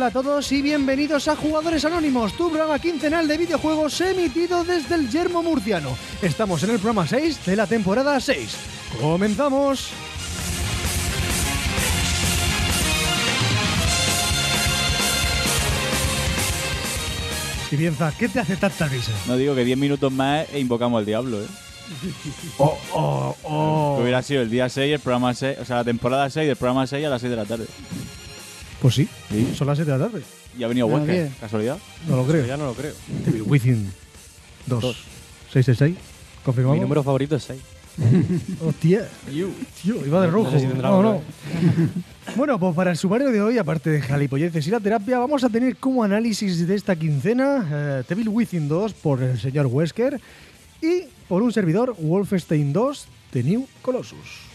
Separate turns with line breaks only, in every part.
a todos y bienvenidos a Jugadores Anónimos, tu programa quincenal de videojuegos emitido desde el Yermo Murciano. Estamos en el programa 6 de la temporada 6. ¡Comenzamos! Y piensa, ¿qué te hace tanta risa?
No digo que 10 minutos más e invocamos al diablo, ¿eh?
¡Oh, oh, oh!
Que Hubiera sido el día 6, el programa 6, o sea, la temporada 6 del programa 6 a las 6 de la tarde.
Pues sí,
Sí.
son las 7 de la tarde.
Y ha venido
Ah,
Wesker,
bien.
casualidad.
No lo creo.
Ya no lo creo.
Devil Within 2.
Dos.
666. ¿Confirmamos?
Mi número favorito es 6.
Hostia. Oh, Tío, iba de
No
rojo.
sé si tendrá
No,
algo
no. bueno, pues para el sumario de hoy, aparte de Jalipolleces y la terapia, vamos a tener como análisis de esta quincena eh, Devil Within 2 por el señor Wesker y por un servidor Wolfenstein 2 de New Colossus.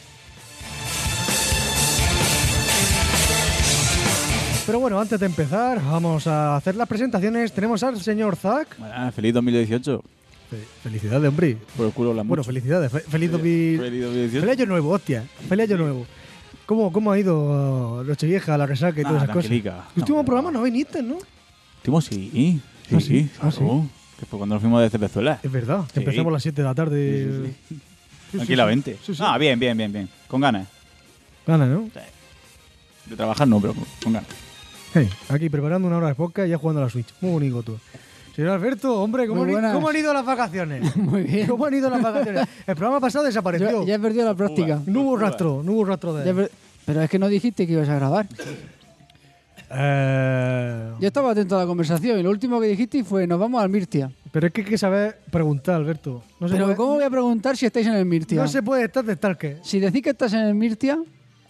Pero bueno, antes de empezar, vamos a hacer las presentaciones. Tenemos al señor Zack.
Bueno, Ah, feliz 2018.
Fe- Felicidades, hombre.
Por el culo la
Bueno, felicidades. Fe- Feliz 2000.
Feliz 2018.
Feliz año nuevo, hostia. Feliz año nuevo. ¿Cómo, cómo ha ido uh, Nochevieja, la resaca y
Nah,
todas esas cosas?
Ah, tranquilica.
El último
No,
programa
no.
no viniste, ¿no?
Timo, sí. Sí,
Ah, sí. Ah,
claro. Que fue cuando nos fuimos de Cepezuela.
Es verdad.
Sí.
Empezamos a las 7 de la tarde.
Tranquilamente.
Sí, sí.
Ah, bien, bien, bien, bien. Con ganas.
Gana, ¿no?
De trabajar no, pero con ganas.
Hey, aquí preparando una hora de podcast y ya jugando a la Switch. Muy bonito tú. Señor Alberto, hombre, ¿cómo,
Muy
han, i-
buenas.
cómo han ido las vacaciones?
Muy bien.
¿Cómo han ido las vacaciones? El programa pasado desapareció.
Yo- ya he perdido la práctica.
No hubo rastro, no hubo rastro de
Ya he
él.
per- Pero es que no dijiste que ibas a grabar.
Eh,
Yo estaba atento a la conversación y lo último que dijiste fue nos vamos al Mirtia.
Pero es que hay que saber preguntar, Alberto. No se
Pero
puede-
¿cómo voy a preguntar si estáis en el Mirtia?
No se puede estar de estar que.
Si decís que estás en el Mirtia,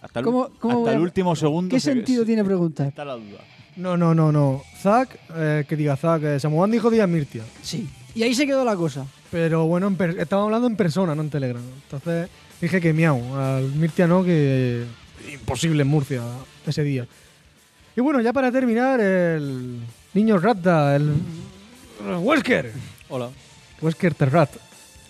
Hasta el,
¿Cómo- cómo voy
hasta el
a-
último segundo.
¿qué
se-
sentido
se-
tiene preguntar?
Está la duda.
No, no, no, no. Zack, eh, que diga Zack, eh, Samuán dijo Díaz Mirtia.
Sí. Y ahí se quedó la cosa.
Pero bueno, en per- estaba hablando en persona, no en Telegram. Entonces dije que miau, al Mirtia no, que imposible en Murcia ese día. Y bueno, ya para terminar, el niño Rata, el Wesker.
Hola.
Wesker Terrat.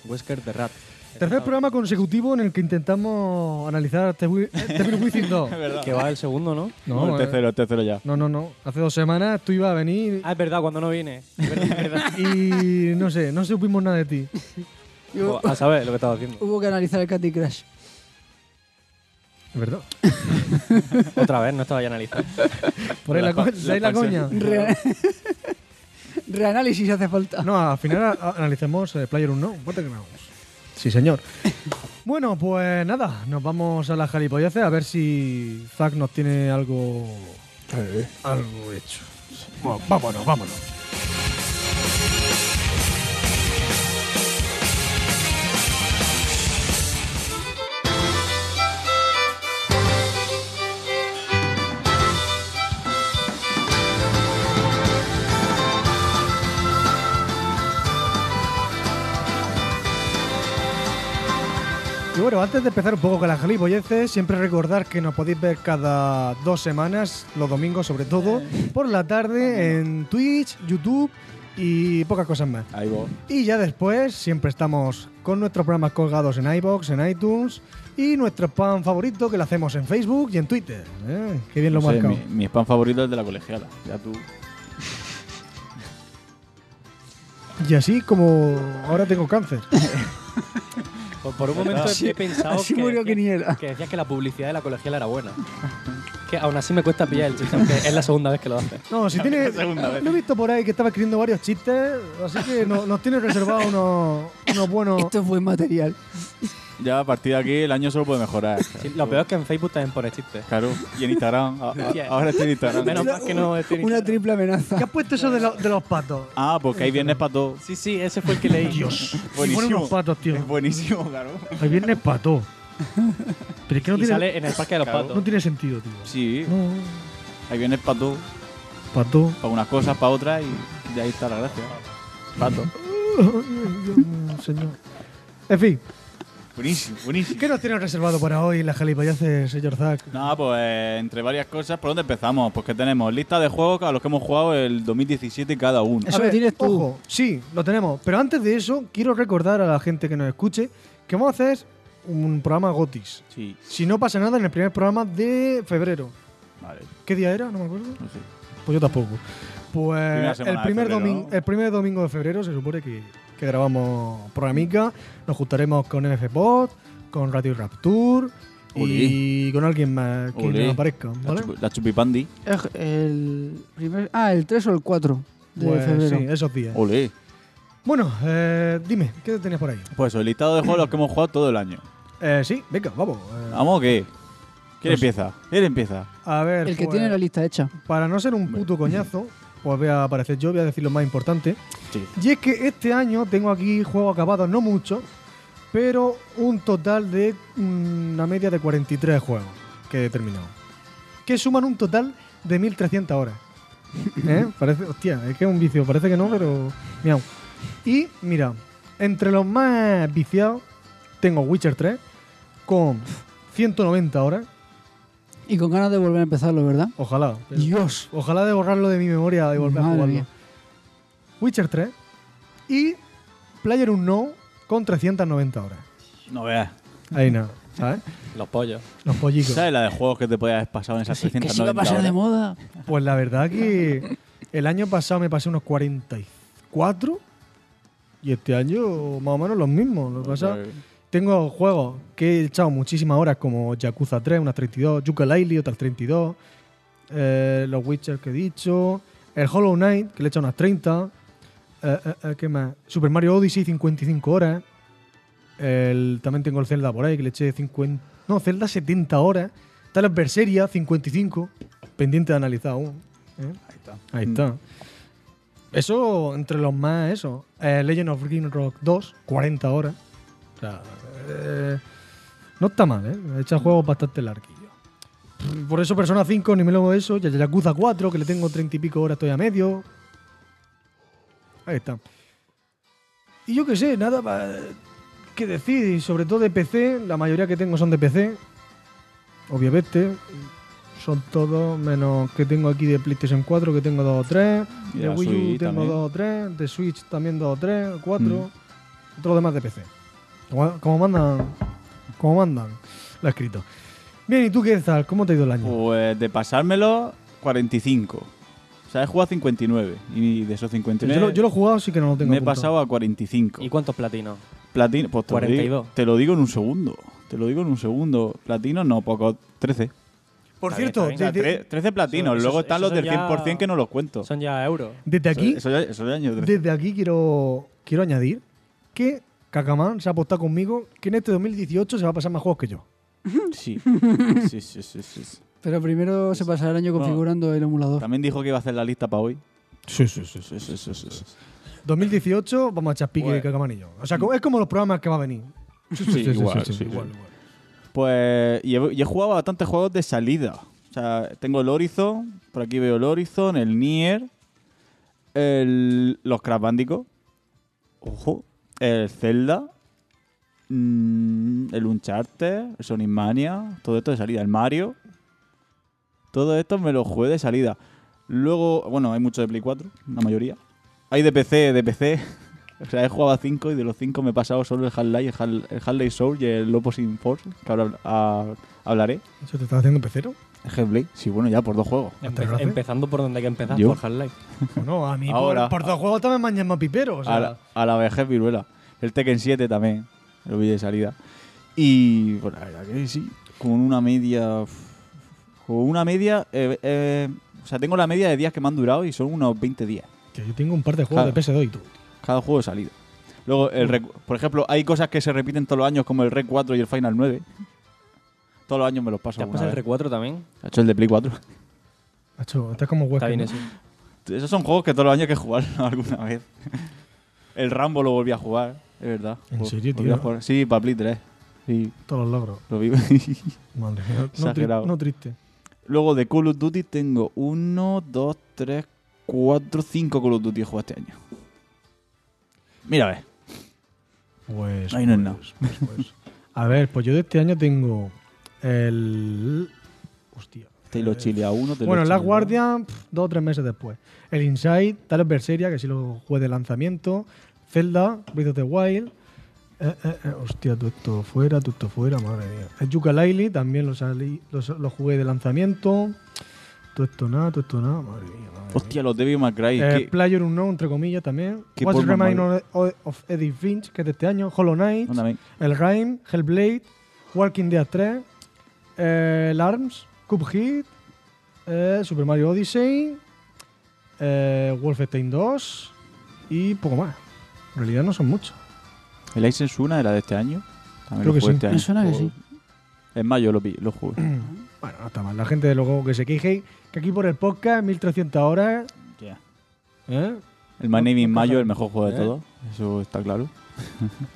Wesker de Rat.
Tercer programa consecutivo en el que intentamos analizar The Wi- eh, Devil Within 2.
Que va el segundo, ¿no?
No, el
No, eh,
tercero, el tercero ya.
no, no, no. Hace dos semanas tú ibas a venir
Ah, es verdad, cuando no vine. Es verdad, es verdad.
y no sé, no supimos nada de ti.
Yo-
a saber Ah, lo que estaba haciendo.
Hubo que analizar el Candy Crush.
Es verdad.
Otra vez, no estaba ya analizando.
Por ahí la,
La
co-
pa-
de ahí
la
la
pancha.
coña.
Re- Reanálisis hace falta.
No, al final a- a- analicemos eh, Player Unknown, Battlegrounds. Sí, señor. bueno, pues nada, nos vamos a la jalipolleces a ver si Zack nos tiene algo. Algo hecho. Bueno, vámonos, vámonos. Y bueno, antes de empezar un poco con las gilipolleces, siempre recordar que nos podéis ver cada dos semanas, los domingos sobre todo, por la tarde en Twitch, YouTube y pocas cosas más.
Ahí vos.
Y ya después, siempre estamos con nuestros programas colgados en iBox, en iTunes y nuestro spam favorito que lo hacemos en Facebook y en Twitter. ¿eh? Qué bien lo
No sé,
marcado.
mi, mi spam favorito es el de la colegiala. Ya tú.
Y así como ahora tengo cáncer.
Por, por un momento
Así-
he pensado
así
que,
murió
que,
Quiniela.
que decías que la publicidad de la colegial era buena. Que aún así me cuesta pillar el chiste, aunque es la segunda vez que lo haces.
No, si tiene.
segunda vez.
Lo he visto por ahí que estaba escribiendo varios chistes, así que no- nos tiene reservados unos, unos buenos.
Esto es buen material.
Ya a partir de aquí el año solo puede mejorar.
Sí, lo peor es que en Facebook también pones chistes.
Claro, y en Instagram. a- a-
Hostia.
ahora estoy en Instagram.
Menos mal que no estoy en
Una
Instagram.
triple amenaza.
¿Qué has puesto eso de, lo- de los patos?
Ah, porque hay viernes para todo.
Sí, sí, ese fue el que leí. Dios.
Y ponen
Buenísimo.
unos patos, tío.
Es buenísimo, claro.
Hay viernes pato. Pero es que no,
y
tiene,
sale en el Parque de los
Claro.
Patos.
no tiene sentido, tío.
Sí,
No,
hay viernes para todo.
pato.
Para unas cosas, para otras y, y ahí está la gracia. Pato.
Dios mío, señor. En fin.
Buenísimo, buenísimo.
¿Qué nos tiene reservado para hoy la galipayace, señor Zack?
Nada, pues entre varias cosas, ¿por dónde empezamos? Pues que tenemos lista de juegos a los que hemos jugado el 2017 cada uno.
Eso lo tienes tú.
Ojo, sí, lo tenemos. Pero antes de eso, quiero recordar a la gente que nos escuche que vamos a hacer un programa Gotis.
Sí,
Si no pasa nada, en el primer programa de febrero.
vale,
¿Qué día era? No me acuerdo.
no sé.
Pues yo tampoco.
Primera
Pues el
semana de
primer,
febrero,
domingo,
¿no?
el primer domingo de febrero se supone que, que grabamos programica. Nos juntaremos con MC Pod, con Radio Rapture y con alguien más que
Olé.
nos aparezca.
La,
¿vale?
chupi- la chupipandi.
Es el primer, ah, el 3 o el 4 de
Pues
febrero.
sí, esos días.
Olé.
Bueno, eh, dime, ¿qué tenías por ahí?
Pues eso, el listado de juegos los que hemos jugado todo el año.
Eh, sí, venga, vamos. eh,
¿Vamos o qué? ¿Quién
Pues-
empieza? ¿Quién empieza?
a ver,
el que
pues,
tiene la lista hecha.
para no ser un puto coñazo, pues voy a aparecer yo, voy a decir lo más importante.
Sí.
Y es que este año tengo aquí juegos acabados, no muchos, pero un total de mm, una media de 43 juegos que he terminado. Que suman un total de 1.300 horas. ¿Eh? Parece, hostia, es que es un vicio, parece que no, pero... Miau. Y mira, entre los más viciados tengo Witcher 3 con 190 horas.
Y con ganas de volver a empezarlo, ¿verdad?
Ojalá. pero-
Dios.
Ojalá de borrarlo de mi memoria y volver
Madre
a jugarlo.
mía.
Witcher 3 y Player No con 390 horas.
No veas.
Ahí nada, ¿sabes?
Los pollos.
Los pollitos.
¿Sabes la de juegos que te podías haber pasado en esas 390
se va a pasar
horas?
de moda.
Pues la verdad que el año pasado me pasé unos 44 y este año más o menos los mismos. Lo que pasa, tengo juegos que he echado muchísimas horas como Yakuza 3, unas 32, Yooka-Laylee, otras 32, eh, los Witcher que he dicho, el Hollow Knight, que le he echado unas 30, eh, eh, eh, ¿qué más? Super Mario Odyssey, 55 horas, el- también tengo el Zelda por ahí, que le eché 50... No, Zelda 70 horas. Está la Berseria, 55. Pendiente de analizar aún. ¿eh?
Ahí está. Mm.
Ahí está. Eso, entre los más, eso. Eh, Legend of Green Rock 2, 40 horas. O sea, eh, no está mal, ¿eh? Echa juegos bastante larguillos. Por eso Persona 5, ni me lo de eso. Ya- Yakuza 4, que le tengo 30 y pico horas, estoy a medio. Ahí está. Y yo qué sé, nada más que decir. Y sobre todo de PC, la mayoría que tengo son de PC. Obviamente. Son todos, menos que tengo aquí de PlayStation 4, que tengo 2 o 3.
Y
De
la
Wii U tengo
Switch también.
2 o 3. De Switch también 2 o 3, 4. Todo lo demás de PC. Como, como mandan. Como mandan. Lo he escrito. Bien, ¿y tú qué tal? ¿Cómo te ha ido el año?
Pues de pasármelo, 45. O sea, he jugado 59. Y de esos
yo,
59
lo, yo lo he jugado, sí que no lo tengo.
me he
apuntado.
pasado a 45.
¿Y cuántos platinos?
Platino, pues te, Lo
42.
digo, te lo digo en un segundo. Te lo digo en un segundo. Platino no, poco. 13.
Por
Está bien,
cierto,
está bien.
de- de-
Tre- 13 platinos.
eso-
Luego
eso
están los
son
del
ya-
100% que no los cuento.
Son ya euros.
desde aquí,
Eso, eso, eso es año 13.
desde aquí quiero, quiero añadir que Cacamán se ha apostado conmigo que en este 2018 se va a pasar más juegos que yo.
Sí. Sí, sí, sí, sí, sí.
Pero primero se pasará el año configurando el emulador.
También dijo que iba a hacer la lista para hoy.
Sí, sí, sí.
Sí, sí, sí, sí, sí.
2018 vamos a echar pique
Bueno.
Cacamán y yo. O sea, co- es como los programas que va a venir.
Sí, igual, sí, sí. Pues y he, y he jugado bastantes juegos de salida. O sea, tengo el Horizon, por aquí veo el Horizon, el Nier, el- los Crash Bandicoot, ojo, el Zelda, mm, el Uncharted, el Sonic Mania, todo esto de salida, el Mario. Todo esto me lo jugué de salida. Luego, bueno, hay mucho de Play 4, la mayoría. Hay de PC, de PC. O sea, he jugado a 5 y de los 5 me he pasado solo el Half-Life, el Hal- el Half-Life Soul y el Opposing Force, que ahora habl- a- hablaré.
¿Eso te estás haciendo pecero?
El Hellblade, sí, bueno, ya por dos juegos.
¿Hasta
Empe-
gracia?
empezando por donde hay que empezar,
Yo.
por Half-Life.
No, a mí
Ahora.
por, por dos juegos también me han llamado pipero. O sea,
a, la, a la vejez viruela. El Tekken 7 también, lo vi de salida. Y, pues la verdad que sí, con una media. Con una media. eh, eh, o sea, tengo la media de días que me han durado y son unos 20 días.
que yo tengo un par de juegos
Claro.
de PS2 y tú.
Cada juego de salida. Luego,
Mm.
el Rec- por ejemplo, hay cosas que se repiten todos los años, como el Red 4 y el Final 9. Todos los años me los paso.
¿Te has
alguna
pasado
vez.
el R4 también?
Ha hecho el de Play 4.
Macho, estás como hueco.
Está bien
¿no?
eso.
Esos son juegos que todos los años hay que jugar alguna vez. El Rambo lo volví a jugar, es verdad.
¿En
Vol-
serio,
volví a
tío?
jugar. Sí, para Play 3. Sí,
Todos los logros.
lo vi.
Madre mía. No, tri-
Exagerado.
no triste.
Luego de Call of Duty tengo 1, 2, 3, 4, 5 Call of Duty he jugado este año. Mira, a ver.
Pues.
Ahí no es nada.
pues, pues. A ver, pues yo de este año tengo el. Hostia.
Taylor Chile a 1.
Eh, Bueno, el Last Guardian, pff, dos o tres meses después. El Inside, Talos Berseria, que sí lo jugué de lanzamiento. Zelda, Breath of the Wild. Eh, eh, eh, hostia, tú esto fuera, tú esto fuera, madre mía. El Yuka también lo, salí, lo, sa- lo jugué de lanzamiento. Todo esto nada, todo esto nada. Madre mía. madre mía.
Hostia, los Devil May Cry.
Eh,
que-
Player Unknown, entre comillas, también.
qué
What's
polvo
Remain of, of Edith Finch, que es de este año. Hollow Knight,
Anda, ven.
El Rhyme, Hellblade, Walking Dead 3, eh, El Arms, Cuphead, eh, Super Mario Odyssey, eh, Wolfenstein 2 y poco más. En realidad no son muchos.
¿El Ice Suna era de este año? También
Creo
lo
que
jugué
sí.
este
Me
año.
suena que sí.
En mayo lo, vi, lo jugué.
Bueno, no está mal. La gente de luego que se queje que aquí por el podcast, 1300 horas.
Ya.
¿eh?
El My Name in
no,
Mayo,
no.
el mejor juego de
¿Eh?
todos. Eso está claro.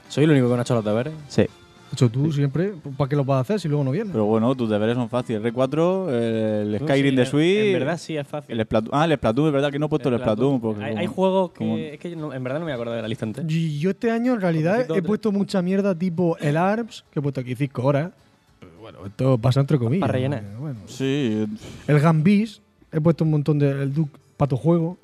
Soy el único que no ha hecho los deberes.
Sí.
Hecho tú siempre, ¿para qué lo vas a hacer si luego no vienes?
Pero bueno, tus deberes son fáciles. R4, el Skyrim
No,
de
sí,
Switch.
En verdad sí es fácil.
El Splatoon. Ah, el Splatoon, es verdad que no he puesto el, Splatoon. porque
hay,
como-
hay juegos que.
como-
Es que yo no- en verdad no me acuerdo de la lista entera.
Y yo este año en realidad
Necesito
he
otra.
puesto mucha mierda tipo el ARMS, que he puesto aquí 5 horas. Pero Bueno, esto pasa entre comillas.
Para rellenar.
porque, bueno.
Sí,
El Gambis, he puesto un montón de el Duke Pato Juego.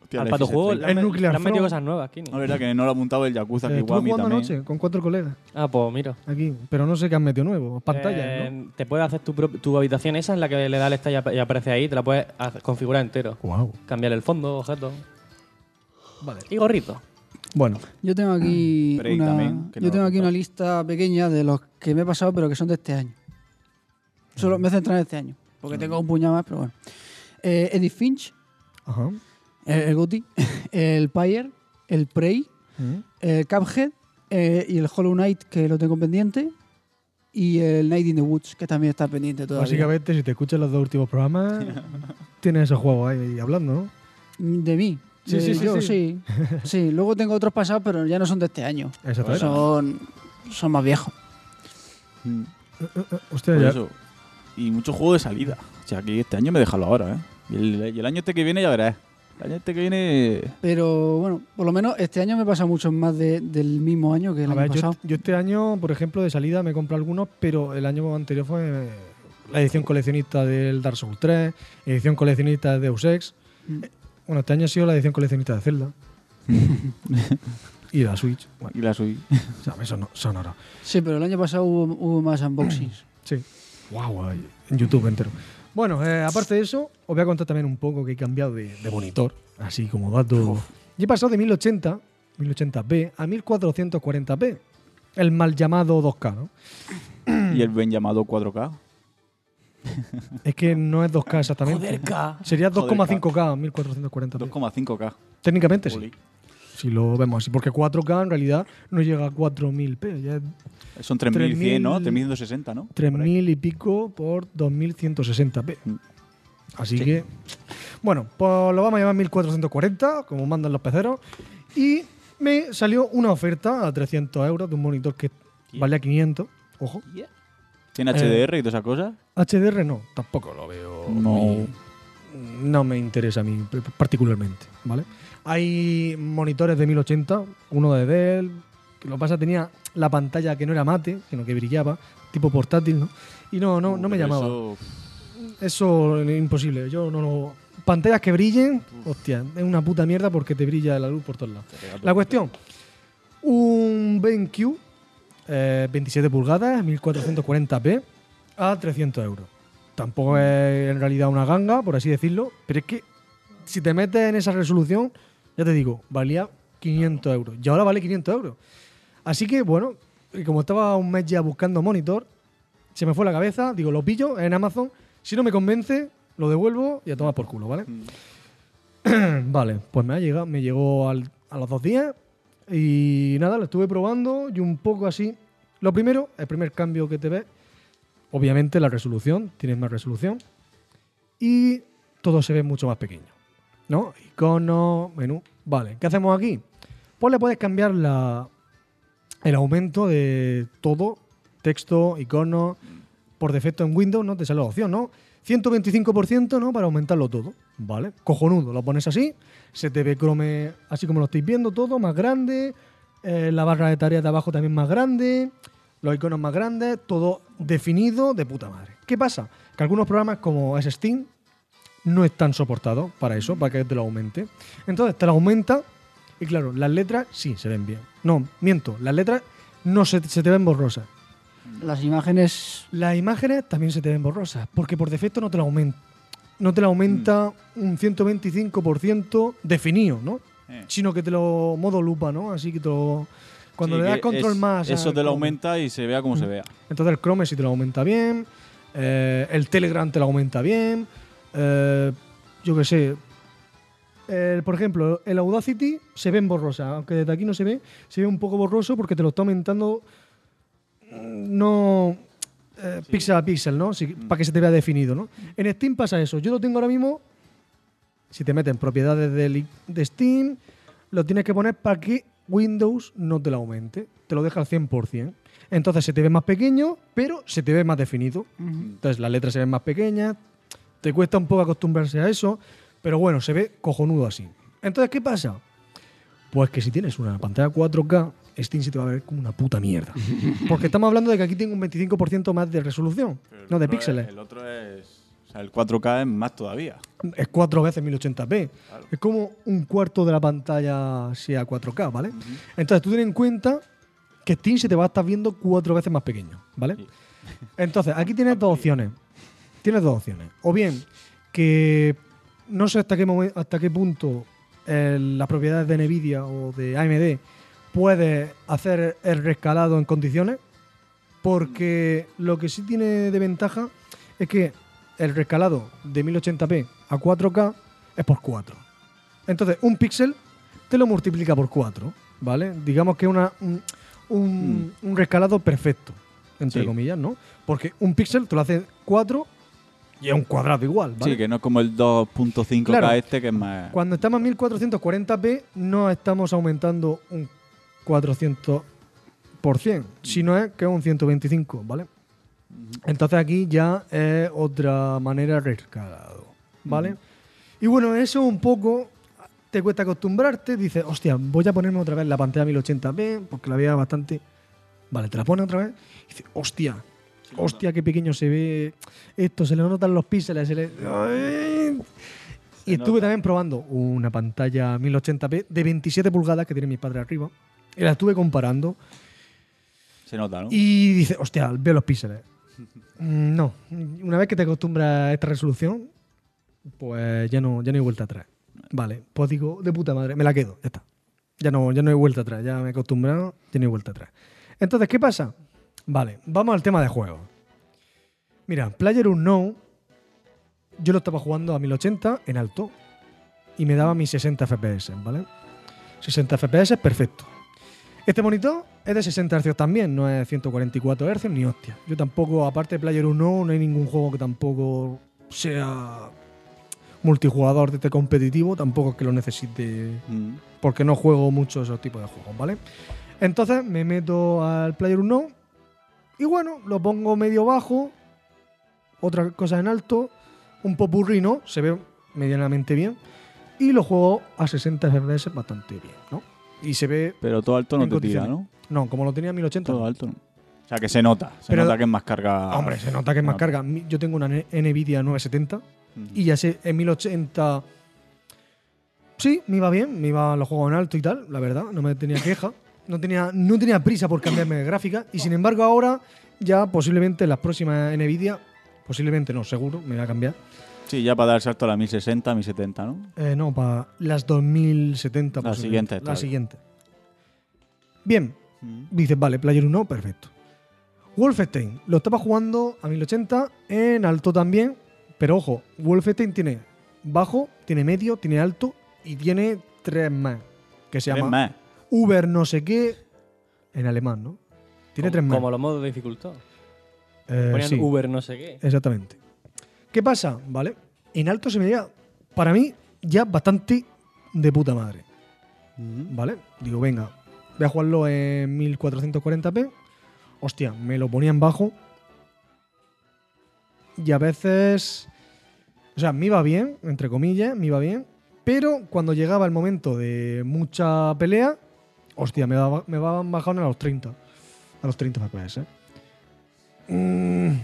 hostia,
Al
el
pato juego
FX30.
le
El
han, met-
Nuclear
le han metido
Throne.
cosas nuevas aquí.
No,
¿no?
es verdad que no lo ha apuntado el Yakuza
Eh,
que
Estuve
Kiwami
jugando
también.
anoche con cuatro colegas
Ah, pues mira.
aquí, pero no sé qué han metido nuevo. Pantallas,
Eh,
¿no?
Te puedes hacer tu, prop- tu habitación, esa es la que le da al esta y ap- y aparece ahí, te la puedes hacer- configurar entero.
Wow.
Cambiar el fondo, objetos.
Vale.
Y gorrito.
Bueno,
Yo tengo aquí,
Prey
una,
también, que no
yo tengo
lo
aquí
he
una
contado.
lista pequeña de los que me he pasado, pero que son de este año.
Mm.
Solo me he centrado en este año, porque tengo un puñado más, pero bueno. Eh, Edith Finch,
ajá.
el, el Gotti, el Pyre, el Prey,
Mm.
el Cuphead eh, y el Hollow Knight, que lo tengo pendiente, y el Night in the Woods, que también está pendiente todavía.
Básicamente, si te escuchas los dos últimos programas, tienes esos juegos ahí hablando, ¿no?
De mí.
Sí,
de
sí, sí,
yo,
sí.
sí. Sí, luego tengo otros pasados, pero ya no son de este año.
Exactamente.
Son, son más viejos.
Mm,
Hostia,
por
eh, ya.
eso. Y muchos juegos de salida. O sea, que este año me déjalo ahora, ¿eh? Y el, y el año este que viene ya verás. El año este que viene...
Pero bueno, por lo menos este año me pasa mucho más de- del mismo año que el
A
año
ver, yo,
pasado.
yo este año, por ejemplo, de salida me he comprado algunos, pero el año anterior fue la edición coleccionista del Dark Souls 3, edición coleccionista de Deus Ex.
Mm.
Eh, Bueno, este año ha sido la edición coleccionista de Zelda. y la Switch. Bueno,
Y la subí.
o sea, eso no, son ahora.
Sí, pero el año pasado hubo, hubo más unboxings.
Sí. Guau, ahí, en YouTube entero. Bueno, eh, aparte de eso, os voy a contar también un poco que he cambiado de, de monitor, así como dato. Y he pasado de 1080, 1080p, a 1440p. El mal llamado 2K, ¿no?
y el Ben llamado 4K.
Es que no es 2K exactamente. Sería 2,5K, 1440p.
2,5K.
Técnicamente
Jolín.
Este sí, si lo vemos así. Porque 4K en realidad no llega a 4000p, ya es
Son 3100, ¿no?
3000,
3160, ¿no? Por ahí.
3000 y pico por 2160p.
Mm.
Así que, bueno, pues lo vamos a llamar 1440, como mandan los peceros. Y me salió una oferta a 300 euros de un monitor que valía 500. Ojo.
¿Tiene HDR y todas esas cosas?
HDR Eh. no, tampoco lo veo. muy- no me interesa a mí p- particularmente, ¿vale? Hay monitores de 1080, uno de Dell, que lo que pasa tenía la pantalla que no era mate, sino que brillaba, tipo portátil, ¿no? Y no, no, no me
Uh, Pero
llamaba.
eso-
Eso es imposible. Yo no lo. Pantallas que brillen, hostia, es una puta mierda porque te brilla la luz por todos lados. La cuestión: un BenQ, eh, 27 pulgadas, 1440p, a 300 euros. Tampoco es en realidad una ganga, por así decirlo, pero es que si te metes en esa resolución, ya te digo, valía 500 euros y ahora vale 500 euros. Así que bueno, y como estaba un mes ya buscando monitor, se me fue la cabeza, digo, lo pillo en Amazon. Si no me convence, lo devuelvo y a tomar por culo, ¿vale? vale, pues me ha llegado, me llegó al- a los dos días y nada, lo estuve probando y un poco así. Lo primero, el primer cambio que te ves, obviamente la resolución, tienes más resolución y todo se ve mucho más pequeño, ¿no? Icono, menú, vale. ¿Qué hacemos aquí? Pues le puedes cambiar la, el aumento de todo, texto, icono, por defecto en Windows, ¿no? Te sale la opción, ¿no? 125%, ¿no? Para aumentarlo todo, ¿vale? Cojonudo, lo pones así, se te ve Chrome así como lo estáis viendo todo, más grande, eh, la barra de tareas de abajo también más grande, los iconos más grandes, todo definido de puta madre. ¿Qué pasa? Que algunos programas como es Steam no están soportados para eso, para que te lo aumente. Entonces te lo aumenta y claro, las letras sí se ven bien. No, miento, las letras no se, se te ven borrosas.
Las imágenes.
Las imágenes también se te ven borrosas, porque por defecto no te la aumenta. No te la aumenta un 125% definido, ¿no?
Mm. Eh.
Sino que te lo modo lupa, ¿no? Así que te lo- Cuando
Sí,
le das
que
control
es-
más.
Eso
al
te
Chrome,
lo
Mm.
aumenta y se vea como se vea.
Entonces el Chrome sí te lo aumenta bien, eh, el Telegram te lo aumenta bien, eh, yo qué sé. El- por ejemplo, el Audacity se ve en borrosa, aunque desde aquí no se ve, se ve un poco borroso porque te lo está aumentando mm, no eh, pixel a pixel, ¿no? Sí, Para que se te vea definido, ¿no? En Steam pasa eso. Yo lo tengo ahora mismo, si te meten propiedades del i- de Steam, lo tienes que poner para que Windows no te lo aumente. Te lo deja al 100%. Entonces se te ve más pequeño, pero se te ve más definido. Entonces las letras se ven más pequeñas. Te cuesta un poco acostumbrarse a eso, pero bueno, se ve cojonudo así. Entonces, ¿qué pasa? Pues que si tienes una pantalla 4K, Steam se te va a ver como una puta mierda. Porque estamos hablando de que aquí tengo un 25% más de resolución, no de píxeles.
el otro es. O sea, el 4K es más todavía.
Es cuatro veces 1080p. Es como un cuarto de la pantalla sea 4K, ¿vale? Entonces tú ten en cuenta que Steam se te va a estar viendo cuatro veces más pequeño, ¿vale?
Sí.
Entonces aquí tienes dos opciones. Tienes dos opciones. O bien que no sé hasta qué, momen- hasta qué punto eh, las propiedades de Nvidia o de AMD puede hacer el rescalado en condiciones, porque lo que sí tiene de ventaja es que el rescalado de 1080p a 4K es por 4. Entonces, un píxel te lo multiplica por 4, ¿vale? Digamos que una, un, un- un rescalado perfecto, entre
Sí.
comillas, ¿no? Porque un píxel te lo hace 4 y es un cuadrado igual, ¿vale?
Sí, que no es como el 2.5K
Claro.
este que es más.
Cuando estamos en 1440p no estamos aumentando un 400%, sino es que es un 125, ¿vale? Entonces aquí ya es otra manera de rescalado, ¿vale? Y bueno, eso un poco te cuesta acostumbrarte, dices, hostia, voy a ponerme otra vez la pantalla 1080p porque la veía bastante... Vale, te la pones otra vez y dices, hostia, hostia, qué pequeño se ve esto, se le notan los píxeles, se le... ¡Ay!
Se
Y estuve
nota.
también probando una pantalla 1080p de 27 pulgadas que tiene mi padre arriba. Y la estuve comparando.
Se nota, ¿no?
Y dice, hostia, veo los píxeles. Mm, no, una vez que te acostumbras a esta resolución, pues ya no, ya no hay vuelta atrás. Vale, pues digo, de puta madre, me la quedo, ya está. Ya no, ya no hay vuelta atrás, ya me he acostumbrado, ya no hay vuelta atrás. Entonces, ¿qué pasa? Vale, vamos al tema de juegos. Mira, Player Unknown, yo lo estaba jugando a 1080 en alto y me daba mis 60 FPS, ¿vale? 60 FPS, perfecto. Este monitor es de 60 Hz también, no es 144 Hz ni hostia. Yo tampoco, aparte de Player 1, no hay ningún juego que tampoco sea multijugador de este competitivo, tampoco es que lo necesite
Mm.
porque no juego mucho esos tipos de juegos, ¿vale? Entonces me meto al Player 1 y bueno, lo pongo medio bajo, otra cosa en alto, un popurrí, ¿no? Se ve medianamente bien y lo juego a 60 FPS bastante bien, ¿no? Y se ve
Pero todo alto no
En
te tira,
condiciones.
¿no?
no, como lo tenía en 1080.
Todo alto. no. O sea, que se nota. Se
Pero-
nota que es más carga.
Ah, Hombre, se nota que es más carga. Mi- Yo tengo una N- Nvidia 970
Ujú.
y ya sé, en 1080. Sí, me iba bien, me iba los juegos en alto y tal, la verdad, no me tenía queja. No tenía, no tenía prisa por cambiarme de gráfica y sin embargo ahora ya posiblemente las próximas Nvidia, posiblemente no, seguro, me voy a cambiar.
Sí, ya para dar el salto a la 1060, 1070, ¿no?
Eh, no, para las 2070.
La
posiblemente.
siguiente,
La
claro.
siguiente. Bien,
Mm.
Dices, vale, Player 1, perfecto. Wolfenstein, lo estaba jugando a 1080 en alto también, pero ojo, Wolfenstein tiene bajo, tiene medio, tiene alto y tiene tres más, que se
Tres
llama
más.
Uber no sé qué en alemán, ¿no? Tiene
Como-
tres más.
Como los modos de dificultad.
Eh,
Ponían
sí.
Uber no sé qué.
Exactamente. ¿Qué pasa? ¿Vale? En alto se me veía, para mí, ya bastante de puta madre. ¿Vale? Digo, venga, voy a jugarlo en 1440p. Hostia, me lo ponía en bajo. Y a veces. O sea, me iba bien, entre comillas, me iba bien. Pero cuando llegaba el momento de mucha pelea, hostia, me, daba- me daban bajando a los 30. A los 30 FPS, ¿eh? Mm,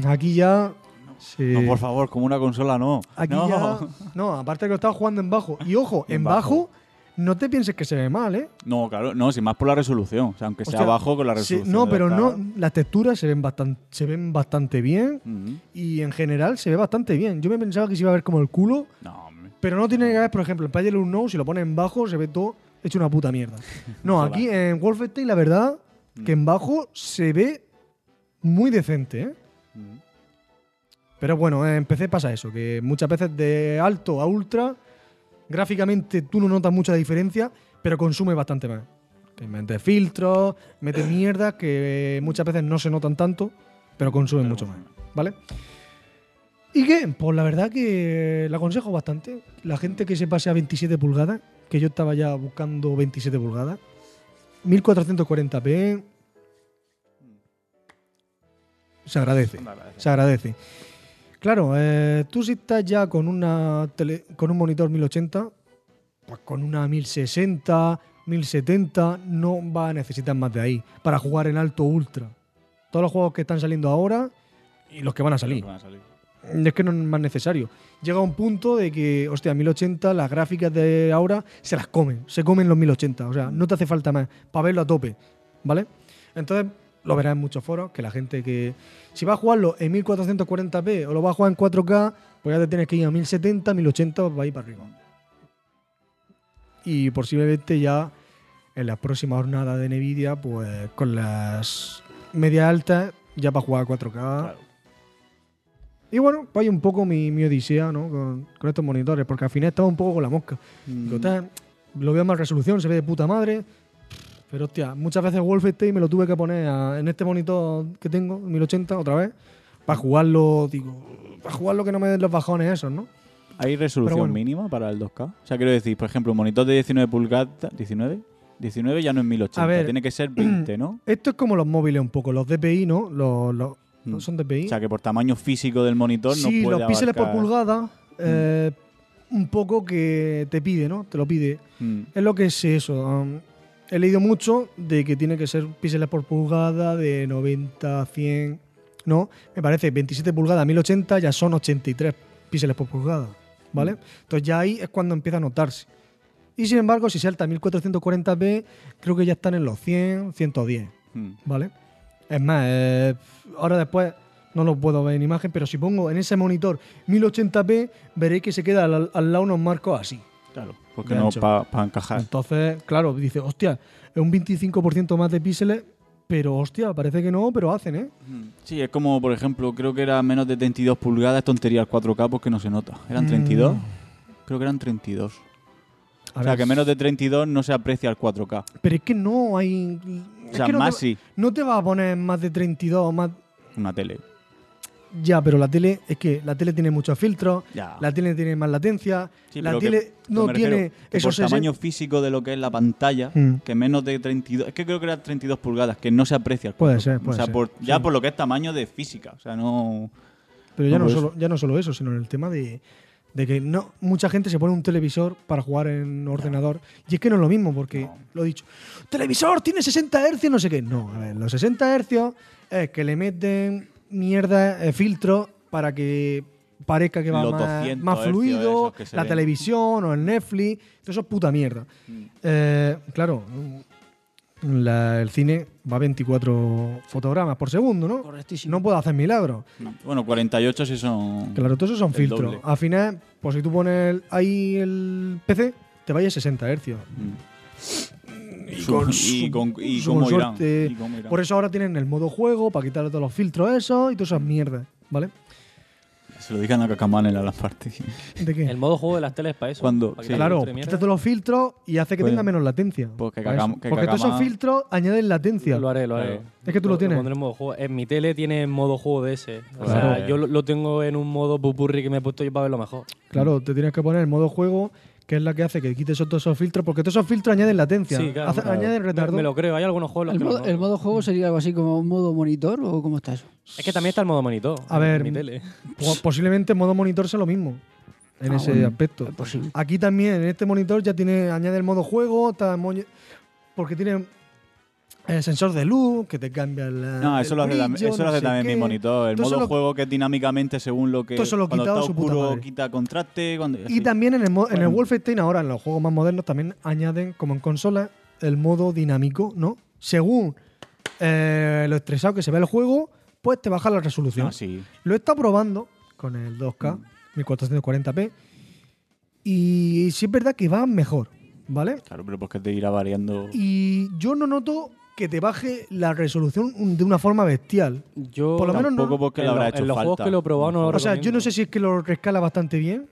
mm, aquí ya. se-
No, por favor, como una consola no.
Aquí
no.
ya. No, aparte que lo estaba jugando en bajo. Y ojo, en,
En
bajo.
bajo.
no te pienses que se ve mal, ¿eh?
No, claro, no, si más por la resolución. O sea, aunque sea
Hostia,
bajo con la
sí,
resolución.
no,
de
pero
la-
no, las texturas se ven bastante, se ven bastante bien
Ujú.
y en general se ve bastante bien. Yo me pensaba que se iba a ver como el culo,
No, hombre.
pero no tiene que ver, por ejemplo, en Player No, si lo pones en bajo, se ve todo hecho una puta mierda. No,
Ojalá.
aquí en Wolfenstein, la verdad, que en bajo se ve muy decente, ¿eh?
Ujú.
Pero bueno, eh, en PC pasa eso, que muchas veces de alto a ultra, gráficamente tú no notas mucha diferencia, pero consume bastante más. Que mete filtros, mete mierdas que muchas veces no se notan tanto, pero consume mucho más. ¿Vale? ¿Y qué? Pues la verdad que la aconsejo bastante. La gente que se pase a 27 pulgadas, que yo estaba ya buscando 27 pulgadas, 1440p, se agradece se agradece. Claro, eh, tú si estás ya con una tele- con un monitor 1080, pues con una 1060, 1070 no va a necesitar más de ahí para jugar en alto ultra. Todos los juegos que están saliendo ahora y los que van a salir.
Van a salir.
Es que no es más necesario. Llega un punto de que, hostia, 1080, las gráficas de ahora se las comen, se comen los 1080. O sea, no te hace falta más para verlo a tope, ¿vale? Entonces, lo verás en muchos foros, que la gente que. Si va a jugarlo en 1440p o lo va a jugar en 4K, pues ya te tienes que ir a 1070, 1080, para pues ir para arriba. Y posiblemente ya en las próximas jornadas de Nvidia, pues con las medias altas, ya para jugar a 4K.
Claro.
Y bueno, pues hay un poco mi, mi odisea ¿no? con, con estos monitores, porque al final estaba un poco con la mosca.
Mm.
Digo, "Tal, lo veo en más resolución, se ve de puta madre. Pero hostia, muchas veces Wolfenstein me lo tuve que poner a- en este monitor que tengo, 1080, otra vez, para jugarlo, digo, para jugarlo que no me den los bajones esos, ¿no?
¿Hay resolución
Pero bueno.
mínima para el 2K? O sea, quiero decir, por ejemplo, un monitor de 19 pulgadas. ¿19? 19 ya no es 1080,
A ver,
tiene que ser 20, ¿no?
Esto es como los móviles un poco, los DPI, ¿no? Los, los-
Mm.
¿Son DPI?
O sea, que por tamaño físico del monitor no
sí,
puede
los píxeles por
abarcar- Mm.
pulgada, eh, un poco que te pide, ¿no? Te lo pide.
Mm.
Es lo que es eso. um, he leído mucho de que tiene que ser píxeles por pulgada de 90, 100. No, me parece 27 pulgadas, 1080 ya son 83 píxeles por pulgada. ¿Vale? Entonces ya ahí es cuando empieza a notarse. Y sin embargo, si salta a 1440p, creo que ya están en los 100, 110.
Mm.
¿Vale? Es más, eh, ahora después no lo puedo ver en imagen, pero si pongo en ese monitor 1080p, veréis que se queda al, al lado unos marcos así.
Claro, porque
De
no
ancho.
para encajar.
Entonces, claro, dice, hostia, es un 25% más de píxeles, pero hostia, parece que no, pero hacen, ¿eh?
Mm. Sí, es como, por ejemplo, creo que era menos de 32 pulgadas, tontería el 4K porque no se nota.
Mm.
¿Eran 32? Creo que eran 32.
A
o sea,
ver,
que menos de 32 no se aprecia el 4K.
Pero es que no hay...
O
es
sea,
que no
más
te,
sí,
No te vas a poner más de 32 más...
una tele.
Ya, pero la tele, es que la tele tiene muchos filtros,
Ya.
la tele tiene más latencia,
Sí,
la
pero que-
tele
que
no
me refiero
tiene
que
esos
por
60
tamaño físico de lo que es la pantalla,
Mm.
que menos de 32, es que creo que era 32 pulgadas, que no se aprecia el 4K.
Puede ser, puede
o sea,
ser.
por- ya
Sí.
por lo que es tamaño de física, o sea, no
Pero ya no,
No, pues-
solo, ya no solo eso, sino en el tema de, de que no mucha gente se pone un televisor para jugar en ordenador. Y es que no es lo mismo, porque
No.
lo he dicho, televisor tiene 60 hercios, no sé qué. No, a ver, los 60 hercios es que le meten mierda, eh, filtros para que parezca que va
Los
más,
200
más
hercios
fluido,
esos que se
la
ven. Mm.
televisión o el Netflix, todo eso es puta mierda. Eh, claro, la- el cine va a 24 fotogramas por segundo, ¿no?
Correctísimo.
No puedo hacer milagros.
bueno, 48 si son
Claro, todos esos son
El
filtros.
doble.
Al final, pues si tú pones ahí el PC, te vaya a 60 hercios.
Mm. y con, y con- y
su-
cómo
con
irán,
suerte.
y cómo irán.
Por eso ahora tienen el modo juego para quitarle todos los filtros esos y todas esas mierdas, ¿vale?
Se lo digan a Cacamán en la parte.
¿De qué?
El modo juego de las teles para eso.
Cuando-
para que
sí.
te
claro,
guste de
quita
mierda.
todos los filtros y hace que
Pues-
tenga menos latencia.
pues que
Para eso.
cagam- que
Porque todos esos
cagama-
filtros añaden latencia.
Lo haré, lo haré.
Claro.
Es que tú lo tienes.
pondré en modo juego. En mi tele tiene modo juego de ese. O
Claro.
sea, yo lo, lo tengo en un modo pupurri que me he puesto yo para verlo mejor.
Claro, te tienes que poner el modo juego, que es la que hace que quites esos- todos esos filtros, porque todos esos filtros añaden latencia.
Sí, claro,
Hace-
claro.
Añaden
Me,
retardo.
me lo creo, hay algunos juegos en los
El
que lo
modo,
noto.
el modo juego sería algo así como un modo monitor o cómo está eso.
Es que también está el modo monitor.
A ver,
En mi tele.
Po- Pues Posiblemente en modo monitor sea lo mismo. En
Ah,
ese
bueno,
aspecto.
es posible.
Aquí también, en este monitor, ya tiene. Añade el modo juego. está el moño- porque tiene el sensor de luz, que te cambia la.
No, eso
el
lo hace, tam-
brillo,
eso lo
no
hace
sé
también
qué.
mi monitor. El
Todo eso
modo
lo-
juego que es dinámicamente según lo que.
Todo eso lo
cuando
quitado
está
de su puta
oscuro
madre.
quita contraste. Cuando,
Y
así.
también en el, mo- en el
Bueno.
Wolfenstein, ahora en los juegos más modernos, también añaden, como en consola, el modo dinámico, ¿no? Según eh, lo estresado que se ve el juego, pues te baja la resolución.
No, Ah, sí. Mm.
Lo está probando con el 2K, 1440p, y sí es verdad que va mejor, ¿vale?
Claro, pero pues que te irá variando.
Y yo no noto que te baje la resolución de una forma bestial.
Yo,
Por lo menos
Tampoco
no.
porque
en,
le
lo-
habrá
en
hecho
los juegos
falta.
que lo he probado no lo
O sea, yo no
recomiendo.
sé si es que lo rescala bastante bien.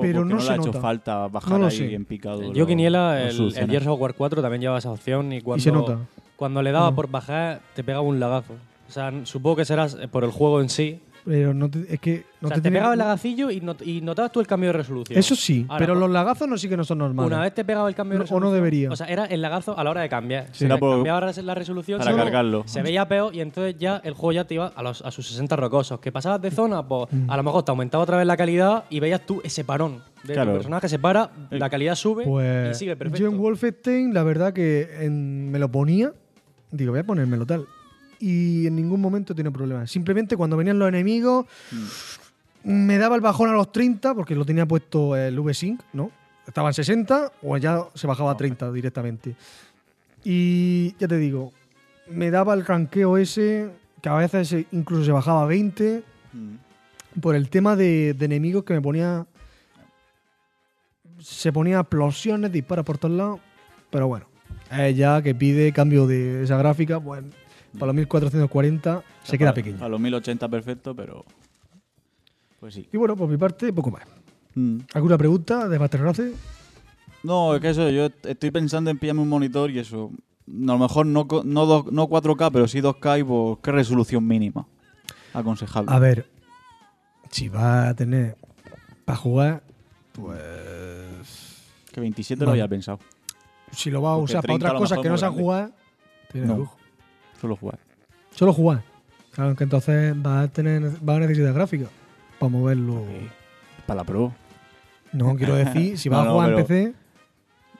pero
porque
no
no, le
se
ha hecho
nota.
falta bajar
No lo
ahí
sé.
en picado.
Yo,
lo-
Quiniela,
lo
el, el
soluciona.
Gears of War 4 también llevaba esa opción y cuando,
y se nota.
cuando le daba
Mm.
por bajar te pegaba un lagazo. O sea, n- supongo que serás eh, por el juego en sí.
Pero no te- es que no
o sea,
te
te,
tiene-
pegaba el lagacillo y, not- y notabas tú el cambio de resolución.
Eso sí,
Ahora,
pero
cu-
los lagazos no sí que no son normales.
Una vez te pegaba el cambio de
No, o no
resolución.
debería.
O sea, era el lagazo a la hora de cambiar.
Sí.
O sea,
Era por-
cambiaba la resolución
para
solo,
cargarlo.
Se veía peor y entonces ya el juego ya te iba a, los- a sus 60 rocosos. Que pasabas de zona, pues
Mm.
a lo mejor te aumentaba otra vez la calidad y veías tú ese parón. De
Claro.
tu personaje se para, la calidad sube y
Pues
sigue perfecto.
yo en Wolfenstein, la verdad que en- me lo ponía, digo, voy a ponérmelo tal. Y en ningún momento tiene problema. Simplemente cuando venían los enemigos,
Mm.
me daba el bajón a los 30, porque lo tenía puesto el V-Sync, ¿no? Estaba en 60 o ya se bajaba a 30 directamente. Y ya te digo, me daba el ranqueo ese, que a veces se- incluso se bajaba a 20,
Mm.
por el tema de, de enemigos que me ponía. Se ponía explosiones, dispara por todos lados. Pero bueno, eh, ya que pide cambio de esa gráfica, pues, bueno, para los 1440 se queda
Para-
pequeño.
Para los 1080 perfecto, pero. Pues sí.
Y bueno, por mi parte, poco más.
Mm.
¿Alguna pregunta de Masterrace?
No, es que eso, yo est- estoy pensando en pillarme un monitor y eso. A lo mejor no, co- no, dos- no 4K, pero sí 2K y pues, qué resolución mínima. Aconsejable.
A ver, si va a tener para jugar,
Que 27 lo
Vale.
había pensado.
si lo va a
Porque
usar para
30
otras
a lo
cosas
mejor
que no
muy
sea
grande.
jugar, tiene
No.
lujo.
Solo jugar.
Solo jugar. Claro que entonces va a tener va a necesitar gráfica para moverlo.
Eh, Para la Pro.
No, quiero decir, si vas
No,
a
no,
jugar en
pero-
PC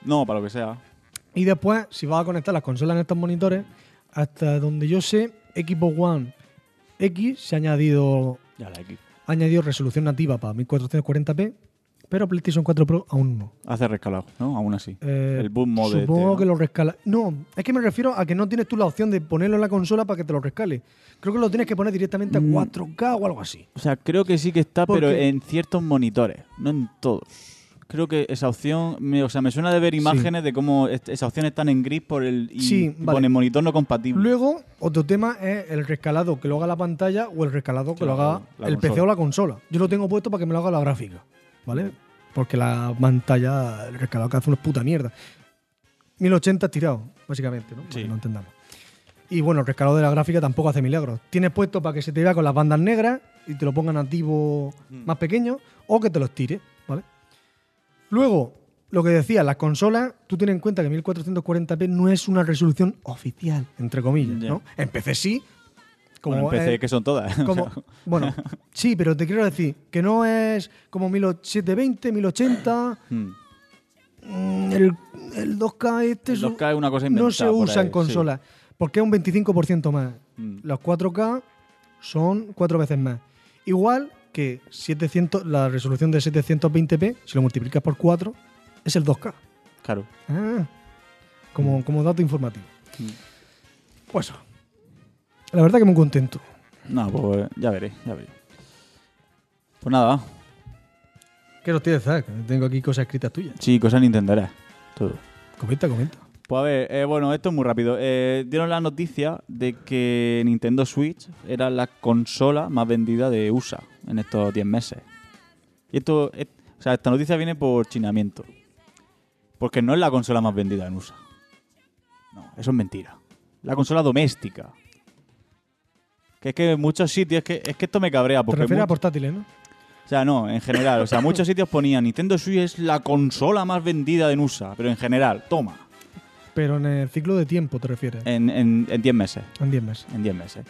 No, para lo que sea.
y después, si vas a conectar las consolas en estos monitores, hasta donde yo sé, Xbox One X se ha añadido,
Ya la X.
ha añadido resolución nativa para 1440p, pero PlayStation 4 Pro aún no.
Hace rescalado, ¿no? Aún así.
Eh,
el boom mode.
Supongo
este, ¿no?
que lo rescala. No, es que me refiero a que no tienes tú la opción de ponerlo en la consola para que te lo rescale. Creo que lo tienes que poner directamente a
Mm.
4K o algo así.
O sea, creo que sí que está,
¿Por
pero
qué?
en ciertos monitores, no en todos. Creo que esa opción, me, o sea, me suena de ver imágenes de cómo est- esas opciones están en gris por el y
Sí,
pone
vale.
monitor no compatible.
Luego, otro tema es el rescalado que lo haga la pantalla o el rescalado que lo
Claro,
haga
la
el PC
consola.
o la consola. Yo lo tengo puesto para que me lo haga la gráfica, ¿vale? Porque la pantalla, el rescalado que hace una puta mierda. 1080 tirado, básicamente, ¿no? Para
Sí.
que lo entendamos. Y bueno, el rescalado de la gráfica tampoco hace milagros. Tienes puesto para que se te vea con las bandas negras y te lo ponga nativo
Mm.
más pequeño o que te los tire, ¿vale? Luego, lo que decía, las consolas, tú ten en cuenta que 1440p no es una resolución oficial, entre comillas,
Ya.
¿no? En PC sí. Como
Bueno, en PC,
es-
que son todas.
eh, como- bueno, sí, pero te quiero decir que no es como 1720, 1080,
Mm.
mm, el, el 2K este
El
es un-
2K es una cosa inventada.
no se
por
usa
ahí,
en consolas, porque es un 25% más.
sí. Mm.
Los 4K son cuatro veces más. Igual que 700, la resolución de 720p, si lo multiplicas por 4, es el 2K.
Claro.
Ah,
Hmm.
como, como dato informativo.
Mm.
Pues eso. La verdad que muy contento.
No, pues eh, ya veré, ya veré. Pues nada,
¿Qué nos tienes, Zach? Tengo aquí cosas escritas tuyas.
sí, cosas entenderás. Todo.
Comenta, comenta.
Pues a ver, eh, bueno, esto es muy rápido. Eh, dieron la noticia de que Nintendo Switch era la consola más vendida de USA en estos 10 meses. Y esto, es- o sea, esta noticia viene por chinamiento. Porque no es la consola más vendida en USA. No, eso es mentira. La consola doméstica. Que es que en muchos sitios, es que, es que esto me cabrea.
Te
Porque
refieres
mu-
a portátiles, ¿no?
o sea, no, en general. O sea, muchos sitios ponían Nintendo Switch es la consola más vendida en USA. Pero en general, toma.
Pero en el ciclo de tiempo te refieres.
En, en, en 10 meses.
En 10 meses.
En 10 meses.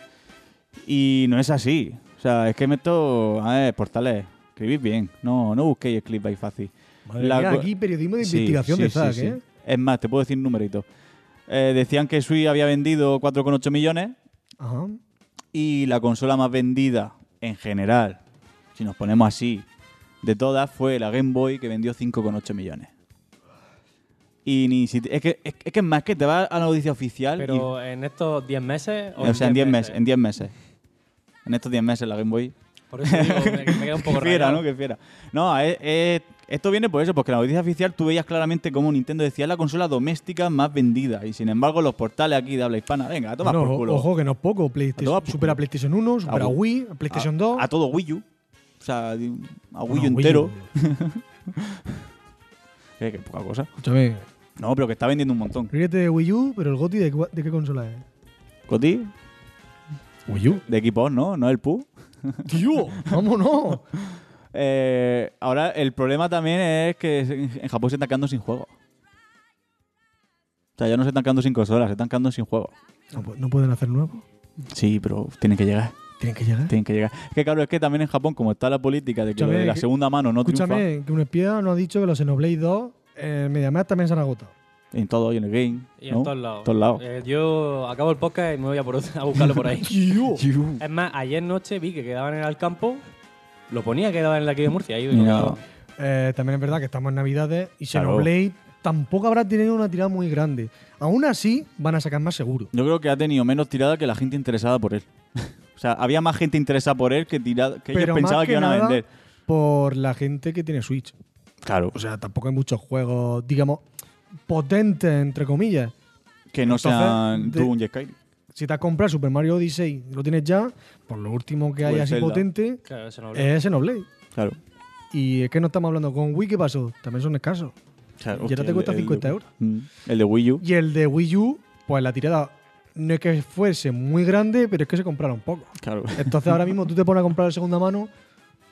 Y no es así. O sea, es que meto. A ver, portales, escribid bien. No, no busquéis clip ahí fácil.
Madre
La
mía,
co-
aquí periodismo de
Sí,
investigación
sí,
de
sí,
Zach,
sí.
¿eh?
Es más, te puedo decir numeritos. Eh, decían que Switch había vendido 4,8 millones
Ajá.
y la consola más vendida en general, si nos ponemos así, de todas fue la Game Boy que vendió 5,8 millones. Y ni si te- es, que, es, es que es más que te vas a la noticia oficial.
Pero en estos 10 meses.
y, o sea, en 10 meses, En 10 meses. En estos 10 meses la Game Boy.
Por eso digo, me, me queda un poco
Qué fiera,
rayado.
¿no? Qué fiera. No, es- es- esto viene por eso, porque en la noticia oficial tú veías claramente cómo Nintendo decía "Es la consola doméstica más vendida. Y sin embargo, los portales aquí de habla hispana, venga, toma
Bueno,
por culo.
Ojo, que no es poco. PlayStation,
A tomar por
supera
culo.
PlayStation 1, supera
A-
Wii, PlayStation
a,
2.
A todo Wii U. O sea, di- a Wii U
Bueno,
entero. Eh, qué poca cosa.
Escúchame,
No, pero que está vendiendo un montón.
ríete de Wii U, pero el GOTI de, cua- de qué consola es?
Coti,
Wii U.
de equipos, ¿no? No el PU.
¡Tío! ¡Vámonos!
Eh, ahora, el problema también es que en Japón se están quedando sin juegos. O sea, ya no se están quedando sin consolas, se están quedando sin juegos.
No, pu- no pueden hacer nuevo.
Sí, pero tienen que llegar.
Tienen que llegar.
Tienen que llegar. Es que claro, es que también en Japón, como está la política de que lo
Escúchame,
de la
que-
segunda mano no triunfa
Escúchame, que un espía nos ha dicho que los Xenoblade 2 en MediaMarkt también se han agotado.
en todo y en el game.
Y
¿no?
en todos lados.
Todos lados.
Eh, yo acabo el podcast y me voy a, por otro- a buscarlo por ahí.
¡Tío!
es más, ayer noche vi que quedaban en el campo. Lo ponía que quedaban en la aquí de Murcia. Ahí,
Mira.
Eh, también es verdad que estamos en Navidades y
Claro.
Xenoblade tampoco habrá tenido una tirada muy grande. Aún así, van a sacar más seguro.
Yo creo que ha tenido menos tirada que la gente interesada por él. o sea, había más gente interesada por él que, tirada, que ellos
Pero más
pensaban
que
que, iban a
nada,
vender.
por la gente que tiene Switch.
Claro,
O sea, tampoco hay muchos juegos, digamos, potentes, entre comillas.
que no
entonces,
sean
de-
Doom y Skyrim.
Si te has comprado Super Mario Odyssey y lo tienes ya, por lo último que
O
hay
el
así
Zelda.
potente
Claro, eso no hablé.
es Xenoblade.
Claro.
Y es que no estamos hablando con Wii, ¿qué pasó? También son escasos.
Claro,
Y ahora te
el-
cuesta
el de-
50 euros.
Mm, El de Wii U.
Y el de Wii U, pues la tirada no es que fuese muy grande, pero es que se compraron poco.
Claro.
Entonces ahora mismo tú te pones a comprar de segunda mano,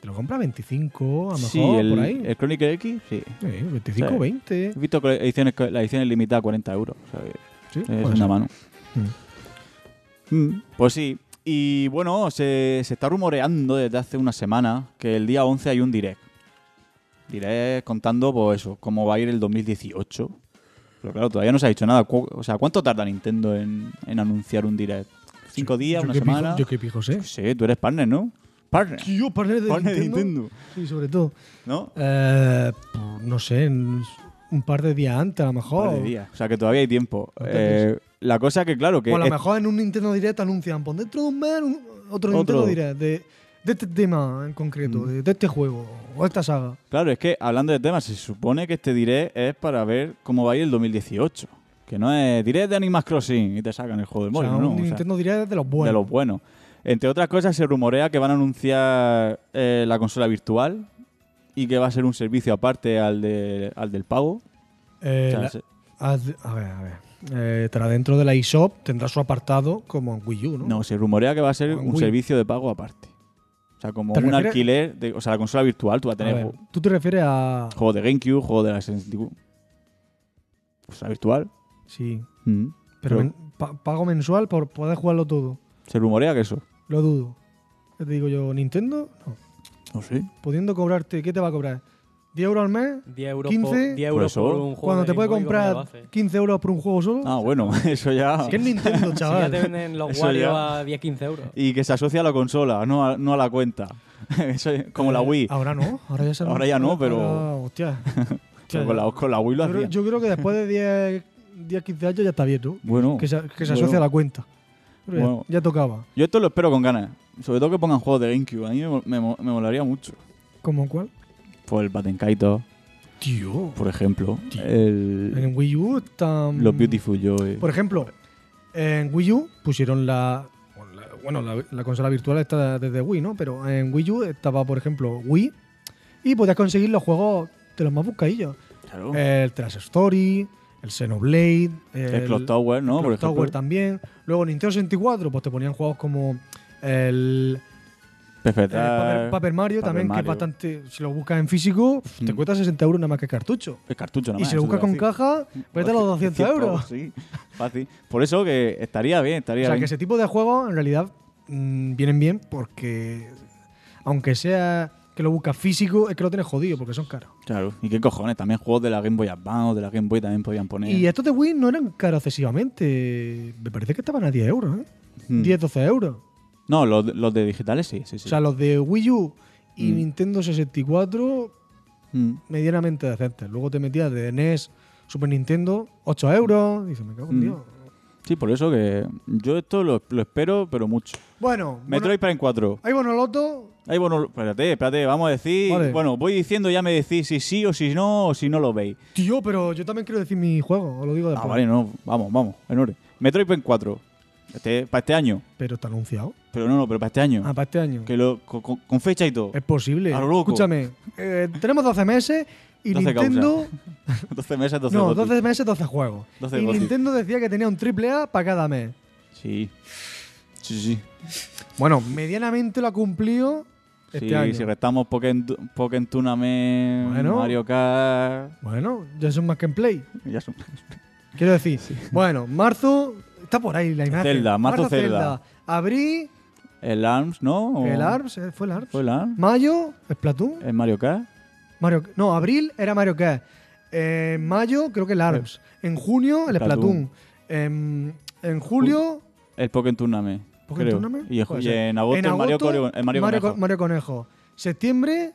te lo compras a 25, a lo mejor,
Sí, el,
por ahí.
el Chronicle X, sí.
Sí, 25,
sí.
20.
He visto que la edición, es- la edición es limitada a 40 euros. o sea que-
Sí,
Es
puede
una
ser.
mano. Mm, Pues sí. Y bueno, se, se está rumoreando desde hace una semana que el día 11 hay un direct. Direct contando, pues eso, cómo va a ir el 2018. Pero claro, todavía no se ha dicho nada. Cu- O sea, ¿cuánto tarda Nintendo en, en anunciar un direct? ¿Cinco días?
Yo
¿Una
qué pijo-
semana?
yo qué pijo sé.
Sí, tú eres partner, ¿no? Partner.
Yo, partner de
Partner de
Nintendo.
Nintendo.
Sí, sobre todo.
¿No?
Eh, pff, no sé, en un par de días antes, a lo mejor.
Un par de días. O sea, que todavía hay tiempo.
Entonces-
Eh, la cosa que, claro, que...
O a lo
es-
mejor en un Nintendo Direct anuncian, pon dentro de un mes un- otro,
Otro. Mm.
Nintendo Direct de, de este tema en concreto, de, de este juego o esta saga.
Claro, es que hablando de temas, se supone que este direct es para ver cómo va a ir el 2018. Que no es direct de Animal Crossing y te sacan el juego del
O sea,
móvil, ¿no?
un
O sea,
Nintendo Direct de los buenos.
De los buenos. Entre otras cosas, se rumorea que van a anunciar eh, la consola virtual y que va a ser un servicio aparte al, de, al del pago.
Eh,
O sea,
la-
se-
haz- a ver, a ver. Eh, estará dentro de la eShop, tendrá su apartado como en Wii U, ¿no?
no, se rumorea que va a ser
Como en
un
Wii.
servicio de pago aparte. O sea, como
¿Te
un
refieres?
alquiler. de- o sea, la consola virtual tú vas
A
a tener
ver,
ju-
Tú te refieres a.
juegos de GameCube, juegos de la 64. Consola virtual.
Sí,
Mm.
pero
Pero-
men- pa- pago mensual por poder jugarlo todo.
Se rumorea que eso.
Lo dudo. Ya te digo yo, Nintendo, no.
No sé.
pudiendo cobrarte, ¿qué te va a cobrar? ¿10 euros al mes?
10 euros,
15,
por, 10 euros
Pues eso.
por un juego.
Cuando
de
te
Game
puede
Boy, ¿cómo lo
comprar
haces?
15 euros por un juego solo.
Ah, bueno, eso ya.
¿Qué es Nintendo,
Si ya
chaval?
te venden los
Eso
Wario
ya.
a 10-15 euros.
Y que se asocia a la consola, no a, no a la cuenta. Eso es como la Wii.
Ahora no, ahora ya se
Ahora ya no,
ahora-
pero-
ahora, hostia. Hostia,
Pero con, la, con la Wii lo
yo, creo,
hacía.
yo creo que después de 10, 10, 15 años ya está bien, ¿no?
Bueno,
Que se, que se
bueno.
asocia a la cuenta. Pero ya-
Bueno.
ya, tocaba.
yo esto lo espero con ganas. Sobre todo que pongan juegos de GameCube. A mí me, mo- me mo- me molaría mucho.
¿Cómo cuál?
Por Pues el Batten Kaito,
Tío.
por ejemplo.
Tío.
El,
En Pues, Wii U están.
los Beautiful Joy.
Por ejemplo, en Wii U pusieron la. Bueno, la, la consola virtual está desde Wii, ¿no? Pero en Wii U estaba, por ejemplo, Wii y podías conseguir los juegos de los más buscadillos.
Claro.
El Trash Story, el Xenoblade, el,
el Clock Tower, ¿no? Por
Clock
ejemplo.
Tower también. Luego Nintendo 64, pues te ponían juegos como el,
Perfect
el
Dark,
Paper, Paper Mario
Ah, Paper
también, que es
Mario.
bastante. Si lo buscas en físico, pf, te
Mm.
cuesta 60 euros nada más que cartucho.
El cartucho, nada
y
más,
si lo
eso
buscas
te iba
con
a
caja,
decir.
vete a Pues los 200 euros.
Sí, fácil. Por eso que estaría bien, estaría
O sea,
bien.
que ese tipo de juegos en realidad mm, vienen bien porque, aunque sea que lo buscas físico, es que lo tienes jodido porque son caros.
Claro. ¿Y qué cojones? También juegos de la Game Boy Advance o de la Game Boy también podían poner.
Y estos de Wii no eran caros excesivamente. Me parece que estaban a 10 euros, ¿eh?
Hmm.
10, 12 euros.
No, los, los de digitales sí, sí, sí.
O sea, los de Wii U y
Mm.
Nintendo 64,
Mm.
medianamente decentes. Luego te metías de NES, Super Nintendo, 8 euros. Dices, me cago en
Mm.
Dios.
Sí, por eso que yo esto lo, lo espero, pero mucho.
Bueno,
Metroid Prime 4.
hay Bonoloto.
Ahí, bueno, espérate, espérate, vamos a decir.
Vale.
Bueno, voy diciendo, ya me decís si sí o si no, o si no lo veis.
Tío, pero yo también quiero decir mi juego, os lo digo después.
Ah, vale, no, vamos, vamos, en orden. Metroid Prime 4. Este, para este año.
Pero está anunciado.
Pero no, no, pero para este año.
Ah, Eh, para este año.
que lo, con, con- con fecha y todo.
Es posible.
A lo loco.
Escúchame, eh, tenemos 12 meses y
12
Nintendo.
12 meses, 12
No,
gotis.
12 meses, 12 juegos.
12
y
gotis.
Nintendo decía que tenía un triple A para cada mes.
Sí. Sí, sí.
Bueno, medianamente lo ha cumplido este
sí,
año.
si restamos Pokémon Pokémon Tournament,
Bueno.
Mario Kart.
Bueno, ya son más que en Play.
Ya son.
Quiero decir, bueno, marzo. Está por ahí la imagen.
Zelda, marzo Zelda.
Abril,
El ARMS, ¿no? O-
el ARPS, eh, ¿fue el ARPS?
¿Fue el Eh. ARMS?
Mayo, Splatoon.
El Mario Kart.
Mario, no, abril era Mario Kart. En mayo creo que el ARMS. En junio el Splatoon.
Eh. Splatoon.
En, en julio.
El Pokémon Tournament.
¿Pokémon
creo.
Tournament?
Y, en ju-
Puede
y
ser.
en agosto, el Mario, Coreo- el Mario,
Mario,
Conejo.
Co- Mario Conejo. Septiembre,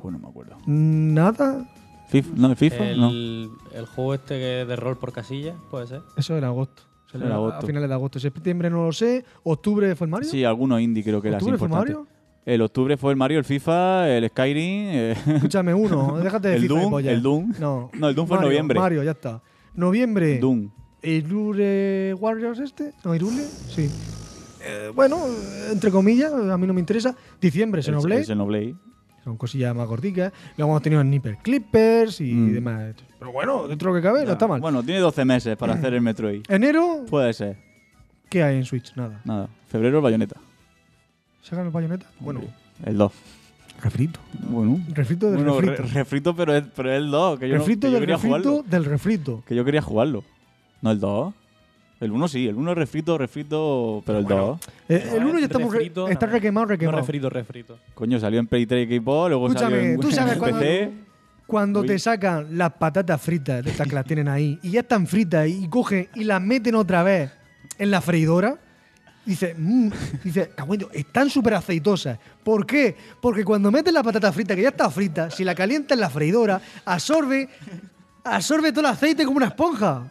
Pues no me acuerdo.
nada.
Fif- ¿No? ¿El FIFA?
El,
No.
el juego este que es de rol por casilla, puede ser.
Eso era agosto. O sea,
Era
a- A
agosto.
finales de agosto. Septiembre no lo sé. Octubre fue el Mario.
Sí, algunos indie creo que era así
¿Octubre fue
importante.
Mario?
El octubre fue el Mario, el FIFA, el Skyrim. eh,
Escúchame uno, déjate de
El
FIFA y
Doom,
pollas.
el Doom.
No,
No, el Doom fue en
Mario,
noviembre.
Mario, ya está. Noviembre.
Doom.
Irule Warriors este, no Irule, sí. Eh, bueno, eh, entre comillas, a mí no me interesa. Diciembre,
el-
Xenoblade,
el Xenoblade.
son cosillas más corticas. Luego hemos tenido Sniper Clippers y
Mm.
demás. Pero bueno, dentro de lo que cabe, no
Ya.
está mal.
Bueno, tiene 12 meses para hacer el Metroid.
Enero,
Puede ser.
¿qué hay en Switch? Nada.
Nada. Febrero, Bayonetta.
¿Sacan el bayoneta? Bueno,
El 2.
refrito.
Bueno.
Refrito del
Bueno, re-
refrito.
refrito, pero es, pero es el 2. Que yo, no-
refrito
que yo
del
quería
refrito
jugarlo.
del refrito.
Que yo quería jugarlo. No el 2. El 1 sí, el 1 es refrito, refrito, pero el 2.
Eh, el
No,
uno
es
ya está, muy re-
refrito,
está
no,
requemado,
No
requemado.
refrito, refrito.
Coño, salió en Play 3 equipo, luego salió
Escúchame,
en,
tú sabes
en
cuándo-
PC.
Cuando te
Uy.
sacan las patatas fritas, de estas que las tienen ahí, y ya están fritas, y cogen y las meten otra vez en la freidora, dices, mmm, dices, "Cago en Dios, están súper aceitosas. ¿Por qué? Porque cuando meten la patata frita, que ya está frita, si la calientas en la freidora, absorbe, absorbe todo el aceite como una esponja.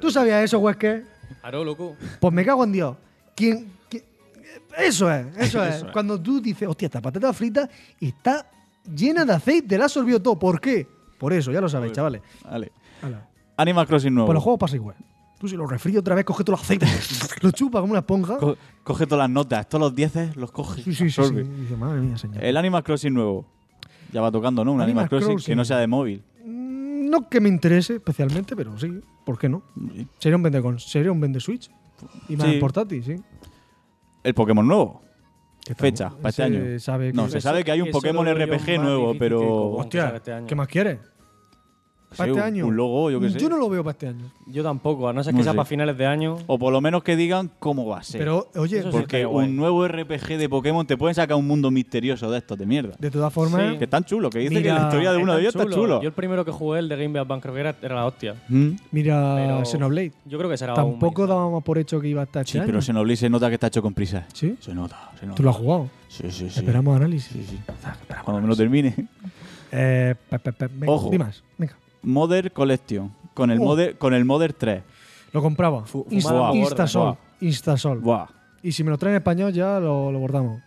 ¿Tú sabías eso, Huesque?
Aro, loco.
Pues me cago en Dios. ¿Quién, quién- Eso es, eso es. Cuando tú dices, hostia, esta patata frita está llena de aceite, la ha absorbido todo. ¿Por qué? Por eso, ya lo sabéis, chavales.
Vale.
Hala.
Animal Crossing nuevo.
Pues los juegos pasa igual. Tú si lo refríes otra vez, coge todo el aceite, lo chupa como una esponja.
Co- coge todas las notas, todos los 10 los coge.
Sí, sí, sí. sí.
absorbe. Eh.
Y dice, madre mía, señor.
El Animal Crossing nuevo. Ya va tocando, ¿no? Un
Animal
Animal, Crossing,
Crossing.
que no sea de móvil.
Mm, No que me interese especialmente, pero sí, ¿por qué no? Sería un vende con, sería un vende Switch. Y más
Sí.
en portátil, sí.
El Pokémon nuevo.
¿Qué
Fecha, para
Ese
este año.
sabe
No,
que-
se sabe que hay un
Eso
Pokémon
lo veo
RPG
más
nuevo,
difícil
pero-
que como que
Hostia,
salga este año.
¿qué más quieres?
Sí,
¿Para este
un-
año?
Un logo, yo qué sé.
Yo no lo veo para este año.
Yo tampoco, a no ser
No
que sea
sé.
para finales de año.
Oh,
O por lo menos que digan cómo va a ser.
Pero, oye,
Eso sí.
Porque
Pero
un
guay.
nuevo RPG de Pokémon te pueden sacar un mundo misterioso de estos de mierda.
de todas formas,
Sí.
Que están chulos, que dicen
Mira,
que la historia de uno de ellos
Están
está
chulos.
chulo.
Yo el primero que jugué, el de Game Boy Advance, creo que era, era la hostia.
Mm.
mira
Pero-
Xenoblade.
Yo creo que será un
Tampoco
main.
dábamos por hecho que iba a estar este
Sí, pero
año.
Xenoblade se nota que está hecho con prisa.
¿Sí?
Se nota, se nota.
Tú lo has jugado.
Sí, sí, sí.
Esperamos análisis.
Sí, sí. Cuando me lo termine.
Eh, pe- pe- pe- venga,
Ojo.
di más. Venga.
Modern Collection. Con el,
Oh.
Modern, con el Modern 3.
Lo compraba.
Fu-
Inst-
fumada gorda.
Instasol.
Buah.
Instasol.
Buah.
Y si me lo traen en español ya lo, lo bordamos.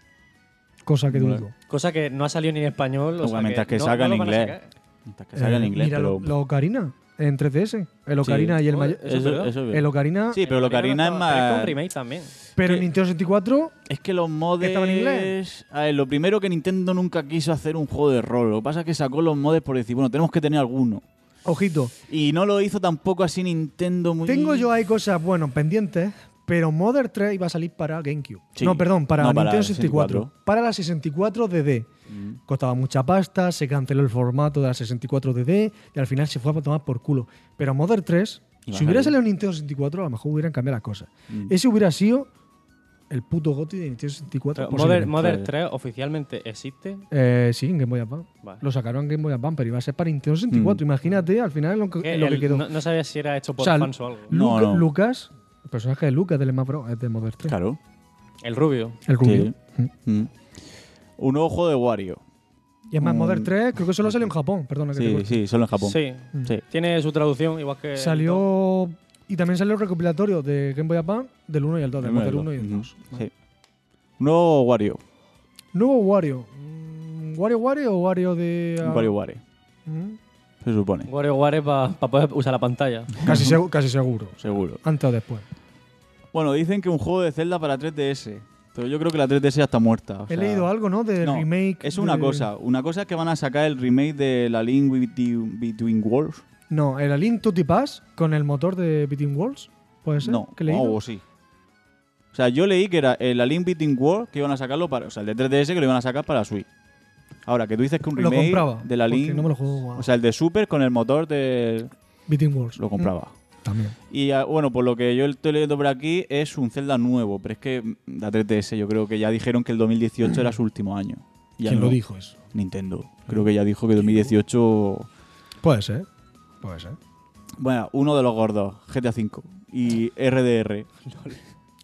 Cosa que
Vale.
dudo.
Cosa que no ha salido ni en español. O
Bueno,
sea
mientras que,
no-
salga
no
en
lo van a
inglés.
sacar.
Mientras que salga en
Eh,
inglés.
Mira,
pero...
lo, lo Ocarina en 3DS. El
Sí.
Ocarina y el
Joder,
mayor.
eso es verdad.
es
El
verdad.
Ocarina.
Sí, pero lo Karina es
estaba- pero que
más.
un remake también.
Pero
que-
Nintendo 64.
Es que los mods.
estaba en inglés?
A ver, lo primero que Nintendo nunca quiso hacer un juego de rol. Lo que pasa es que sacó los mods por decir, bueno, tenemos que tener alguno.
Ojito.
Y no lo hizo tampoco así Nintendo muy.
Tengo yo ahí cosas, bueno, pendientes, pero Modern 3 iba a salir para GameCube.
Sí.
No, perdón, para
No, para
Nintendo
la
64.
64.
Para la 64 DD.
Mm.
Costaba mucha pasta, se canceló el formato de la 64 DD y al final se fue a tomar por culo. Pero Modern 3,
Iba a
si hubiera
salir.
salido en Nintendo 64, a lo mejor hubieran cambiado las cosas.
Mm.
Ese hubiera sido el puto GOTI de Nintendo 64.
Pero Modern,
posiblemente.
Modern 3 oficialmente existe.
Eh, sí, en Game Boy Advance.
Vale.
Lo sacaron en Game Boy Advance, pero iba a ser para Nintendo
Mm.
64. Imagínate, al final lo que,
Eh,
Que
lo que
el-
quedó.
no, no sabía si era hecho por
O sea,
fans o algo.
No,
Luca-
no.
Lucas, el personaje de Lucas del Smash Bros. es de Modern 3.
Claro.
El rubio.
El rubio. Mm.
Sí. Mm. Un ojo de Wario.
Y es más,
Mm.
Modern 3 creo que solo salió en Japón, perdona que te
Sí,
corte.
sí, solo en Japón. Mm.
Sí.
Sí.
Tiene su traducción, igual que.
Salió... Y también salió el recopilatorio de Game Boy Advance del 1 y el 2, del Model 1 y el
Ujú,
2.
Mm. sí. Un nuevo Wario.
Nuevo Wario. Mm, ¿Wario Wario o Wario de...? ah,
Wario Wario.
mm,
Se supone.
WarioWare para poder usar la pantalla.
Casi, segu- casi seguro.
Seguro.
Antes o después.
Bueno, dicen que un juego de Zelda para 3DS. Pero yo creo que la 3DS ya está muerta. o
He
sea,
leído algo, ¿no? Del
no,
remake...
Es una
de-
cosa. Una cosa es que van a sacar el remake de La Link Between, Between Worlds.
No, el Alien Tutti Pass con el motor de Beating Walls. ¿Puede ser?
No, Oh,
¿Que he leído?
o sí. O sea, yo leí que era el A Link Between Worlds que iban a sacarlo para. O sea, el de 3DS que lo iban a sacar para Switch. Ahora, que tú dices que un
Lo
remake
compraba.
de La
porque
Link.
no me lo juego.
o sea, el de Super con el motor de.
Beating Walls.
Lo compraba.
Mm, También.
Y ah, bueno, por lo que yo estoy leyendo por aquí, es un Zelda nuevo, pero es que mm, la 3DS, yo creo que ya dijeron que el 2018 era su último año. Ya
¿Quién
no,
lo dijo eso?
Nintendo. Creo que ya dijo que 2018.
Puede ser. Puede ser.
Bueno, uno de los gordos, GTA V y RDR.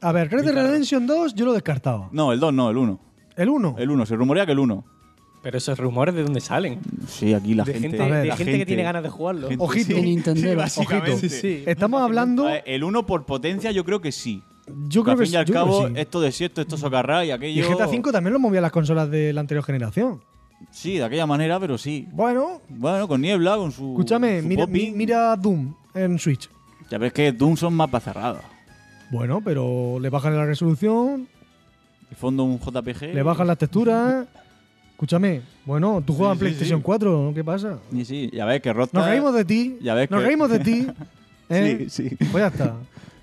A ver, Red Dead Redemption 2 yo lo descartaba.
No, el 2 no, el 1.
El 1.
El 1, se rumorea que el 1.
Pero esos rumores de dónde salen.
Sí, aquí la
de gente,
A ver,
de
la Oh,
gente, que tiene ganas de jugarlo.
gente-
Ojito.
De Nintendo.
básicamente.
Ojito.
Sí.
Estamos hablando.
A ver, El 1 por potencia yo creo que sí.
Yo creo
al
que
fin y al
yo creo que
cabo, este
sí.
esto desierto, esto socarrá y
Y
aquello...
GTA V también lo movía las consolas de la anterior generación.
Sí, de aquella manera, pero sí.
Bueno,
Bueno, con niebla, con su
escúchame,
su
mira, mi-
popping.
mira Doom en Switch.
Ya ves que Doom son mapas cerrados.
Bueno, pero le bajan la resolución,
El fondo un JPG.
le bajan las texturas. Escúchame, bueno, tú juegas en
sí,
PlayStation
sí.
4, ¿no? ¿qué pasa?
Y sí, ya ves que Rockstar.
Nos reímos de ti.
Ya ves
nos
que-
reímos de ti. ¿eh?
Sí, sí.
Pues ya está.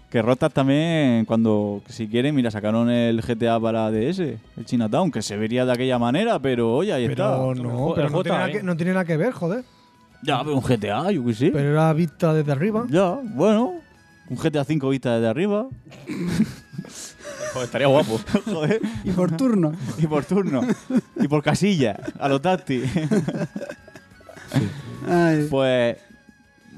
Que Rockstar también, cuando, si quieren, mira, sacaron el GTA para DS, el Chinatown, que se vería de aquella manera, pero oye, ahí
Pero
está.
no,
El
pero no
J,
tiene, nada
¿eh?
que, no tiene nada que ver, joder.
Ya, pero un GTA, yo qué sé.
Pero era vista desde arriba.
Ya, bueno. Un GTA 5 vista desde arriba. estaría guapo. Joder.
Y por turno.
Y por turno. Y por casilla. A lo táctil.
Ay.
Pues.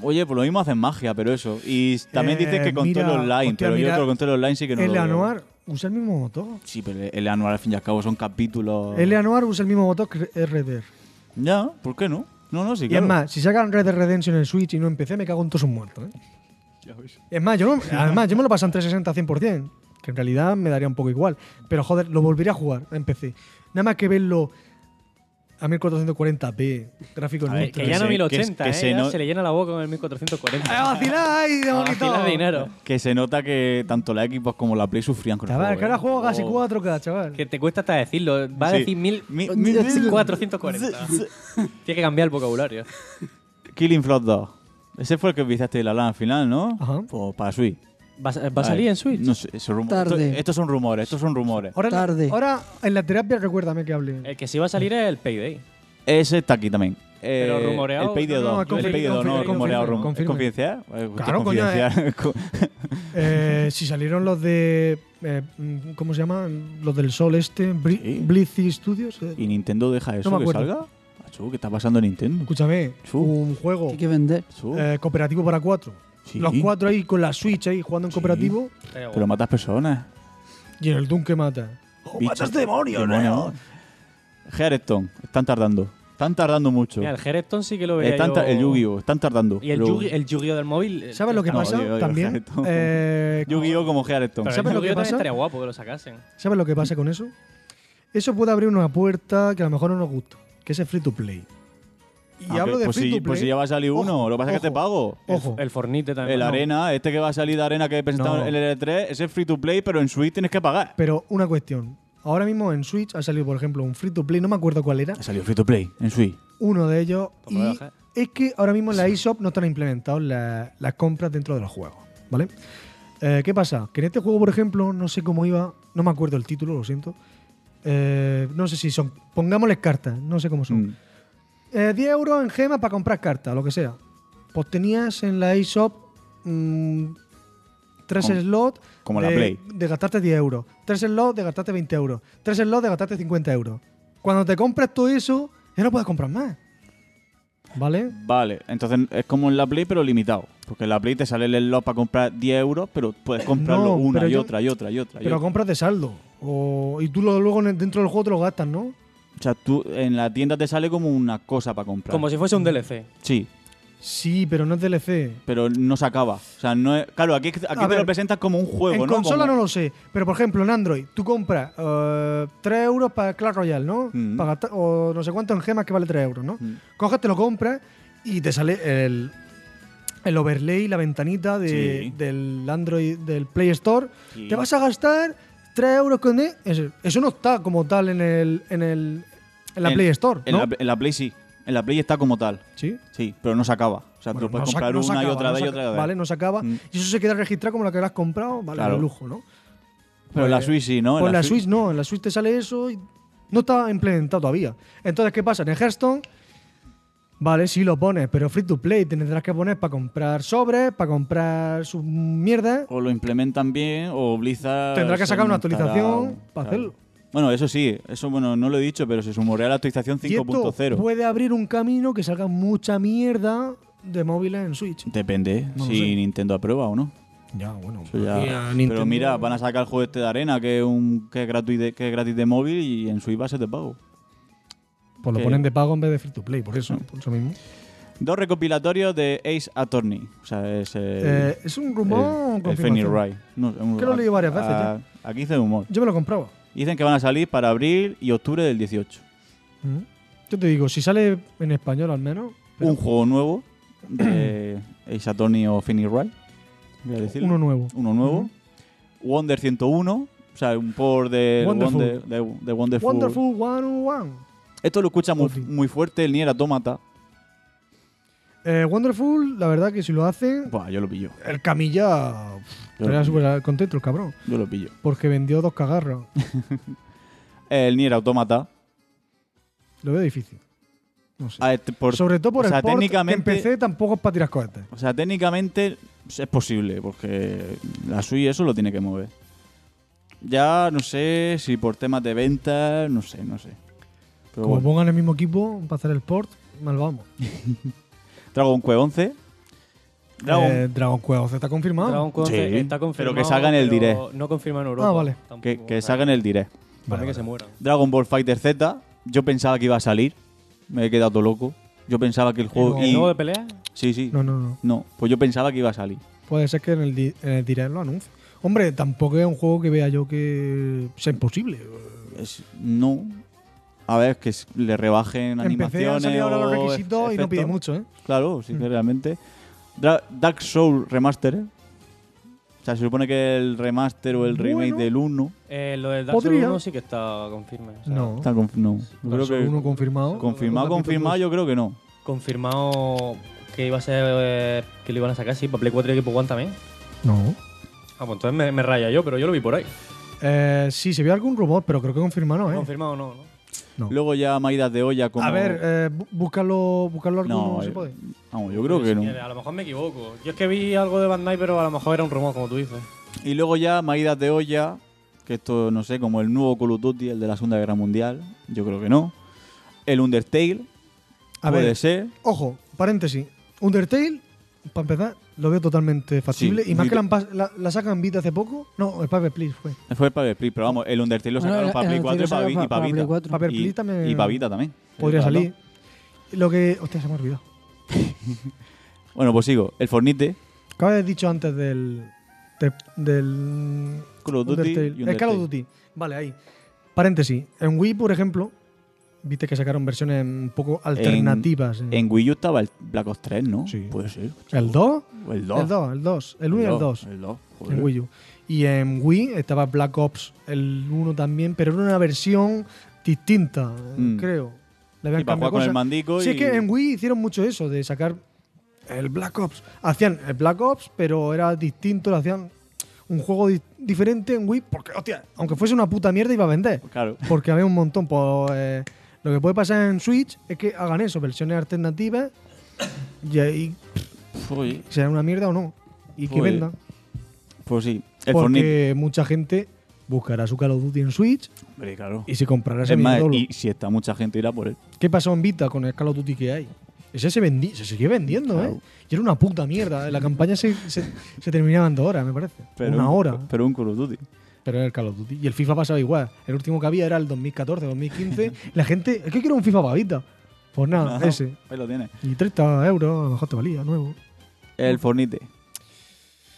Oye, por lo mismo hacen magia, pero eso. Y también
Eh,
dices que control
mira,
online,
hostia,
pero yo
mira,
creo que control online sí que no. lo
el
veo.
Anuar usa el mismo motor.
Sí, pero el anual al fin y al cabo son capítulos.
El Anuar usa el mismo motor que RDR.
Ya, ¿por qué no? No, no, sí,
Y es
claro.
más, si sacan Red Dead Redemption en Switch y no en PC, me cago en todos sus muertos. ¿eh? Es más, yo no- además, yo me lo paso en 360 100%, que en realidad me daría un poco igual. Pero joder, lo volvería a jugar en PC. Nada más que verlo a 1440p, gráficos
A ver,
neutros.
Que ya no
se-
1080,
que- que
¿eh?
se
Ya
no-
se le llena la boca con el 1440.
¡Ah, vaciláis, de
A
bonito!
vacilar dinero.
Que se nota que tanto la Xbox como la Play sufrían con
Chaval,
el
que
juego.
ahora juego
¿eh?
casi
Oh.
4K, chaval.
Que te cuesta hasta decirlo. Va a
Sí.
decir mil,
Mi- mi-
1440. Tiene que cambiar el vocabulario.
Killing Floor 2. Ese fue el que viste la LAN al final, ¿no?
Ajá.
Pues para Switch.
¿Va, a- va a salir
ver,
en Switch?
No sé, eso rumo-
Tarde.
Esto- estos son rumores, estos son rumores.
Ahora,
Tarde.
ahora en la terapia recuérdame que hable.
El que sí va a salir es el Payday.
Ese está aquí también. Eh,
Pero rumoreado,
El Payday
no, no,
2.
confirme,
el Payday 2, no,
confirme,
rumoreado.
confirme,
rumo- ¿Es confidencial? Eh, esto
Claro,
es
coño, eh.
confidencial.
Eh, si salieron los de. eh, mm, ¿Cómo se llama? Los del Sol Este, Bri-
Sí.
Blizzy Studios. eh.
¿Y Nintendo deja eso
me
que
acuerdo.
salga? Achu, ¿Qué está pasando en Nintendo?
Escúchame,
Chu.
un juego
Hay que vender.
Achu,
eh, cooperativo para cuatro.
Sí.
Los cuatro ahí con la Switch ahí jugando en
Sí.
cooperativo
Estaría
pero
guapo.
matas personas.
y en el Doom que mata. ¡Oh,
Bicho.
matas demonios,
Demonios.
Leo!
Hearthstone, están tardando. Están tardando mucho. Eh,
Mira, el Hearthstone sí que lo veía
Están
yo-
ta- El Yu-Gi-Oh! Están tardando.
Y el
Pero-
Yugi- el Yu-Gi-Oh! del móvil. eh,
¿Sabes lo que
No,
pasa?
oye, oye,
También.
objeto.
eh,
Yu-Gi-Oh! como
Pero
Hearthstone.
el
¿Sabes lo que
Yu-Gi-Oh! también
pasa?
Estaría guapo que lo sacasen.
¿Sabes lo que pasa con eso? Eso puede abrir una puerta que a lo mejor no nos gusta, que es el free to play. Y
Ah,
hablo de
pues
free
sí,
to play.
pues sí, ya va a salir
Ojo,
uno. Lo que pasa es que te
ojo,
pago.
Ojo.
El Fornite también.
El
No.
Arena, este que va a salir de Arena que presentaron
No.
en el L3, ese es free to play, pero en Switch tienes que pagar.
Pero una cuestión. Ahora mismo en Switch ha salido, por ejemplo, un free to play, no me acuerdo cuál era,
Ha salido free to play en Switch.
uno de ellos.
Pues me
Y
voy a bajar.
es que ahora mismo en la eShop no están implementados la- las compras dentro de los juegos, ¿vale? Eh, ¿Qué pasa? Que en este juego, por ejemplo, no sé cómo iba, no me acuerdo el título, lo siento. Eh, no sé si son, pongámosles cartas, no sé cómo son.
Mm.
Eh, 10 euros en gemas para comprar cartas, lo que sea. Pues tenías en la eShop mm, tres
Como-
slots
como
de,
la Play.
de gastarte 10 euros, tres slots de gastarte 20 euros, tres slots de gastarte 50 euros. Cuando te compras todo eso, ya no puedes comprar más. ¿Vale?
Vale, entonces es como en la Play, pero limitado. Porque en la Play te sale el slot para comprar 10 euros, pero puedes comprarlo
No,
una
pero
y
yo-
otra y otra y otra. y
Pero
otra.
compras de saldo. O, y tú lo- luego en- dentro del juego te lo gastas, ¿no?
O sea, tú en la tienda te sale como una cosa para comprar.
Como si fuese un DLC.
Sí,
Sí, pero no es DLC.
pero no se acaba. O sea, no es... Claro, aquí, aquí
A
te
ver,
lo presentas como un juego,
en
¿no?
consola
Como-
no lo sé, pero por ejemplo en Android, tú compras eh, 3 euros para Clash Royale, ¿no?
Mm.
Para gastar- o no sé cuánto en gemas que vale 3 euros, ¿no?
Mm.
Coges, te lo compras y te sale el, el overlay, la ventanita de-
Sí.
del Android, del Play Store.
Sí.
Te vas a gastar 3 euros con... e- Eso, eso no está como tal en el en, el, en la
En-
Play Store,
En,
¿no?
la, en la Play sí. En la Play está como tal.
Sí.
Sí, pero no se acaba. O sea,
Bueno,
tú lo puedes
no se-
comprar
no se
una y
acaba,
otra
no
vez
se
y otra
ac-
vez.
Vale, no se acaba.
Mm.
Y eso se queda registrado como lo que lo has comprado, vale,
Claro.
de lujo, ¿no?
Pero en la
Pues-
Switch sí, ¿no?
Pues en la Switch no, en la Switch te sale eso y no está implementado todavía. Entonces, ¿qué pasa? En el Hearthstone, vale, sí lo pones, pero free to play te tendrás que poner para comprar sobres, para comprar sus mierdas.
O lo implementan bien, o Blizzard.
Tendrá que
se
sacar una
montará
actualización
un-
para hacerlo.
Bueno, eso sí, eso bueno, no lo he dicho, pero se sumorea la actualización
Y esto
5.0.
puede abrir un camino que salga mucha mierda de móviles en Switch.
Depende
No lo
si
sé.
Nintendo aprueba o no.
Ya, bueno.
Eso ya-
y a Nintendo-
Pero mira, van a sacar el juego este de arena que es, un, que es, gratis, de, que es gratis de móvil y en Switch va a ser de pago.
Pues lo
que- Ah.
ponen de pago en vez de free to play, por eso, por eso mismo.
Dos recopilatorios de Ace Attorney. O sea, es el,
Eh, es un rumor.
el, el Fanny
confirmación.
Wright. No, es un-
Que lo he leído varias veces
a- Aquí hice humor.
Yo me lo compraba.
Dicen que van a salir para abril y octubre del 18.
Mm. Yo te digo, si sale en español al menos, pero
un juego nuevo de Ace Attorney o Phoenix Wright. Voy a decirlo.
uno nuevo.
Uno nuevo. Wonder 101. O sea, un por de
Wonderful.
Wonder, de, de Wonderful.
Wonderful 101.
Esto lo escucha muy,
Oti.
muy fuerte el Nier Automata.
Eh, Wonderful, la verdad que si lo hacen,
Buah, yo lo pillo.
el Camilla pff,
Yo
estaría
lo-
súper contento, el cabrón.
Yo lo pillo.
Porque vendió dos cagarras.
El Nier Automata.
Lo veo difícil. No sé.
Ah, este, por-
Sobre todo por
o sea,
el port,
técnicamente-
que en PC tampoco es para tirar cohetes.
O sea, técnicamente es posible, porque la Switch eso lo tiene que mover. Ya no sé si por temas de ventas, no sé, no sé. Pero
Como
bueno.
pongan el mismo equipo para hacer el port, mal vamos.
Dragon Quest 11. Dragon,
Eh, Dragon Quest está confirmado.
Dragon Quest
Sí,
está
pero
confirmado.
que salga en el
pero No confirma en Europa.
Ah, vale.
tampoco.
que, que
Vale.
salga en el direct.
Para mí
Vale,
que
vale.
se mueran.
Dragon Ball Fighter Z. Yo pensaba que iba a salir. Me he quedado loco. Yo pensaba que el juego.
no.
y-
¿El nuevo de pelea?
Sí, sí.
No, no, no.
No, pues yo pensaba que iba a salir.
Puede ser que en el, di- en el direct lo anuncie. Hombre, tampoco es un juego que vea yo que sea imposible.
Es- no. A ver, que s- le
En
rebajen
PC han
animaciones.
salido ahora los
o
requisitos y no
efectos.
pide mucho, ¿eh?
Claro, sí, que
Mm.
realmente. Dra- Dark Soul Remaster. ¿eh? O sea, se supone que el remaster o el remake
Bueno.
del 1.
Eh, lo del Dark Souls
Podría.
1 sí que está confirme. o sea,
No.
Está conf- no. Yo
Dark
creo
Souls
que-
uno confirmado.
confirmado,
Capítulo
confirmado,
dos.
yo creo que no.
Confirmado que iba a ser. eh, que lo iban a sacar, sí, para Play 4 y Equipo One también.
No.
Ah, pues entonces me, me raya yo, pero yo lo vi por ahí.
Eh, sí, se vio algún rumor, pero creo que confirmado no, ¿eh?
Confirmado o no, ¿no?
No.
Luego ya Maidas de olla como.
A ver, eh, bu- búscalo, búscalo alguno,
No,
se
eh,
puede.
Vamos, yo creo que no.
A lo mejor me equivoco. Yo es que vi algo de Bandai, pero a lo mejor era un rumor, como tú dices.
Y luego ya Maídas de olla, que esto no sé, como el nuevo Call of Duty, el de la Segunda Guerra Mundial, yo creo que no. El Undertale,
A
puede
ver,
ser.
ojo, paréntesis. Undertale, para empezar, lo veo totalmente factible.
Sí,
y más
muy
que la, han pas- la, la sacan Vita hace poco. No, el Paper Please fue.
Fue para Play, pero vamos, el Undertale lo
Bueno,
sacaron
el-
para
el
Play 4 y
Undertale
para,
salió
Vi- y
para-
para
para
Vita.
Play 4.
Paper
y,
Please también.
y para Vita también.
Podría
Claro.
salir. Lo que. Hostia, se me ha olvidado.
Bueno, pues sigo. El Fornite,
¿Qué habías dicho antes del. de- del.
Call of Duty
Undertale.
y
El Call of
Undertale.
Duty. Vale, ahí. Paréntesis. En Wii, por ejemplo, viste que sacaron versiones un poco alternativas. eh.
En Wii U estaba el Black Ops 3, ¿no?
Sí.
Puede ser.
¿El 2?
O El 2.
El 2, el 2. El 1 y el 2.
El Eh, pues. 2.
En Wii U. Y en Wii estaba Black Ops el 1 también, pero era una versión distinta, eh,
Mm.
creo. Le habían
Y para
cambiado
jugar con el
cosas.
mandico
Sí,
y...
es que en Wii hicieron mucho eso, de sacar el Black Ops. Hacían el Black Ops, pero era distinto, le hacían un juego di- diferente en Wii, porque, hostia, aunque fuese una puta mierda iba a vender.
Pues Claro.
Porque había un montón. Pues, eh, lo que puede pasar en Switch es que hagan eso, versiones alternativas, y ahí
Uy. pues
será una mierda o no. Y que
Joder.
vendan.
Pues sí, Pues, el Fortnite.
porque mucha gente buscará su Call of Duty en Switch
Hombre, claro.
y se comprará ese
Es más,
minidolo.
y si está mucha gente irá por él.
¿Qué pasó en Vita con el Call of Duty que hay? Ese se, vendi- se siguió vendiendo, ¿eh?
Claro.
Y era una puta mierda. La campaña se, se, se terminaba en dos horas, me parece.
Pero
una
un-
hora.
Pero un Call of Duty.
Pero era el Call of Duty. Y el FIFA pasaba igual. El último que había era el 2014, 2015. la gente. ¿Qué quiero un FIFA pavita? Pues nada,
Ajá,
ese.
Ahí lo tienes.
Y 30 euros, a lo mejor te valía, nuevo.
El Fornite.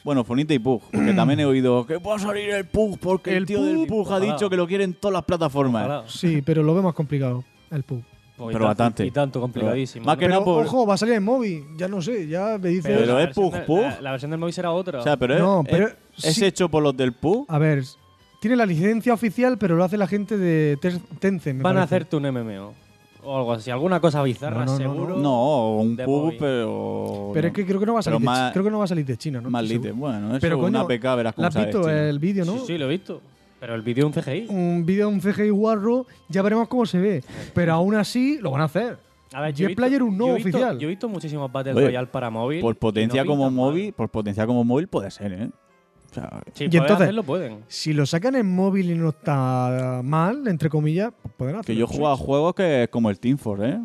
Bueno, Fornite y Pug, porque también he oído que va a salir el Pug porque el,
El
tío
Pug.
del Pug ha
Ojalá.
dicho que lo quieren todas las plataformas.
Ojalá.
Sí, pero lo veo más complicado, el pub.
Pues y
Pero
tan-
bastante.
Y tanto complicadísimo.
Más
¿no?
que
Pero
nada por-
ojo, va a salir en móvil. Ya no sé, ya me dices.
Pero
la
es
versión
Pug,
de-
Pug.
La, la versión del móvil será otra.
O sea, pero, es-
No,
es,
pero
es
sí.
hecho por los del Pug.
A ver, tiene la licencia oficial, pero lo hace la gente de Ter- Tencent. me
Van a
parece.
hacerte un MMO. O algo así. Alguna cosa bizarra,
No, no, no,
seguro.
No, un
De
Pug,
móvil.
pero.
Pero es que creo que no va a
Pero
salir, de,
más-
Chi- creo que no va a salir de China, ¿no?
Más
Estoy
lite.
seguro.
Bueno, eso
Pero
es
coño,
una PK, verás cómo
¿La has
sabes,
visto
tío.
el vídeo, no?
Sí, sí, lo he visto. Pero el vídeo es un CGI.
Un vídeo, un CGI guarro, ya veremos cómo se ve. Pero aún así, lo van a hacer.
A ver, yo
Jet
he visto-
Player un no
yo he visto-
oficial.
Yo he visto muchísimos Battle
Oye,
Royale para móvil.
Por
y
potencia
no
como
pintan mal.
móvil, por potencia como móvil puede ser, ¿eh? O sea,
Sí,
Y
pueden
entonces-
hacerlo, pueden.
Si lo sacan en móvil y no está mal, entre comillas, pues podrán hacerlo.
que yo he
en
jugado a juegos que como el Team Force, ¿eh?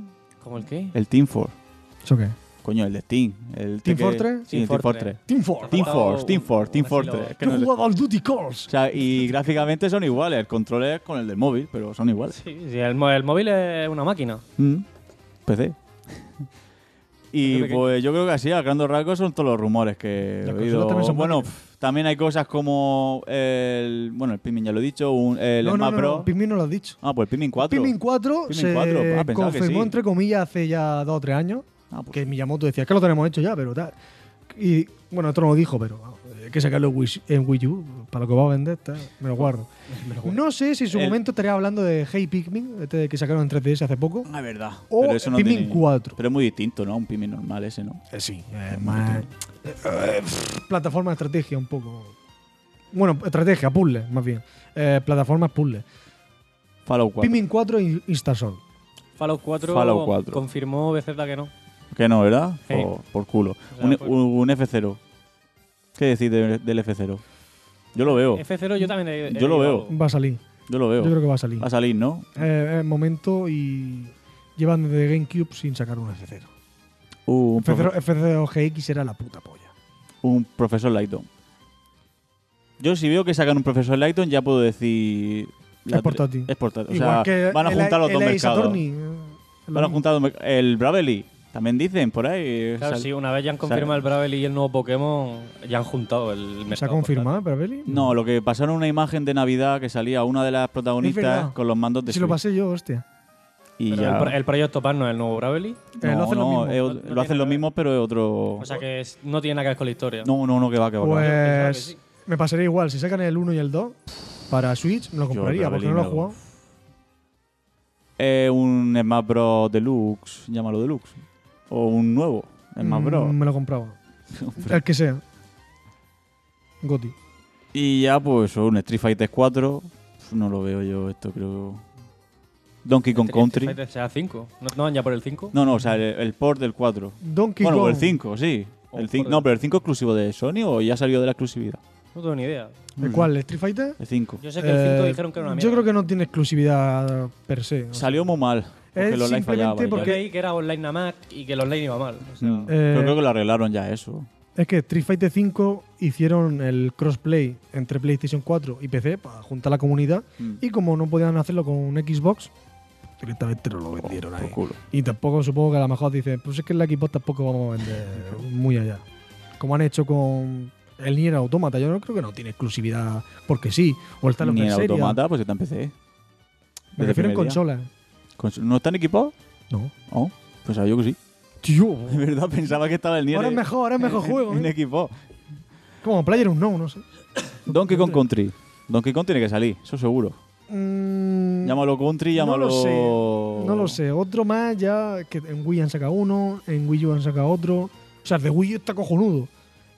¿Cómo el qué?
El Team Force.
Switch. ¿Eso qué?
Coño, el de Steam. El
¿Team
que-
Fortress?
Sí, el Team
Team
Fortress.
Team Fortress.
Team
Faltaba
Force, Team
un-
Force, Team
un
Fortress. Es
estilo-
que
Yo
no
he
sé-
jugado al Duty Calls.
O sea, y gráficamente son iguales. El control es con el del móvil, pero son iguales.
Sí, sí, el, mo- el móvil es una máquina.
Mm. PC.
Yo
y
creo que-
pues yo creo que así, a grandes rasgos, son todos los rumores que he
Las
oído.
consolas también son
bueno, pf, también hay cosas como el. Bueno, el Pikmin ya lo he dicho, un- el
no, no,
Smash
no,
Bros.
no, Pikmin no lo has dicho.
Ah, pues el Pikmin 4.
Pikmin 4
Pikmin
se
4, ah, pensaba que
confirmó,
sí.
entre comillas, hace ya dos o tres años.
Ah, pues-
Que Miyamoto decía, es que lo tenemos hecho ya, pero tal. Y bueno, esto no lo dijo, pero vamos, eh, hay que sacarlo en Wii- en Wii U, para lo que va a vender, tal, me
Ah,
lo guardo. No sé si en su
El-
momento estaría hablando de Hey Pikmin, este que sacaron en 3DS hace poco.
Ah, es verdad.
O
pero eso no
Oh, Pikmin
tiene-
4.
Pero es muy distinto, ¿no? Un Pikmin normal ese, eh, ¿no?
sí, más. Eh, plataforma de estrategia, un poco. Bueno, estrategia, puzzle, más bien. Eh, plataformas puzzle.
Fallout 4.
Pikmin 4 e Instasol.
Fallout 4,
Fallout 4.
confirmó BZ que no.
Que no, ¿verdad?
Sí.
Por, por culo.
sea,
un,
por-
un F0. ¿Qué decís de- del F0? Yo lo veo.
F0 yo también he- he
Oh. Yo lo
leído
veo.
algo.
Va a salir.
Yo lo
Yo creo
Oh. veo. Ah,
que va a salir.
Va a salir, ¿no?
Eh, eh, momento y llevan desde GameCube sin sacar un F0.
Uh, un, profe-
F0, F0 GX era la puta polla.
un profesor Lighton. Yo si veo que sacan un profesor Lighton ya puedo decir... la-
Es portátil.
Es portátil. O
Igual
sea,
que
van a
el-
juntar los
el
dos
Ace
mercados.
Attorney, eh, es lo
Van a
mismo.
juntar los merc- El Bravely. También dicen por ahí.
Claro,
Sal-
sí, una vez ya han confirmado
sal-
el Bravely y el nuevo Pokémon, ya han juntado el mercado.
¿Se ha confirmado, pero Beli?
No, lo que pasaron una imagen de Navidad que salía una de las protagonistas
verdad.
con los mandos de
Si lo
Switch.
pasé yo, hostia.
Y
Pero
ya...
el, pro- el proyecto PAN no es el nuevo Bravely.
Eh, lo hacen lo mismo.
es
eh, No-
ot-
no
lo
tiene
hacen lo
nada.
mismo, pero es otro.
O sea que es- no tiene nada que ver con la historia.
No, no, no, que va, que va. que va.
pensaba que
Pues
sí.
me pasaría igual. Si sacan el 1 y el 2 para Switch, me lo
Yo
compraría
el
porque
Bravely
no lo he
me lo-
jugado.
Eh, un Smash Bros. Deluxe, llámalo Deluxe. O un nuevo Smash
Mm,
Bros.
Me lo compraba. el que sea. Goti.
Y ya, pues, un Street Fighter 4. Uf, No lo veo yo, esto creo. Donkey Kong
Street- Street
Country.
Fighter será 5. ¿No, no van ya por el 5?
No, no, o sea, el, el port del 4.
Donkey
bueno, o
Kong.
el 5, sí.
O
El
el
cin-
port
no,
del-
pero el 5 exclusivo de Sony o ya salió de la exclusividad.
No tengo ni idea.
¿El cuál? ¿El Street Fighter?
El 5.
Yo sé que el 5
Eh,
dijeron que era una mierda.
Yo creo que no tiene exclusividad per se. o sea,
Salió muy mal. Porque
Es
el online fallaba.
simplemente
y tal.
porque-
Yo creí que era online nada más y que el online iba mal. O sea,
Mm.
Eh,
Pero creo que lo arreglaron ya eso.
Es que Street Fighter 5 hicieron el crossplay entre PlayStation 4 y PC para juntar la comunidad.
Mm.
Y como no podían hacerlo con un Xbox, directamente no lo vendieron
Por
ahí.
culo.
Y tampoco supongo que a lo mejor dicen, pues es que en la Xbox tampoco vamos a vender muy allá. Como han hecho con el Nier Automata, yo no creo que no tiene exclusividad porque sí. O el Talos
Ni en
Berseria.
automata, pues está en PC.
Me
desde
refiero en
primer día.
consolas.
Cons- ¿No están equipados?
No.
Oh, pues sabía yo que sí.
Tío,
De verdad, pensaba que estaba el Nier
ahora es
en-
mejor, ahora es mejor
en-
juego.
En
¿eh?
equipo.
Como Player no, no sé.
Donkey Kong Country. Donkey Kong tiene que salir, eso seguro.
Mm,
Llámalo Country,
No
llámalo.
lo sé, No lo sé, otro más ya, que en Wii han sacado uno, en Wii U han sacado otro. O sea, el de Wii U está cojonudo.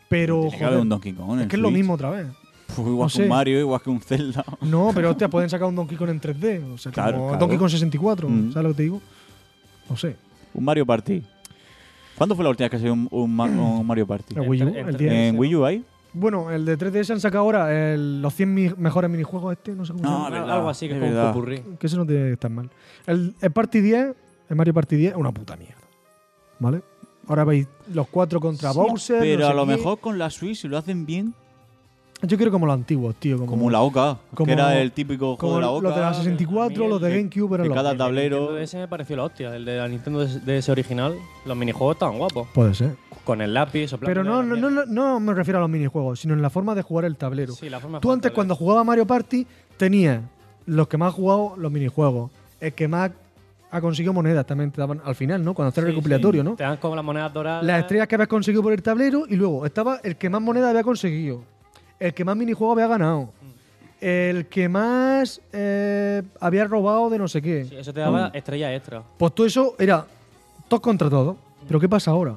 Pero,
Tiene que haber
joder,
un Donkey Kong. en
es que es lo
Switch.
mismo otra vez.
Puf, igual que
sé.
un Mario, igual que un Zelda.
No, pero hostia, pueden sacar un Donkey Kong en 3D. O sea,
Claro,
como
claro.
Donkey Kong 64,
Mm.
¿sabes lo que te digo? No sé.
Un Mario Party. ¿Cuándo fue la última vez que salió un, un Ma- un Mario Party?
En Wii U,
Entre-
el
entre-
día
¿En Wii U ahí?
Bueno, el de 3DS han sacado ahora el- los 100 mi- mejores minijuegos este, no sé cómo se
No,
llama.
es
Al-
verdad,
Algo así que
es
es como un
verdad.
popurrí.
Que eso no tiene que estar mal. El, el Party 10, el Mario Party 10, es una puta mierda. ¿Vale? Ahora veis los cuatro contra Bowser. no
Pero
sé
a lo
qué.
mejor con la Switch, si lo hacen bien,
Yo quiero como los antiguos, tío. Como,
como la OCA,
como-
que era el típico juego
como
de la OCA.
los de la 64,
Miguel,
los de
que-
GameCube, eran
que
los
cada
mismos.
tablero-
El Nintendo DS me pareció la hostia, el de la Nintendo DS original. Los minijuegos estaban guapos.
Puede ser.
Con el lápiz, soplando
Pero no,
y
no,
la
no,
mierda.
no- no me refiero a los minijuegos, sino en la forma de jugar el tablero.
Sí, la forma de
Tú
jugar
antes,
tablero.
cuando jugaba Mario Party, tenías los que más has jugado los minijuegos. El que más ha conseguido monedas también te daban al final, ¿no? Cuando hacer el
Sí,
recopilatorio,
sí.
¿no?
Te dan como las monedas doradas.
Las estrellas que habías conseguido por el tablero y luego estaba el que más monedas había conseguido. El que más minijuegos había
Mm.
ganado. El que más eh, había robado de no sé qué.
Sí, eso te daba estrellas extra.
Pues todo eso era todos contra todos. Pero ¿qué pasa ahora?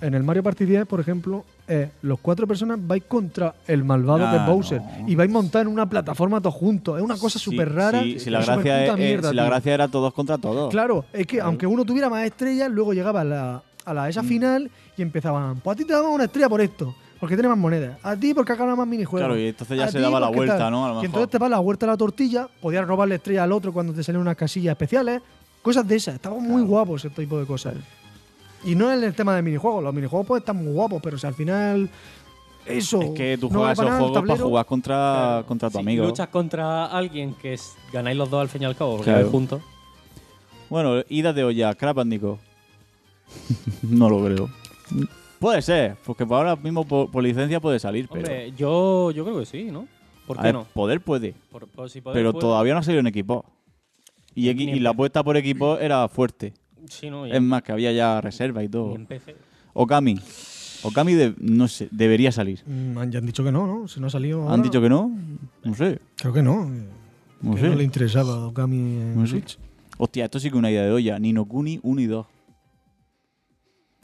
En el Mario Party 10, por ejemplo, eh, los cuatro personas vais contra el malvado
Ah,
de Bowser
no.
y vais montados en una plataforma todos juntos. Es una cosa
Sí,
súper rara.
sí, si la,
súper puta
gracia, es-
mierda,
si la
tío.
gracia era todos contra todos.
Claro, es que aunque uno tuviera más estrellas, luego llegaba a la, a la-
Mm.
esa final y empezaban, pues a ti te damos una estrella por esto, porque tienes más monedas. A ti porque has ganado más minijuegos.
Claro, y entonces ya
a
se
ti
daba la
porque
vuelta, ¿no? A lo
Y
mejor.
entonces te vas la vuelta a la tortilla, podías robarle estrella al otro cuando te salían unas casillas especiales, cosas de esas. Estaban muy guapos ese tipo de cosas. Y no es el tema de minijuegos, los minijuegos pues están muy guapos, pero si al final eso...
Es que tú
no
juegas
va
esos
nada al
juegos para
tablero,
jugar contra, contra tu
Si
amigo.
luchas contra alguien que es- ganáis los dos al fin y al cabo, porque
Claro.
vais juntos.
Bueno, ida de olla, Crapan, Nico. no lo creo. Puede ser, porque por ahora mismo por, por licencia puede salir, pero.
Hombre, yo, yo creo que sí, ¿no? ¿Por
a
qué
ver,
no?
Poder puede,
Por- por si poder,
pero
pues-
todavía no ha salido en equipo. Y, equi-
Ni
y
en
la apuesta por equipo era fuerte.
Sí, no, y,
Es más, que había ya reserva y
y
todo.
en PC.
Okami. Okami, de- no sé, debería salir.
mm, han- ya han dicho que no, ¿no? Si no ha salido...
¿Han dicho que no? No sé.
Creo que no. que-
No
que
sé.
no le interesaba a Okami en
No sé.
Switch.
Hostia, esto sí que es una idea de olla. Nino Kuni 1 y 2.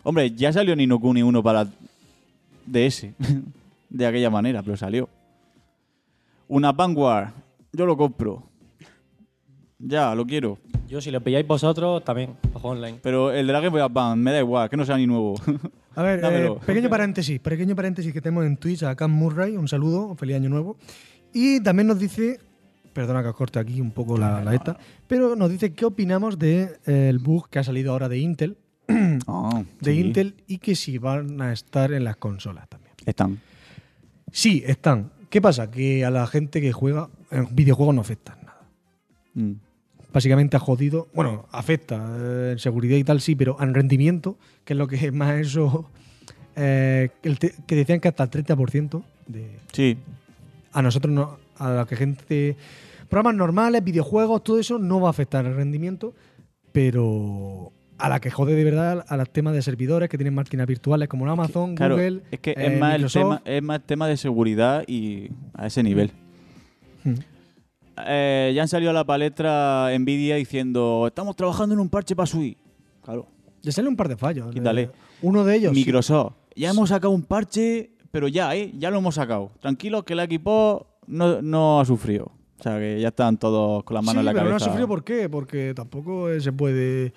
Hombre, ya salió Nino Kuni 1 para DS. de aquella manera, pero salió. Una Vanguard. Yo lo compro. Ya, lo quiero.
Yo, si lo pilláis vosotros, también, para jugar online.
Pero el de la Game Boy Advance, me da igual, que no sea ni nuevo.
A ver, eh,
Dámelo.
pequeño paréntesis, pequeño paréntesis que tenemos en Twitch a Cam Murray, un saludo, feliz año nuevo. Y también nos dice, perdona que os corte aquí un poco la, la esta, pero nos dice qué opinamos del de, eh, el bug que ha salido ahora de Intel,
Ah,
de
sí.
Intel y que si van a estar en las consolas también.
Están.
Sí, están. ¿Qué pasa? Que a la gente que juega en videojuegos no afecta nada.
Mm.
básicamente ha jodido, bueno, afecta eh, en seguridad y tal, sí, pero en rendimiento, que es lo que es más eso, eh, que el te- que decían que hasta el 30% de,
Sí.
a nosotros, no, a la que gente, programas normales, videojuegos, todo eso no va a afectar el rendimiento, pero a la que jode de verdad, a los temas de servidores que tienen máquinas virtuales como Amazon,
Claro,
Google,
es que
eh,
es, más el
Microsoft.
tema, es más tema de seguridad y a ese nivel.
Hmm.
Eh, ya han salido a la palestra Nvidia diciendo estamos trabajando en un parche para Switch. Claro.
Le sale un par de fallos.
Quítale.
Eh, Uno de ellos. sí.
Microsoft. Ya hemos sacado un parche, pero ya, ¿eh? Ya lo hemos sacado. Tranquilos que el equipo no, no ha sufrido. O sea, que ya están todos con las manos
sí,
en la
pero no
cabeza.
ha sufrido por qué, porque tampoco eh, se puede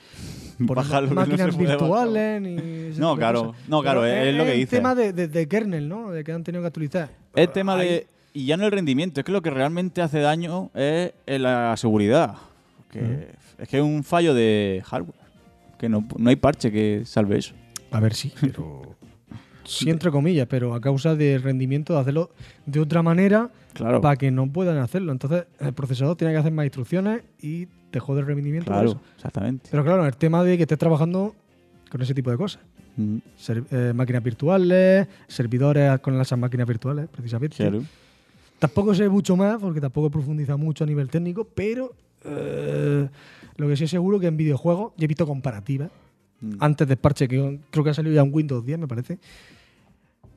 poner
Bajarlo, no
máquinas
se puede
virtuales ni ese tipo
No,
de
claro.
cosas.
No, claro,
Pero
es- es lo que
el
dice.
tema de, de- de kernel, ¿no? De que han tenido que actualizar.
Es tema de. Y ya no el rendimiento, es que lo que realmente hace daño es en la seguridad. Que Es que es un fallo de hardware. Que no, no hay parche que salve eso.
A ver, sí, pero sí entre comillas, pero a causa del rendimiento de hacerlo de otra manera
Claro.
para que no puedan hacerlo. Entonces, el procesador tiene que hacer más instrucciones y te jode el rendimiento. por
Claro,
eso.
exactamente.
Pero claro, el tema de que estés trabajando con ese tipo de cosas.
Mm,
Ser- eh, máquinas virtuales, servidores con esas máquinas virtuales, precisamente.
claro.
Tampoco sé mucho más, porque tampoco profundiza mucho a nivel técnico, pero eh, lo que sí es seguro que en videojuegos, yo he visto comparativas,
Mm.
antes del parche, que creo que ha salido ya en Windows 10, me parece,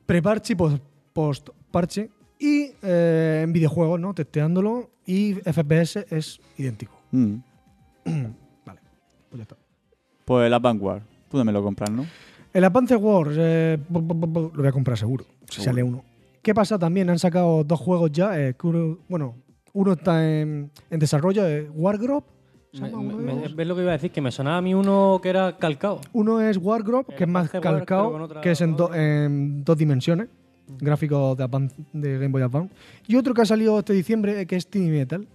preparche y pos- post-parche, y eh, en videojuegos, ¿no? Testeándolo, y FPS es idéntico.
Mm.
Vale, pues ya está.
Pues la Vanguard. Tú también lo compras, ¿no?
El Advance Wars, eh, bu- bu- bu- bu- lo voy a comprar seguro, si
Seguro.
sale uno. ¿Qué pasa también? Han sacado dos juegos ya. eh, que uno- bueno, uno está en, en desarrollo, eh, Wargrove. ¿se
Me-
llama
me-
uno de
me-
los?
¿Ves lo que iba a decir? Que me sonaba a mí uno que era calcado.
Uno es Wargrove,
El
que es más
Advance Wars, pero con
calcado,
otra
que es en, do-
cosa.
en dos dimensiones. gráficos de, Advan- de Game Boy Advance. Y otro que ha salido este diciembre, eh, que es Tiny Metal,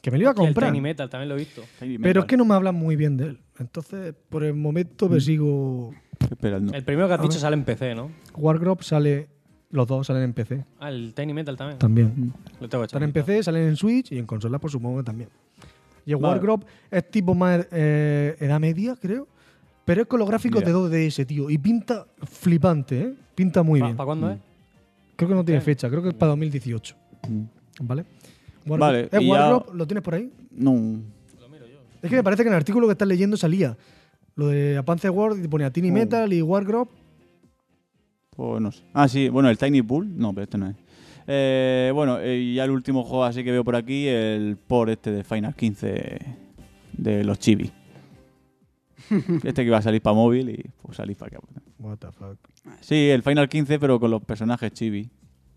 que me lo iba a
Y el
comprar.
Tiny Metal también lo he visto.
Pero es que no me hablan muy bien de él. Entonces, por el momento me sigo.
Esperando.
El primero que has dicho sale en PC, ¿no?
Warcraft sale. Los dos salen en PC
Ah, el Tiny Metal también.
también.
Lo tengo que echar
Están en
un vistazo.
PC, salen en Switch y en consolas, por supuesto, que también. Y el
Vale.
Warcraft es tipo más eh, edad media, creo. Pero es con los gráficos
Mira.
de 2DS, tío. Y pinta flipante, ¿eh? Pinta muy
¿Para
bien.
cuándo eh? es?
Creo que no
eh.
tiene fecha, creo que es para 2018. ¿Vale? Warcraft-
Mm. Vale,
¿Es
y ya-
Warcraft? ¿Lo tienes por ahí?
No.
Es que me parece que en el artículo que estás leyendo salía lo de Advance World y ponía Tiny
Oh.
Metal y Warcraft.
Pues no sé. Ah, sí, bueno, el Tiny Pool. No, pero este no es. Eh, bueno, eh, y ya el último juego así que veo por aquí, el por este de Final 15 de los Chibi. este que iba a salir para móvil y pues salir para acá.
What the fuck.
Sí, el Final 15, pero con los personajes Chibi.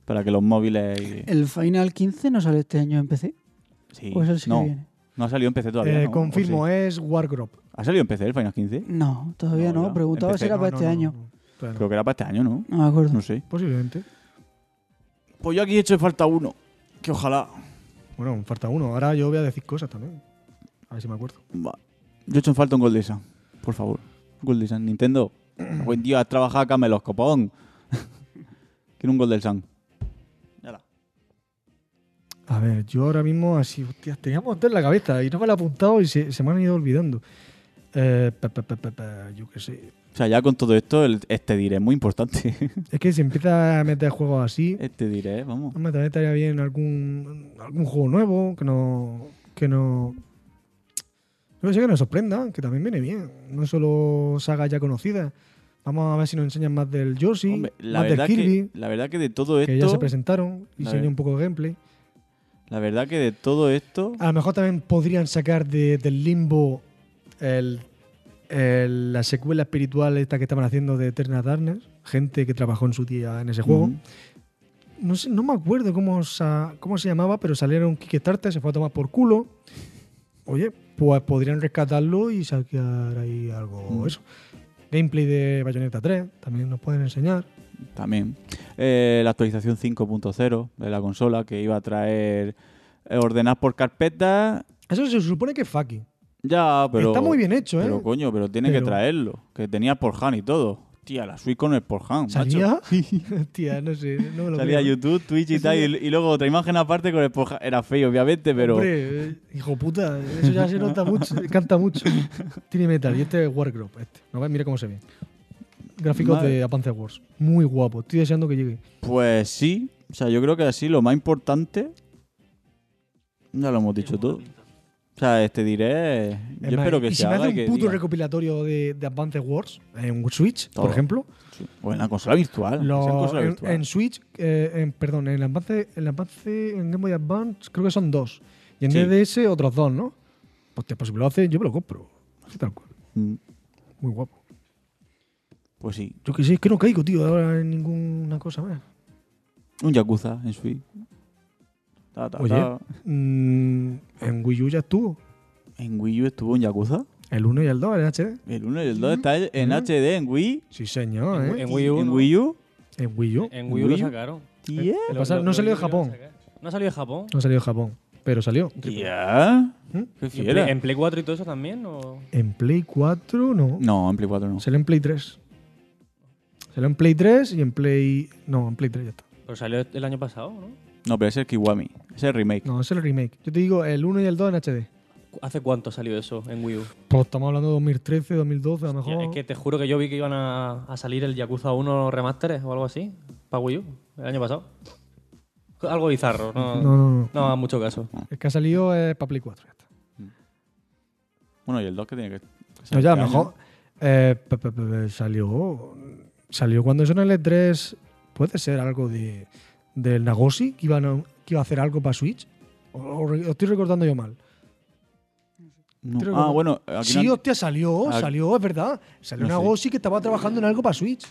Para que los móviles. y-
¿El Final 15 no sale este año en PC?
Sí,
¿O es el pues sí que
no,
viene?
no ha salido en PC todavía.
Eh,
¿no? ¿O
confirmo, eh.
sí?
es Warcraft.
¿Ha salido en PC el Final 15?
No, todavía
No,
no.
no.
Preguntaba
Empecé-
si era
No,
para
Ah, no,
este
no,
año.
no, todavía no.
Creo que era para este año, ¿no?
No me acuerdo.
No sé.
Posiblemente.
Pues yo aquí he hecho falta uno. Que ojalá.
Bueno, falta uno. Ahora yo voy a decir cosas también. A ver si me acuerdo.
Va. Yo he hecho en falta un Gold Design. Por favor. Gold Design. Nintendo. Buen día, has trabajado acá, me los copón. Quiero un Gold Design.
A ver, yo ahora mismo así, hostias, teníamos dos en la cabeza y no me lo he apuntado y se, se me han ido olvidando. Eh, pa, pa, pa, pa, pa, yo qué sé.
O sea, ya con todo esto, el- este diré es muy importante.
Es que si empieza a meter juegos así,
este diré, vamos.
hombre, también estaría bien algún, algún juego nuevo que no. que no. Yo sé que nos sorprenda, que también viene bien. No solo sagas ya conocidas. Vamos a ver si nos enseñan más del Yoshi,
Hombre, la,
más del
verdad que,
Kirby,
la verdad que de todo
que, ya se
esto.
presentaron y
la
se
ver-
un poco de gameplay.
La verdad que de todo esto.
A lo mejor también podrían sacar de- del limbo el, el- la secuela espiritual esta que estaban haciendo de Eternal Darkness. Gente que trabajó en su día en ese juego.
Ujú.
No, sé, no me acuerdo cómo, sa- cómo se llamaba, pero salieron Kickstarter, se fue a tomar por culo. Oye, pues podrían rescatarlo y sacar ahí algo
Mm.
eso. Gameplay de Bayonetta 3 también nos pueden enseñar.
También. Eh, la actualización 5.0 de la consola que iba a traer eh, ordenar por carpeta.
Eso se supone que es fucking.
Ya, pero.
Está muy bien hecho, ¿eh?
Pero coño, pero tiene
Pero-
que traerlo. Que tenía por Han y todo. Tía, la Switch con el por Han.
¿Salía? Tía, no sé, no me lo
Salía
creo.
YouTube, Twitch y
Eso
tal. Y,
ya-
y luego otra imagen aparte con el por Han. Era feo, obviamente, pero.
Hombre, eh, hijo puta, eso ya se nota mucho, canta mucho. Tiene metal y este es Warcraft. Este. ¿No ves? Mira cómo se ve. Gráficos
Madre.
de Advance Wars. Muy guapo. Estoy deseando que llegue.
Pues sí. O sea, yo creo que así lo más importante. Ya lo hemos dicho todo. O sea, este diré. Yo
Es más,
espero que
y
se
si me
haga
hace
y
un
que
puto
diga. Oh.
recopilatorio de, de Advance Wars en Switch,
Todo.
por ejemplo,
Sí. O "Pues en la consola virtual. que sea
lo-
en consola
en,
virtual.
en Switch, eh, en- perdón, en Advance, en Advance, en Game Boy Advance creo que son dos. Y en
Sí.
DDS otros dos, ¿no? Pues, te- pues si me lo hace, yo me lo compro. Así tal cual.
Mm,
Muy guapo.
Pues sí.
Yo que sé, es que no caigo, tío, ahora en ninguna cosa más.
Un Yakuza en Switch. Ta, ta,
Oye.
ta.
Mm, en Wii U ya estuvo.
¿En Wii U estuvo un Yakuza?
El 1 y el 2 en HD.
El 1 y el 2 está en
Mm.
HD, en Wii.
Sí, señor,
En,
¿eh?
en Wii U.
¿En
¿no?
Wii U?
En Wii U.
En Wii U lo
Wii U.
sacaron.
Tía.
Lo
Lo-
que pasa es que
lo-
no
lo
salió de
dijeron
Japón.
sacar. No salió de Japón.
No salió de Japón, pero salió.
Tía.
¿Mm?
Qué
¿Y en, Play,
fiera.
en Play 4 y todo eso también? ¿o?
En Play 4 no.
No, en Play 4 no.
Salió en Play 3. Salió en Play 3 y en Play. No, en Play 3 ya está.
Pero salió el año pasado, ¿no?
No, pero ese es el Kiwami. Ese es el remake.
No, es el remake. Yo te digo el 1 y el 2 en HD.
¿Cu- ¿Hace cuánto salió eso en Wii U?
Pues estamos hablando de 2013, 2012, a lo
Tía,
mejor.
es que te juro que yo vi que iban a, a salir el Yakuza 1 Remasteres o algo así para Wii U el año pasado. Algo bizarro, no,
No,
no.
no, no.
a mucho caso.
El que ha salido es para Play 4. Ya está.
Bueno, y el 2 que tiene que. que
No,
salir
Pues ya, a
este
lo
año.
mejor. eh, pe- pe- pe- pe- salió. Salió cuando eso en el E3. Puede ser algo de. Del Nagoshi, que, iban a- que iba a hacer algo para Switch. O, o re- o estoy recordando yo mal.
No.
creo que
Ah,
no.
bueno. Aquí
sí,
no han-
hostia, salió,
Ah,
salió, es verdad. Salió
no sé.
Nagoshi que estaba trabajando en algo para Switch.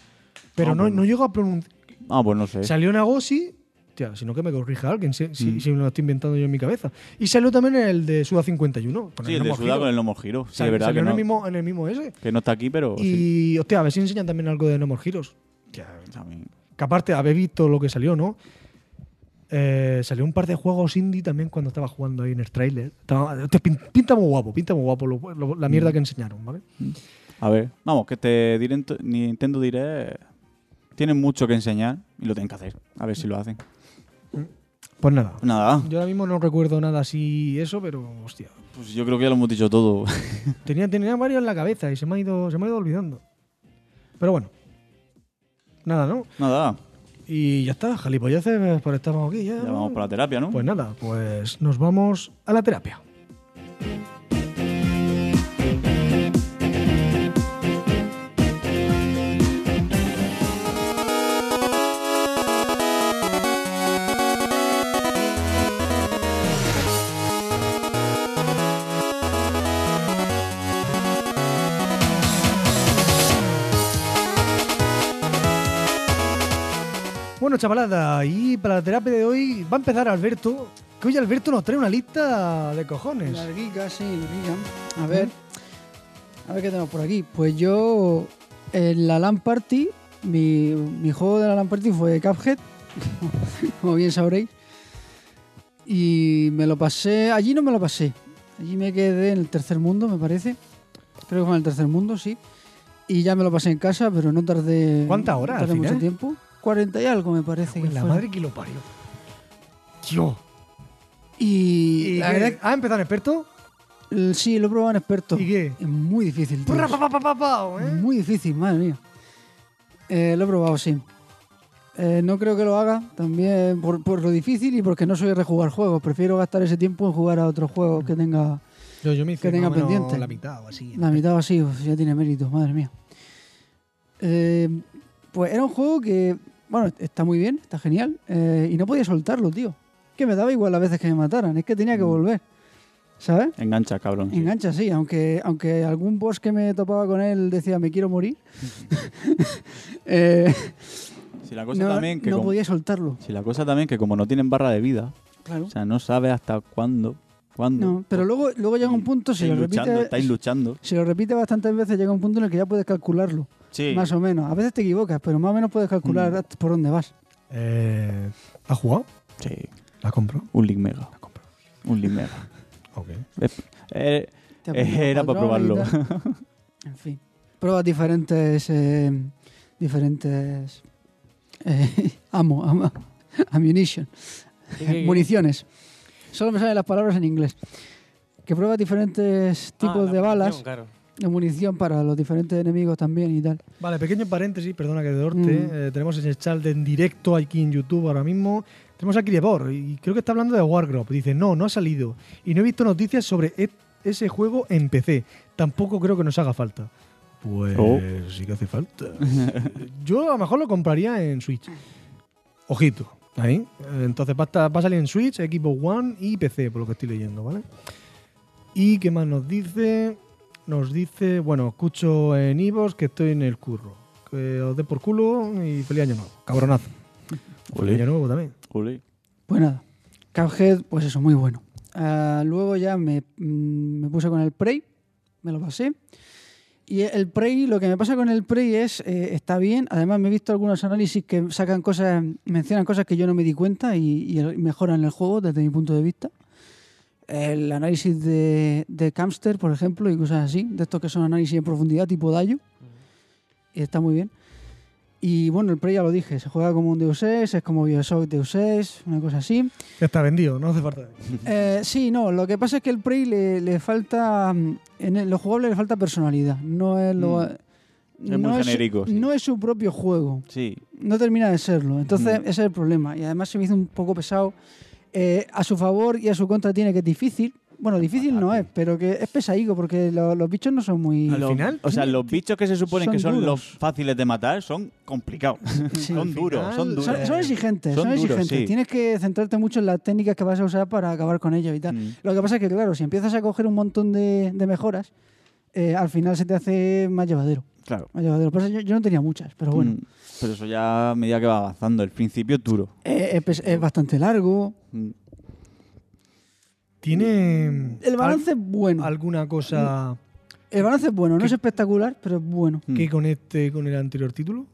Pero
Ah,
no,
pues
no
no.
llegó a pronunciar.
Ah, pues no sé.
Salió Nagoshi. Hostia, si no que me corrija alguien, si,
Mm.
si- si me lo estoy inventando yo en mi cabeza. Y salió también el de Suda 51. con
Sí, el de
Nomos
Suda
Hero.
con el Nomo Giro. Sí,
Sal-
es verdad
salió
que
en,
no,
el mismo, en el mismo ese.
que no está aquí, pero. Pues sí.
Y, hostia, a ver si enseñan también algo de No More Heroes.
También.
Que aparte, habéis visto lo que salió, ¿no? Eh, salió un par de juegos indie también cuando estaba jugando ahí en el trailer. Estaba- te pin- pinta muy guapo, pinta muy guapo lo- lo- la
Mm.
mierda que enseñaron, ¿vale?
A ver, vamos, que te diré, ento- ni Nintendo diré. Tienen mucho que enseñar y lo tienen que hacer. A ver si lo hacen.
Pues nada.
Nada,
Yo ahora mismo no recuerdo nada así eso, pero hostia.
pues yo creo que ya lo hemos dicho todo.
Tenía, tenía varios en la cabeza y se me ha ido, se me ha ido olvidando. Pero bueno. Nada, ¿no?
Nada,
Y ya está, gilipolleces, por estamos aquí ya.
ya
¿no?
vamos para la terapia, ¿no?
Pues nada, pues nos vamos a la terapia. Bueno, chavalada, y para la terapia de hoy va a empezar Alberto. Que hoy Alberto nos trae una lista de cojones.
Larguica, sí, larguica. A ver, a ver qué tenemos por aquí. Pues yo, en la LAN Party, mi, mi juego de la LAN Party fue Cuphead, como bien sabréis. Y me lo pasé, allí no me lo pasé. Allí me quedé en el tercer mundo, me parece. Creo que fue en el tercer mundo, sí. Y ya me lo pasé en casa, pero no tardé.
¿Cuántas horas,
no
al
tardé mucho
final?
tiempo. 40 y algo, me parece. que
Pues la
fueron.
madre que lo parió. Tío.
Y,
¿Y
la
qué?
verdad,
¿Ha empezado en experto?
l- sí, lo probaban expertos.
¿Y qué? Pues,
Es muy difícil. tío.
Purra, pa, pa, pa, pa, pa, ¿eh?
Muy difícil, madre mía. Eh, lo he probado, sí. Eh, no creo que lo haga, también por, por lo difícil y porque no soy de rejugar juegos. Prefiero gastar ese tiempo en jugar a otros juegos que tenga
Yo, yo me hice
Que tenga
más o menos
pendiente.
la mitad o así.
la mitad o así. Uf, ya tiene mérito, madre mía. Eh, pues era un juego que, bueno, está muy bien, está genial. eh, y no podía soltarlo, tío. Que me daba igual las veces que me mataran, es que tenía que volver. ¿Sabes?
Engancha, cabrón. sí.
Engancha, sí, aunque, aunque algún boss que me topaba con él decía me quiero morir. eh,
Si la cosa
no,
también que
no
como-
podía soltarlo.
si la cosa también que como no tienen barra de vida,
Claro.
o sea, no sabes hasta cuándo, cuándo.
No, pero luego, luego llega un punto, si
estáis
lo,
luchando,
repite,
estáis luchando.
si lo repite bastantes veces, llega un punto en el que ya puedes calcularlo,
Sí.
más o menos. A veces te equivocas, pero más o menos puedes calcular
Mm.
hasta por dónde vas.
Eh, ¿Ha jugado?
Sí.
¿La compró?
Un link mega. Un link mega.
Ok.
Es- eh,
Te
Eh,
apuntas
era para
patrones y
probarlo.
tal. en fin. Pruebas diferentes. eh, diferentes. eh, amo, amo. Ammunition.
¿Qué, qué, qué?
Municiones. Solo me salen las palabras en inglés. Que pruebas diferentes
Ah,
tipos
la
de balas,
munición, claro.
de munición para los diferentes enemigos también y tal.
Vale, pequeño paréntesis, perdona que te dorte.
Mm.
eh, tenemos ese chat de- en directo aquí en YouTube ahora mismo. Tenemos a Kiribor y creo que está hablando de Warcraft. Dice, no, no ha salido. Y no he visto noticias sobre e- ese juego en PC. Tampoco creo que nos haga falta. Pues
Oh.
sí que hace falta. Yo a lo mejor lo compraría en Switch. Ojito. Ahí. Eh, Entonces va a, estar- va a salir en Switch, Xbox One y PC, por lo que estoy leyendo, ¿vale? ¿Y qué más nos dice? Nos dice, bueno, escucho en Ivos que estoy en el curro. Que os dé por culo y feliz año nuevo. Cabronazo. Feliz año nuevo también.
Ole.
Pues nada, Cuphead, pues eso, muy bueno. Ah, luego ya me, mm, me puse con el Prey, me lo pasé. Y el Prey, lo que me pasa con el Prey es, eh, está bien. Además, me he visto algunos análisis que sacan cosas, mencionan cosas que yo no me di cuenta y, y mejoran el juego desde mi punto de vista. El análisis de, de Campster, por ejemplo, y cosas así, de estos que son análisis en profundidad, tipo Dayo. Y está muy bien. Y bueno, el Prey ya lo dije, se juega como un Deus Ex, es como Bioshock Deus Ex, una cosa así.
Ya está vendido, no hace falta.
Eh, sí, no, lo que pasa es que el Prey le, le falta. mm, En el- lo jugable le falta personalidad. No es lo. eh,
Mm.
no
muy
su-
genérico, sí.
No es su propio juego.
Sí.
No termina de serlo. Entonces,
Mm.
ese es el problema. Y además se me hizo un poco pesado. Eh, a su favor y a su contra tiene que es difícil. Bueno, difícil no es, pero que es pesadico porque lo- los bichos no son muy.
Al final,
O sea, los bichos que se suponen
son
que son los
duros.
fáciles de matar son complicados.
Sí.
son duros, son duros.
Son, son exigentes,
Son
son,
duros,
exigentes.
sí.
Tienes que centrarte mucho en las técnicas que vas a usar para acabar con ellos y tal.
Mm.
Lo que pasa es que, claro, si empiezas a coger un montón de, de mejoras, eh, al final se te hace más llevadero.
Claro.
Más llevadero. Por eso yo, yo no tenía muchas, pero bueno.
Mm. Pero eso ya a medida que va avanzando. El principio es duro.
Eh, es, pes- es bastante largo.
Mm.
Tiene.
El balance
al-
es
Mm.
bueno.
alguna cosa
el balance es bueno. No
¿Qué?
es espectacular, pero es bueno.
Mm.
que conecte con el anterior título?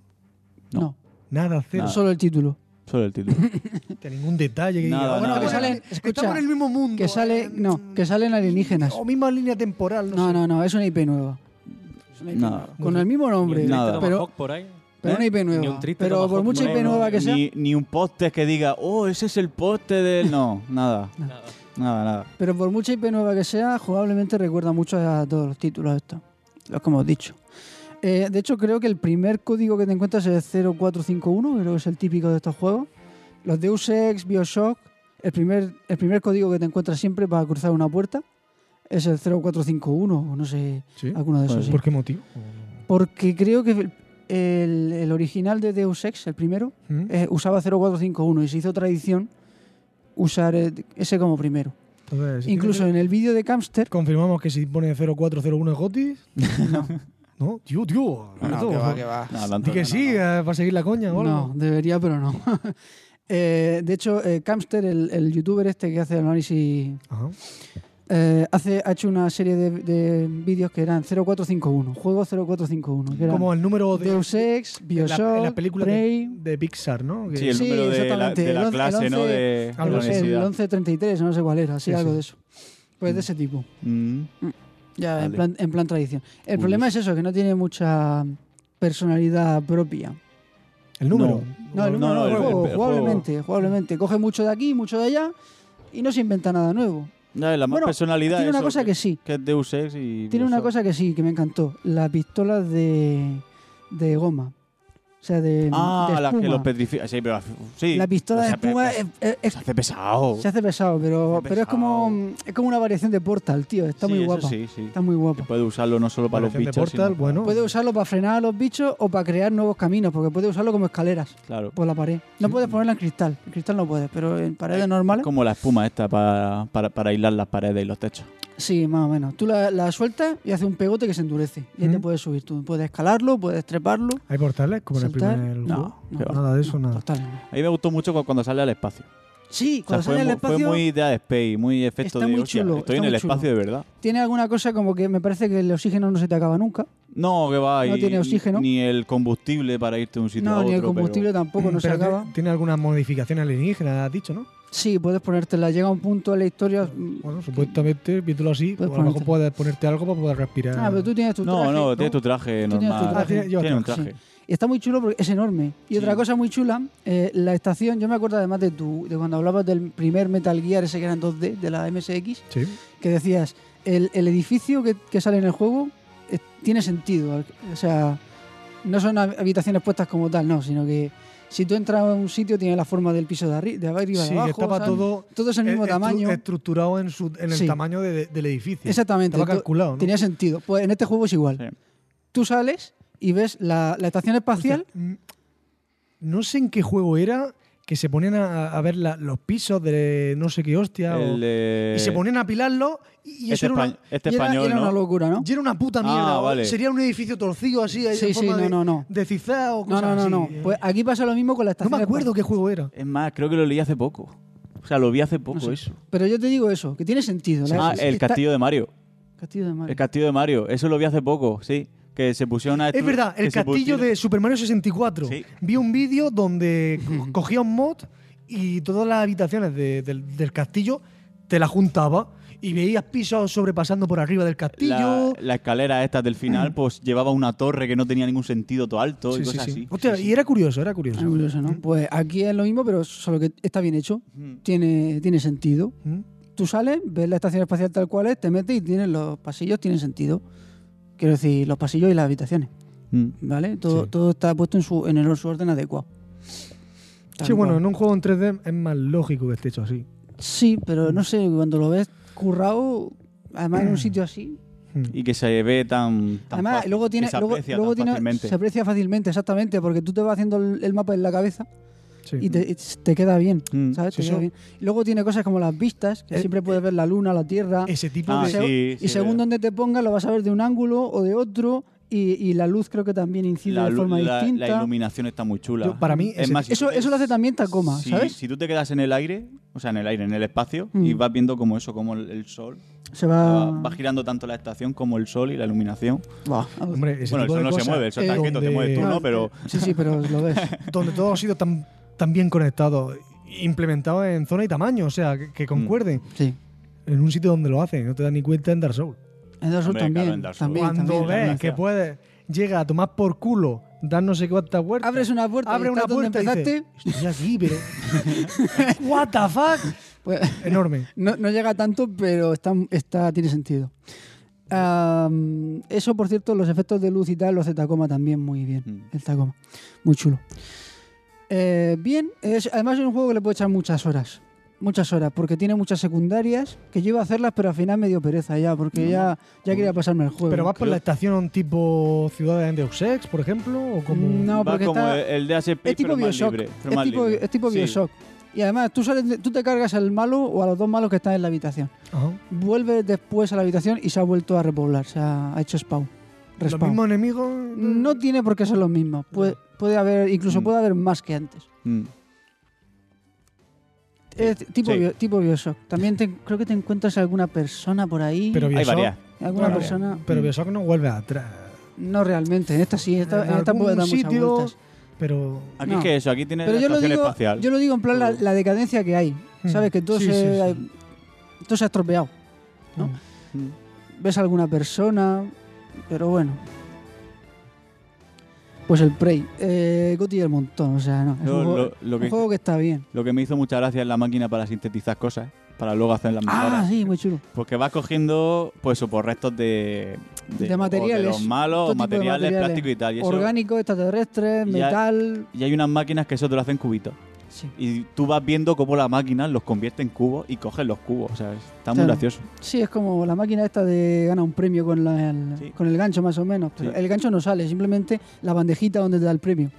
No.
No.
Nada, cero.
Nada.
Solo el título.
Solo el título.
Tiene ningún detalle que
Nada,
diga,
nada.
bueno,
Que
salen-
estamos
escucha,
en el mismo mundo.
Que sale.
eh,
No, que salen alienígenas.
O misma línea temporal, Oh, no,
No,
sé.
no, no, es una IP nueva. Es una IP
Nada.
nueva. Con el mismo nombre.
Ni un
Nada.
triste
Pero,
Tomahawk por ahí.
pero
¿Eh?
una IP
Ni un
nueva.
triste
Pero por
Tomahawk
mucha IP
nuevo,
nueva que sea.
ni, ni un póster que diga, oh, ese es el póster del. No, nada.
Nada.
Nada, nada.
Pero por mucha IP nueva que sea, jugablemente recuerda mucho a todos los títulos estos. Los que hemos dicho. Eh, de hecho, creo que el primer código que te encuentras es el 0451, creo que es el típico de estos juegos. Los Deus Ex, Bioshock, el primer, el primer código que te encuentras siempre para cruzar una puerta es el 0451, o no sé,
¿Sí?
alguno de esos.
Pues,
sí.
¿Por qué motivo?
Porque creo que el, el- el original de Deus Ex, el primero,
¿Mm?
eh, usaba 0451 y se hizo tradición usar eh, ese como primero.
Entonces, si
Incluso
tiene
en el vídeo de Camster,
que- confirmamos que si pone 0401 es Gotis. No. ¿No? Tío, tío. Alberto,
No, adelante.
Di que sí, eh, para seguir la coña, o
no,
algo.
debería, pero no. Eh, de hecho, eh, Camster, el, el youtuber este que hace el análisis,
Ajá.
eh, hace, ha hecho una serie de, de vídeos que eran 0451, juego 0451. Que eran
Como el número de,
Deus Ex,
en la-
Bioshock,
en las películas
Prey,
de, de Pixar, ¿no? Que-
Sí, el
Sí,
número de la,
exactamente.
de la
El on- el
clase, ¿no?
11
De, de
algo
la
no sé, el
universidad.
1133, no sé cuál era, sí,
Sí,
algo
sí.
de eso. Pues de ese tipo.
Mm.
Ya, en
Vale.
plan, en plan tradición. El
Curioso.
problema es eso, que no tiene mucha personalidad propia.
El número.
No, el
No,
número
no,
del
el-
juego,
el- el
jugablemente, jugablemente. Coge mucho de aquí, mucho de allá y no se inventa nada nuevo.
No, la más
Bueno,
personalidad
tiene una
eso,
cosa que sí,
que es Deus Ex y
tiene una
Bioshock.
cosa que sí, que me encantó. Las pistolas de, de goma. O sea, de,
Ah,
de
las que
espuma.
los petrifican. Sí, pero sí.
La pistola de
Se hace pe-
espuma
pe-
es- es- es-
se hace pesado.
se hace pesado, pero,
hace
pero es como
pesado.
es como una variación de Portal, tío. Está
Sí,
muy
eso
guapa.
Sí, sí. pues.
Está muy guapa.
Puede usarlo no solo para los
Colección de
bichos,
Portal,
sino para-
bueno.
Puedes usarlo para frenar a los bichos o para crear nuevos caminos, porque puedes usarlo como escaleras
Claro.
por la pared. No puedes ponerla en cristal, en cristal no puedes, pero en paredes
Eh,
normales
Como la espuma esta para, para, para aislar las paredes y los techos.
sí, más o menos. Tú la, la sueltas y hace un pegote que se endurece. Y ahí te
¿Mm?
puedes subir, tú puedes escalarlo, puedes treparlo.
¿Hay portales como en el
Saltar.
primer
No,
juego?
qué va.
Nada de eso, nada.
Total, no.
A mí me gustó mucho cu- cuando sale al espacio.
Sí,
O sea,
cuando
fue,
sale al
mu- fue
espacio
muy idea de Space, muy efecto
Está
de
muy
hostia,
chulo,
Estoy
está
en el
muy chulo.
espacio de verdad.
tiene alguna cosa como que me parece que el oxígeno no se te acaba nunca.
No, que va
No
y-
tiene oxígeno.
Ni el combustible para irte de un sitio a
no,
otro.
ni el combustible tampoco no se
Pero ti-
acaba.
Mm, tiene alguna modificación alienígena, has dicho, ¿no?
Sí, puedes ponértela. Llega un punto en la historia. mm,
Bueno, supuestamente, viéndolo así,
Puedes
a lo mejor
ponerte-
puedes ponerte algo para poder respirar.
Ah, pero tú tienes tu
pero- No,
traje,
no, tiene tu traje
Tú tienes tu
normal.
Ah,
traje.
tiene, lleva
Tiene un
traje.
traje.
Y está muy chulo porque es enorme. Y
Sí.
otra cosa muy chula, eh, la estación, yo me acuerdo además de tu, de cuando hablabas del primer Metal Gear, ese que era en 2D, de la MSX,
Sí.
que decías, el, el edificio que, que sale en el juego eh, tiene sentido. O sea, no son hab- habitaciones puestas como tal, no, sino que si tú entras a un sitio tiene la forma del piso de, arri- de arriba, de
Sí,
abajo.
que estaba
¿sabes?
todo e-
Todo es el mismo
estru-
tamaño.
estructurado en, su, en el
Sí.
tamaño de- de- del edificio.
Exactamente.
Estaba
to-
calculado, ¿no?
Tenía sentido. Pues en este juego es igual.
Sí.
Tú sales y ves la, la estación espacial.
Hostia, mm, No sé en qué juego era que se ponían a, a ver la- los pisos de no sé qué hostia. o-
El, eh,
y se ponían a apilarlos y, y eso
este,
era,
espa-
una,
este
y era-
español,
era
¿no?
una locura, ¿no?
y era una puta mierda.
Ah,
o
vale.
Sería un edificio torcido así, ahí
Sí,
en
sí,
forma
no,
de,
no, no.
de zigzag o
No,
cosas
no, no,
así.
no.
Eh,
Pues aquí pasa lo mismo con la
no
estación.
me acuerdo qué juego era.
Es más, creo que lo leí hace poco. O sea, lo vi hace poco eso.
sé. espacial. Pero yo te digo eso, que tiene sentido. la-
Ah, el
está-
castillo de Mario.
Castillo de Mario.
El castillo de Mario. Eso lo vi hace poco, sí. Que se pusieron a...
Es verdad, el castillo de Super Mario 64.
Sí.
Vi un vídeo donde co- cogía un mod y todas las habitaciones de- del, del castillo te las juntaba y veías pisos sobrepasando por arriba del
La,
castillo.
la escalera esta del final, pues llevaba una torre que no tenía ningún sentido todo alto
Sí,
y
sí,
cosas
sí.
así.
Hostia,
Sí,
y
sí.
era curioso, era curioso.
Es curioso,
¿eh?
¿no? Pues aquí es lo mismo, pero solo que está bien hecho.
Mm.
Tiene, tiene sentido.
¿Mm?
Tú sales, ves la estación espacial tal cual es, te metes y tienes los pasillos, tienen sentido. Quiero decir, los pasillos y las habitaciones,
Mm.
¿vale? Todo,
Sí.
todo está puesto en su, en el- su orden adecuado. Tal
Sí, bueno,
cual.
en un juego en 3D es más lógico que esté hecho así.
Sí, pero no sé, cuando lo ves currado, además en un sitio así,
Mm.
Y que se ve tan, tan
Además,
fácil,
luego tiene,
que se
luego,
aprecia
luego
tan
tiene-
fácilmente.
se aprecia fácilmente, exactamente, porque tú te vas haciendo el, el mapa en la cabeza
Sí.
y te, y te queda bien,
Mm.
¿sabes?
Sí,
Te queda
sí.
bien. Y luego tiene cosas como las vistas, que
Eh,
siempre puedes ver la luna, la tierra,
Ese tipo
Ah,
de...
seg-
sí, sí,
y según
veo.
donde te pongas lo vas a ver de un ángulo o de otro, Y, y la luz creo que también incide de
lu-
forma
la-
distinta.
la iluminación está muy chula.
Yo, para mí, ese-
si
eso,
tú te-
eso lo hace también Tacoma,
si-
¿sabes?
Si tú te quedas en el aire, o sea, en el aire, en el espacio,
Mm. Ah.
y vas viendo como eso, como el, el sol,
Se va.
va, va girando tanto la estación como el sol y la iluminación.
Hombre, ese
Bueno, el
tipo
sol
de
no se
cosas,
mueve, el sol está
eh,
quieto, te
donde-
mueves tú, ¿no? Pero
Ah, Sí, sí, pero lo ves.
donde todo ha sido tan, tan bien conectado, implementado en zona y tamaño, o sea, que, que concuerden.
Sí.
En un sitio donde lo hacen, no te das ni cuenta en Dark Souls.
En Dark Souls
Hombre, claro,
también.
en Dark Souls.
también,
Cuando
también.
ves
Gracias.
que puedes, llega a tomar por culo, dar no sé cuántas vueltas.
Abres una puerta y
Abre una
estás donde
puerta y dices, estoy aquí, pero. ¿What the fuck?
Pues-
Enorme.
No, no llega tanto, pero está, está- tiene sentido. Am, eso, por cierto, los efectos de luz y tal lo hace Tacoma también muy bien.
Mm.
El Tacoma. Muy chulo. Eh, bien, es- además es un juego que le puedo echar muchas horas. Muchas horas, porque tiene muchas secundarias que yo iba a hacerlas, pero al final me dio pereza ya, porque ya, ya quería pasarme el juego.
Pero vas por
creo-
la estación tipo Ciudad de Deus Ex, por ejemplo, o como.
No,
va
porque
como
está-
el de
es tipo
pero más
Bioshock.
libre. pero
es,
más
tipo,
libre.
es tipo
Sí.
Bioshock. Y además, tú, sales de- tú te cargas al malo o a los dos malos que están en la habitación.
Ajá.
vuelve después a la habitación y se ha vuelto a repoblar, se ha, ha hecho spawn.
Los
respawn.
mismos enemigos.
No tiene por qué ser los mismos. Puede, puede haber, incluso
Mm.
puede haber más que antes.
Mm.
Eh, t- tipo,
Sí.
bio- tipo Bioshock. También te- creo que te encuentras alguna persona por ahí.
Pero
Hay
Bioshock,
varias.
alguna
claro.
persona.
pero Bioshock no vuelve atrás.
No realmente. En esta sí, en esta,
en
en esta
algún
puede dar muchas
sitio,
vueltas.
Pero.
Aquí
No.
es que eso, aquí tienes
Pero
la
yo lo,
estación
digo,
espacial.
yo lo digo en plan la, la decadencia que hay.
Mm.
¿Sabes? Que todo,
Sí,
se,
sí,
todo se ha estropeado. ¿no?
Mm.
Mm.
ves a alguna persona, pero bueno. Pues el Prey, eh, Goti del montón, o sea, no. Es
Yo
un, juego,
lo- lo
un
que-
juego que está bien.
Lo que me hizo mucha gracia es la máquina para sintetizar cosas, para luego hacer las mejoras.
Ah, sí, muy chulo.
Porque vas cogiendo, pues, o por restos de.
De materiales,
o de los malos,
todo
o
tipo de
materiales,
materiales.
plástico y tal. Y, eso-
Orgánico, extraterrestre,
Ya-
metal.
y hay unas máquinas que eso te lo hacen cubitos.
Sí.
Y tú vas viendo cómo la máquina los convierte en cubos y coges los cubos. O sea, está muy
Claro.
gracioso.
Sí, es como la máquina esta de gana un premio con, la- el,
Sí.
con el gancho, más o menos. Pero
Sí.
El gancho no sale, simplemente la bandejita donde te da el premio.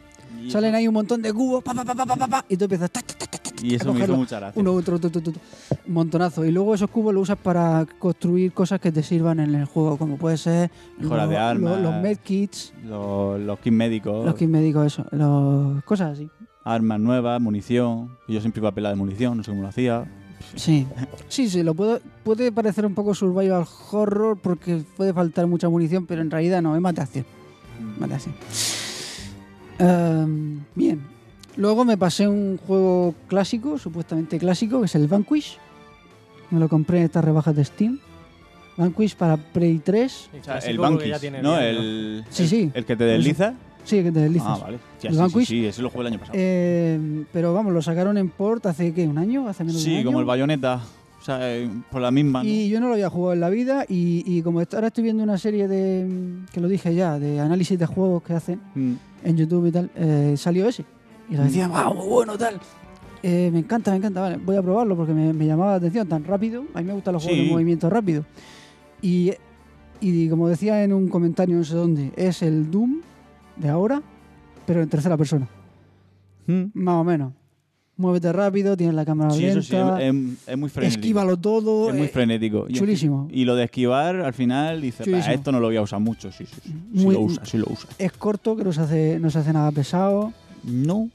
Y
Salen ahí un montón de cubos, pa, pa, pa, pa, pa, pa, pa, y tú empiezas. ta, ta, ta, ta, ta,
Y
a
eso me hizo
cogerlo.
mucha gracia.
uno, otro, tu, tu, tu, tu, un montonazo. Y luego esos cubos los usas para construir cosas que te sirvan en el juego, como puede ser
Mejoras
los,
de armas.
los, los medkits,
Los, los kits médicos,
los kits médicos, eso, los, cosas así.
armas nuevas, munición. Y Yo siempre iba a pelar de munición, no sé cómo lo hacía.
Sí, sí, sí, lo puedo, puede parecer un poco survival horror porque puede faltar mucha munición, pero en realidad no, es matación. matación. Em, bien. Luego me pasé un juego clásico, supuestamente clásico, que es el Vanquish. Me lo compré en estas rebajas de Steam. Vanquish para Play 3.
El,
O sea,
clásico
el
que
Banquis,
ya tiene
¿no?
bien,
El,
Sí,
el-
sí.
El que te desliza.
Sí, que te deslizas.
Ah, vale. Sí,
El
sí, sí,
Vanquish.
sí, ese lo jugué el año pasado.
Eh, pero vamos, lo sacaron en port hace ¿qué? ¿Un año? ¿Hace menos de un
Sí,
año?
como el bayoneta. O sea, eh, por la misma. ¿no?
Y yo no lo había jugado en la vida y, y como est- ahora estoy viendo una serie de, mm, que lo dije ya, de análisis de juegos que hacen
Mm.
en YouTube y tal, eh, salió ese. Y lo decían, wow, muy bueno, tal. Eh, me encanta, me encanta, vale, voy a probarlo porque me, me llamaba la atención tan rápido. A mí me gustan los juegos
Sí.
de movimiento rápido. Y, y como decía en un comentario no sé dónde, es el Doom de ahora, pero en tercera persona.
Mm.
Más o menos. Muévete rápido, tienes la cámara
Sí,
lenta,
eso sí, es, es- es muy frenético.
esquívalo todo.
Es muy
eh,
frenético. Y-
chulísimo.
Y lo de esquivar, al final, dices, "Bah,
Chulísimo.
esto no lo voy a usar mucho. Sí, sí, sí. Sí
Muy-
lo usa, sí lo usa.
es corto, que no se, hace, no se hace nada pesado.
No,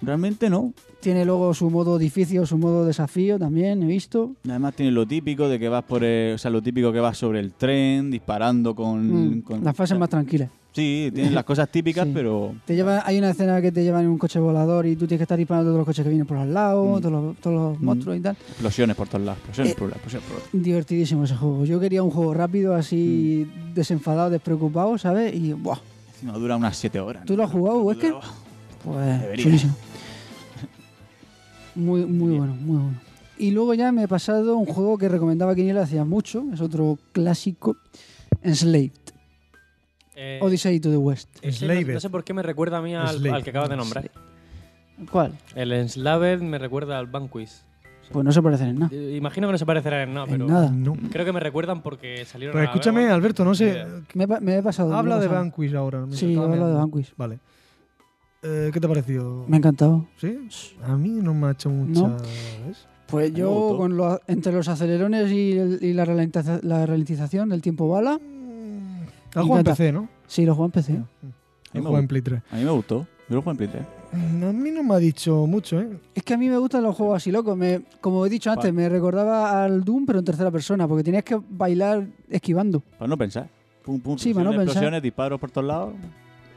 realmente no.
Tiene luego su modo difícil, su modo desafío también, he visto.
Además tiene lo típico de que vas por el, o sea, lo típico que vas sobre el tren, disparando con,
Mm,
con-
las fases más tranquilas.
Sí, tiene las cosas típicas,
Sí.
pero
Te lleva, hay una escena que te llevan en un coche volador y tú tienes que estar disparando a todos los coches que vienen por al lado,
Mm.
todos los, todos los
Mm.
monstruos y tal.
explosiones por todos lados, explosiones
Eh.
por un lado, explosiones por otro.
Divertidísimo ese juego. Yo quería un juego rápido, así
Mm.
desenfadado, despreocupado, ¿sabes? Y, ¡buah!
Encima dura unas 7 horas.
¿Tú lo has jugado, Wesker?
Duraba-
Pues
Debería.
chulísimo. Muy, muy
Bien.
bueno, muy bueno. Y luego ya me he pasado un juego que recomendaba Quiniela hacía mucho, es otro clásico, Enslaved,
¿no? Eh,
Odyssey to the West.
ese
Enslaved.
no, no sé por qué me recuerda a mí al,
Enslaved.
al que acabas de nombrar.
¿Cuál?
El Enslaved me recuerda al Banquis.
Pues no se parecen en nada.
Eh, Imagino que no se parecerá en nada,
Ah, en
pero
nada.
No.
creo que me recuerdan porque
Pero
salieron a Eh,
Pues
la vez,
escúchame,
bueno.
Alberto, no sé.
Idea.
Me, he pa- me he pasado. me
Habla
he
de
pasado.
Vanquish ahora. mientras
Sí,
estaba
habla de
mirando.
Vanquish.
Vale. Eh, ¿Qué te ha parecido?
Me ha encantado.
¿Sí? A mí no me ha hecho mucha.
No.
¿ves?
Pues
me gustó.
yo, con los- entre los acelerones y, el- y la, ralentiza- la ralentización del tiempo bala,
Algo
encanta.
empecé, ¿no?
Sí, lo juego en PC.
Lo
me
juego en
gu-
Play 3.
A mí me gustó. Yo lo jugué en Play 3.
Mm, A mí no me ha dicho mucho, ¿eh?
Es que a mí me gustan los juegos así locos. Me, como he dicho antes, me recordaba al Doom, pero en tercera persona, porque tenías que bailar esquivando.
Para no pensar. Pum, pum,
Sí, para
explosiones,
no pensar.
explosiones, disparos por todos lados.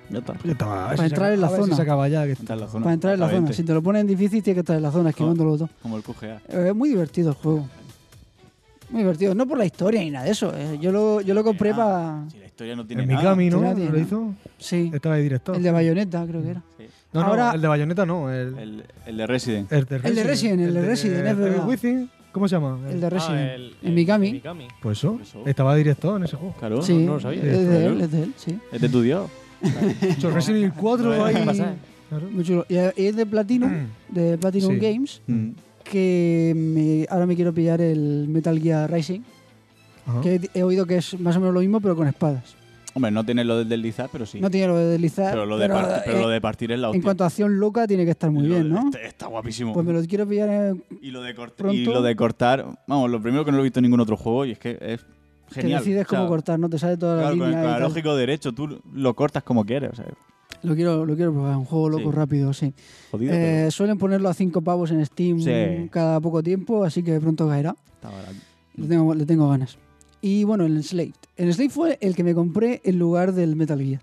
Ya está.
Ya estaba, a ver si
Para
se
entrar
acaba-
en la
a ver si
zona.
se acaba ya. que-
Entra en la zona.
para entrar en la zona.
Exactamente.
Si te lo ponen difícil, tienes que estar en la zona esquivando los dos.
Como el QGA.
Eh, Es muy divertido el juego. Muy divertido. No por la historia ni nada de eso. eh, Yo lo, yo lo compré
Ah,
para.
Si la historia no tiene
En
nada.
Mikami, ¿no?
Tiene nada,
¿Lo
tiene
hizo?
Sí.
Estaba de director.
El de Bayonetta, creo que era.
Sí.
No, no,
Ahora-
el de Bayonetta no. El,
El, el de Resident.
el de
El de Resident, el de Resident, es verdad.
Wizzing, ¿Cómo se llama?
El de Resident.
Ah, el-
en Mikami.
el Mikami.
Pues eso.
Eso.
Estaba de director en ese juego.
Claro,
sí.
no lo sabía.
Es de
Claro.
él, es de él, sí.
es de tu dios.
Mucho Resident Evil 4
No,
ahí.
no pasa.
Claro.
Muy chulo. Y y es de Platinum, de Platinum
Sí.
Games,
Mm.
Mm.
que me- ahora me quiero pillar el Metal Gear Rising,
Ajá.
que he- he oído que es más o menos lo mismo, pero con espadas.
Hombre, no tiene lo del deslizar, pero sí.
No tiene lo de deslizar.
pero, lo de partir, pero
eh,
lo de partir es la
en
hostia.
cuanto a acción loca, tiene que estar muy
Lo
bien,
de- este
¿no?
Está, está guapísimo.
Pues me lo quiero pillar en-
y, lo de cort-
pronto-
y lo de cortar. Vamos, lo primero que no lo he visto en ningún otro juego y es que es
que
genial.
decides
O sea,
cómo cortar, ¿no? Te sale toda la
Claro, con el,
línea.
con
y
el
tal.
lógico derecho, tú lo cortas como quieres. O sea,
Lo quiero, lo quiero probar, un juego loco
Sí.
rápido, sí.
jodido.
Eh, suelen ponerlo a 5 pavos en Steam
Sí.
cada poco tiempo, así que pronto caerá.
pero está barato.
Le tengo, le tengo ganas. Y bueno, el Slate. El Slate fue el que me compré en lugar del Metal Gear.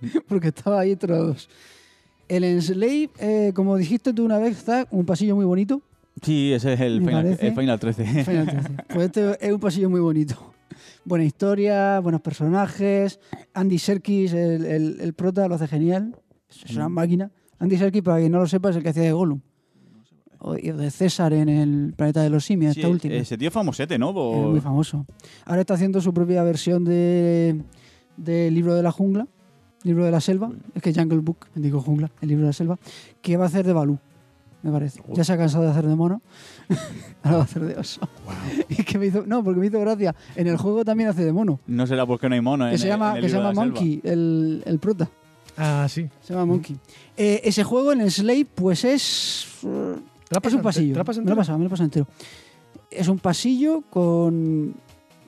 Porque estaba ahí entre los dos. El Enslave, eh, como dijiste tú una vez, Zach, un pasillo muy bonito.
Sí, ese es el
Me
Final,
parece-
el Final 13.
Final 13. Pues este es un pasillo muy bonito. Buena historia, buenos personajes. Andy Serkis, el, el- el prota, lo hace genial. Es una
Mm.
máquina. Andy Serkis, para quien no lo sepa, es el que hacía de Gollum. O y de César en el planeta de los simios,
Sí,
esta última.
ese tío es famosete, ¿no?
Es
Por-
muy famoso. Ahora está haciendo su propia versión de, de Libro de la Jungla, Libro de la Selva, es que Jungle Book, digo jungla, el libro de la selva, que va a hacer de Balú, me parece. Ya se ha cansado de hacer de mono, ahora va a hacer de oso. Y que me hizo, no, porque me hizo gracia. En el juego también hace de mono,
No será porque no hay mono.
que se llama, que se llama Monkey, el, el prota.
Ah, sí.
Se llama Monkey. Eh, ese juego en el Slay, pues es. eh,
¿Te la
es
pasas
un
ente-
pasillo.
¿Te la pasas
me lo he
entera?
pasado, me lo he pasado entero. Es un pasillo con,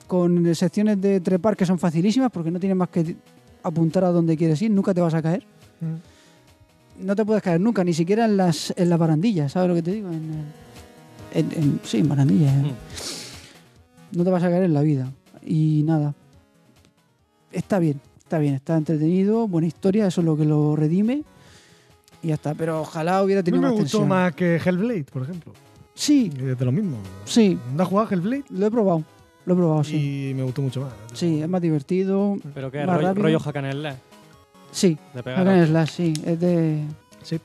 con secciones de trepar que son facilísimas porque no tienes más que apuntar a donde quieres ir, nunca te vas a caer.
Mm.
No te puedes caer nunca, ni siquiera en las, en las barandillas, ¿sabes lo que te digo? En, eh, en- en- sí, en barandillas. eh.
Mm.
No te vas a caer en la vida. Y nada. Está bien, está bien, está entretenido, buena historia, eso es lo que lo redime. Y ya está, pero ojalá hubiera
A mí
tenido
me
más
gustó
tensión.
más que Hellblade, por ejemplo.
Sí,
Es de lo mismo.
sí,
¿No has jugado a Hellblade?
Lo he probado, lo he probado, sí.
Y me gustó mucho más.
Sí, es más divertido.
Pero que
Mm. Más
rollo,
rápido.
rollo hack and slash,
Sí,
de pegar
hack
a-
and slash, sí. Es de...
Sí.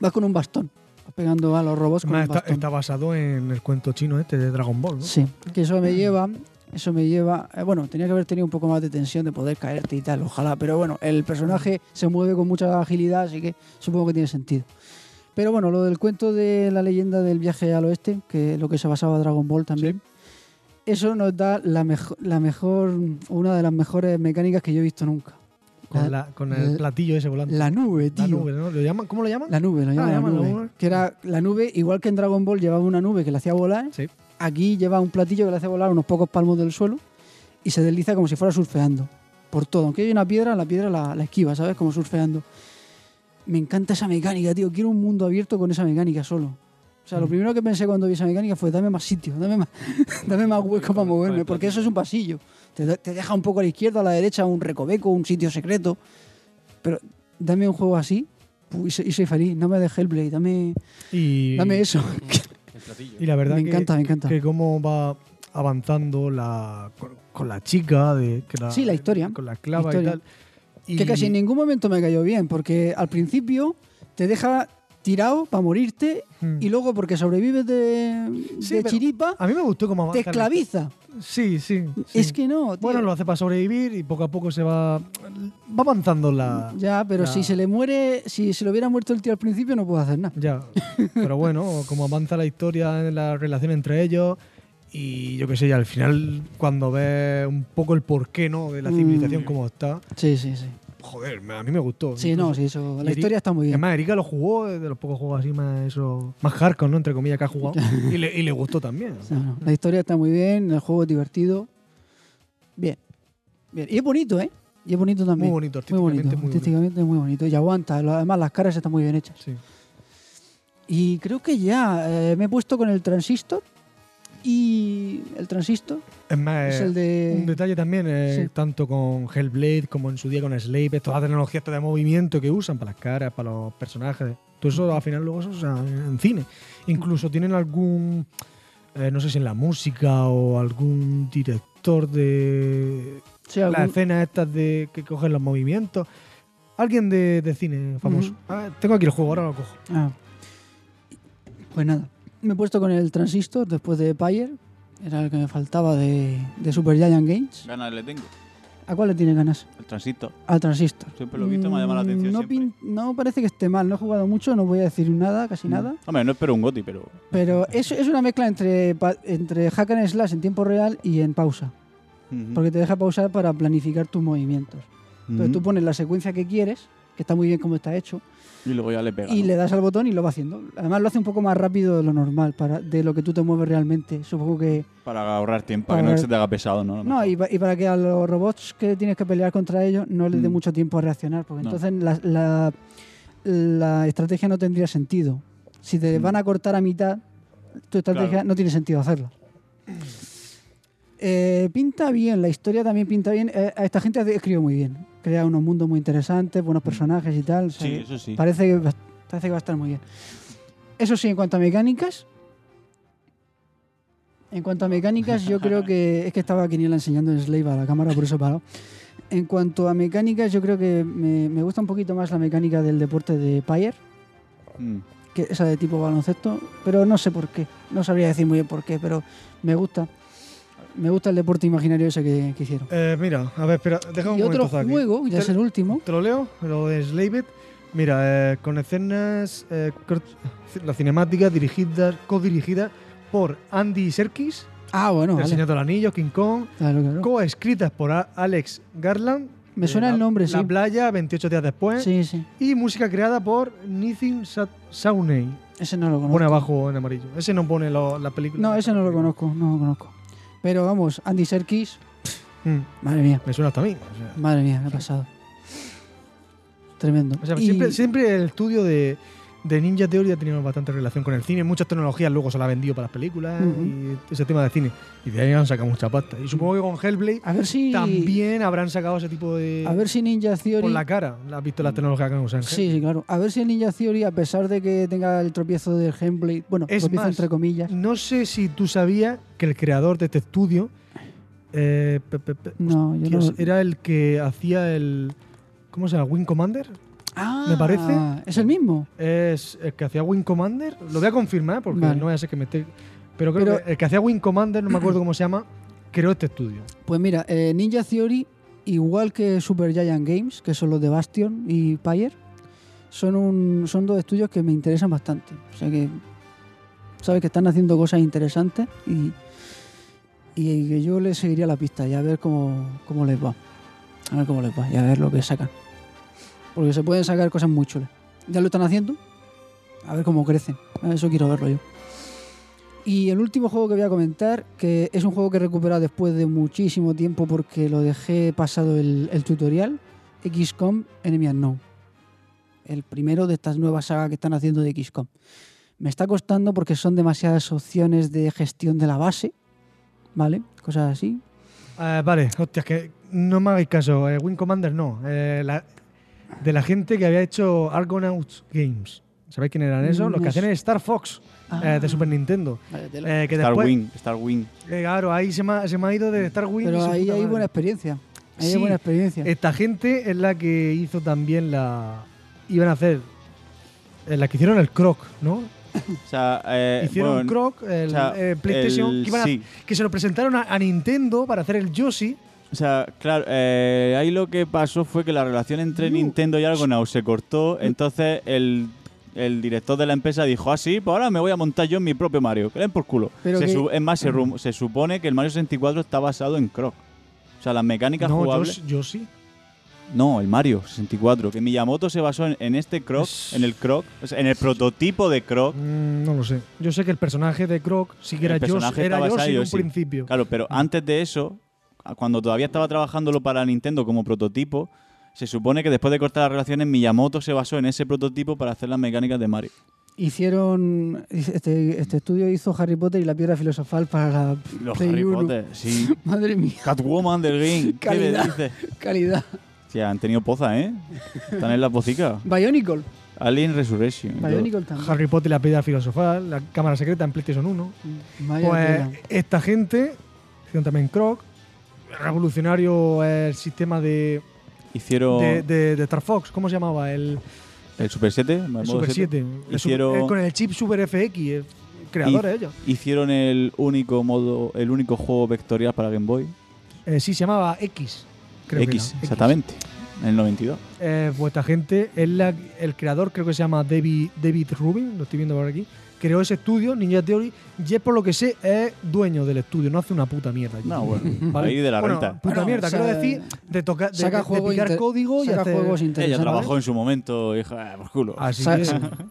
Vas con un bastón, vas pegando a los robots
Es
con
más,
un
está,
bastón.
está basado en el cuento chino este de Dragon Ball, ¿no?
Sí, que eso me lleva... Eso me lleva... eh, bueno, tenía que haber tenido un poco más de tensión de poder caerte y tal, ojalá. Pero bueno, el personaje se mueve con mucha agilidad, así que supongo que tiene sentido. Pero bueno, lo del cuento de la leyenda del viaje al oeste, que es lo que se basaba Dragon Ball también, eso nos da la, mejo- la mejor, una de las mejores mecánicas que yo he visto nunca.
Con, la- con el
la-
platillo ese volante.
La nube, Eh, Ah, tío.
La nube, ¿no? ¿Lo llaman? ¿Cómo lo llaman?
La nube, lo llaman la
llaman la
nube.
nube.
Que era la nube, igual que en Dragon Ball llevaba una nube que la hacía volar,
Sí.
aquí lleva un platillo que le hace volar unos pocos palmos del suelo y se desliza como si fuera surfeando. Por todo. Aunque hay una piedra, la piedra la, la esquiva, ¿sabes? Como surfeando. Me encanta esa mecánica, tío. Quiero un mundo abierto con esa mecánica solo. O sea, lo
Mm.
primero que pensé cuando vi esa mecánica fue dame más sitio, dame más, dame más hueco para moverme,
el
porque eso
platillo.
es un pasillo. Te, da- te deja un poco a la izquierda, a la derecha, un recoveco, un sitio secreto. Pero dame un juego así pu, y soy, y soy feliz. No me dejes el play, dame,
Y,
dame eso.
el platillo.
y la verdad
me
que,
encanta, me encanta.
que cómo va avanzando la, con, con la chica de que
Sí, la historia.
con la clava
Historia.
y tal y
Que casi en ningún momento me cayó bien, porque al principio te deja tirado para morirte
Mm.
y luego porque sobrevives de,
Sí,
de
pero-
chiripa,
a mí me gustó cómo avanza
te
la-
esclaviza.
sí sí, sí.
Es que no, tío.
bueno lo hace para sobrevivir y poco a poco se va va avanzando la
ya, pero
la-
si se le muere, si se le hubiera muerto el tío al principio no puedo hacer nada.
Ya, pero bueno, como avanza la historia, la relación entre ellos y yo qué sé, ya al final cuando ves un poco el porqué, ¿no? De la
Mm.
civilización como está,
Sí, sí, sí.
joder, me- a mí me gustó.
Sí,
incluso.
no, sí, eso. La
Y-
historia está muy bien.
Además, Erika lo jugó, es de los pocos juegos así más, eso, más hardcore, ¿no? Entre comillas, que ha jugado. y, le, y le gustó también.
No, no, La historia está muy bien, el juego es divertido. Bien. Bien. Y es bonito, ¿eh? Y es bonito también.
Muy bonito,
Muy
artísticamente
bonito,
muy
artísticamente muy bonito. Y aguanta. Lo- Además, las caras están muy bien hechas.
Sí.
Y creo que ya eh, me he puesto con el transistor. Y el transistor
Es más,
es
Eh,
el de.
un detalle también, eh,
Sí.
tanto con Hellblade como en su día con Slave, toda la tecnología esta de movimiento que usan para las caras, para los personajes, todo eso al final luego se usa en cine. Incluso tienen algún, eh, no sé si en la música o algún director de
sí,
las
algún-
escenas estas de que cogen los movimientos. Alguien de, de cine famoso.
Ujú.
Ah, tengo aquí el juego, ahora lo cojo.
Ah. Pues nada, me he puesto con el Transistor después de Pyre. Era el que me faltaba de, de Super Giant Games.
Ganas le tengo.
¿A cuál le tiene ganas?
El transistor.
Al Transistor.
Siempre lo he visto, me ha llamado la
Mm,
atención
No,
siempre.
pin- no parece que esté mal, no he jugado mucho, no voy a decir nada,
Mm.
casi nada.
Hombre, no espero un goti, pero.
Pero es, es una mezcla entre, pa- entre hack and slash en tiempo real y en pausa.
Ujú.
Porque te deja pausar para planificar tus movimientos. Entonces
Ujú.
tú pones la secuencia que quieres, que está muy bien como está hecho,
Y luego ya le pega.
y
¿no?
le das al botón y lo va haciendo. Además lo hace un poco más rápido de lo normal, para, de lo que tú te mueves realmente. Supongo que...
Para ahorrar tiempo, para
Para
que no
ahorrar-
se te haga pesado, ¿no? A lo
No,
mejor.
y, pa- y para que a los robots que tienes que pelear contra ellos no les dé
Mm.
mucho tiempo a reaccionar, porque
No.
entonces la, la- la estrategia no tendría sentido. Si te
Mm.
van a cortar a mitad, tu estrategia
Claro.
no tiene sentido hacerla. Eh, pinta bien, la historia también pinta bien. Eh, a esta gente escribe muy bien. Crea unos mundos muy interesantes, buenos personajes y tal. o sea
Mm. Sí,
que-
eso sí.
Parece que, va- parece que va a estar muy bien. Eso sí, en cuanto a mecánicas. En cuanto a mecánicas, yo creo que. Es que estaba Quiniela enseñando el Slave a la cámara, por eso he parado. En cuanto a mecánicas, yo creo que me, me gusta un poquito más la mecánica del deporte de Payer,
Mm.
que esa de tipo baloncesto, pero no sé por qué. No sabría decir muy bien por qué, pero me gusta. Me gusta el deporte imaginario ese que, que hicieron.
Eh, mira, a ver, espera, deja un
Y otro
momentazo aquí.
juego, ya
Te-
es el último.
Te lo leo, lo de Slave It. Mira, eh, con escenas, eh, cort- las cinemáticas dirigidas, co-dirigidas por Andy Serkis,
Ah, bueno,
El
vale.
Señor del Anillo, King Kong,
Claro, claro.
co-escritas por A- Alex Garland.
Me
eh,
suena
La-
el nombre,
La
sí.
playa, 28 días después.
Sí, sí.
Y música creada por Nithin Sa- Sauney.
Ese no lo conozco.
Pone abajo en amarillo. Ese no pone lo- la película.
No, ese no lo conozco, no lo conozco. Pero vamos, Andy Serkis,
Mm,
madre mía,
me suena hasta a mí. o sea.
madre mía, qué pasado. Tremendo.
O sea,
Y-
siempre, siempre el estudio de, de Ninja Theory ha tenido bastante relación con el cine. Muchas tecnologías luego se las ha vendido para las películas
Ujú.
y ese tema de cine. Y de ahí han sacado mucha pasta. Y supongo que con Hellblade
A ver si.
también habrán sacado ese tipo de.
A ver si Ninja Theory. Mm.
por la cara. ¿Has visto las tecnologías que han usado en
Sí, sí, claro. A ver si Ninja Theory, a pesar de que tenga el tropiezo del Hellblade, bueno,
Es
tropiezo
más,
entre comillas.
No sé si tú sabías que el creador de este estudio eh, pe- pe- pe-
No, yo
hostias,
no.
era el que hacía el. ¿Cómo se llama? ¿Wing Commander?
Ah,
me parece-
Es el mismo.
Es el que hacía Wing Commander. Lo voy a confirmar porque
Vale.
no voy a ser que me esté. Pero creo
Pero-
que el que hacía Wing Commander, no me acuerdo cómo se llama, creó este estudio.
Pues mira, eh, Ninja Theory, igual que Super Giant Games, que son los de Bastion y Pyre, son, un- son dos estudios que me interesan bastante. O sea que, sabes que están haciendo cosas interesantes y, y, que yo les seguiría la pista y a ver cómo, cómo les va. A ver cómo les va y a ver lo que sacan. Porque se pueden sacar cosas muy chulas. Ya lo están haciendo. A ver cómo crecen. A Eso quiero verlo yo. Y el último juego que voy a comentar, que es un juego que he recuperado después de muchísimo tiempo porque lo dejé pasado el, el tutorial, XCOM Enemy Unknown. El primero de estas nuevas sagas que están haciendo de XCOM. Me está costando porque son demasiadas opciones de gestión de la base, ¿vale? Cosas así.
Eh, vale, hostias, que no me hagáis caso. eh, Wing Commander no. eh, la- de la gente que había hecho Argonauts Games. ¿Sabéis quién eran esos? Los
Mm, No
que hacían
sé. Ah.
el Star Fox eh, de Super Nintendo.
Vale, tela.
Eh, que
Star
después,
Wing, Star Wing.
Eh, Claro, ahí se me, ha- se me ha ido de Star Wars. y
Pero
su
ahí
puta
hay
madre.
buena experiencia. Ahí
Sí, eh,
hay buena experiencia.
Esta gente es la que hizo también la. Iban a hacer. eh, la que hicieron el Croc, ¿no?
O sea, eh,
hicieron
bueno,
Croc, el
o sea,
eh, PlayStation,
el-
que, iban a-
sí.
que se lo presentaron a, a Nintendo para hacer el Yoshi.
O sea, claro, eh, ahí lo que pasó fue que la relación entre Nintendo y Argonaut se cortó, entonces el, el director de la empresa dijo, ah, sí, pues ahora me voy a montar yo mi propio Mario, que le den por culo.
Pero
Se
que-
su- es más, se, rum- se supone que el Mario 64 está basado en Croc. O sea, las mecánicas
No,
jugables...
Yoshi, Yoshi.
No, el Mario 64, que Miyamoto se basó en, en este Croc,
Es-
en el Croc, o sea, en el prototipo de Croc.
Mm, no lo sé. Yo sé que el personaje de Croc sí que
El
era
personaje
Yoshi, era
estaba
Yoshi en un
Yoshi.
principio.
Claro, pero antes de eso, cuando todavía estaba trabajándolo para Nintendo como prototipo, se supone que después de cortar las relaciones, Miyamoto se basó en ese prototipo para hacer las mecánicas de Mario.
Hicieron. Este, este estudio hizo Harry Potter y la piedra filosofal para la.
Los
Play
Harry
uno.
Potter, sí.
Madre mía.
Catwoman del game. ¿Qué le
Calidad.
dices?
Calidad.
Sí, han tenido poza, ¿eh? Están en la pocica.
Bionicle.
Alien Resurrection.
Bionicle también.
Harry Potter y la piedra filosofal, la cámara secreta en PlayStation 1.
Vaya
Pues
tela.
esta gente, hicieron también Croc, revolucionario el sistema de,
Hicieron
de, de- de Star Fox, ¿cómo se llamaba? El,
el Super 7. el modo
el Super 7. El Super-
Hicieron-
eh, con el chip Super FX, eh, creadores ellos.
Hicieron el único modo, el único juego vectorial para Game Boy.
Eh, sí, se llamaba X. Creo que
X,
era,
exactamente. En el 92.
Eh, pues esta gente, es la- el creador creo que se llama David, David Rubin, lo estoy viendo por aquí, creó ese estudio, Ninja Theory, y es por lo que sé, es dueño del estudio, no hace una puta mierda. allí.
No, bueno.
¿Vale?
Ahí de la
Bueno, pues,
renta.
Puta
Bueno,
mierda,
o sea,
quiero decir, de, tocar de,
saca
de- de
juego
picar
inter-
código y
saca
hacer...
juegos
Ella
interesantes.
trabajó en su momento, hija, eh, por culo.
Así
Sa-
que,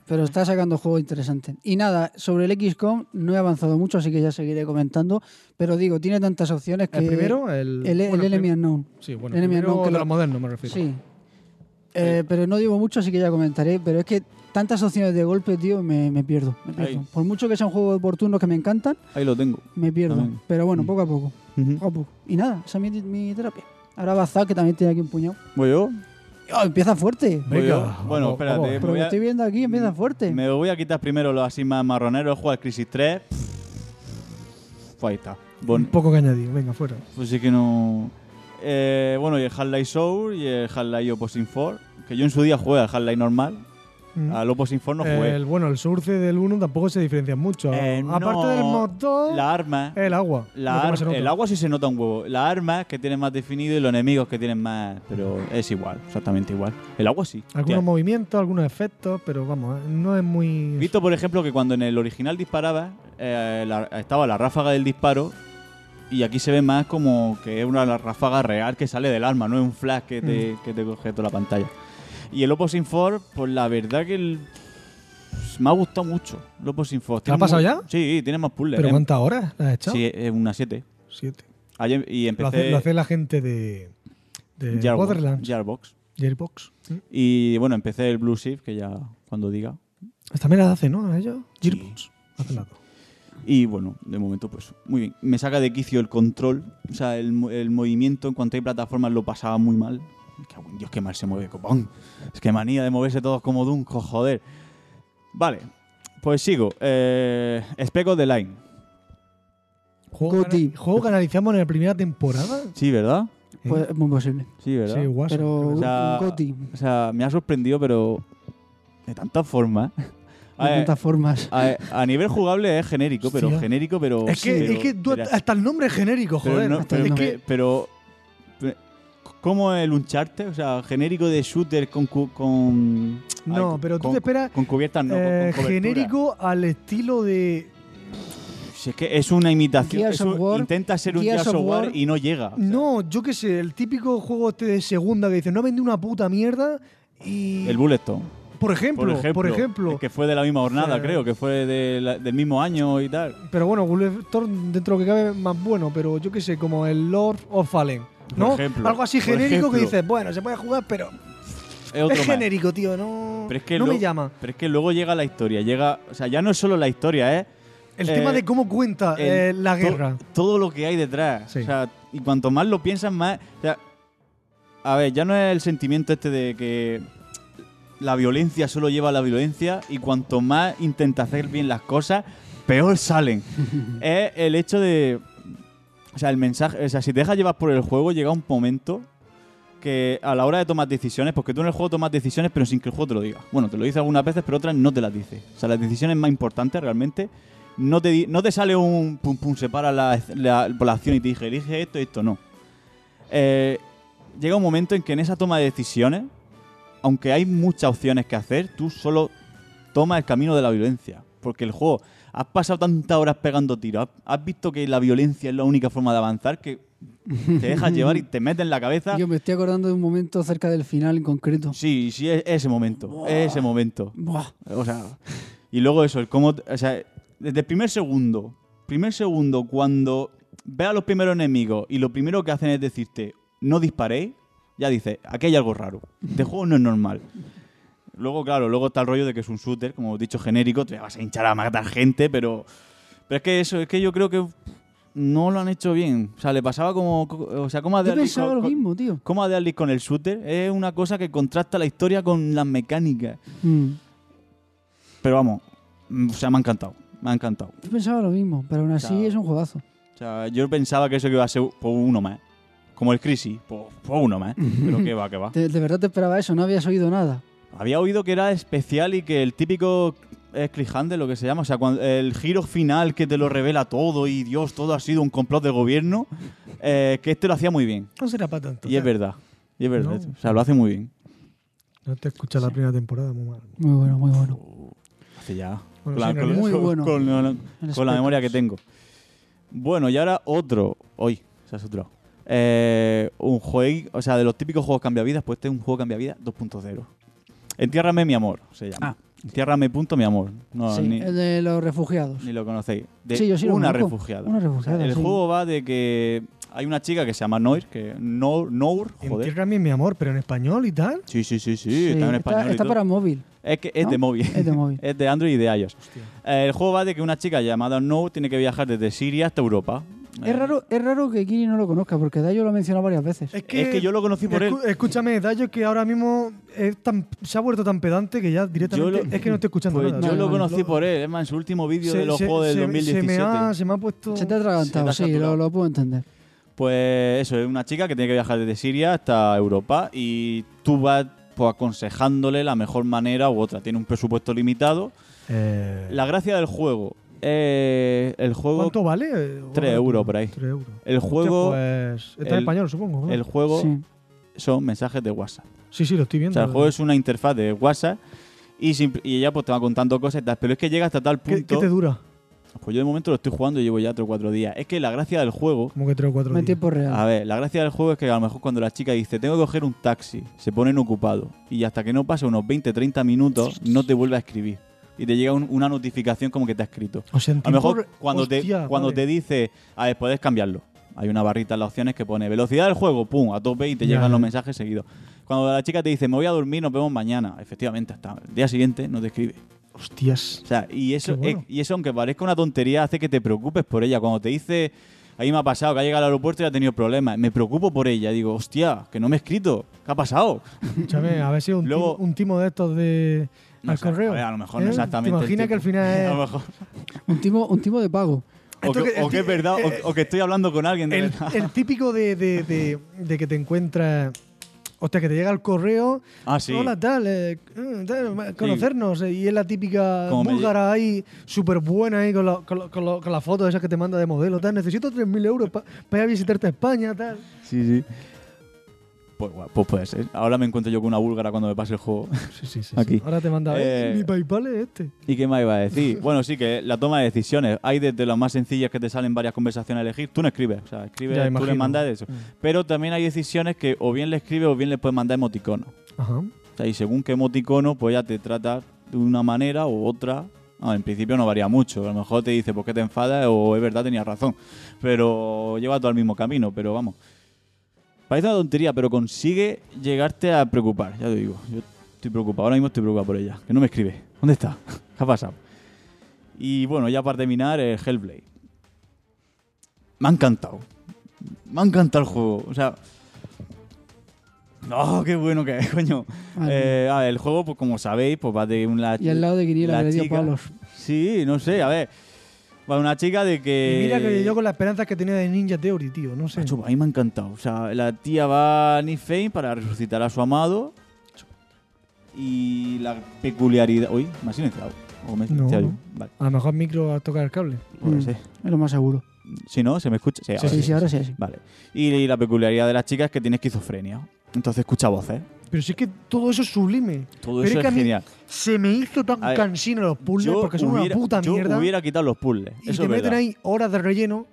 Pero está sacando juegos interesantes. Y nada, sobre el XCOM no he avanzado mucho, así que ya seguiré comentando. Pero digo, tiene tantas opciones que.
el primero, el...
El, el
bueno,
Enemy Unknown.
Sí, bueno,
el
el
Enemy
primero
Unknown, que
de
lo-
los modernos me refiero.
Sí. Eh, pero no digo mucho, así que ya comentaré. Pero es que tantas opciones de golpe, tío, me, me pierdo. me pierdo.
Ahí.
Por mucho que sea un juego por turnos que me encantan,
Ahí lo tengo.
me pierdo.
Amén.
Pero bueno, poco a poco.
Ujú.
Poco a poco. Y nada, esa es mi, mi terapia. Ahora va Zack, que también tiene aquí un puñado.
¿Voy yo?
¡Ah, empieza fuerte.
Voy
Venga,
yo.
vamos,
Bueno,
vamos.
espérate. me
Pero
voy
lo
a-
estoy viendo aquí, empieza fuerte.
Me voy a quitar primero los así más marroneros, jugar Crisis 3. Pues ahí está. Bon-
Un poco que añadir, venga, fuera.
Pues sí que no. Eh, bueno, y el Half-Life Soul y el Half-Life Opposing 4. Que yo en su día jugué al Half-Life normal.
Mm.
Al Opposing 4 Ah, no jugué.
El, bueno, el surce del 1 tampoco se diferencian mucho.
Eh,
Aparte
no,
del motor,
La arma.
el agua.
la
lo que
ar-
más se nota.
el agua sí se nota un huevo. Las armas que tienen más definido y los enemigos que tienen más. Pero es igual, exactamente igual. El agua sí.
Algunos
Hostia.
movimientos, algunos efectos, pero vamos, eh, no es muy.
Visto, por ejemplo, que cuando en el original disparaba, eh, la- estaba la ráfaga del disparo. Y aquí se ve más como que es una ráfaga real que sale del arma, no es un flash que te,
Mm.
que te coge toda la pantalla. Y el Opposing 4, pues la verdad que el- me ha gustado mucho. El Opposing 4.
¿Te lo has pasado ya?
Sí, tiene más puzzles.
¿Pero
Em-
cuántas horas has echado?
Sí, es una 7.
Siete.
Ayer- y
Lo, hace,
empecé
lo hace la gente de. de
Gearbox-
Eh, Borderlands,
Gearbox.
Gearbox. Mm.
Y bueno, empecé el Blue Shift, que ya cuando diga.
También las hace, ¿no? A ellos. Gearbox. Hacen las dos.
Y bueno, de momento, pues muy bien. Me saca de quicio el control, o sea, el, mo- el movimiento en cuanto hay plataformas lo pasaba muy mal. Me cago en Dios, qué mal se mueve, copón. Es que manía de moverse todos como Dunco, joder. Vale, pues sigo. Eh, Espejo de Line.
Juego,
Goti.
que- juego que analizamos en la primera temporada. Eh,
Sí, ¿verdad?
Pues es muy posible.
Sí, ¿verdad?
Sí, guasa. creo que
Pero un
sí.
sea,
Goti,
o sea, me ha sorprendido, pero de tantas formas. A,
de
ver,
tantas formas.
a- a nivel jugable es genérico, pero
Hostia.
genérico, pero.
es que,
pero-
es que tú
pero-
hasta el nombre es genérico,
Pero
joder.
no-
Hasta
pero,
el
no.
nombre-
pe- pero- pe- ¿Cómo el Uncharted? O sea, genérico de shooter con. cu- con
No,
ay,
pero tú
con-
te esperas,
Con cubiertas, no. con-
eh,
con cobertura.
genérico al estilo de.
Si es que es una imitación.
Gears
es un-
of War-
intenta ser un
Gears
Gears of
of
War
War-
y no llega. o sea,
No, yo qué sé, el típico juego este de segunda que dice no vende una puta mierda y.
El Bulletstone.
por ejemplo,
Por ejemplo.
por ejemplo.
Que fue de la misma jornada,
Eh.
creo. Que fue de la- del mismo año y tal.
Pero bueno, Thorn dentro de lo que cabe más bueno, pero yo qué sé, como el Lord of Fallen.
Por
¿No?
ejemplo,
Algo así
por
genérico que
ejemplo.
dices, bueno, se puede jugar, pero
Es otro
es
más.
genérico, tío, no,
Pero es que
no me
lo-
llama.
Pero es que luego llega la historia. Llega, o sea, ya no es solo la historia, ¿eh?
El
eh,
tema de cómo cuenta
el-
eh, la
to-
guerra.
todo lo que hay detrás.
Sí.
O sea, y cuanto más lo piensas, más. o sea, a ver, ya no es el sentimiento este de que la violencia solo lleva a la violencia y cuanto más intenta hacer bien las cosas, peor salen. es el hecho de. O sea, el mensaje. O sea, si te dejas llevar por el juego, llega un momento que a la hora de tomar decisiones, porque tú en el juego tomas decisiones, pero sin que el juego te lo diga. Bueno, te lo dice algunas veces, pero otras no te las dice. O sea, las decisiones más importantes realmente no te, di- no te sale un pum pum, separa la, la, la acción y te dije, elige esto y esto no. Eh, llega un momento en que en esa toma de decisiones, aunque hay muchas opciones que hacer, tú solo tomas el camino de la violencia. Porque el juego, has pasado tantas horas pegando tiros, has, has visto que la violencia es la única forma de avanzar, que te dejas llevar y te metes en la cabeza.
Yo me estoy acordando de un momento cerca del final en concreto.
Sí, sí, es ese momento, es ese momento.
Buah.
O sea, y luego eso, el cómo, o sea, desde el primer segundo, primer segundo cuando ves a los primeros enemigos y lo primero que hacen es decirte, no disparéis, ya dices, aquí hay algo raro. Este juego no es normal. Luego, claro, luego está el rollo de que es un shooter, como he dicho, genérico, te vas a hinchar a matar gente, pero. Pero es que eso, es que yo creo que no lo han hecho bien. O sea, le pasaba como. O sea, como a
Yo
Deadly
pensaba
con-
lo
con-
mismo, tío.
como a Deadly con el shooter. Es una cosa que contrasta la historia con las mecánicas.
Mm.
Pero vamos, mm, o sea, me ha encantado. Me ha encantado.
Yo pensaba lo mismo, pero aún así
Chao.
es un juegazo.
O sea, yo pensaba que eso que iba a ser por uno más. Como el Crisis, por, por uno más. Pero que va, que va.
De, de verdad te esperaba eso, no habías oído nada.
Había oído que era especial y que el típico eh, cliffhanger, lo que se llama, o sea, cuando- el giro final que te lo revela todo y Dios, todo ha sido un complot de gobierno, eh, que este lo hacía muy bien.
No será para tanto.
Y es verdad. Y es verdad.
No.
O sea, lo hace muy bien.
No te escuchas la primera temporada, muy mal.
Muy bueno, muy bueno.
Hace ya.
Bueno,
con la-
sí, en
con-
realidad.
Muy bueno.
con la-
El
con la memoria que
Spectres.
tengo. Bueno, y ahora otro. Hoy, se ha otro. Eh, un juego, o sea, de los típicos juegos cambiavidas, pues este es un juego cambiavidas 2.0. Entiérrame mi amor, se llama.
Ah.
Entiérrame punto mi amor. No,
sí,
ni,
el de los refugiados.
ni lo conocéis. De
Sí, yo sí lo
una
conozco.
refugiada.
Una
O sea,
refugiada.
el
sí.
juego va de que hay una chica que se llama Noir, que no, Nour, joder.
Entiérrame, mi amor, pero en español y tal.
Sí, sí, sí, sí,
Sí,
está en
está-
español. y
está
todo. Eh.
para móvil.
Es que es
¿no?
de móvil.
Es de móvil.
Es de Android y de iOS.
Hostia.
Eh, El juego va de que una chica llamada No tiene que viajar desde Siria hasta Europa. Eh,
Es raro, es raro que Kiri no lo conozca, porque Dayo lo ha mencionado varias veces.
Es
Eh, Es que yo lo conocí por él.
Escu- Escúchame, Dayo, que ahora mismo es tan- se ha vuelto tan pedante que ya
Yo
directamente
lo-
es que no estoy escuchando
Pues
nada.
yo
Vale,
lo
vale.
conocí por él, es más, en su último vídeo
Se-
de los
se-
juegos del
se-
2017.
Se me ha, se me ha puesto.
Se te ha atragantado,
Se te ha
sí,
saturado.
lo, lo puedo entender.
Pues eso, es una chica que tiene que viajar desde Siria hasta Europa y tú vas pues, aconsejándole la mejor manera u otra. Tiene un presupuesto limitado.
Eh,
La gracia del juego. eh, el juego.
¿Cuánto vale? Eh,
Tres euros por ahí.
3 euros.
El juego.
Hostia, pues, está
el-
en español, supongo. ¿no?
El juego
Sí.
son mensajes de WhatsApp.
sí, sí, lo estoy
O
viendo. ¿eh?
sea, el juego es una interfaz de WhatsApp y, simp- y ella pues te va contando cosas y tal. Pero es que llega hasta tal punto.
¿Qué, qué te dura?
Pues yo de momento lo estoy jugando y llevo ya 3 o 4 días. Es que la gracia del juego.
Como que 3 o 4
No en tiempo real.
A ver, la gracia del juego es que a lo mejor cuando la chica dice tengo que coger un taxi, se ponen ocupado y hasta que no pasa unos 20-30 minutos no te vuelve a escribir y te llega un- una notificación como que te ha escrito.
O sea, en
A lo
tiempo
mejor
re-
cuando,
Hostia,
te, cuando
vale.
te dice, a ver, puedes cambiarlo. Hay una barrita en las opciones que pone velocidad del juego, pum, a tope y te
Ya,
llegan los
ya.
mensajes seguidos. Cuando la chica te dice, me voy a dormir, nos vemos mañana, efectivamente, hasta el día siguiente no te escribe.
Hostias.
O sea, y eso,
Qué bueno.
es- y eso, aunque parezca una tontería, hace que te preocupes por ella. Cuando te dice, ahí me ha pasado que ha llegado al aeropuerto y ha tenido problemas, me preocupo por ella. Digo, hostia, que no me he escrito, ¿qué ha pasado?
Escúchame, a ver si un,
Luego-
timo, un timo de estos de.
No
al
sé, a
correo.
ver, a lo mejor
¿Eh?
no exactamente.
¿Te
el
imaginas que al
tipo. A lo
final.
mejor.
Un, tipo, un tipo de pago.
O
Esto
que,
que-
o que es verdad, o-
eh,
o, que estoy hablando con alguien de
es
verdad.
el, el típico de, de, de, de que te encuentras. Hostia, que te llega el correo.
Ah, sí.
Hola, tal, eh, mm, tal, ma- conocernos. eh, y es la típica
Como me lle-
búlgara ahí, súper buena ahí, con, la- con, la- con la- con las fotos esas que te manda de modelo. Tal. Necesito 3.000 euros para ir a visitarte a España, tal.
Sí, sí. Pues, guau, pues puede ser. Ahora me encuentro yo con una búlgara cuando me pase el juego.
Sí, sí, sí.
Aquí.
sí. Ahora te manda, eh,
Eh,
mi Paypal es este.
¿Y qué más iba a decir? Bueno, sí, que la toma de decisiones. Hay desde las más sencillas que te salen varias conversaciones a elegir. Tú no escribes, o sea, escribes,
Ya,
tú le
imagino. Mm.
mandas eso. Pero también hay decisiones que o bien le escribes o bien le puedes mandar emoticono.
Ajá.
O sea, y según qué emoticono, pues ya te trata de una manera u otra. Ah, en principio no varía mucho. A lo mejor te dice, ¿por qué te enfadas? O es verdad, tenías razón. Pero lleva todo al mismo camino, pero vamos. Parece una tontería, pero consigue llegarte a preocupar, ya te digo. Yo estoy preocupado, ahora mismo estoy preocupado por ella. Que no me escribe. ¿Dónde está? ¿Qué ha pasado? Y bueno, ya para terminar, el Hellblade. Me ha encantado. Me ha encantado el juego. O sea... ¡Oh, qué bueno que es, coño!
Madre mía.
Eh, a ver, el juego, pues como sabéis, pues va de una...
Ah, y al lado de Kiri la,
la
que le dio
chica-
palos.
Sí, no sé, a ver. Va una chica de que...
y mira que yo con las esperanzas que tenía de Ninja Theory, tío, no sé.
eh, Macho, a mí me ha encantado. O sea, la tía va a Nifheim para resucitar a su amado. Y la peculiaridad... Uy, me ha silenciado. O me he
No,
silenciado
no.
yo. Vale,
A lo mejor micro a tocar el cable.
puede
Mm.
ser.
Es lo más seguro.
Si no, se me escucha. Sí,
Sí,
ahora
sí,
sí.
ahora sí. sí.
Vale. Y la peculiaridad de la chica es que tiene esquizofrenia. Entonces escucha voces.
Pero sí que todo eso es sublime.
Todo
Pero
eso
es que a
es
mí-
genial.
Se me hizo tan
A ver,
cansino los puzzles
Yo
porque son
hubiera-
una puta
yo
mierda.
hubiera quitado los puzzles.
y
eso
te
es
meten
verdad.
ahí horas de relleno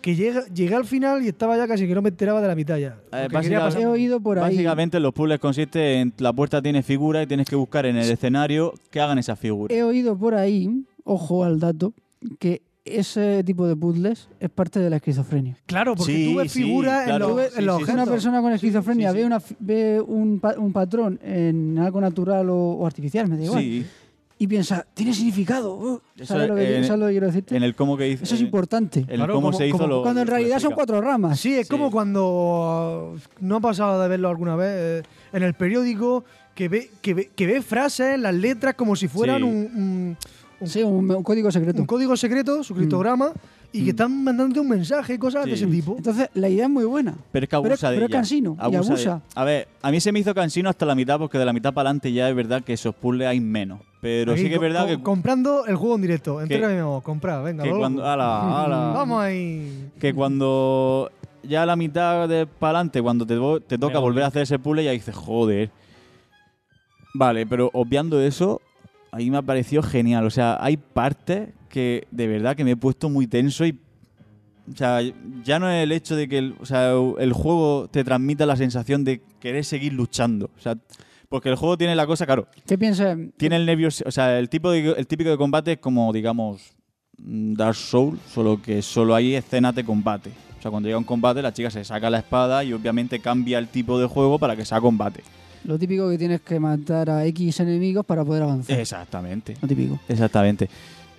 que llega, llegué al final y estaba ya casi que no me enteraba de la mitad ya.
Eh,
Porque quería
básicamente-
pasar-
He oído por ahí.
Básicamente los puzzles consisten en la puerta tiene figura y tienes que
Eh,
buscar en el escenario que hagan esa figura.
He oído por ahí, ojo al dato, que ese tipo de puzzles es parte de la esquizofrenia.
Claro, porque
Sí,
tú ves
sí,
figuras
claro.
en, los- en
Sí,
los
sí,
objetos.
una persona con esquizofrenia
sí,
ve,
sí.
una, ve un, pa- un patrón en algo natural o, o artificial, me da igual,
Sí,
y piensa, tiene significado. uh,
Eso
¿Sabes lo, que,
en-
quiero- ¿sabes lo que quiero decirte?
en el cómo que hizo.
Eso es
en-
importante.
En el
Claro,
cómo
como-
se hizo
como-
lo.
Cuando en
lo
realidad son
explica.
cuatro ramas.
Sí, es
Sí.
como cuando no ha pasado de verlo alguna vez eh, en el periódico que ve, que ve, que ve frases, las letras como si fueran
Sí.
un, un- un-
Sí, un, un código secreto.
un código secreto, su criptograma, y que están mandándote un mensaje, cosas de
Mm. Sí.
ese tipo.
Entonces, la idea es muy buena.
Pero es que abusa de
pero es
ella.
cansino, y
de-
abusa.
A ver, a mí se me hizo cansino hasta la mitad porque de la mitad para adelante ya es verdad que esos puzzles hay menos. Pero
Aquí,
sí que es
co-
verdad
co-
que,
comprando el juego en directo, entrégame, vamos, comprar, venga,
que
lo loco.
cuando... ah, ala, ala.
Vamos ahí.
que cuando ya a la mitad de para adelante, cuando te, vo- te toca
Me
volver a hacer ese puzzle, ya dices, joder. Vale, pero obviando eso, ahí me ha parecido genial. O sea, hay partes que de verdad que me he puesto muy tenso y. O sea, ya no es el hecho de que el, o sea, el juego te transmita la sensación de querer seguir luchando. O sea, porque el juego tiene la cosa, claro,
¿Qué piensas?
tiene el nervios, o sea, el tipo de- el típico de combate es como digamos mm, Dark Souls, solo que solo hay escenas de combate. O sea, cuando llega un combate la chica se saca la espada y obviamente cambia el tipo de juego para que sea combate.
Lo típico que tienes que matar a X enemigos para poder avanzar.
Exactamente.
Lo típico.
Exactamente.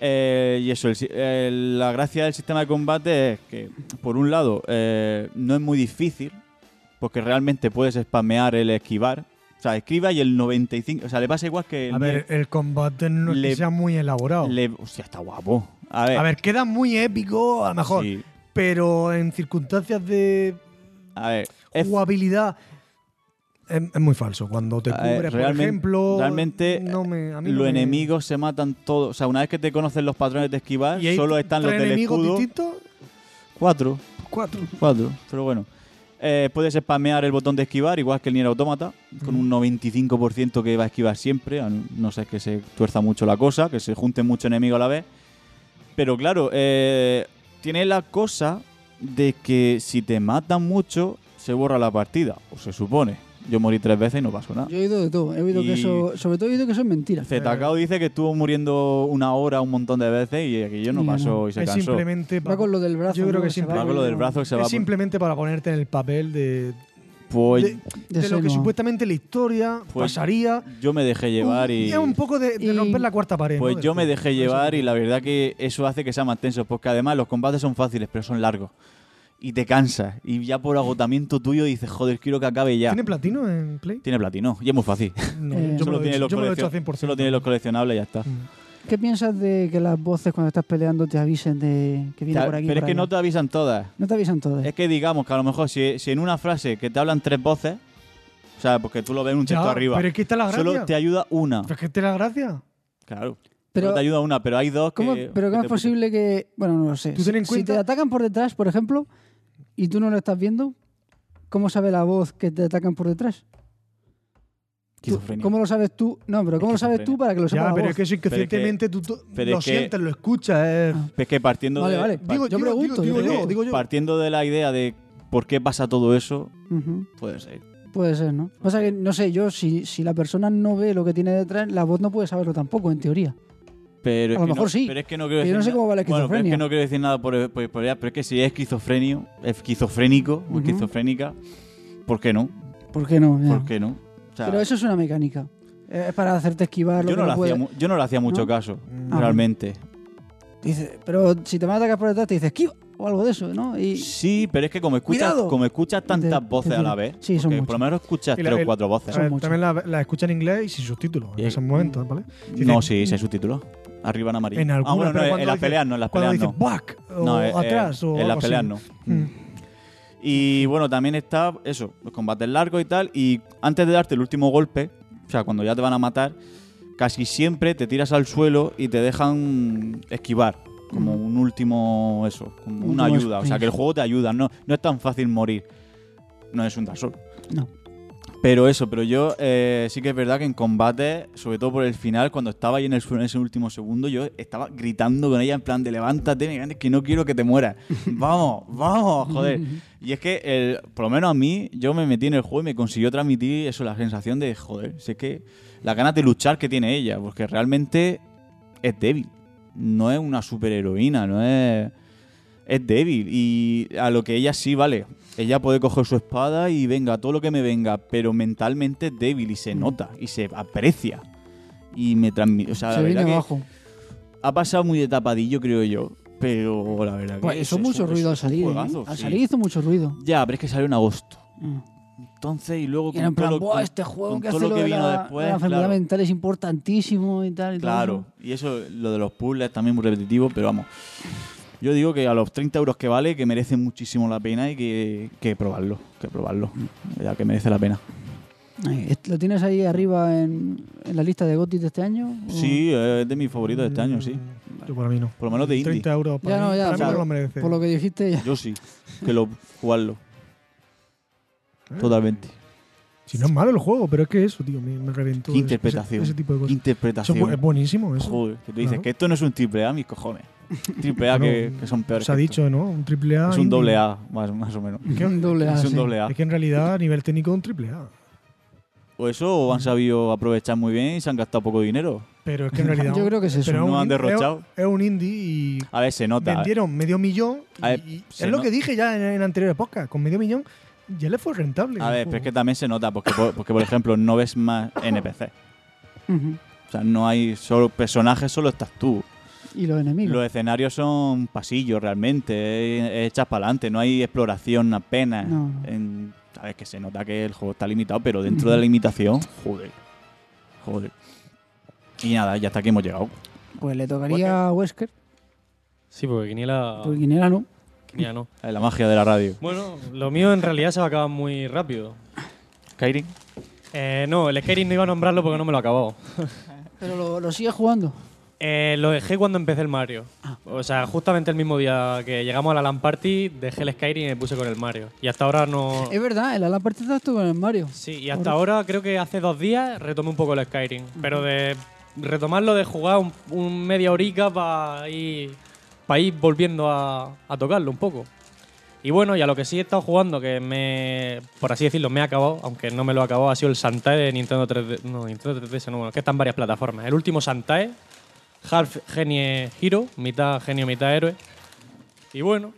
Eh, y eso, el si- eh, la gracia del sistema de combate es que, por un lado, eh, no es muy difícil, porque realmente puedes spamear el esquivar. O sea, esquiva y el 95. O sea, le pasa igual que. el
A ver, el combate no es que
Le-
sea muy elaborado.
le- hostia, está guapo. A ver.
a ver, queda muy épico, a lo mejor,
sí.
pero en circunstancias de
A ver, es-
jugabilidad es, es muy falso. Cuando te
A ver,
cubres, por
realmen-
ejemplo,
Ah, eh, realmente,
no me- a mí no
los
me-
enemigos se matan todos. O sea, una vez que te conocen los patrones de esquivar,
hay
solo están los
tres
del
enemigos
escudo.
distintos?
Cuatro,
Cuatro.
cuatro, pero bueno. Eh, puedes spamear el botón de esquivar, igual que el Nier Automata, con un 95% que va a esquivar siempre. a no- No sé, que se tuerza mucho la cosa, que se junten muchos enemigos a la vez. Pero claro, eh, tiene la cosa de que si te matan mucho, se borra la partida, o se supone. Yo morí tres veces y no pasó nada.
Yo he oído de todo. He oído
Y-
que eso, sobre todo he oído que eso es mentira.
Eh.
Zetacao dice que estuvo muriendo una hora un montón de veces y aquello no
Ya no.
pasó y se
Es
cansó.
simplemente
Va
para,
con lo del brazo.
Yo creo
¿no?
que
se
siempre
va
Va con lo del brazo que se va
es simplemente para ponerte en el papel de,
Pues
de-
de
de lo que
Senua.
supuestamente la historia
Pues-
pasaría.
yo me dejé llevar
Un-
y.
es un poco de, de
y-
romper la cuarta pared.
Pues
¿no?
yo me dejé
Eso
llevar
sí.
y la verdad que eso hace que sea más tenso, porque además los combates son fáciles, pero son largos. Y te cansas. Y ya por agotamiento tuyo dices, joder, quiero que acabe ya.
¿Tiene platino en Play?
Tiene platino, y es muy fácil.
No,
Eh,
yo me
solo,
lo he
tiene
hecho-
los
yo me lo he hecho a
coleccion-
100%.
solo tiene los coleccionables y ya está.
Mm.
¿Qué piensas de que las voces cuando estás peleando te avisen de que viene
Ya,
por aquí?
pero es
por
que
allá?
no te avisan todas.
No te avisan
Pues.
todas.
Es que digamos que a lo mejor si, si en una frase que te hablan tres voces, o sea, porque tú lo ves en un
Ya,
texto arriba,
Pero es que está la gracia.
solo te ayuda una.
Pero es que esta es la gracia.
Claro.
Pero-
Solo te ayuda una, pero hay dos
¿Cómo,
que.
pero
que
¿cómo
te
es
puto-
posible que.? Bueno, no lo sé.
Tú ten en
si,
cuenta-
si te atacan por detrás, por ejemplo, y tú no lo estás viendo, ¿cómo sabe la voz que te atacan por detrás? Tú-
Esquizofrenia.
¿Cómo lo sabes tú? No, pero ¿cómo lo sabes tú
esquizofrenia.
para que lo sepa
Ya,
la
pero
voz?
es que eso inconscientemente tú tú
pero
lo
es que-
sientes, lo escuchas. eh.
Ah.
Es que partiendo
Vale,
de.
vale.
par-
Digo,
yo
digo- digo-
pregunto, yo
digo yo,
pregunto.
digo yo.
Partiendo de la idea de por qué pasa todo eso,
Ujú.
puede ser.
Puede ser, ¿no? Pasa que, no sé, yo, si, si la persona no ve lo que tiene detrás, la voz no puede saberlo tampoco, en teoría.
Pero
A
es
lo
que
mejor
no,
sí.
Pero es que no quiero
Pero
decir.
yo no sé
na-
cómo va la
Bueno, pero es
esquizofrenia.
que no quiero decir nada por, por, por allá, pero es que si es esquizofrenio, esquizofrénico o
Ujú.
esquizofrénica, ¿por qué no?
¿Por qué no? Ya.
¿Por qué no? O sea,
Pero eso es una mecánica. Eh, Es para hacerte esquivar lo
yo,
que
no le
no puedes.
hacía, mu- yo no le hacía mucho
¿No?
caso,
Mm.
Ah.
realmente.
Dice, pero si te van a atacar por detrás, te dice esquiva o algo de eso, ¿no? Y
Sí, pero es que como escuchas,
¡Cuidado!
como escuchas tantas
Te- te
voces a la
tiran.
vez,
Sí, son
porque
muchas.
por lo menos escuchas
Y la-
tres o
el-
cuatro voces.
A ver,
muchos.
también la, la escucha en inglés y sin subtítulos en
Y-
esos momentos, ¿vale? Si
no,
dices-
sí, se subtituló. Arriba en amarillo.
En alguna,
ah, bueno,
pero
no, en,
cuando
en las
dice-
peleas no, en las
Cuando
peleas
dices
no.
back o
No, eh,
atrás
eh,
o
en las
algo así.
peleas no.
Mm.
Y bueno, también está eso, los combates largos y tal. Y antes de darte el último golpe, o sea, cuando ya te van a matar, casi siempre te tiras al suelo y te dejan esquivar. Como
Mm.
Ujú.
un último, eso, como
Un
una
último
ayuda. O sea,
sprint.
que el juego te ayuda, no, no es tan fácil morir. No es un Dark Souls.
No.
Pero eso, pero yo eh, sí que es verdad que en combate, sobre todo por el final, cuando estaba ahí en el suelo en ese último segundo, yo estaba gritando con ella en plan de levántate, me gane, que no quiero que te mueras. vamos, vamos, joder. Y es que, el, por lo menos a mí, yo me metí en el juego y me consiguió transmitir eso, la sensación de, joder, si es que la ganas de luchar que tiene ella, porque realmente es débil. no es una superheroína, no es. Es débil. Y a lo que ella sí, vale. Ella puede coger su espada y venga, todo lo que me venga, pero mentalmente es débil y
Mm.
se nota y se aprecia. Y me transmite. O sea,
se
la
viene
verdad que
abajo.
ha pasado muy de tapadillo, creo yo. Pero la verdad
Pues
que.
hizo
es-
mucho
es-
ruido
es
al
un
salir. ¿eh?
juegazo,
Al
sí.
salir hizo mucho ruido.
Ya, pero es que salió en agosto.
Mm.
Entonces, y luego.
Y era
con
en
todo
plan,
lo-
"Buah,
con-
este juego
con
que
todo
hace
lo
lo
que
de
vino
la,
después,
de la enfermedad
claro.
mental es importantísimo y tal. y todo
Claro, y eso, lo de los puzzles también muy repetitivo, pero vamos. Yo digo que a los 30 euros que vale, que merece muchísimo la pena y que, que probarlo, que probarlo, ya que merece la pena.
eso. Ay, est- Eh, ¿Lo tienes ahí arriba en, en la lista de GOTY de este año?
Mm.
¿O-
Sí, es de mis favoritos de este año, sí.
Yo para mí no.
Por lo menos de indie.
30 euros para
Ya,
mí,
no, ya,
para mí
claro.
no lo merece.
Por lo que dijiste, ya.
Yo sí, que lo jugarlo.
¿Eh?
Totalmente.
Si no es malo el juego, pero es que eso, tío, me, me reventó.
Qué
ese-
interpretación.
Ese, ese tipo de
Qué
cosas. Pues, Eso
interpretación.
es bu- es buenísimo eso.
Joder, que tú dices
Claro.
que esto no es un triple A, mis cojones. Triple A que,
Bueno,
que son peores.
Se ha
que esto.
dicho, ¿no? Un triple A.
Es un
indie.
doble A, más, más o menos.
Que
Un doble A,
es un
sí.
doble A.
Es que en realidad, a nivel técnico, un triple A.
O eso, o han sabido aprovechar muy bien y se han gastado poco dinero.
Pero es que en realidad.
Yo creo que es eso.
pero
no
un
han
indie- es-
derrochado.
Es, un indie y.
A ver, se nota.
Vendieron medio millón. y-
A ver,
y-
se
es lo
no-
que dije ya en, en anteriores podcast. Con medio millón ya le fue rentable.
A
el
ver, pero es
juego.
que también se nota, porque, por- porque por ejemplo, no ves más NPC.
Ujú.
O sea, no hay solo personajes, solo estás tú.
Y los enemigos.
Los escenarios son pasillos realmente, eh, hechas para adelante, no hay exploración apenas.
No.
En- a ver, que se nota que el juego está limitado, pero dentro de la limitación, joder. Joder. Y nada, ya hasta aquí hemos llegado.
Pues le tocaría a Wesker,
Sí, porque Quiniela,
porque Guinea no.
Quiniela no.
Es la magia de la radio.
Bueno, lo mío en realidad se va a acabar muy rápido.
Skyrim.
Eh, no, el Skyrim no iba a nombrarlo porque no me lo he acabado.
Pero lo, lo sigue jugando.
Eh, lo dejé cuando empecé el Mario. O sea, justamente el mismo día que llegamos a la LAN Party, dejé el Skyrim y me puse con el Mario. Y hasta ahora no...
Es verdad, en la parte estás tú con el Mario.
Sí, y hasta ahora creo que hace dos días retomé un poco el Skyrim. Pero de retomarlo, de jugar un, un media horica para ir, pa ir volviendo a, a tocarlo un poco. Y bueno, y a lo que sí he estado jugando, que me, por así decirlo, me ha acabado, aunque no me lo ha acabado, ha sido el Santae de Nintendo 3D. No, Nintendo 3DS, no, bueno, que está en varias plataformas. El último Santae, Half Genie Hero, mitad genio, mitad héroe. Y bueno,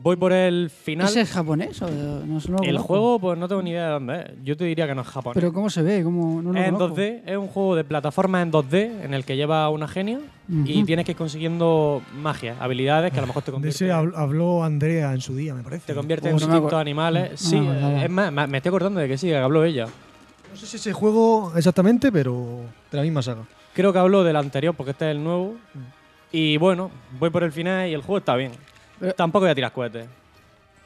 voy por el final.
¿Ese es japonés? O de- no, sé, no lo
El
conozco.
juego, pues no tengo ni idea de dónde es. Yo te diría que no es Eh, japonés.
¿Pero cómo se ve? ¿Cómo, no lo
es en
conozco.
2D, es un juego de plataformas en 2D en el que lleva una genia y
Ujú.
tienes que ir consiguiendo magia, habilidades que a lo mejor te
De
convierten,
ese habl- habló Andrea en su día, me parece.
te convierte en
Oh, no me
distintos
acuer-
animales.
no
sí,
me acordaba.
es más, ma- me estoy acordando de que sí, que habló ella.
No sé si ese juego exactamente, pero de la misma saga.
Creo que habló del anterior porque este es el nuevo. Y bueno, voy por el final y el juego está bien.
Pero-
Tampoco voy a tirar cohetes.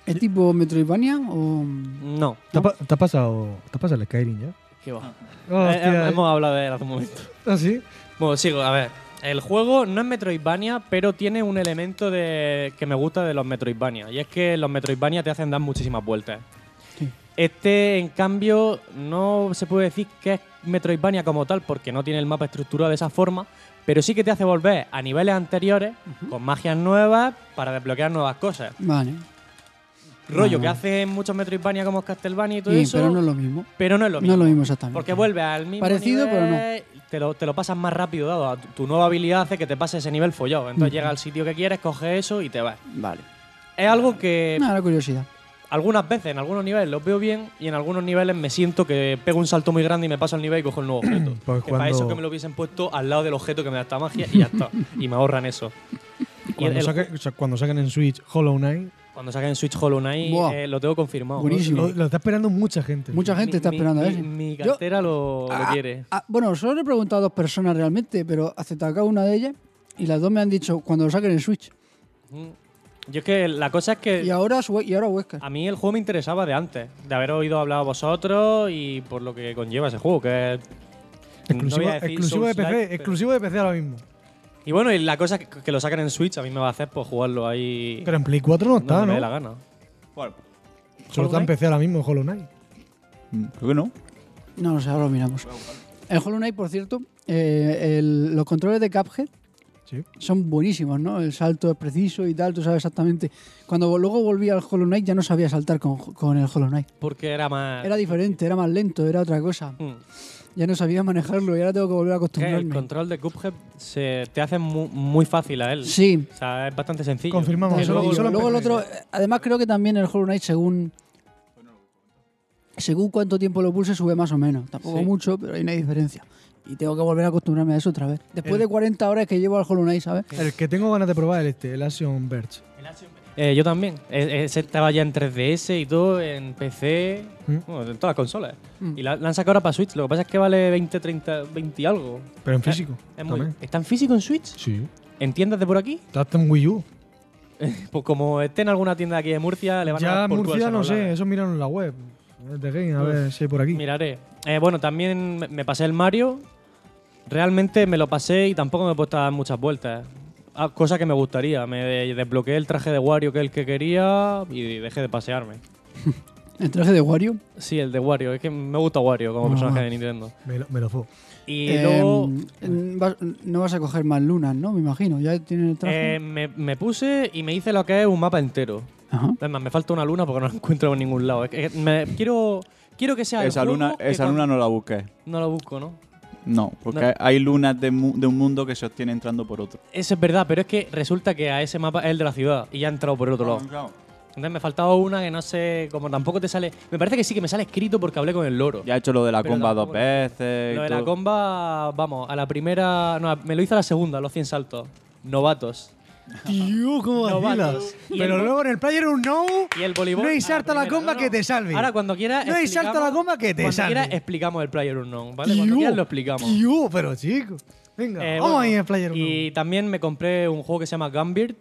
¿Es tipo Metroidvania o...?
No.
¿Te, ha pa- te ha pasado, ¿Te ha pasado el Skyrim ya? Ah,
¿Qué va? Eh,
Hostia,
hemos hablado de él hace un momento.
¿Ah, sí?
Bueno, sigo, a ver. El juego no es Metroidvania, pero tiene un elemento de que me gusta de los Metroidvania. Y es que los Metroidvania te hacen dar muchísimas vueltas.
Sí.
Este, en cambio, no se puede decir que es Metroidvania como tal, porque no tiene el mapa estructurado de esa forma, pero sí que te hace volver a niveles anteriores con magias nuevas para desbloquear nuevas cosas.
Vale.
Rollo
Ah.
que hacen muchos Metroidvania como Castlevania y todo
Sí,
eso,
pero no es lo mismo.
pero no es lo
No
mismo.
es lo mismo exactamente.
Porque vuelve al mismo
Parecido, pero no.
nivel, Te lo, te lo pasas más rápido, dado a tu, tu nueva habilidad hace que te pase ese nivel follado. Entonces llega al sitio que quieres, coge eso y te vas.
Vale.
Es algo que
Nada, la curiosidad.
algunas veces, en algunos niveles, los veo bien y en algunos niveles me siento que pego un salto muy grande y me paso el nivel y cojo el nuevo objeto.
Pues
que para
cuando-
eso que me lo hubiesen puesto al lado del objeto que me da esta magia y ya está. y me ahorran eso. Y
Cuando,
el-
saque- o sea, cuando saquen en Switch Hollow Knight,
cuando saquen Switch Hollow Knight,
Buah.
eh, lo tengo confirmado.
Buenísimo.
lo, lo está esperando mucha gente.
Mucha gente
Mi-
está
mi-
esperando a
mi,
ese.
Mi
Yo-
cartera lo, lo quiere.
Ah, bueno, solo le he preguntado a dos personas realmente, pero aceptaba cada una de ellas y las dos me han dicho cuando lo saquen en Switch.
Mm. Yo es que la cosa es que
Y ahora, su- y ahora Huesca.
A mí el juego me interesaba de antes, de haber oído hablar a vosotros y por lo que conlleva ese juego, que es...
Exclusivo,
no voy a decir
exclusivo de PC,
Souls-like, pero-
exclusivo de PC ahora mismo.
Y bueno, y la cosa es que, que lo sacan en Switch a mí me va a hacer pues jugarlo ahí...
Pero en Play 4 no está,
donde me
¿no?
dé la gana.
Solo está en
Hollow Knight.
PC ahora mismo Hollow Knight.
Mm, Creo que no.
No, no sé, ahora lo miramos. El Hollow Knight, por cierto, eh, el- los controles de Cuphead
Sí.
son buenísimos, ¿no? El salto es preciso y tal, tú sabes exactamente. Cuando luego volví al Hollow Knight ya no sabía saltar con, con el Hollow Knight.
Porque era más.
Era diferente, era más lento, era otra cosa.
Mm.
Ya no sabía manejarlo y ahora tengo que volver a
Que el
acostumbrarme.
control de Cuphead se te hace mu- muy fácil a él.
Sí.
O sea, es bastante sencillo.
Confirmamos,
Y
solo-
luego,
solo
luego el
perdido.
otro, además creo que también el Hollow Knight según según cuánto tiempo lo pulse sube más o menos, tampoco
Sí.
mucho, pero hay una diferencia. Y tengo que volver a acostumbrarme a eso otra vez. Después
El-
de 40 horas que llevo al Hollow Knight, ¿sabes?
El que tengo ganas de probar es este, el Action Verge.
Eh, yo también. E- Ese estaba ya en 3DS y todo, en PC,
Mm.
bueno, en todas las consolas.
Mm.
Y la, la han sacado ahora para Switch. Lo que pasa es que vale 20, 30, 20 y algo.
Pero en físico.
Eh, Es muy-
también.
¿Está en físico en Switch?
Sí.
¿En tiendas de por aquí?
Está hasta en Wii U.
Pues como esté en alguna tienda de aquí de Murcia, le van a
Ya
dar por culo a
Murcia
esa ¿eh?
no
novela.
sé, eso miraron en la web. eh, De Game, a ver si hay por aquí.
Miraré. Eh, bueno, también me- me pasé el Mario. Realmente me lo pasé y tampoco me he puesto a dar muchas vueltas. Ah, cosa que me gustaría. Me de- desbloqueé el traje de Wario que es el que quería y dejé de pasearme.
El traje de Wario.
Sí, el de Wario. Es que me gusta Wario como
Ah.
personaje de Nintendo.
Me lo, me lo fue.
Y
Eh,
luego
mm, vas- no vas a coger más lunas, ¿no? Me imagino. Ya tiene el traje.
eh, me, me puse y me hice lo que es un mapa entero.
Ajá.
Además, me falta una luna porque no la encuentro en ningún lado. Es que me- quiero, quiero que sea el
Esa
juego
luna,
que
esa
cuando-
luna no la busques.
No la busco, ¿no?
No, porque
No.
hay lunas de, mu- de un mundo que se obtiene entrando por otro.
Eso es verdad, pero es que resulta que a ese mapa es el de la ciudad y ya ha entrado por el otro lado. Entonces me faltaba una que no sé, como tampoco te sale. Me parece que sí que me sale escrito porque hablé con el loro.
Ya he hecho lo de la
Pero
comba
tampoco
dos
la-
veces. y
lo de la
todo.
comba, vamos, a la primera. No, a- me lo hizo a la segunda, los 100 saltos. Novatos.
Tío, cómo
No
vacilas.
vale. Y
Pero
el-
luego en el player un no.
Y el voleibol. Ah,
No hay
a
salto a la
primera.
comba que te salve.
Ahora, cuando quieras.
No hay salto a la
explicamos-
comba que te
cuando
salve.
quieras, explicamos el player unknown, ¿vale? Cuando
Tío,
quieras lo explicamos.
Tío, pero chico. Venga,
Eh,
vamos
bueno,
ahí al player uno.
Y eh, también me compré un juego que se llama Gunbird.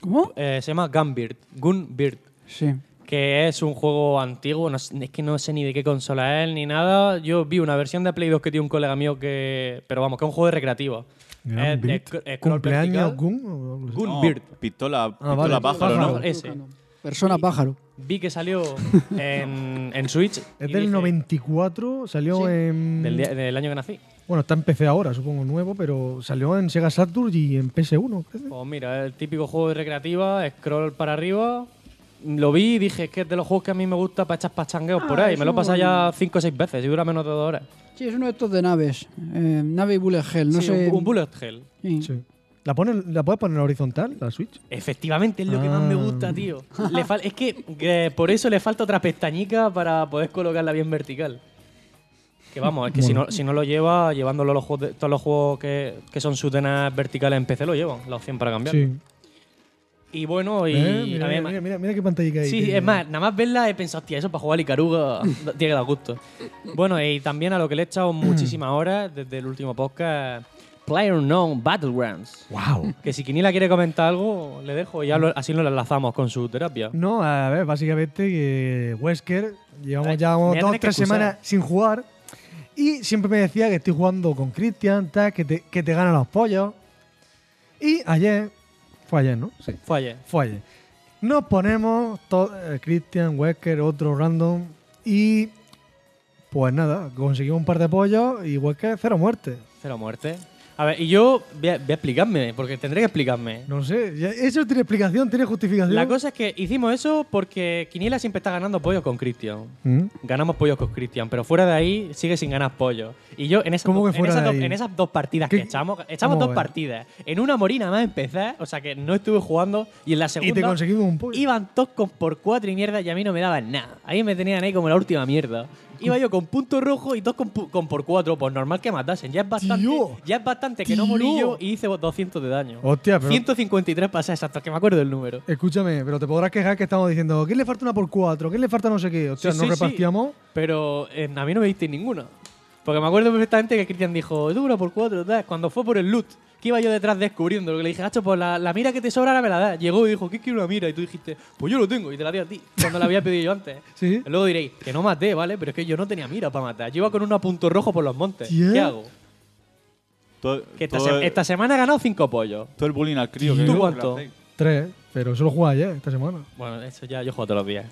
¿Cómo?
eh, se llama Gunbird. Gunbird.
Sí.
que es un juego antiguo, no s- es que no sé ni de qué consola es ni nada. Yo vi una versión de Play 2 que tiene un colega mío que... Pero vamos, que es un juego de recreativo.
Gran
Es de
Bird.
sc- scroll
Cumpleaños
vertical.
Gun. o algo así.
Gun
No,
Bird.
Pistola, pistola
vale.
pájaro, ¿no?
Pájaro. Ese.
Persona pájaro.
Vi que salió en, en Switch. y
Es del
dije-
94, salió
Sí.
en.
Del, día- del año que nací.
Bueno, está en PC ahora, supongo, nuevo, pero salió en Sega Saturn y en PS1. parece.
Pues mira, el típico juego de recreativa, scroll para arriba. Lo vi y dije, es que es de los juegos que a mí me gusta para echar pachangueos por
Ah,
ahí.
es
Me lo he pasado
un-
ya 5 o 6 veces y dura menos de 2 horas.
Sí, es uno de estos de naves. Eh, nave y bullet hell. No
Sí,
sé.
un, un bullet hell.
Sí.
Sí. ¿La, pones- ¿La puedes poner horizontal, la Switch?
Efectivamente, es lo que más me
Ah.
gusta, tío. Le fal- es que, que por eso le falta otra pestañica para poder colocarla bien vertical. Que vamos, es que si, no, si no lo lleva, llevándolo a los juegos de- todos los juegos que, que son sutenas verticales en PC, lo llevan, la opción para cambiar.
Sí.
Y bueno, y
Eh, mira,
a mí
mira,
me-
mira, mira, mira qué pantallita hay.
Sí,
que-
es más, nada más verla he pensado, hostia, eso para jugar a Icaruga da- tiene que dar gusto. Bueno, y también a lo que le he echado muchísimas horas desde el último podcast, PlayerUnknown Battlegrounds.
¡Wow!
Que si Quinila quiere comentar algo, le dejo y ya lo- así lo enlazamos con su terapia.
No, a ver, básicamente que Wesker, llevamos
Ay,
ya
me voy a
dos o
tener que
tres
excusar.
semanas sin jugar y siempre me decía que estoy jugando con Christian, tal, que te, que te ganan los pollos. Y ayer, fue ayer, ¿no? Sí.
Fue ayer.
Fue ayer. Nos ponemos to- eh, Christian, Wesker, otro random y pues nada, conseguimos un par de pollos y Wesker cero muerte.
Cero muerte. A ver, y yo voy a, voy a explicarme, porque tendré que explicarme.
No sé, ya- eso tiene explicación, tiene justificación.
La cosa es que hicimos eso porque Quiniela siempre está ganando pollos con Cristian.
¿Mm?
Ganamos pollos con Cristian, pero fuera de ahí sigue sin ganar pollos. Y yo en esas,
¿Cómo
dos,
que
en
fuera
esas
de
dos-
ahí?
en esas dos partidas
¿Qué-
que echamos, echamos
cómo
dos
va?
partidas. En una morina más empecé, o sea que no estuve jugando, y en la segunda
Y te conseguimos un pollo.
iban todos con por cuatro y mierda y a mí no me daban nada. A mí me tenían ahí como la última mierda. Iba yo con punto rojo y todos con, pu- con por cuatro, pues normal que matasen. Ya es bastante,
Tío.
ya es bastante que no
Tío.
morí yo y hice 200 de daño.
Hostia, pero-
153 pasé exacto, que me acuerdo el número.
Escúchame, pero te podrás quejar que estamos diciendo ¿Qué le falta una por cuatro? ¿Qué le falta no sé qué? O sea,
Sí,
nos
sí, sí.
repartíamos.
Pero eh, a mí no me disteis ninguno. Porque me acuerdo perfectamente que Cristian dijo, tú una por cuatro, tal", cuando fue por el loot, que iba yo detrás descubriendo, que le dije, Hacho, pues la, la mira que te sobra ahora me la das. Llegó y dijo, ¿qué quiero una mira? Y tú dijiste, pues yo lo tengo, y te la di a ti, cuando la había pedido yo antes. ¿eh?
Sí.
Luego diréis, que no maté, ¿vale? Pero es que yo no tenía mira para matar. Yo iba con un punto rojo por los montes.
Tía.
¿Qué hago?
Todo,
Que esta,
todo
se-
el-
esta semana he ganado cinco pollos.
todo el bullying al crío.
¿Tú
que- que
cuánto?
le hacéis.
Tres, pero solo jugaba ayer, esta semana.
Bueno, eso ya yo juego todos los días.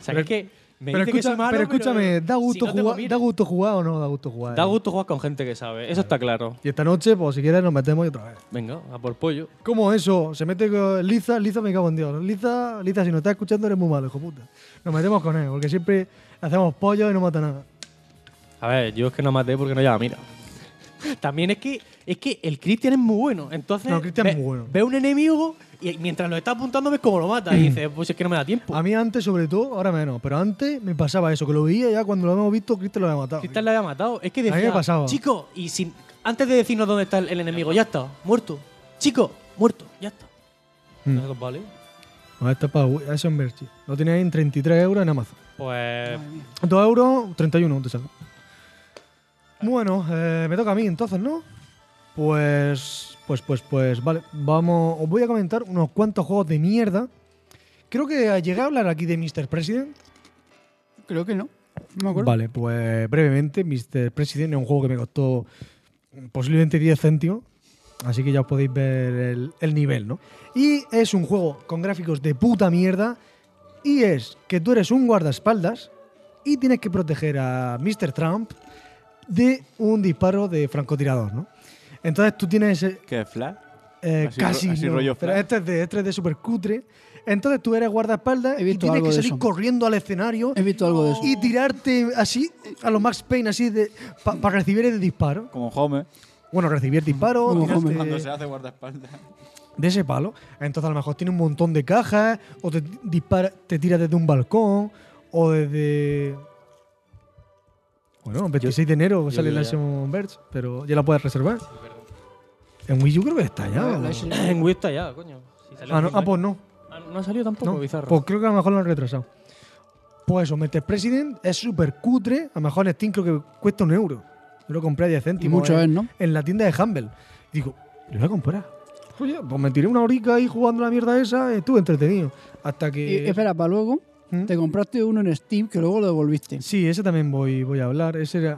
O sea,
Pero-
que es que Me
pero
dice que
escucha-
soy malo,
pero escúchame,
si
¿da, gusto
no te lo
jugar,
miras.
¿da gusto jugar o no da gusto jugar?
Da
eh?
gusto jugar con gente que sabe, eso está claro.
Y esta noche, pues si quieres, nos metemos y otra vez.
Venga, a por pollo.
¿Cómo eso? Se mete con Liza, Liza me cago en Dios. Liza, Liza, si nos estás escuchando, eres muy malo, hijo puta. Nos metemos con él, porque siempre hacemos pollo y no mata nada.
A ver, yo es que no maté porque no lleva mira. También es que, es que el Christian es muy bueno. Entonces,
No, Christian
ve,
es muy bueno. Mm.
ve un enemigo y mientras lo está apuntando ves cómo lo mata. y dices, pues es que no me da tiempo.
A mí antes, sobre todo, ahora menos, pero antes me pasaba eso, que lo veía ya cuando lo habíamos visto, Cristian lo había matado.
Christian le había matado. Es que
mí me
decía,
pasaba.
chico, y sin, antes de decirnos dónde está el, el enemigo, ya está, muerto. Chico, muerto, ya está.
Mm.
Nosotros, vale.
No, esto es para eso en Berchi. Lo tenéis en 33 euros en Amazon.
Pues
2 euros, 31 te sale. Bueno, eh, me toca a mí entonces, ¿no? Pues, pues, pues, pues, vale. Vamos, os voy a comentar unos cuantos juegos de mierda. Creo que llegué a hablar aquí de Mr. President.
Creo que no. No me acuerdo.
Vale, pues brevemente, Mr. President es un juego que me costó posiblemente 10 céntimos. Así que ya os podéis ver el, el nivel, ¿no? Y es un juego con gráficos de puta mierda. Y es que tú eres un guardaespaldas y tienes que proteger a Mr. Trump de un disparo de francotirador, ¿no? Entonces tú tienes eh,
¿Qué es Flash?
eh,
Así ro-
casi.
así
no,
rollo
pero
Flash.
este es de, este es de super cutre. Entonces tú eres guardaespaldas
He
y
visto
tienes
algo
que
de
salir
eso.
corriendo al escenario
He visto algo de eso.
y tirarte así a lo Max Payne así de para recibir el disparo.
Como Homer.
Bueno, recibir disparo,
Como
tirarte
Homer.
Cuando se hace guardaespaldas.
de ese palo. Entonces a lo mejor tiene un montón de cajas o te dispara, te tiras desde un balcón o desde bueno, el 26 de enero sale
digo
la
ya.
Simon Birds, pero ya la puedes reservar. En Wii U creo que está ya.
Ah,
¿o?
lo he hecho.
en Wii está ya, coño. Si salió
Ah,
en
no,
Wii,
ah, pues no.
Ah, no ha salido tampoco,
No,
bizarro.
Pues creo que a lo mejor lo han retrasado. Pues eso, Mr. President es súper cutre. A lo mejor en Steam creo que cuesta un euro. Yo lo compré a 10
Y
céntimos.
mucho ¿eh?
en,
es, ¿no?
en la tienda de Humble. Y digo, lo voy a comprar. Oye, pues me tiré una horica ahí jugando la mierda esa. Estuve entretenido. Hasta
Y,
que.
espera, para luego,
Eh, ¿Mm?
te compraste uno en Steam que luego lo devolviste.
Sí, ese también voy, voy a hablar. Ese era.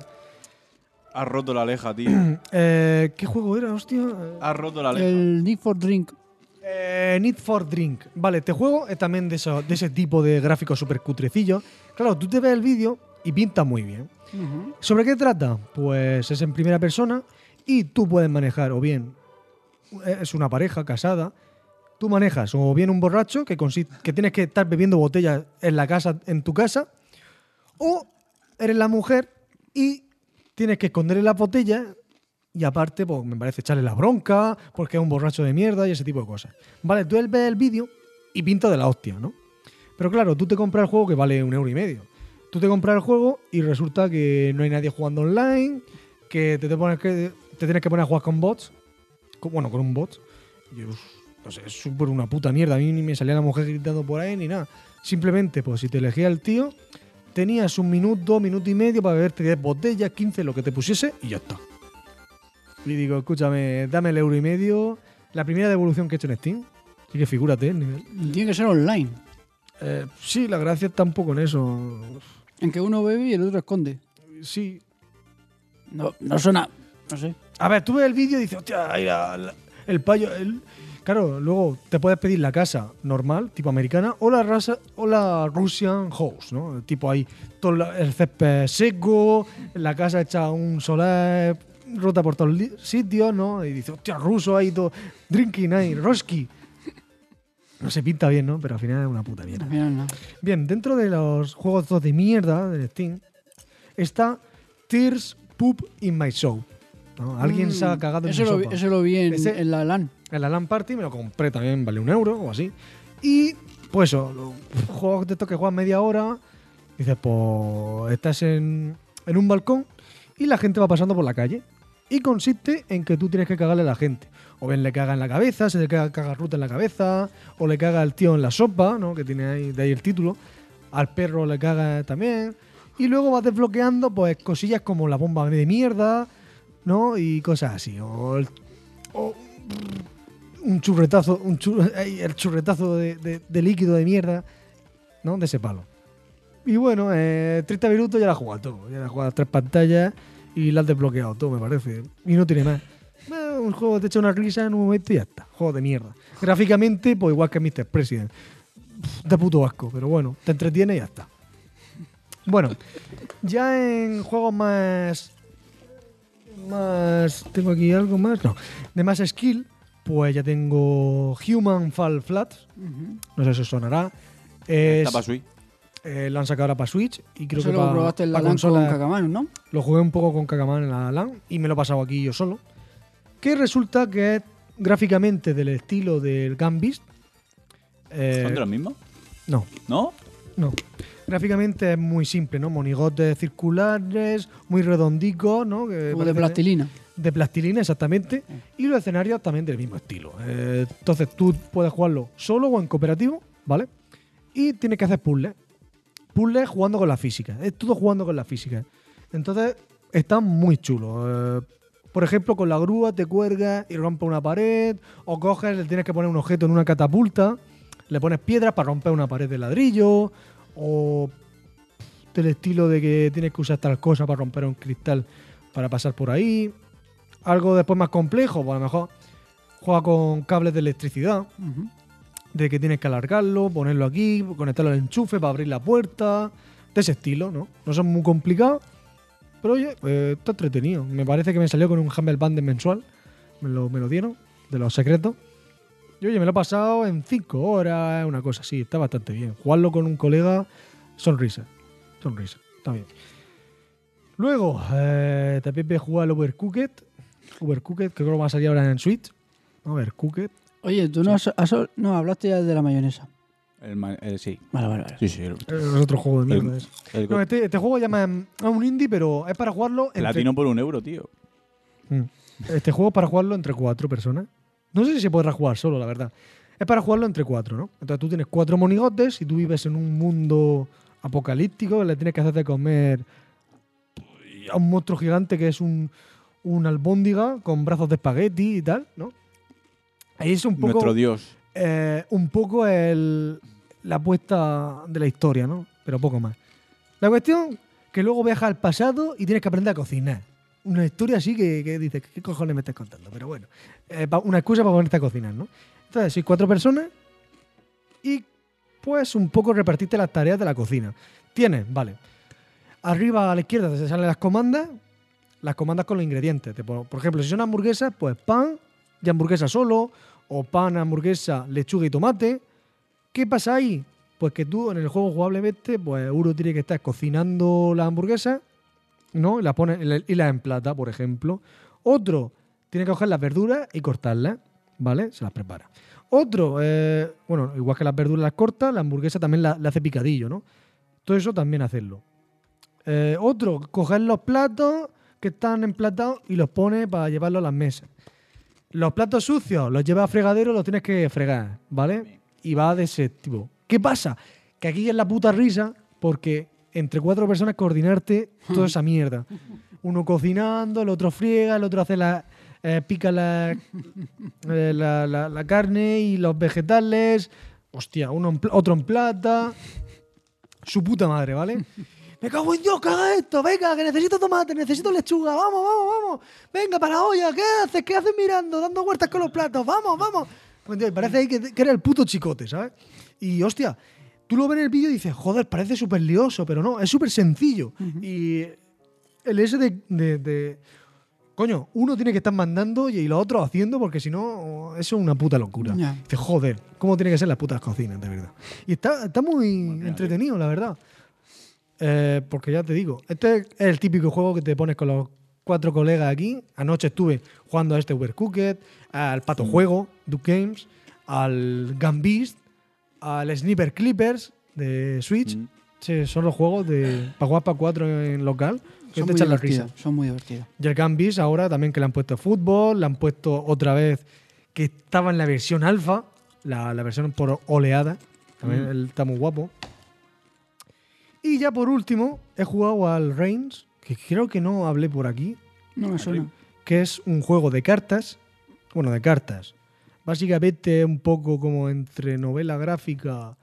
Has roto la aleja, tío.
Eh, ¿Qué juego era, hostia? Eh,
Has roto la aleja.
El Need for Drink.
Eh, Need for Drink. Vale, este juego es también de, eso- de ese tipo de gráficos súper cutrecillos. Claro, tú te ves el vídeo y pinta muy bien. ¿Sobre qué trata? Pues es en primera persona y tú puedes manejar o bien eh, es una pareja casada, tú manejas o bien un borracho que, consi- que tienes que estar bebiendo botellas en la casa en tu casa o eres la mujer y tienes que esconderle las botellas y aparte pues me parece echarle la bronca porque es un borracho de mierda y ese tipo de cosas. Vale, tú él ves el vídeo y pinta de la hostia, ¿no? Pero claro, tú te compras el juego que vale un euro y medio. Tú te compras el juego y resulta que no hay nadie jugando online, que te, te pones que, te tienes que poner a jugar con bots. con- bueno, con un bot. Y yo, uf, no sé, es súper una puta mierda. A mí ni me salía la mujer gritando por ahí ni nada. Simplemente, pues si te elegía el tío, tenías un minuto, minuto y medio para beberte 10 botellas, 15, lo que te pusiese y ya está. Y digo, escúchame, dame el euro y medio. La primera devolución que he hecho en Steam. Así que figúrate el nivel.
Tiene que ser online.
Eh, sí, la gracia está un poco en eso.
En que uno bebe y el otro esconde.
Sí.
No, no suena. No sé.
A ver, tú ves el vídeo y dices, hostia, ahí la- la- el payo. el-". Claro, luego te puedes pedir la casa normal, tipo americana, o la, raza, o la Russian house, ¿no? Tipo ahí, todo la- el césped seco, la casa hecha a un solar, rota por todos li- sitios, ¿no? Y dices, hostia, ruso ahí, todo, drinking ahí, roski. No se pinta bien, ¿no? Pero al final es una puta mierda.
Al final no.
Bien, dentro de los juegos estos de mierda de Steam está Tears Poop in My Show. ¿no? Alguien se ha
Mm,
cagado en
ese
mi
lo,
sopa.
vi- ese lo vi en,
Ese-
en la LAN.
En la LAN Party me lo compré también, vale un euro o así. Y pues eso, los juegos de estos que juegas media hora, dices, pues estás en, en un balcón y la gente va pasando por la calle. Y consiste en que tú tienes que cagarle a la gente. O bien le caga en la cabeza, se le caga, caga ruta en la cabeza, o le caga el tío en la sopa, ¿no? Que tiene ahí, de ahí el título. Al perro le caga también. Y luego vas desbloqueando, pues, cosillas como la bomba de mierda, ¿no? Y cosas así. O el un churretazo, un chur- ay, el churretazo de, de- de líquido de mierda, ¿no? De ese palo. Y bueno, eh, 30 minutos ya la he jugado todo. Ya la he jugado a tres pantallas y la has desbloqueado todo, me parece. Y no tiene más. Eh, un juego te echa una risa en un momento y ya está. Juego de mierda. Gráficamente, pues igual que Mr. President. Pff, Da puto asco, pero bueno, te entretiene y ya está. Bueno, ya en juegos más. Más. ¿Tengo aquí algo más? No. De más skill, pues ya tengo Human Fall Flat. No sé si os sonará. Es-
Está pa' Switch.
eh, lo han sacado ahora para Switch y creo
Eso
que
lo
pa-
probaste en la
pa
LAN con
consola-
Cacamán, ¿no?
Lo jugué un poco con Cacamán en la LAN y me lo he pasado aquí yo solo. Que resulta que es gráficamente del estilo del Gambist. eh,
¿Son de los mismos?
no,
¿No?
no. Gráficamente es muy simple, ¿no? Monigotes circulares, muy redondicos, ¿no? Que
Como de
parecen-
plastilina.
de plastilina, exactamente. Y los escenarios también del mismo estilo. Eh, entonces tú puedes jugarlo solo o en cooperativo, ¿vale? Y tienes que hacer puzzles. Puzzles jugando con la física. Es todo jugando con la física. Entonces están muy chulos. Eh, por ejemplo, con la grúa te cuelgas y rompe una pared. O coges, le tienes que poner un objeto en una catapulta. Le pones piedras para romper una pared de ladrillo. O del estilo de que tienes que usar tal cosa para romper un cristal para pasar por ahí. Algo después más complejo, pues a lo mejor juega con cables de electricidad,
Ujú.
de que tienes que alargarlo, ponerlo aquí, conectarlo al enchufe para abrir la puerta, de ese estilo, ¿no? No son muy complicados, pero oye, eh, está entretenido. Me parece que me salió con un Humble Band mensual, me lo, me lo dieron, de los secretos. Y oye, me lo he pasado en 5 horas, una cosa así, está bastante bien. Jugarlo con un colega, sonrisa, sonrisa, está bien. Luego, eh, también voy a jugar al Overcooked. Overcooked, que creo que va a salir ahora en Switch. Overcooked.
Oye, tú no, has- has- no hablaste ya de la mayonesa.
El, ma- el- sí.
Vale, vale, vale.
Sí, sí. el-
Es otro juego de mierda.
El-
ese.
el-
No, este, este juego llama es un indie, pero es para jugarlo entre...
Platino por un euro, tío.
Mm. Este juego es para jugarlo entre cuatro personas. No sé si se podrá jugar solo, la verdad. Es para jugarlo entre cuatro, ¿no? Entonces tú tienes cuatro monigotes y tú vives en un mundo apocalíptico que le tienes que hacer de comer a un monstruo gigante que es un, un albóndiga con brazos de espagueti y tal, ¿no? Ahí es un poco
Nuestro dios.
eh, un poco el- la apuesta de la historia, ¿no? Pero poco más. La cuestión que luego viajas al pasado y tienes que aprender a cocinar. Una historia así que, que dices, ¿qué cojones me estás contando? Pero bueno, eh, pa- una excusa para ponerte a cocinar, ¿no? Entonces, sois cuatro personas y pues un poco repartiste las tareas de la cocina. Tienes, vale. Arriba a la izquierda te salen las comandas, las comandas con los ingredientes. Te pon- por ejemplo, si son hamburguesas, pues pan y hamburguesa solo, o pan, hamburguesa, lechuga y tomate. ¿Qué pasa ahí? Pues que tú en el juego jugablemente, pues uno tiene que estar cocinando las hamburguesas, ¿no? Y las pone y las emplata, por ejemplo. Otro tiene que coger las verduras y cortarlas, ¿vale? Se las prepara. Otro, eh, bueno, igual que las verduras las corta, la hamburguesa también la, la hace picadillo, ¿no? Todo eso también hacerlo. Eh, otro, coger los platos que están emplatados y los pone para llevarlos a las mesas. Los platos sucios los llevas a fregadero, los tienes que fregar, ¿vale? Y va de ese tipo. ¿Qué pasa? Que aquí es la puta risa porque entre cuatro personas coordinarte toda esa mierda. Uno cocinando, el otro friega, el otro hace la, eh, pica la, eh, la, la- la carne y los vegetales. Hostia, uno en pl- otro en plata. Su puta madre, ¿vale? Me cago en Dios, que haga esto, venga, que necesito tomate, necesito lechuga, vamos, vamos, vamos. Venga, para la olla, ¿qué haces? ¿Qué haces mirando? Dando vueltas con los platos, vamos, vamos. Pues, tío, parece ahí que, que era el puto chicote, ¿sabes? Y hostia, tú lo ves en el vídeo y dices, joder, parece súper lioso, pero no, es súper sencillo. Y el ese de- de- de Coño, uno tiene que estar mandando y los otros haciendo porque si no, eso es una puta locura.
Ya.
Dice, joder, ¿cómo tiene que ser las putas cocinas, de verdad? Y está, está muy entretenido, la verdad. Eh, porque ya te digo, este es el típico juego que te pones con los cuatro colegas aquí. Anoche estuve jugando a este Overcooked, al Pato Juego, Duke Games, al Gambist, al Sniper Clippers de Switch.
Mm.
Sí, son los juegos de para jugar para cuatro en local. Que
Son
te
muy,
echan la risa.
divertidas, son muy divertidas.
Y el Gambis ahora también que le han puesto fútbol, le han puesto otra vez que estaba en la versión alfa, la, la versión por oleada. También él está muy guapo. Y ya por último, he jugado al Reigns, que creo que no hablé por aquí,
No me suena.
que es un juego de cartas. Bueno, de cartas. Básicamente un poco como entre novela gráfica,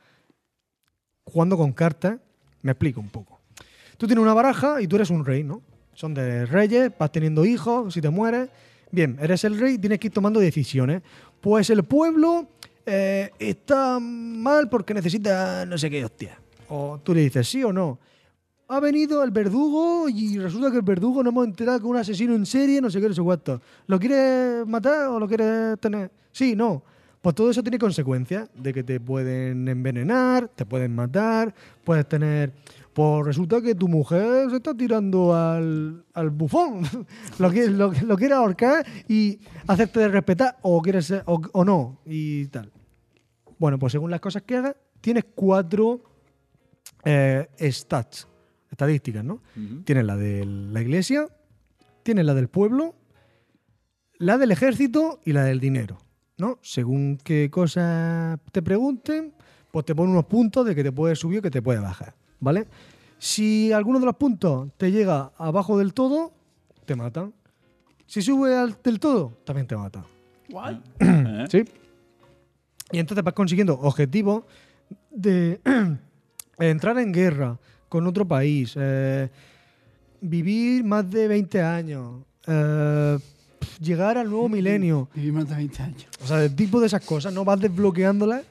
jugando con cartas. Me explico un poco. Tú tienes una baraja y tú eres un rey, ¿no? Son de reyes, vas teniendo hijos, si te mueres. Bien, eres el rey, tienes que ir tomando decisiones. Pues el pueblo eh, está mal porque necesita no sé qué hostia. O tú le dices sí o no. ha venido el verdugo y resulta que el verdugo no hemos enterado que es un asesino en serie, no sé qué, no sé cuánto. ¿Lo quieres matar o lo quieres tener? Sí, no. Pues todo eso tiene consecuencias de que te pueden envenenar, te pueden matar, puedes tener... Pues resulta que tu mujer se está tirando al, al bufón. lo, que, lo, lo quieres ahorcar y hacerte de respetar o, quieres ser- o, o no y tal. Bueno, pues según las cosas que hagas, tienes cuatro eh, stats, estadísticas, ¿no? Tienes la de la iglesia, tienes la del pueblo, la del ejército y la del dinero, ¿no? Según qué cosas te pregunten, pues te ponen unos puntos de que te puede subir o que te puede bajar, ¿vale? Si alguno de los puntos te llega abajo del todo, te matan. Si sube al del todo, también te matan.
¿Eh?
Sí. Y entonces vas consiguiendo objetivos de entrar en guerra con otro país, eh, vivir más de 20 años, eh, pf, llegar al nuevo milenio.
Viví más de 20 años.
O sea, el tipo de esas cosas, ¿no? Vas desbloqueándolas.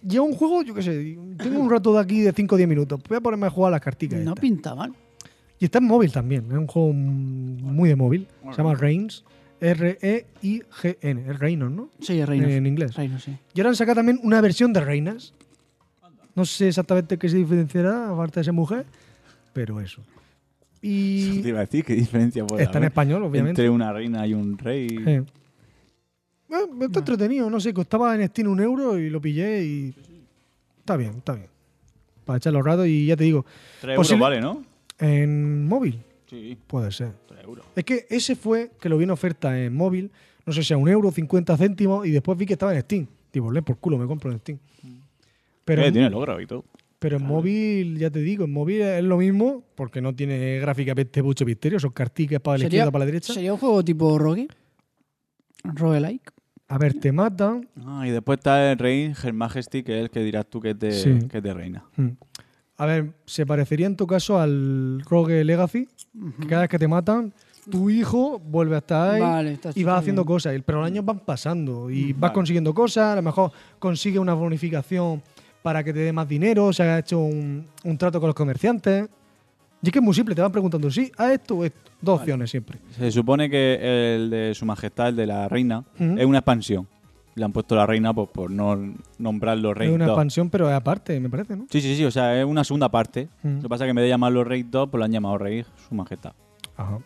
Lleva un juego, yo qué sé, tengo un rato de aquí de 5 o 10 minutos. Voy a ponerme a jugar a las carticas.
No
estas.
pinta mal.
Y está en móvil también, es un juego muy de móvil. Se llama Reigns, E R-E-I-G-N, es Reigns, ¿no?
Sí, Reino.
En inglés.
Reino, sí.
Y ahora han sacado también una versión de reinas. No sé exactamente qué se diferenciará, aparte de ser mujer, pero eso.
Eso te
Y
iba a decir, ¿qué diferencia puede
está en
haber
español, obviamente.
Entre una reina y un rey.
Eh. Eh, está entretenido, no sé, costaba en Steam un euro y lo pillé y... Está bien, está bien. Para echarlo rato y ya te digo,
Tres
Posible-
euros vale, ¿no?
en móvil
Sí,
puede ser.
tres euros.
Es que ese fue que lo vi en oferta en móvil, no sé si a un euro, 50 céntimos, y después vi que estaba en Steam. Digo, le por culo, me compro en Steam. Pero
Eh, tiene logro y todo.
Pero en móvil, ya te digo, en móvil es lo mismo, porque no tiene gráficamente mucho misterio, son carticas para la izquierda, para la derecha.
sería un juego tipo Rogue. Roguelike.
A ver, te matan.
Ah, y después está el rey Her Majesty, que es el que dirás tú que es de,
Sí.
que es de reina.
Mm. A ver, se parecería en tu caso al Rogue Legacy, que cada vez que te matan, tu hijo vuelve a estar ahí
Vale, está
y vas
está
haciendo
bien.
cosas, y- pero los años van pasando y vas
Vale.
consiguiendo cosas, a lo mejor consigue una bonificación para que te dé más dinero, se ha hecho un, un trato con los comerciantes. Y es que es muy simple, te van preguntando, sí, a esto o esto. Dos opciones siempre.
Se supone que el de su majestad, el de la reina,
Ujú.
es una expansión. Le han puesto la reina pues, por no nombrarlo rey
Es una
2.
expansión, pero es aparte, me parece, ¿no?
Sí, sí, sí, o sea, es una segunda parte.
Ujú.
Lo que pasa es que en vez de llamarlo rey 2, pues lo han llamado rey su majestad.
Ajá.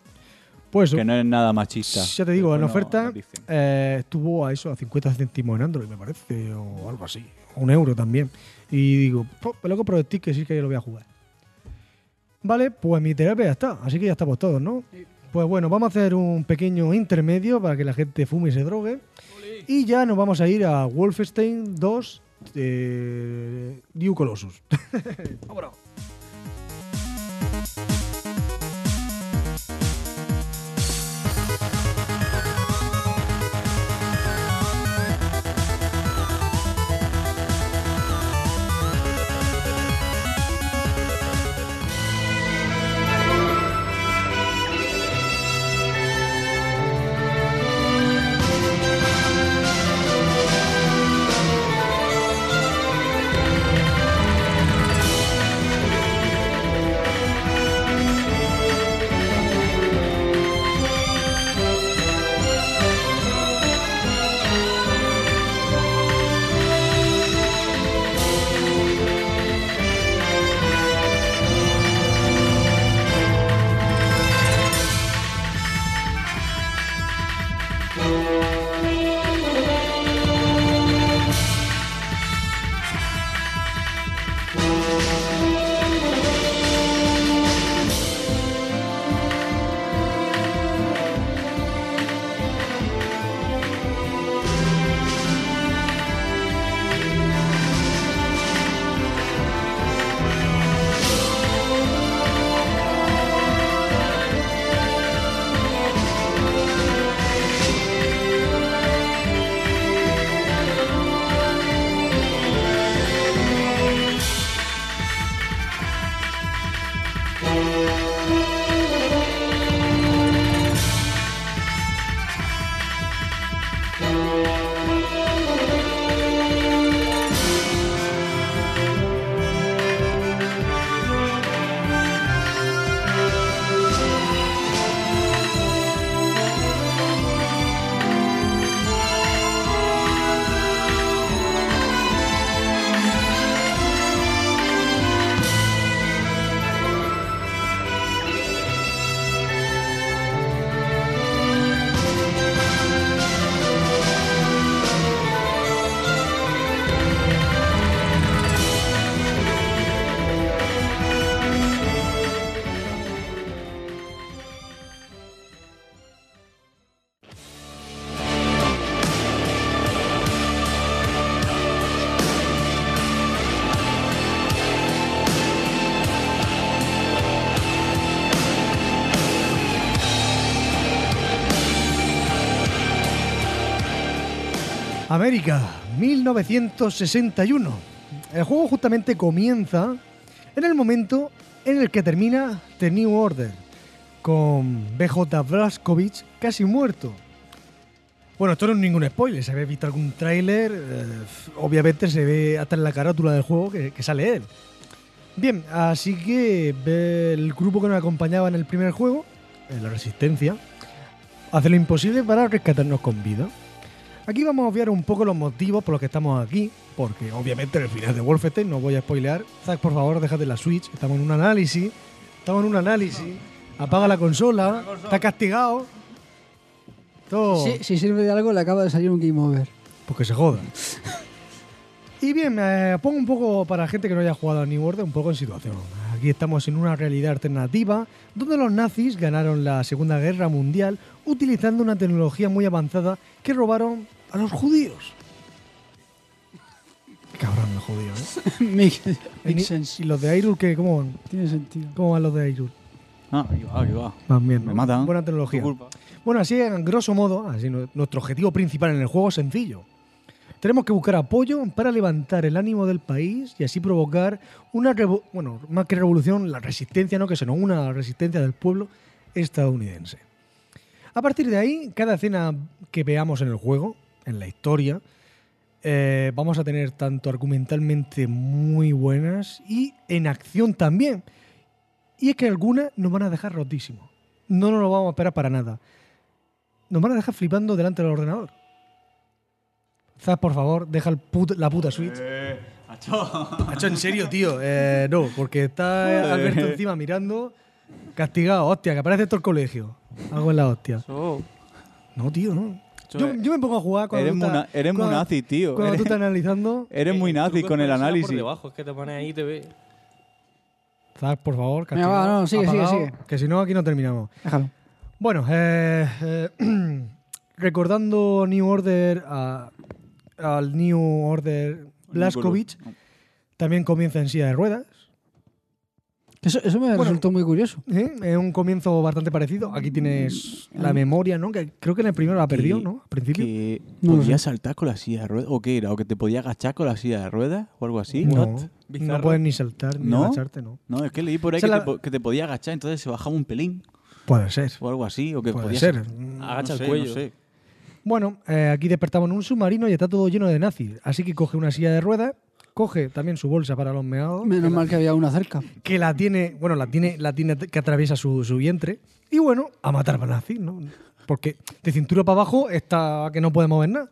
Pues eso,
Que no es nada machista.
ya te digo, en
Bueno,
oferta
dicen.
eh, estuvo a eso, a 50 céntimos en Android, me parece, o algo así. Un euro también. Y digo, "Po, me lo compro de Steam, que sí que yo lo voy a jugar. Vale, pues mi terapia ya está. Así que ya estamos todos, ¿no? Pues bueno, vamos a hacer un pequeño intermedio para que la gente fume y se drogue. Y ya nos vamos a ir a Wolfenstein 2 eh, New Colossus. Vámonos. América, 1961. El juego justamente comienza en el momento en el que termina The New Order, con BJ Blazkowicz casi muerto. Bueno, esto no es ningún spoiler, si habéis visto algún tráiler, eh, obviamente se ve hasta en la carátula del juego que, que sale él. Bien, así que ve el grupo que nos acompañaba en el primer juego, en la Resistencia, hace lo imposible para rescatarnos con vida. Aquí vamos a obviar un poco los motivos por los que estamos aquí, porque obviamente en el final de Wolfenstein no voy a spoilear. Zack, por favor, déjate la Switch, estamos en un análisis, estamos en un análisis, apaga la consola, está castigado. Todo.
Si, si sirve de algo, le acaba de salir un Game Over.
Porque Pues se joda. Y bien, eh, pongo un poco para gente que no haya jugado a New Order, un poco en situación. Aquí estamos en una realidad alternativa donde los nazis ganaron la Segunda Guerra Mundial utilizando una tecnología muy avanzada que robaron a los judíos. Cabrón los judíos, ¿eh?
Make-
Y ni-
make sense.
¿Y los de Hyrule qué? ¿Cómo van?
Tiene sentido.
¿Cómo van los de Hyrule?
Ah, ahí va, ahí va.
Van bien,
Me
¿no?
matan.
Buena
Tu
tecnología.
culpa.
Bueno, así, en grosso modo, así, nu- nuestro objetivo principal en el juego es sencillo. Tenemos que buscar apoyo para levantar el ánimo del país y así provocar una, revo- bueno, más que revolución, la resistencia, no que se nos una a la resistencia del pueblo estadounidense. A partir de ahí, cada escena que veamos en el juego, en la historia, eh, vamos a tener tanto argumentalmente muy buenas y en acción también. Y es que algunas nos van a dejar rotísimos. No nos lo vamos a esperar para nada. Nos van a dejar flipando delante del ordenador. Zaz, por favor, deja el put- la puta Switch.
Eh, macho.
Macho, en serio, tío. Eh, no, porque está Eh. Alberto encima mirando, castigado. Hostia, que aparece todo el colegio. Algo en la hostia. No, tío, no.
Macho,
Yo,
eh,
yo me pongo a jugar cuando
eres
tú estás-
muy na- eres muy
cuando-
nazi, tío.
Cuando tú
Eres-
estás analizando.
Eres
Eh,
muy
el
nazi
truco
con
es
el
ponérsela por
análisis.
debajo, es que te pones ahí y te ve.
Zaz, por favor,
Venga, va,
castigado,
no, sigue, sigue,
apagado,
sigue.
Que si no, aquí no terminamos.
Déjalo.
Bueno, eh, eh, recordando New Order a- al New Order Blaskovich, también comienza en silla de ruedas.
Eso, eso me
Bueno.
resultó muy curioso.
¿eh? Es un comienzo bastante parecido. Aquí tienes
Mm.
la memoria, ¿no? Que creo que en el primero la perdió,
Que-
¿no? Al principio.
que
No lo
podías saltar con la silla de ruedas o qué era o que te podía agachar con la silla de ruedas o algo así
No,
no,
no puedes ni saltar ni
¿No?
agacharte, ¿no.
No, es que leí por ahí
Se
que,
la-
te, po- que te podía agachar entonces se bajaba un pelín
Puede ser.
o algo así o Pues que
Puede
podías
ser.
agacha
Agacha
el
el
sé,
cuello.
no sé.
Bueno, eh, aquí despertamos en un submarino y está todo lleno de nazis. Así que coge una silla de ruedas, coge también su bolsa para los meados.
Menos mal que había una cerca.
que la tiene, bueno, la tiene, la tiene que atraviesa su, su vientre. Y bueno, a matar a nazis, ¿no? Porque de cintura para abajo está que no puede mover nada.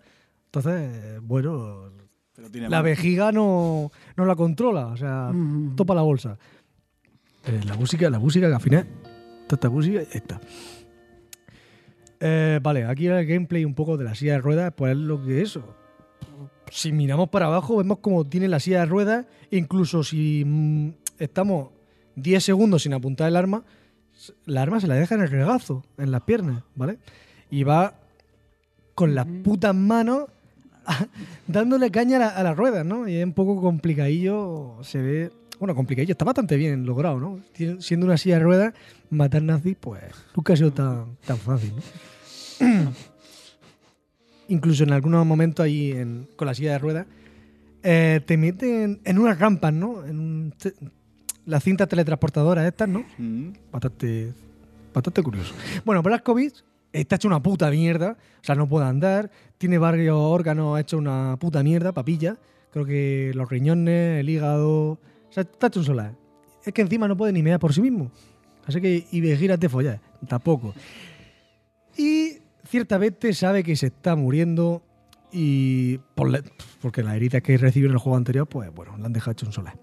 Entonces, bueno,
Pero tiene
la
mano.
vejiga no, no la controla, o sea,
Mm.
topa la bolsa. Eh, la música, la música que al final, toda esta música, esta. Eh, vale, aquí el gameplay un poco de la silla de ruedas, pues es lo que es. Si miramos para abajo, vemos cómo tiene la silla de ruedas, incluso si mm, estamos 10 segundos sin apuntar el arma, s- la arma se la deja en el regazo, en las piernas, ¿vale? Y va con las putas manos dándole caña a, la- a las ruedas, ¿no? Y es un poco complicadillo, se ve... Bueno, complicadillo, está bastante bien logrado, ¿no? Tien- Siendo una silla de ruedas, matar nazis, pues nunca ha sido tan, tan fácil, ¿no? Incluso en algunos momentos ahí en- con la silla de ruedas, eh, te meten en unas rampas, ¿no? En un te- las cintas teletransportadoras estas, ¿no?
Mm.
bastante, bastante curioso. Bueno, Blaskovich está hecho una puta mierda, o sea, no puede andar, tiene varios órganos hecho una puta mierda, papilla, creo que los riñones, el hígado, o sea, está hecho un solar. Es que encima no puede ni mear por sí mismo, así que y de giras de follar, tampoco. Y ciertamente sabe que se está muriendo y por la- porque las heridas que recibió en el juego anterior, pues bueno, le han dejado hecho un solar.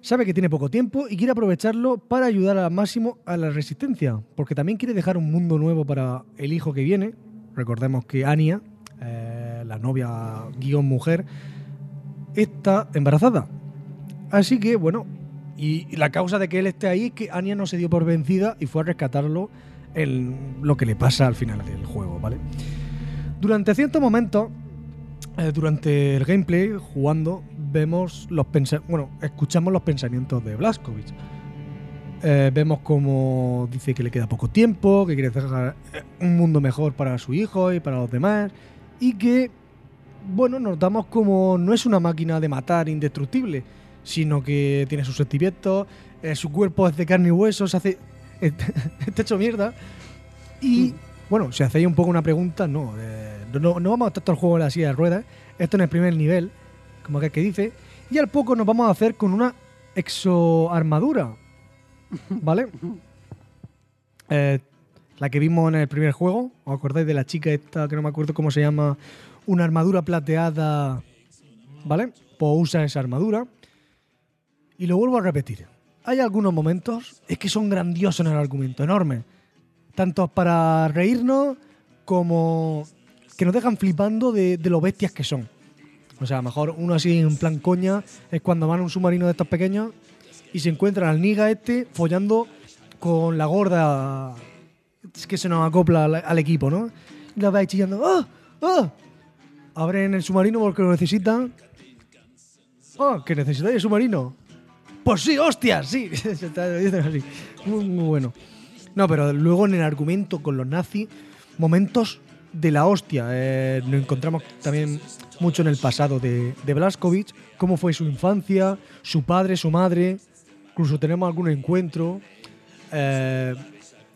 Sabe que tiene poco tiempo y quiere aprovecharlo para ayudar al máximo a la resistencia, porque también quiere dejar un mundo nuevo para el hijo que viene. Recordemos que Anya, eh, la novia guión mujer, está embarazada. Así que, bueno, y y la causa de que él esté ahí es que Anya no se dio por vencida y fue a rescatarlo en lo que le pasa al final del juego, ¿vale? Durante ciertos momentos eh, durante el gameplay, jugando, vemos los pensa- bueno, escuchamos los pensamientos de Blaskovich. Eh, vemos cómo dice que le queda poco tiempo, que quiere dejar eh, un mundo mejor para su hijo y para los demás, y que bueno, notamos como no es una máquina de matar indestructible, sino que tiene sus sentimientos, eh, su cuerpo es de carne y hueso, se hace. está hecho mierda. Y bueno, si hacéis un poco una pregunta, no. eh, no, no vamos a estar todo el juego en la silla de ruedas. Esto en el primer nivel, como aquel que dice. Y al poco nos vamos a hacer con una exoarmadura. ¿Vale? Eh, la que vimos en el primer juego. ¿Os acordáis de la chica esta que no me acuerdo cómo se llama? Una armadura plateada. ¿Vale? Pues usa esa armadura. Y lo vuelvo a repetir. Hay algunos momentos, es que son grandiosos en el argumento, enormes. Tanto para reírnos como que nos dejan flipando de, de lo bestias que son. O sea, a lo mejor uno así en plan coña es cuando van a un submarino de estos pequeños y se encuentran al niga este follando con la gorda que se nos acopla al, al equipo, ¿no? Y la vais chillando, ¡ah! ¡ah! Abren el submarino porque lo necesitan. ¡Ah! ¿Que necesitáis el submarino? Pues sí, hostias, sí. Se está- dicen así. Muy, muy bueno. No, pero luego en el argumento con los nazis, momentos de la hostia. Eh, nos encontramos también mucho en el pasado de, de Blaskovich, cómo fue su infancia, su padre, su madre. Incluso tenemos algún encuentro. Eh,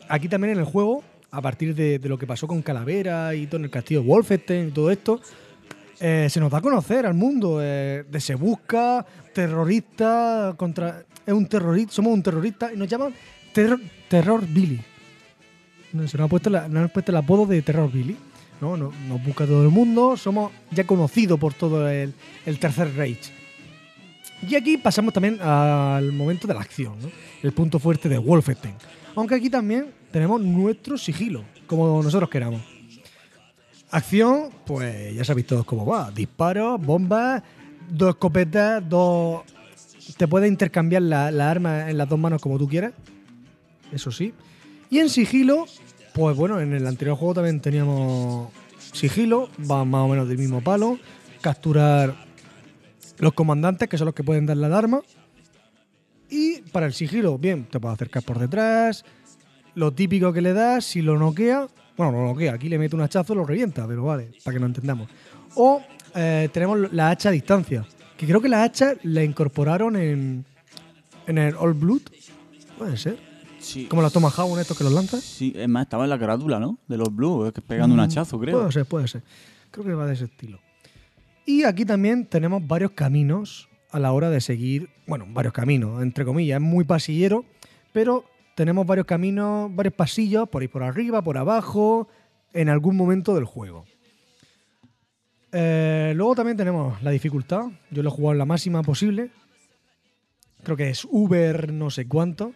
aquí también en el juego, a partir de, de lo que pasó con Calavera y todo en el castillo de Wolfenstein y todo esto, eh, se nos da a conocer al mundo. eh, de se busca, terrorista, contra. Es un terrorista, somos un terrorista y nos llaman terror, terror Billy. No, Se nos ha puesto, la- nos han puesto el apodo de Terror Billy. No, no, nos busca todo el mundo, somos ya conocidos por todo el, el tercer Reich. Y aquí pasamos también al momento de la acción, ¿no? el punto fuerte de Wolfenstein. Aunque aquí también tenemos nuestro sigilo, como nosotros queramos. Acción, pues ya sabéis todos cómo va. Disparos, bombas, dos escopetas, dos... Te puedes intercambiar las armas en las dos manos como tú quieras. Eso sí. Y en sigilo, pues bueno, en el anterior juego también teníamos sigilo, va más o menos del mismo palo. Capturar los comandantes, que son los que pueden dar la alarma. Y para el sigilo, bien, te puedes acercar por detrás. Lo típico que le das, si lo noquea, bueno, no lo noquea, aquí le mete un hachazo, lo revienta, pero vale, para que no entendamos. O eh, tenemos la hacha a distancia, que creo que la hacha la incorporaron en, en el All Blood, puede ser.
Sí.
Como los Tomahawk estos que los lanzas.
Sí, es más, estaba en la carátula, ¿no? De los Blues, es que pegando un hachazo, creo.
Mm. Puede ser, puede ser. Creo que va de ese estilo. Y aquí también tenemos varios caminos a la hora de seguir, bueno, varios caminos, entre comillas, es muy pasillero, pero tenemos varios caminos, varios pasillos por ahí por arriba, por abajo, en algún momento del juego. Eh, luego también tenemos la dificultad, yo lo he jugado en la máxima posible, creo que es Uber no sé cuánto,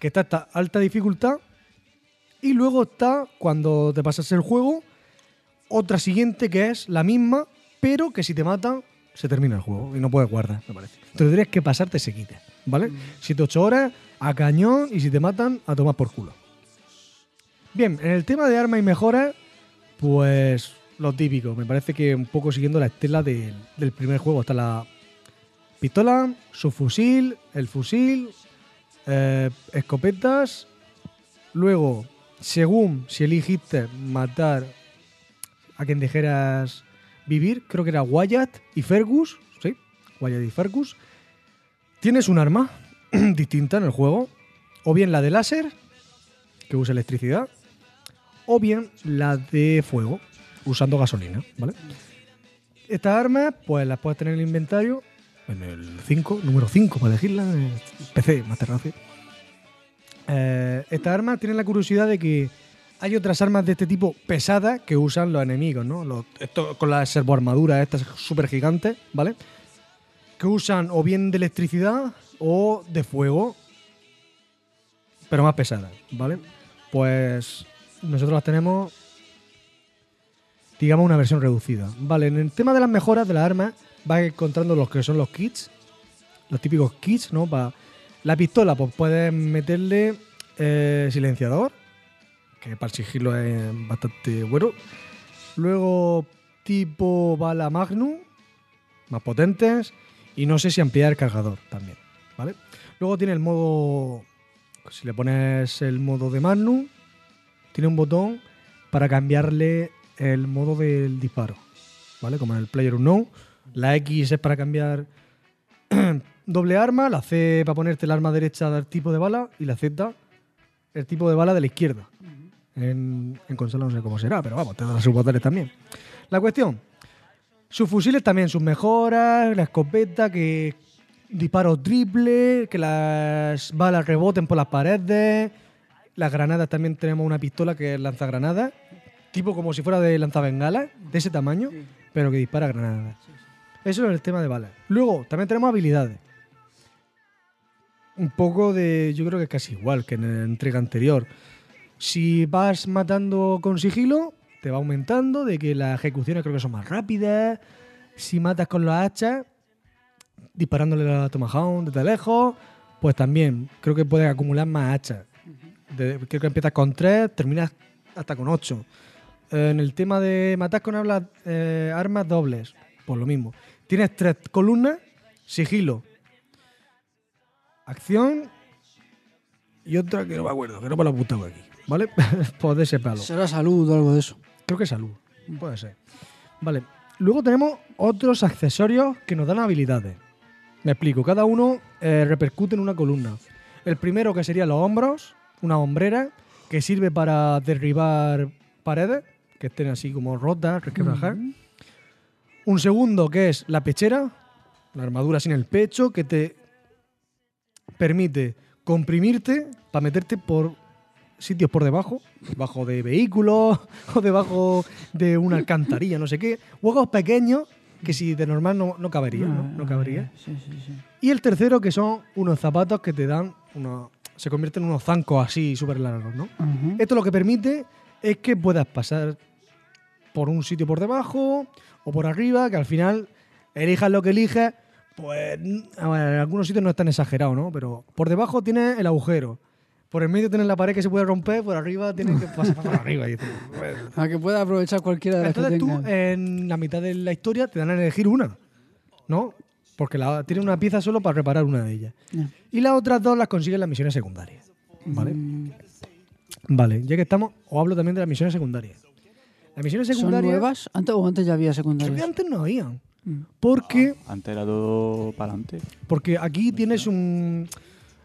que está esta alta dificultad y luego está, cuando te pasas el juego, otra siguiente que es la misma, pero que si te matan, se termina el juego y no puedes guardar, me parece. Mm. Te lo tienes que pasarte, se quita, ¿vale? 7-8 horas a cañón y si te matan, a tomar por culo. Bien, en el tema de armas y mejoras, pues lo típico. Me parece que un poco siguiendo la estela del, del primer juego. Está la pistola, su fusil, el fusil, eh, escopetas. Luego, según si eligiste matar a quien dijeras vivir, creo que era Wyatt y Fergus, sí, Wyatt y Fergus, tienes un arma distinta en el juego, o bien la de láser, que usa electricidad, o bien la de fuego, usando gasolina, ¿vale? Estas armas, pues las puedes tener en el inventario, en el 5, número 5 para elegirla, en PC, Master Race. Eh, estas armas tienen la curiosidad de que hay otras armas de este tipo pesadas que usan los enemigos, ¿no? Los- esto- con las servoarmaduras estas super gigantes, ¿vale? Que usan o bien de electricidad o de fuego, pero más pesadas, ¿vale? Pues nosotros las tenemos, digamos, una versión reducida. Vale, en el tema de las mejoras de las armas, vas encontrando los que son los kits, los típicos kits, ¿no? Para la pistola, pues puedes meterle eh, silenciador, que para el sigilo es bastante bueno. Luego, tipo bala magnum, más potentes. Y no sé si ampliar el cargador también, ¿vale? Luego tiene el modo... Si le pones el modo de magnum, tiene un botón para cambiarle el modo del disparo. ¿vale? Como en el Player Unknown. La X es para cambiar doble arma, la C para ponerte el arma derecha del tipo de bala y la Z el tipo de bala de la izquierda. En, en consola no sé cómo será, pero vamos, te da sus botones también. La cuestión, sus fusiles también, sus mejoras, la escopeta, que disparo triple, que las balas reboten por las paredes. Las granadas también tenemos una pistola que es lanzagranadas, tipo como si fuera de lanzabengalas, de ese tamaño, pero que dispara granadas. Eso es el tema de balas. Luego, también tenemos habilidades. Un poco de. Yo creo que es casi igual que en la entrega anterior. Si vas matando con sigilo, te va aumentando, de que las ejecuciones creo que son más rápidas. Si matas con las hachas, disparándole a la Tomahawk desde lejos, pues también creo que puedes acumular más hachas. De- creo que empiezas con tres, terminas hasta con ocho. Eh, en el tema de matar con habla- eh, armas dobles, pues lo mismo. Tienes tres columnas, sigilo, acción y otra que no me acuerdo, que no me la he apuntado aquí. ¿Vale? pues de ese palo.
Será salud o algo de eso.
Creo que salud. Puede ser. Vale. Luego tenemos otros accesorios que nos dan habilidades. Me explico. Cada uno eh, repercute en una columna. El primero que serían los hombros, una hombrera, que sirve para derribar paredes, que estén así como rotas, resquebrajadas. Un segundo que es la pechera, la armadura sin el pecho, que te permite comprimirte para meterte por sitios por debajo, debajo de vehículos o debajo de una alcantarilla, no sé qué. Huecos pequeños que si de normal no, no cabería, ¿no?
Ah,
No cabería.
Sí, sí, sí.
Y el tercero que son unos zapatos que te dan unos... Se convierten en unos zancos así súper largos, ¿no?
Ajá.
Esto lo que permite es que puedas pasar por un sitio por debajo o por arriba, que al final elijas lo que elijas, pues a ver, en algunos sitios no es tan exagerado, ¿no? Pero por debajo tienes el agujero, por el medio tienes la pared que se puede romper, por arriba tienes que pasar por arriba. Y todo.
A que pueda aprovechar cualquiera de las
Entonces
que
tú eh,
tenga.
en la mitad de la historia te dan a elegir una, ¿no? Porque la, tiene una pieza solo para reparar una de ellas.
Ya.
Y las otras dos las consigues en las misiones secundarias. ¿Vale?
Mm,
Vale, ya que estamos, os hablo también de las misiones secundarias. Las misiones
¿Son
secundarias.
nuevas? Antes, ¿O antes ya había
Creo que
secundarias?
antes no había.
Mm.
Porque,
Antes era todo para adelante.
porque aquí tienes un.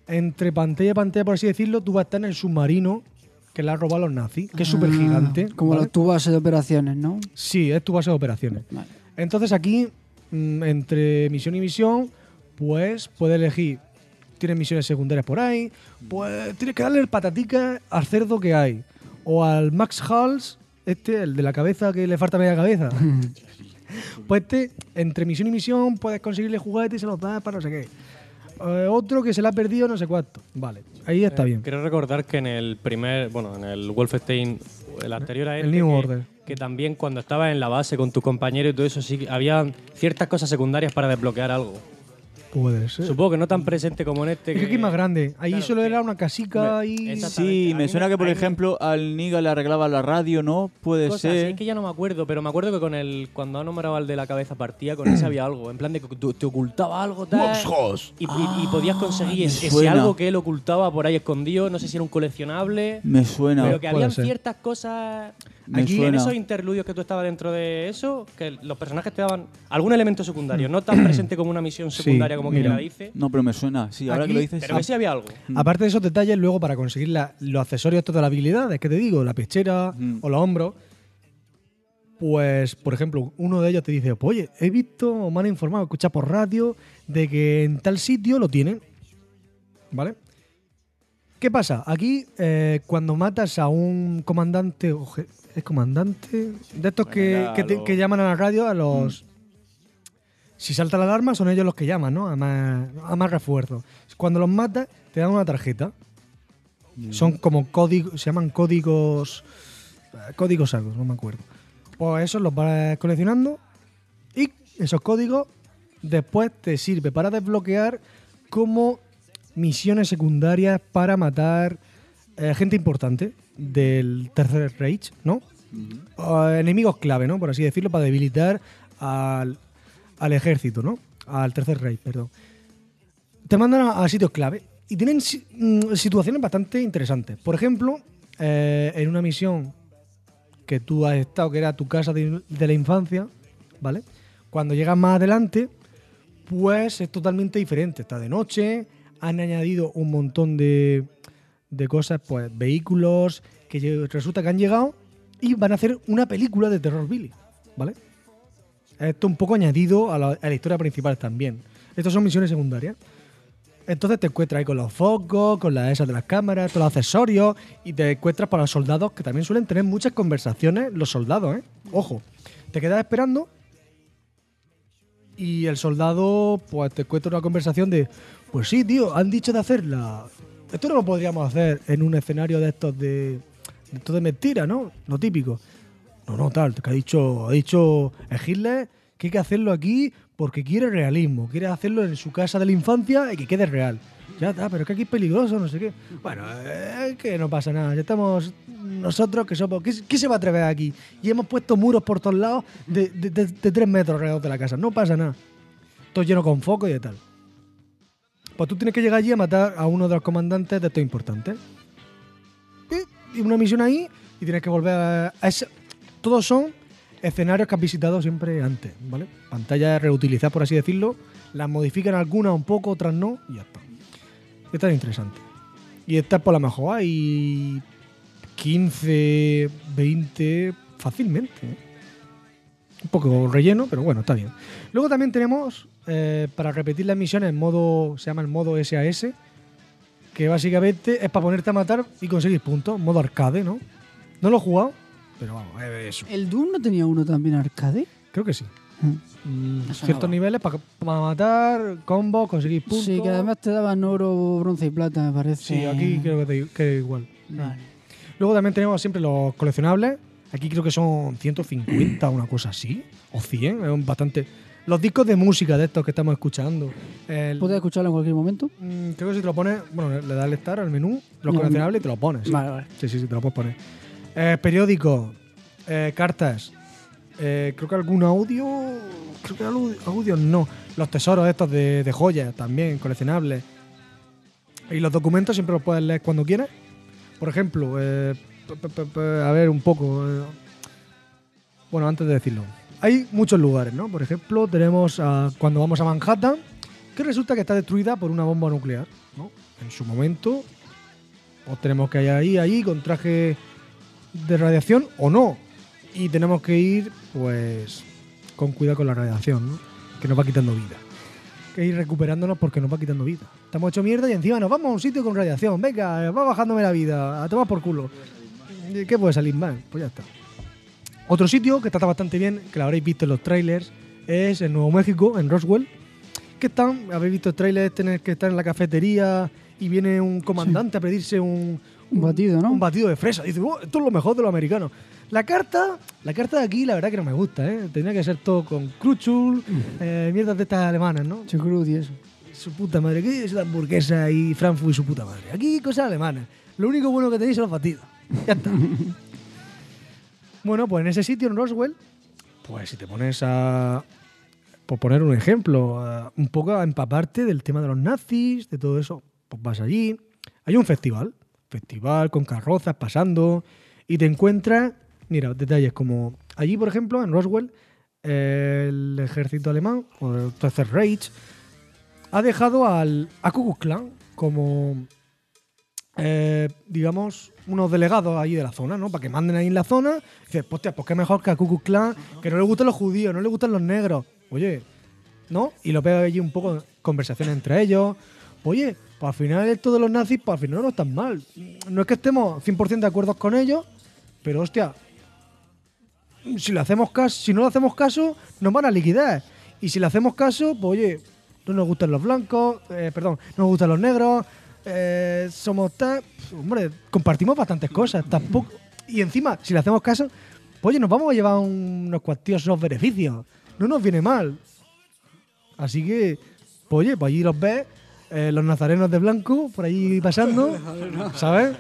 Entre pantalla y pantalla, por así decirlo, tú vas a estar en el submarino que le han robado a los nazis, que es súper gigante.
Ah, Como
¿vale?
la tu base de operaciones, ¿no?
Sí, es tu base de operaciones.
Vale.
Entonces aquí, mm, entre misión y misión, pues puedes elegir. Tienes misiones secundarias por ahí, pues tienes que darle el patatica al cerdo que hay. O al Max Hals, este, el de la cabeza que le falta media cabeza. pues este, entre misión y misión, puedes conseguirle juguetes y se los das para no sé qué. Eh, otro que se le ha perdido no sé cuánto. Vale, ahí está bien.
Quiero recordar Eh, que en el primer, bueno, en el Wolfenstein, el anterior a
El
este,
New
que,
Order.
que también cuando estabas en la base con tu compañero y todo eso, sí que había ciertas cosas secundarias para desbloquear algo.
Puede ser.
Supongo que no tan presente como en este.
Es que aquí es más grande. Ahí
Claro,
solo
que-
era una casica
Hombre,
y...
esa-
Sí,
A
me
mí
suena
me-
que, por
a mí me-
ejemplo, al Niga le arreglaba la radio, ¿no? Puede
cosas,
ser.
es que ya no me acuerdo, pero me acuerdo que con el cuando ha nombrado al de la cabeza partida, con ese había algo, en plan de que tu- te ocultaba algo tal. Y, y- y podías conseguir
Ah, me
ese, ese
suena.
algo que él ocultaba por ahí escondido, no sé si era un coleccionable,
Me suena.
pero que
puede
habían
ser.
ciertas cosas
Me
aquí en
suena.
esos interludios que tú estabas dentro de eso, que los personajes te daban algún elemento secundario, no tan presente como una misión secundaria como que
mira.
la dice,
No, pero me suena. Sí, ahora
Aquí-
que lo dices.
pero que
sí.
sí había algo.
Aparte de esos detalles, luego para conseguir la- los accesorios todas las habilidades que te digo, la pechera o los hombros, pues, por ejemplo, uno de ellos te dice, "Pues, oye, he visto, me han informado, he escuchado por radio de que en tal sitio lo tienen. ¿Vale? ¿Qué pasa? Aquí, eh, cuando matas a un comandante, o je- ¿es comandante? De estos
Bueno,
que,
ya
que te-
lo-
que llaman a la radio, a los... Si salta la alarma, son ellos los que llaman, ¿no? A más, a más refuerzo. Cuando los matas, te dan una tarjeta. Son como códigos, se llaman códigos. eh, Códigos algo, no me acuerdo. Pues esos los vas coleccionando. Y esos códigos después te sirve para desbloquear como misiones secundarias para matar eh, gente importante del Tercer Reich, ¿no? O enemigos clave, ¿no? Por así decirlo, para debilitar al, al ejército, ¿no? Al Tercer Reich, perdón. Te mandan a, a sitios clave y tienen si- mm, situaciones bastante interesantes. Por ejemplo, eh, en una misión que tú has estado, que era tu casa de, de la infancia, ¿vale? Cuando llegas más adelante, pues es totalmente diferente. Está de noche, han añadido un montón de, de cosas, pues vehículos, que lle- resulta que han llegado y van a hacer una película de terror Billy, ¿vale? Esto un poco añadido a la, a la historia principal también. Estas son misiones secundarias. Entonces te encuentras ahí con los focos, con las esas de las cámaras, todos los accesorios y te encuentras para los soldados que también suelen tener muchas conversaciones los soldados, ¿eh? Ojo, te quedas esperando y el soldado pues te encuentra una conversación de, pues sí, tío, han dicho de hacerla. Esto no lo podríamos hacer en un escenario de estos de, de estos de mentira, ¿no? Lo típico. No, no, tal, que ha dicho, ha dicho el Hitler que hay que hacerlo aquí porque quiere realismo, quiere hacerlo en su casa de la infancia y que quede real. Ya está, pero es que aquí es peligroso, no sé qué. Bueno, es que no pasa nada, ya estamos nosotros que somos... ¿Qué, qué se va a atrever aquí? Y hemos puesto muros por todos lados de, de, de- de tres metros alrededor de la casa, no pasa nada. Todo lleno con foco y de tal. Pues tú tienes que llegar allí a matar a uno de los comandantes de estos importantes y una misión ahí y tienes que volver a... a ese- todos son escenarios que has visitado siempre antes, ¿vale? Pantallas reutilizadas, por así decirlo. Las modifican algunas un poco, otras no, y ya está. Esta es interesante. Y esta, por lo mejor, hay 15, 20 fácilmente. ¿eh? Un poco relleno, pero bueno, está bien. Luego también tenemos, eh, para repetir las misiones, en modo, se llama el modo SAS, que básicamente es para ponerte a matar y conseguir puntos, modo arcade, ¿no? No lo he jugado, pero vamos, es eso.
¿El Doom no tenía uno también arcade?
Creo que sí.
Mm.
Mm,
Me sonaba.
ciertos niveles para matar, combos, conseguir puntos.
Sí, que además te daban oro, bronce y plata, me parece.
Sí, aquí creo que, te- que igual.
Eh,
Mm.
Vale.
Luego también tenemos siempre los coleccionables. Aquí creo que son 150 o una cosa así. O 100, es un bastante. Los discos de música de estos que estamos escuchando. El-
¿Puedes escucharlo en cualquier momento?
Mm, creo que si te lo pones, bueno, le das al estar al menú, los
No,
coleccionables y te los pones. sí.
Vale, vale.
Sí, sí, sí, te lo puedes poner. Eh, periódico, eh, cartas, eh, creo que algún audio, creo que algo- audio no. Los tesoros estos de, de joyas también, coleccionables. Y los documentos siempre los puedes leer cuando quieras. Por ejemplo, eh, pe- pe- pe- pe- a ver un poco. eh, bueno, antes de decirlo. Hay muchos lugares, ¿no? Por ejemplo, tenemos a- cuando vamos a Manhattan, que resulta que está destruida por una bomba nuclear, ¿no? En su momento, pues tenemos que ir ahí, ahí, con traje de radiación o no. Y tenemos que ir, pues, con cuidado con la radiación, ¿no? Que nos va quitando vida. Que ir recuperándonos porque nos va quitando vida. Estamos hecho mierda y encima nos vamos a un sitio con radiación. Venga, eh, va bajándome la vida. A tomar por culo. Eh, ¿Qué puede salir mal? Pues ya está. Otro sitio que trata bastante bien, que lo habréis visto en los trailers, es en Nuevo México, en Roswell. Que están, habéis visto trailers, tener que estar en la cafetería y viene un comandante a pedirse un,
Un batido, ¿no?
un batido de fresa. Dice, "Oh, esto es lo mejor de los americanos. La carta, la carta de aquí, la verdad que no me gusta, ¿eh? Tenía que ser todo con Kruchul,
Mm.
eh, mierdas de estas alemanas, ¿no?
Chucrut y eso.
Su puta madre, ¿qué es la hamburguesa y Frankfurt y su puta madre? Aquí cosas alemanas. Lo único bueno que tenéis son los batidos. Ya está. bueno, pues en ese sitio, en Roswell, pues si te pones a. Por poner un ejemplo, a- un poco a empaparte del tema de los nazis, de todo eso, pues vas allí. Hay un festival, festival con carrozas pasando, y te encuentras, mira, detalles como. Allí, por ejemplo, en Roswell, el ejército alemán, o el Tercer Reich, ha dejado al, a Ku Klux Klan como, eh, digamos, unos delegados ahí de la zona, ¿no? Para que manden ahí en la zona. Dices, hostia, pues qué mejor que a Ku Klux Klan, que no le gustan los judíos, no le gustan los negros. Oye, ¿no? Y lo veo allí un poco en conversaciones entre ellos. Oye, pues al final esto de los nazis, pues al final no es tan mal. No es que estemos 100% de acuerdo con ellos, pero hostia, si le hacemos caso, si no le hacemos caso, nos van a liquidar. Y si le hacemos caso, pues oye, no nos gustan los blancos, eh, perdón, no nos gustan los negros, eh, somos tal. Hombre, compartimos bastantes cosas, tampoco. Y encima, si le hacemos caso, pues oye, nos vamos a llevar un- unos cuantiosos beneficios. No nos viene mal. Así que, pues oye, pues allí los ves, eh, los nazarenos de blanco, por allí pasando, ¿sabes?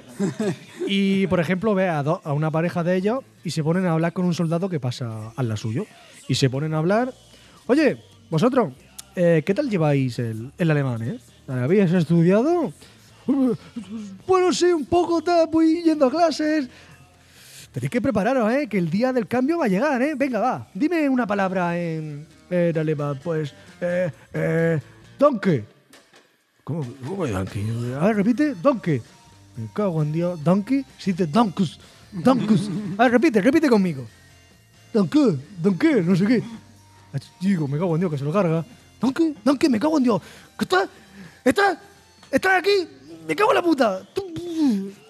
Y, por ejemplo, ves a, do- a una pareja de ellos y se ponen a hablar con un soldado que pasa al la suyo. Y se ponen a hablar, oye, vosotros, eh, ¿qué tal lleváis el, el alemán, eh? ¿Habéis estudiado? Bueno, sí, un poco, tal, voy yendo a clases. Tenéis que prepararos, ¿eh? Que el día del cambio va a llegar, ¿eh? Venga, va. Dime una palabra en, en alemán, pues. Eh, eh, donkey. ¿Cómo, cómo es donkey? A ver, repite. Donkey. Me cago en Dios. Donkey. Sí, te donkus. Donkus. A ver, repite, repite conmigo. Donkey. Donkey. No sé qué. Ah, Digo, me cago en Dios, que se lo carga. Donkey. Donkey. Me cago en Dios. ¿Qué está? ¿Está? ¿Está aquí? Me cago en la puta.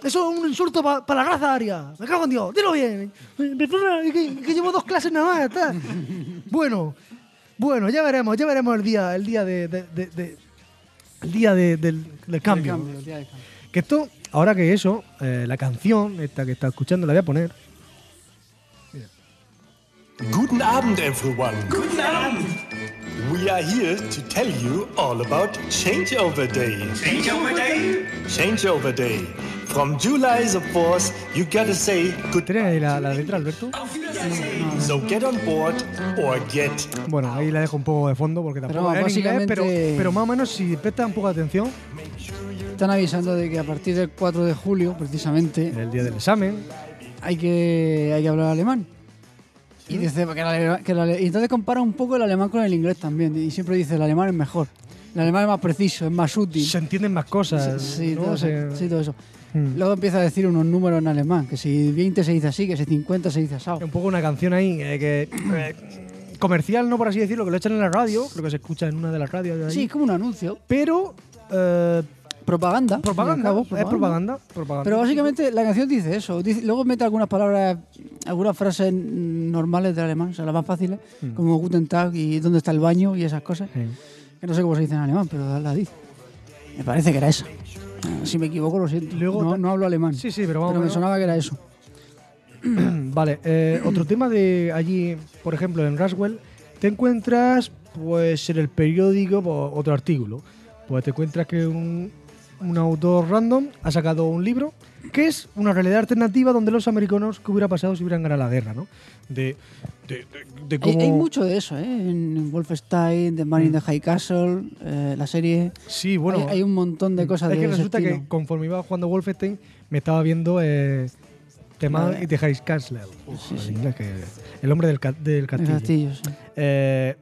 Eso es un insulto para pa la raza aria. Me cago en Dios, dilo bien. Perdona, que, que llevo dos clases nada más. está. Bueno, bueno, ya veremos, ya veremos el día, el día de, de- de- de- el día de- del, del cambio.
El cambio, el día del cambio.
Que esto, ahora que eso, eh, la canción esta que está escuchando la voy a poner.
Guten Abend, everyone. Guten Abend. We are here to tell you all about Changeover Day.
Changeover day?
Changeover Day. From July the 4th, you gotta say good.
¿Tienes ahí la, la letra, Alberto?
So get on board or get
Bueno, ahí la dejo un poco de fondo porque tampoco
Pero
es en inglés, pero,
básicamente-
pero más o menos si prestas un poco de atención,
Están avisando de que a partir del 4 de julio, precisamente,
el día del examen,
hay que, hay que hablar alemán. Y dice que el ale- que el ale- y entonces compara un poco el alemán con el inglés también. Y siempre dice el alemán es mejor. El alemán es más preciso, es más útil.
se entienden más cosas.
Sí,
¿no?
todo
Se-
eso, sí, todo eso.
Mm.
Luego empieza a decir unos números en alemán, que si 20 se dice así, que si 50 se dice asado.
un poco una canción ahí eh, que eh, comercial no por así decirlo que lo echan en la radio creo que se escucha en una de las radios de ahí.
Sí, es como un anuncio.
pero eh,
Propaganda. al fin y al
propaganda,
cabo,
es propaganda, propaganda.
Pero básicamente la canción dice eso. Dice- luego mete algunas palabras, algunas frases mm, normales del alemán, o sea, las más fáciles,
Mm.
como Guten Tag y dónde está el baño y esas cosas.
Sí.
Que no sé cómo se dice en alemán, pero la dice. Me parece que era esa. Ah, Si me equivoco, lo siento.
Luego
no,
ta-
no hablo alemán.
sí sí pero
pero
vamos
me
bueno.
sonaba que era eso.
vale eh, otro tema de allí por ejemplo en Raswell te encuentras pues en el periódico pues, otro artículo pues te encuentras que un un autor random ha sacado un libro que es una realidad alternativa donde los americanos qué hubiera pasado si hubieran ganado la guerra no de de, de- de
Hay,
cómo
hay mucho de eso, ¿eh? En, en Wolfenstein, The Man in the High Castle, eh, la serie.
Sí, Mm. bueno.
hay, hay un montón de cosas
es
de
que
ese
resulta que
estilo.
conforme iba jugando Wolfenstein, me estaba viendo eh, tema
Vale.
y dejáis Castle.
Sí, sí.
el hombre del, ca- del castillo.
El castillo, sí.
Eh,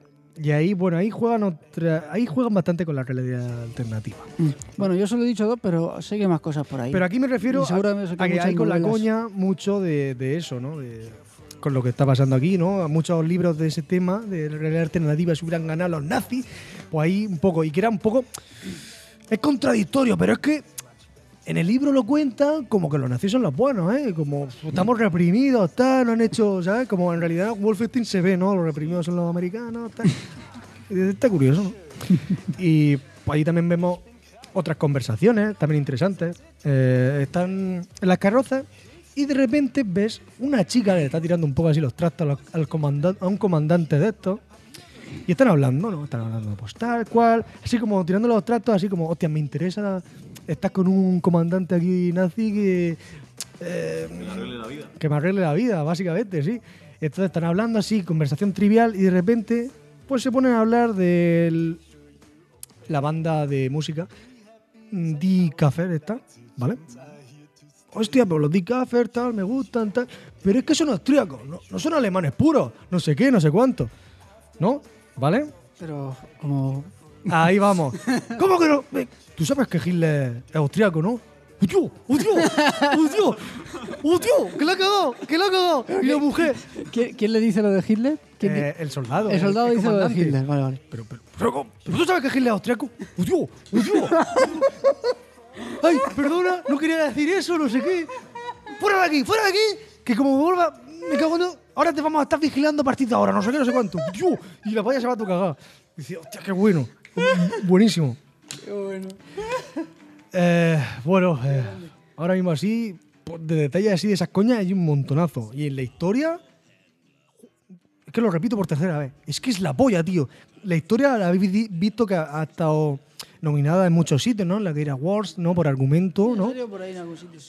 y ahí, bueno, ahí juegan otra, ahí juegan bastante con la realidad alternativa.
Mm. Bueno, yo solo he dicho dos, pero sé que hay más cosas por ahí.
Pero aquí me refiero
Y
a,
seguramente sacan
a que
muchas
hay con la
novelas.
coña mucho de, de eso, ¿no? De- con lo que está pasando aquí, ¿no? A Muchos libros de ese tema, de realidad alternativa, si hubieran ganado los nazis, pues ahí un poco, y que era un poco... Es contradictorio, pero es que en el libro lo cuentan como que los nazis son los buenos, ¿eh? Como estamos reprimidos, tal, no han hecho, ¿sabes? Como en realidad Wolfenstein se ve, ¿no? Los reprimidos son los americanos, tal. Está curioso, ¿no? Y pues, ahí también vemos otras conversaciones, también interesantes. Eh, están en las carrozas y de repente ves una chica que le está tirando un poco así los trastos al- al comandan- a un comandante de estos. Y están hablando, ¿no? Están hablando, pues tal cual, así como tirando los tratos, así como, hostia, me interesa, estás con un comandante aquí nazi que... eh, que me arregle la vida, básicamente, sí. Entonces están hablando así, conversación trivial, y de repente, pues se ponen a hablar de la banda de música mm, Die Kaffer, esta, ¿vale? Hostia, pero los Die Kaffer, tal, me gustan, tal. Pero es que son austríacos, no, no son alemanes puros, no sé qué, no sé cuánto. ¿No? ¿Vale?
Pero como...
Ahí vamos. ¿Cómo que no? Eh, Tú sabes que Hitler es austriaco, ¿no? ¡Udio! ¡Udio! ¡Udio! ¡Udio! ¡Que la ha cagado! ¡Que la ha cagado! Y la mujer.
¿Quién, quién le dice lo de Hitler? ¿Quién di-
Eh, el soldado.
el soldado dice lo de
comandante.
Hitler. Vale, vale.
Pero, pero, pero, ¿cómo? ¿Pero tú sabes que Hitler es austriaco? ¡Udio! ¡Udio! ¡Ay, perdona! No quería decir eso, no sé qué. ¡Fuera de aquí! ¡Fuera de aquí! Que como me vuelva. Me cago en. Dios, Ahora te vamos a estar vigilando a partir de ahora, no sé qué, no sé cuánto. ¡Udio! Y la valla se va a tu cagada. Dice, ¡hostia, qué bueno! Buenísimo. Eh, bueno, eh, ahora mismo así, por- de detalles así de esas coñas hay un montonazo. Y en la historia, es que lo repito por tercera vez, es que es la polla, tío. La historia la habéis vi- visto que ha, ha estado nominada en muchos sitios, ¿no? En la Game Awards, ¿no? Por argumento, ¿no?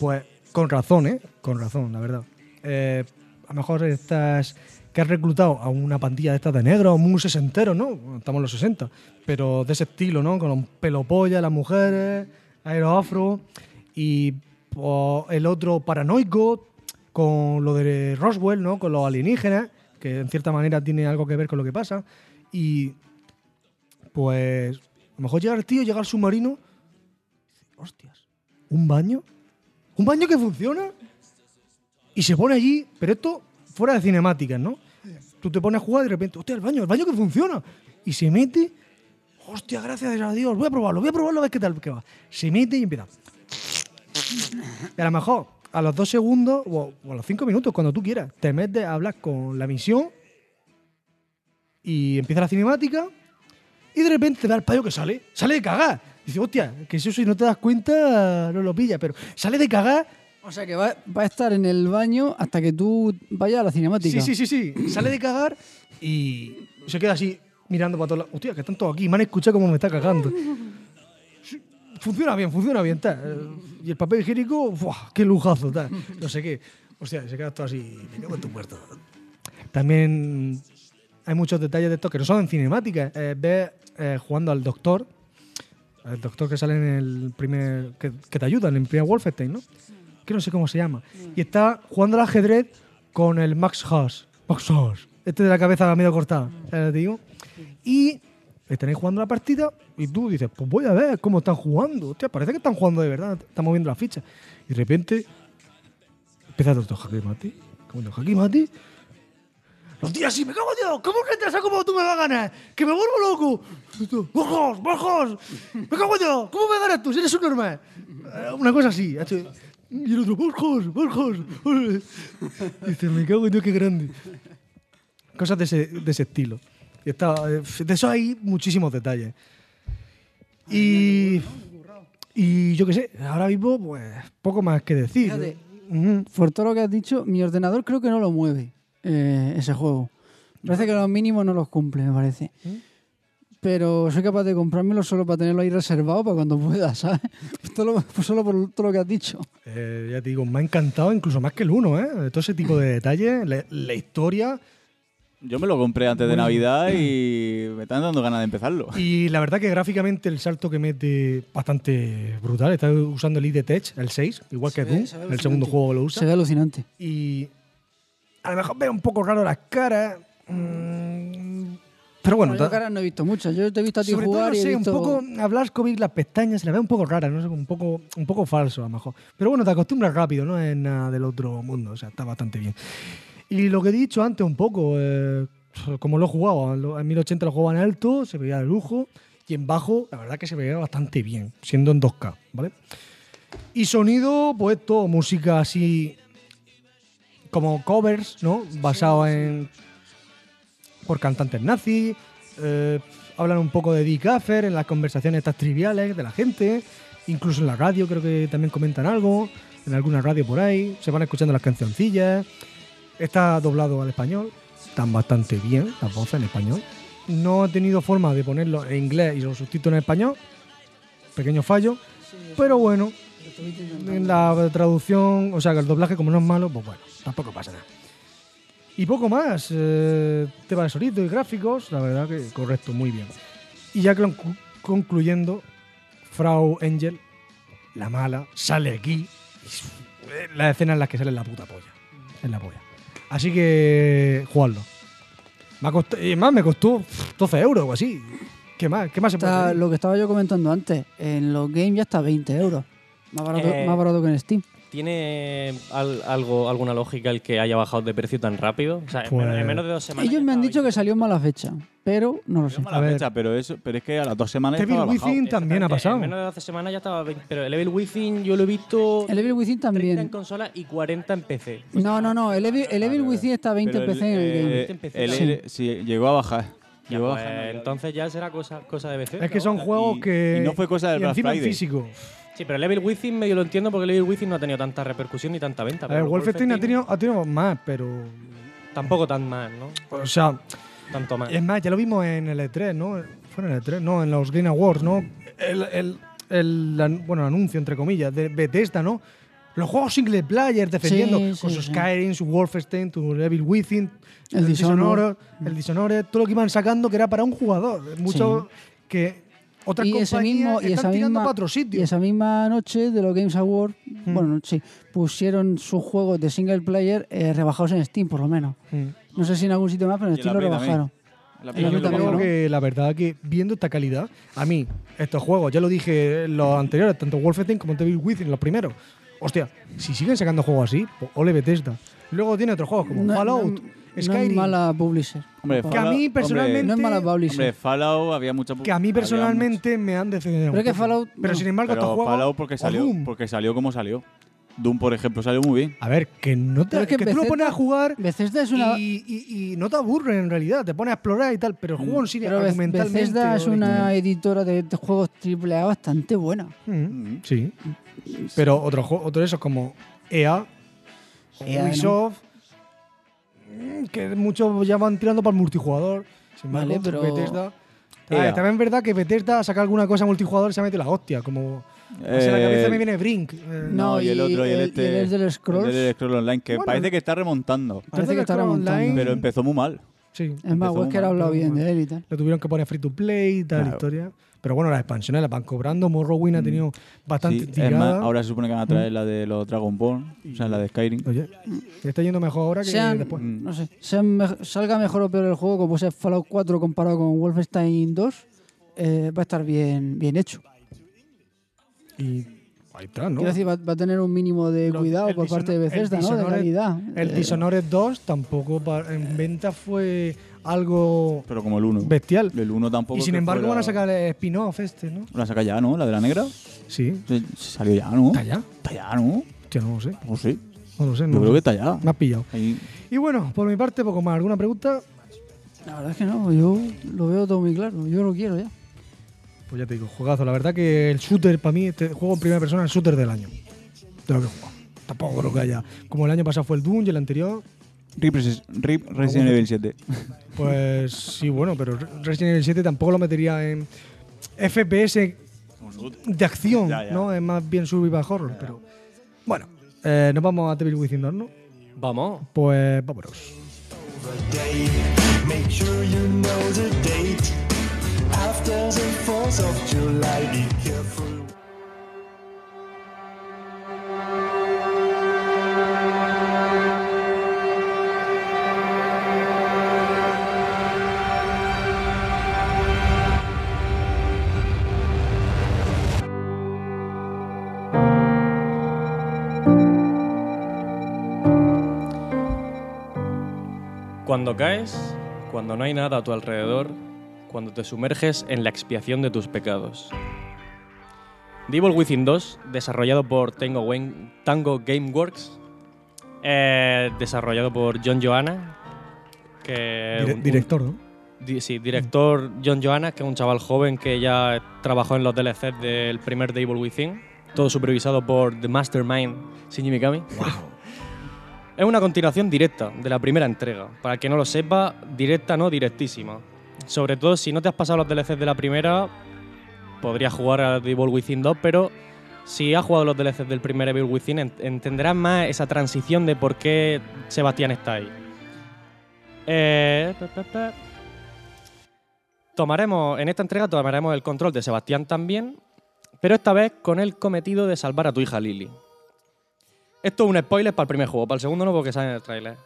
Pues con razón, ¿eh? Con razón, la verdad. Eh, a lo mejor estás que has reclutado a una pandilla de estas de negros, muy sesenteros, ¿no? Bueno, Estamos en los 60, pero de ese estilo, ¿no? Con pelopolla, las mujeres, aeroafro y pues, el otro paranoico, con lo de Roswell, ¿no? Con los alienígenas, que en cierta manera tiene algo que ver con lo que pasa. Y pues a lo mejor llega el tío, llega el submarino, y dice, hostias, ¿un baño? ¿Un baño que funciona? Y se pone allí, pero esto fuera de cinemáticas, ¿no? Tú te pones a jugar y de repente, hostia, el baño, el baño que funciona. Y se mete, hostia, gracias a Dios, voy a probarlo, voy a probarlo a ver qué tal que va. Se mete y empieza. Y a lo mejor a los dos segundos o, o a los cinco minutos, cuando tú quieras, te metes a hablar con la misión y empieza la cinemática y de repente te da el payo que sale, sale de cagar. Dice, hostia, que eso si no te das cuenta no lo pillas, pero sale de cagar.
O sea que va, va a estar en el baño hasta que tú vayas a la cinemática.
Sí, sí, sí, sí. sale de cagar y se queda así mirando para todos lados. Hostia, que están todos aquí, me han escuchado como me está cagando. Sí, Funciona bien, funciona bien, tal. Y el papel higiénico, ¡buah, qué lujazo, tal. No sé qué. Hostia, se queda todo así, me cago en tu muerto. También hay muchos detalles de estos que no son en cinemática. Eh, ves eh, jugando al doctor, al doctor que sale en el primer. que, que te ayuda en el primer Wolfenstein, ¿no? Que no sé cómo se llama. Y está jugando al ajedrez con el Max Haas. Max Haas. Este de la cabeza medio cortada, ¿sabes lo que te digo? Y tenéis jugando la partida y tú dices, pues voy a ver cómo están jugando. Hostia, parece que están jugando de verdad, están moviendo las fichas. Y de repente empieza el doctor Jaque Mati. Como el Jaque Mati. Los días sí, me cago en Dios, ¿cómo que entras a como tú me vas a ganar? ¡Que me vuelvo loco! ¡Borjos, Borjos! ¡Me cago en Dios! ¿Cómo me ganas tú si eres un normal? Eh, Una cosa así. ha hecho- Y el otro, Borjos, Borjos. ole". Dice, me cago en Dios, qué grande. Cosas de ese, de ese estilo. Y está, eh, de eso hay muchísimos detalles. Y, y yo qué sé, ahora mismo, pues, poco más que decir.
Fíjate.
Ujú.
Por todo lo que has dicho, mi ordenador creo que no lo mueve eh, ese juego. Parece que los mínimos no los cumple, me parece.
¿Mm?
Pero soy capaz de comprármelo solo para tenerlo ahí reservado para cuando pueda, ¿sabes? Todo lo- pues solo por todo lo que has dicho.
Eh, ya te digo, me ha encantado incluso más que el 1, ¿eh? Todo ese tipo de detalles, la, la historia.
Yo me lo compré antes de Navidad y me están dando ganas de empezarlo.
Y la verdad que gráficamente el salto que mete bastante brutal. Está usando el ID Tech, el 6, igual que
ve-
tú.
se ve
el segundo
alucinante.
juego lo
Se
usa.
ve alucinante.
Y a lo mejor veo un poco raro las caras. mm, pero bueno,
Bueno,
ta-
yo caras no he visto muchas. Yo te he visto a ti
sobre todo,
jugar
no
y he
sé,
visto...
un poco a Blaskovic las pestañas se la ve un poco rara, no sé, un poco, un poco falso a lo mejor. Pero bueno, te acostumbras rápido, no es nada del otro mundo, o sea, está bastante bien. Y lo que he dicho antes un poco, eh, como lo he jugado, lo- en 1080 lo jugaba en alto, se veía de lujo, y en bajo, la verdad que se veía bastante bien, siendo en 2K, ¿vale? Y sonido, pues todo, música así como covers, ¿no? Basado en por cantantes nazis. eh, hablan un poco de Dick Kaffer en las conversaciones estas triviales de la gente. Incluso en la radio creo que también comentan algo. En alguna radio por ahí. Se van escuchando las cancioncillas. Está doblado al español. Están bastante bien las voces en español. No he tenido forma de ponerlo en inglés y los subtítulos en español. Pequeño fallo. Pero bueno, en la traducción, o sea, que el doblaje como no es malo, pues bueno, tampoco pasa nada. Y poco más, eh, tema de sonido y gráficos, la verdad que correcto, muy bien. Y ya clon- concluyendo, Frau Angel, la mala, sale aquí. y es- La escena en la que sale la puta polla. Es la polla. Así que, jugadlo. Me ha costa- y es más, me costó pff, 12 euros o así. ¿Qué más? ¿Qué más se puede
Está
pedir?
lo que estaba yo comentando antes, en los games ya está 20 euros. Más barato,
Eh.
más barato que en Steam.
¿Tiene al- algo, alguna lógica el que haya bajado de precio tan rápido? O sea, en,
Pues-
menos, en menos de dos semanas.
Ellos
ya
me han
estaba
dicho que salió en mala fecha, pero no lo sé.
Mala
A ver.
fecha, pero, eso, pero es que a las dos semanas
Devil
estaba bajado.
Within también ha
Exactamente,
pasado.
En menos de 12 semanas ya estaba. 20, Pero el Evil Within yo lo he visto.
El Evil Within
30 en
también.
consola y 40 en PC.
No, no, no, el Evil, el Evil Within está 20 en
Pero
PC en el
eh,
game.
game.
el-
Sí.
sí, llegó a bajar.
Ya,
Llegó a
pues,
bajar.
entonces ya será cosa, cosa de BC.
Es que son
Y-
juegos que.
y no fue cosa del
y
Black
encima en
Friday.
físico.
Sí, pero el Evil Within medio lo entiendo porque el Evil Within no ha tenido tanta repercusión ni tanta venta.
A
pero
ver,
el
Wolfenstein ha tenido, ha tenido más, pero.
Tampoco tan mal, ¿no?
O sea,
Tanto más.
es más, ya lo vimos en el E3, ¿no? Fue en el E3, no, en los Green Awards, ¿no? El, el, el an- bueno, anuncio, entre comillas, de Bethesda, ¿no? Los juegos single player defendiendo
Sí,
con
sí,
sus
sí.
Skyrim, su Wolfenstein, tu Evil Within,
El Dishonored.
el Dishonored, todo lo que iban sacando que era para un jugador. Mucho que Otras
y ese
compañías
mismo, y
están
esa
tirando
misma,
para otro sitio. Mm.
y esa misma noche de los Games Awards, bueno, sí, pusieron sus juegos de single player eh, rebajados en Steam, por lo menos.
Mm.
No sé si en algún sitio más, pero en
Y en la
Steam lo
Play también.
rebajaron.
La
Y
Y
primera
a mí
yo
vez lo
también,
creo
¿no?
probé.
que la verdad que viendo esta calidad, a mí, estos juegos, ya lo dije en los anteriores, tanto Wolfenstein como Devil Within, los primeros. Hostia, si siguen sacando juegos así, pues ole Bethesda. Luego tiene otros juegos como
No-
Fallout,
no- No es
Skyrim.
mala publisher.
Hombre,
que a
Fallout-
mí
hombre,
personalmente-
No es mala
Hombre,
publisher.
Fallout había mucha pu-
que a mí
había
personalmente me han decepcionado.
Pero
un
que
poco.
Fallout,
Pero
no.
sin embargo, estos
Pero
juegos.
Fallout porque
o
salió,
Doom.
porque salió como salió. Doom, por ejemplo, salió muy bien.
A ver, que no te.
Pero es que
que tú lo
Bethesda-
pones a jugar.
Bethesda es una,
Y, y- y no te aburres en realidad, te pones a explorar y tal, pero el juego en sí
pero Be-
argumentalmente.
Bethesda es
ole.
una editora de, de juegos AAA bastante buena.
Mm,
Mm.
Sí. Pero otros jue- otros de esos como EA,
EA, ¿no?
Ubisoft, mm, que muchos ya van tirando para el multijugador. Sin
Vale,
embargo,
pero-
Bethesda.
EA.
Ah, también es verdad que Bethesda saca alguna cosa multijugador y se mete la hostia, como. pues en la
Eh,
cabeza me viene Brink. eh,
No,
y el
y
otro, y el
el-
este.
y el Elder Scrolls.
El Elder Scrolls Online, que
Bueno.
parece que está remontando.
Parece que está
Scrolls
remontando.
Pero empezó muy mal.
Sí.
Es más,
Empezó
Wesker ha
mal,
hablado
pero
bien
bueno.
de él y tal.
Lo tuvieron que poner free to play y tal
Claro.
historia. Pero bueno, las expansiones las van cobrando. Morrowind ha tenido bastante Mm.
Sí, es
tirada.
más, ahora se supone que van a traer la de los Dragon Ball, o sea, la de Skyrim.
Oye, le está yendo mejor ahora que
Sean-
después.
Mm.
No sé, sean me- salga mejor o peor el juego, como sea Fallout 4 comparado con Wolfenstein 2, eh, va a estar bien, bien hecho.
Y ahí está, ¿no?
Quiero decir, va, va a tener un mínimo de
Lo-
cuidado
el
por parte de
Dishonor- el
Bethesda, ¿no? De
Dishonored-
calidad.
El
Eh,
Dishonored 2 tampoco pa- en venta fue algo
Pero como el 1.
bestial.
El 1 tampoco.
Y sin
que
embargo
fuera-
van a sacar el spin-off este, ¿no?
La saca ya, ¿no? La de la negra.
Sí.
Se- se Salió ya, ¿no?
¿Está ya?
Está ya, ¿no?
Hostia, no lo sé.
No sé.
No lo sé. No
Yo
lo
creo
sé.
que está ya.
Me has pillado.
Ahí-
Y bueno, por mi parte, poco más. ¿Alguna pregunta?
La verdad es que no, yo lo veo todo muy claro. Yo lo quiero ya.
Pues ya te digo, juegazo. La verdad que el shooter, para mí, este juego en primera persona, el shooter del año. De lo que he jugado. Tampoco creo que haya. Como el año pasado fue el Doom y el anterior,
Rip, Resi- Rip Resident Evil 7.
pues sí, bueno, pero Resident Evil 7 tampoco lo metería en FPS de acción,
Ya, ya.
¿no? Es más bien survival horror, pero... Bueno, eh, nos vamos a Devil Within 2, ¿no?
Vamos.
Pues vámonos.
day. Make sure you know the date. After the 4th of July, be careful.
Cuando caes, cuando no hay nada a tu alrededor, cuando te sumerges en la expiación de tus pecados. Devil Within 2, desarrollado por Tango, Wen- Tango Gameworks, eh, desarrollado por John Johanna, que
Dire-
Eh, un- un-
director, ¿no?
Di- sí, director John Johanna, que es un chaval joven que ya trabajó en los DLCs del primer Devil Within, todo supervisado por The Mastermind Shinji Mikami. es una continuación directa de la primera entrega. Para el que no lo sepa, directa no, directísima. Sobre todo si no te has pasado los DLCs de la primera, podrías jugar a Devil Within 2, pero si has jugado los DLCs del primer Evil Within, ent- entenderás más esa transición de por qué Sebastián está ahí. Eh, pa, pa, pa. Tomaremos, en esta entrega tomaremos el control de Sebastián también, pero esta vez con el cometido de salvar a tu hija Lily. Esto es un spoiler para el primer juego, para el segundo no porque sale en el tráiler.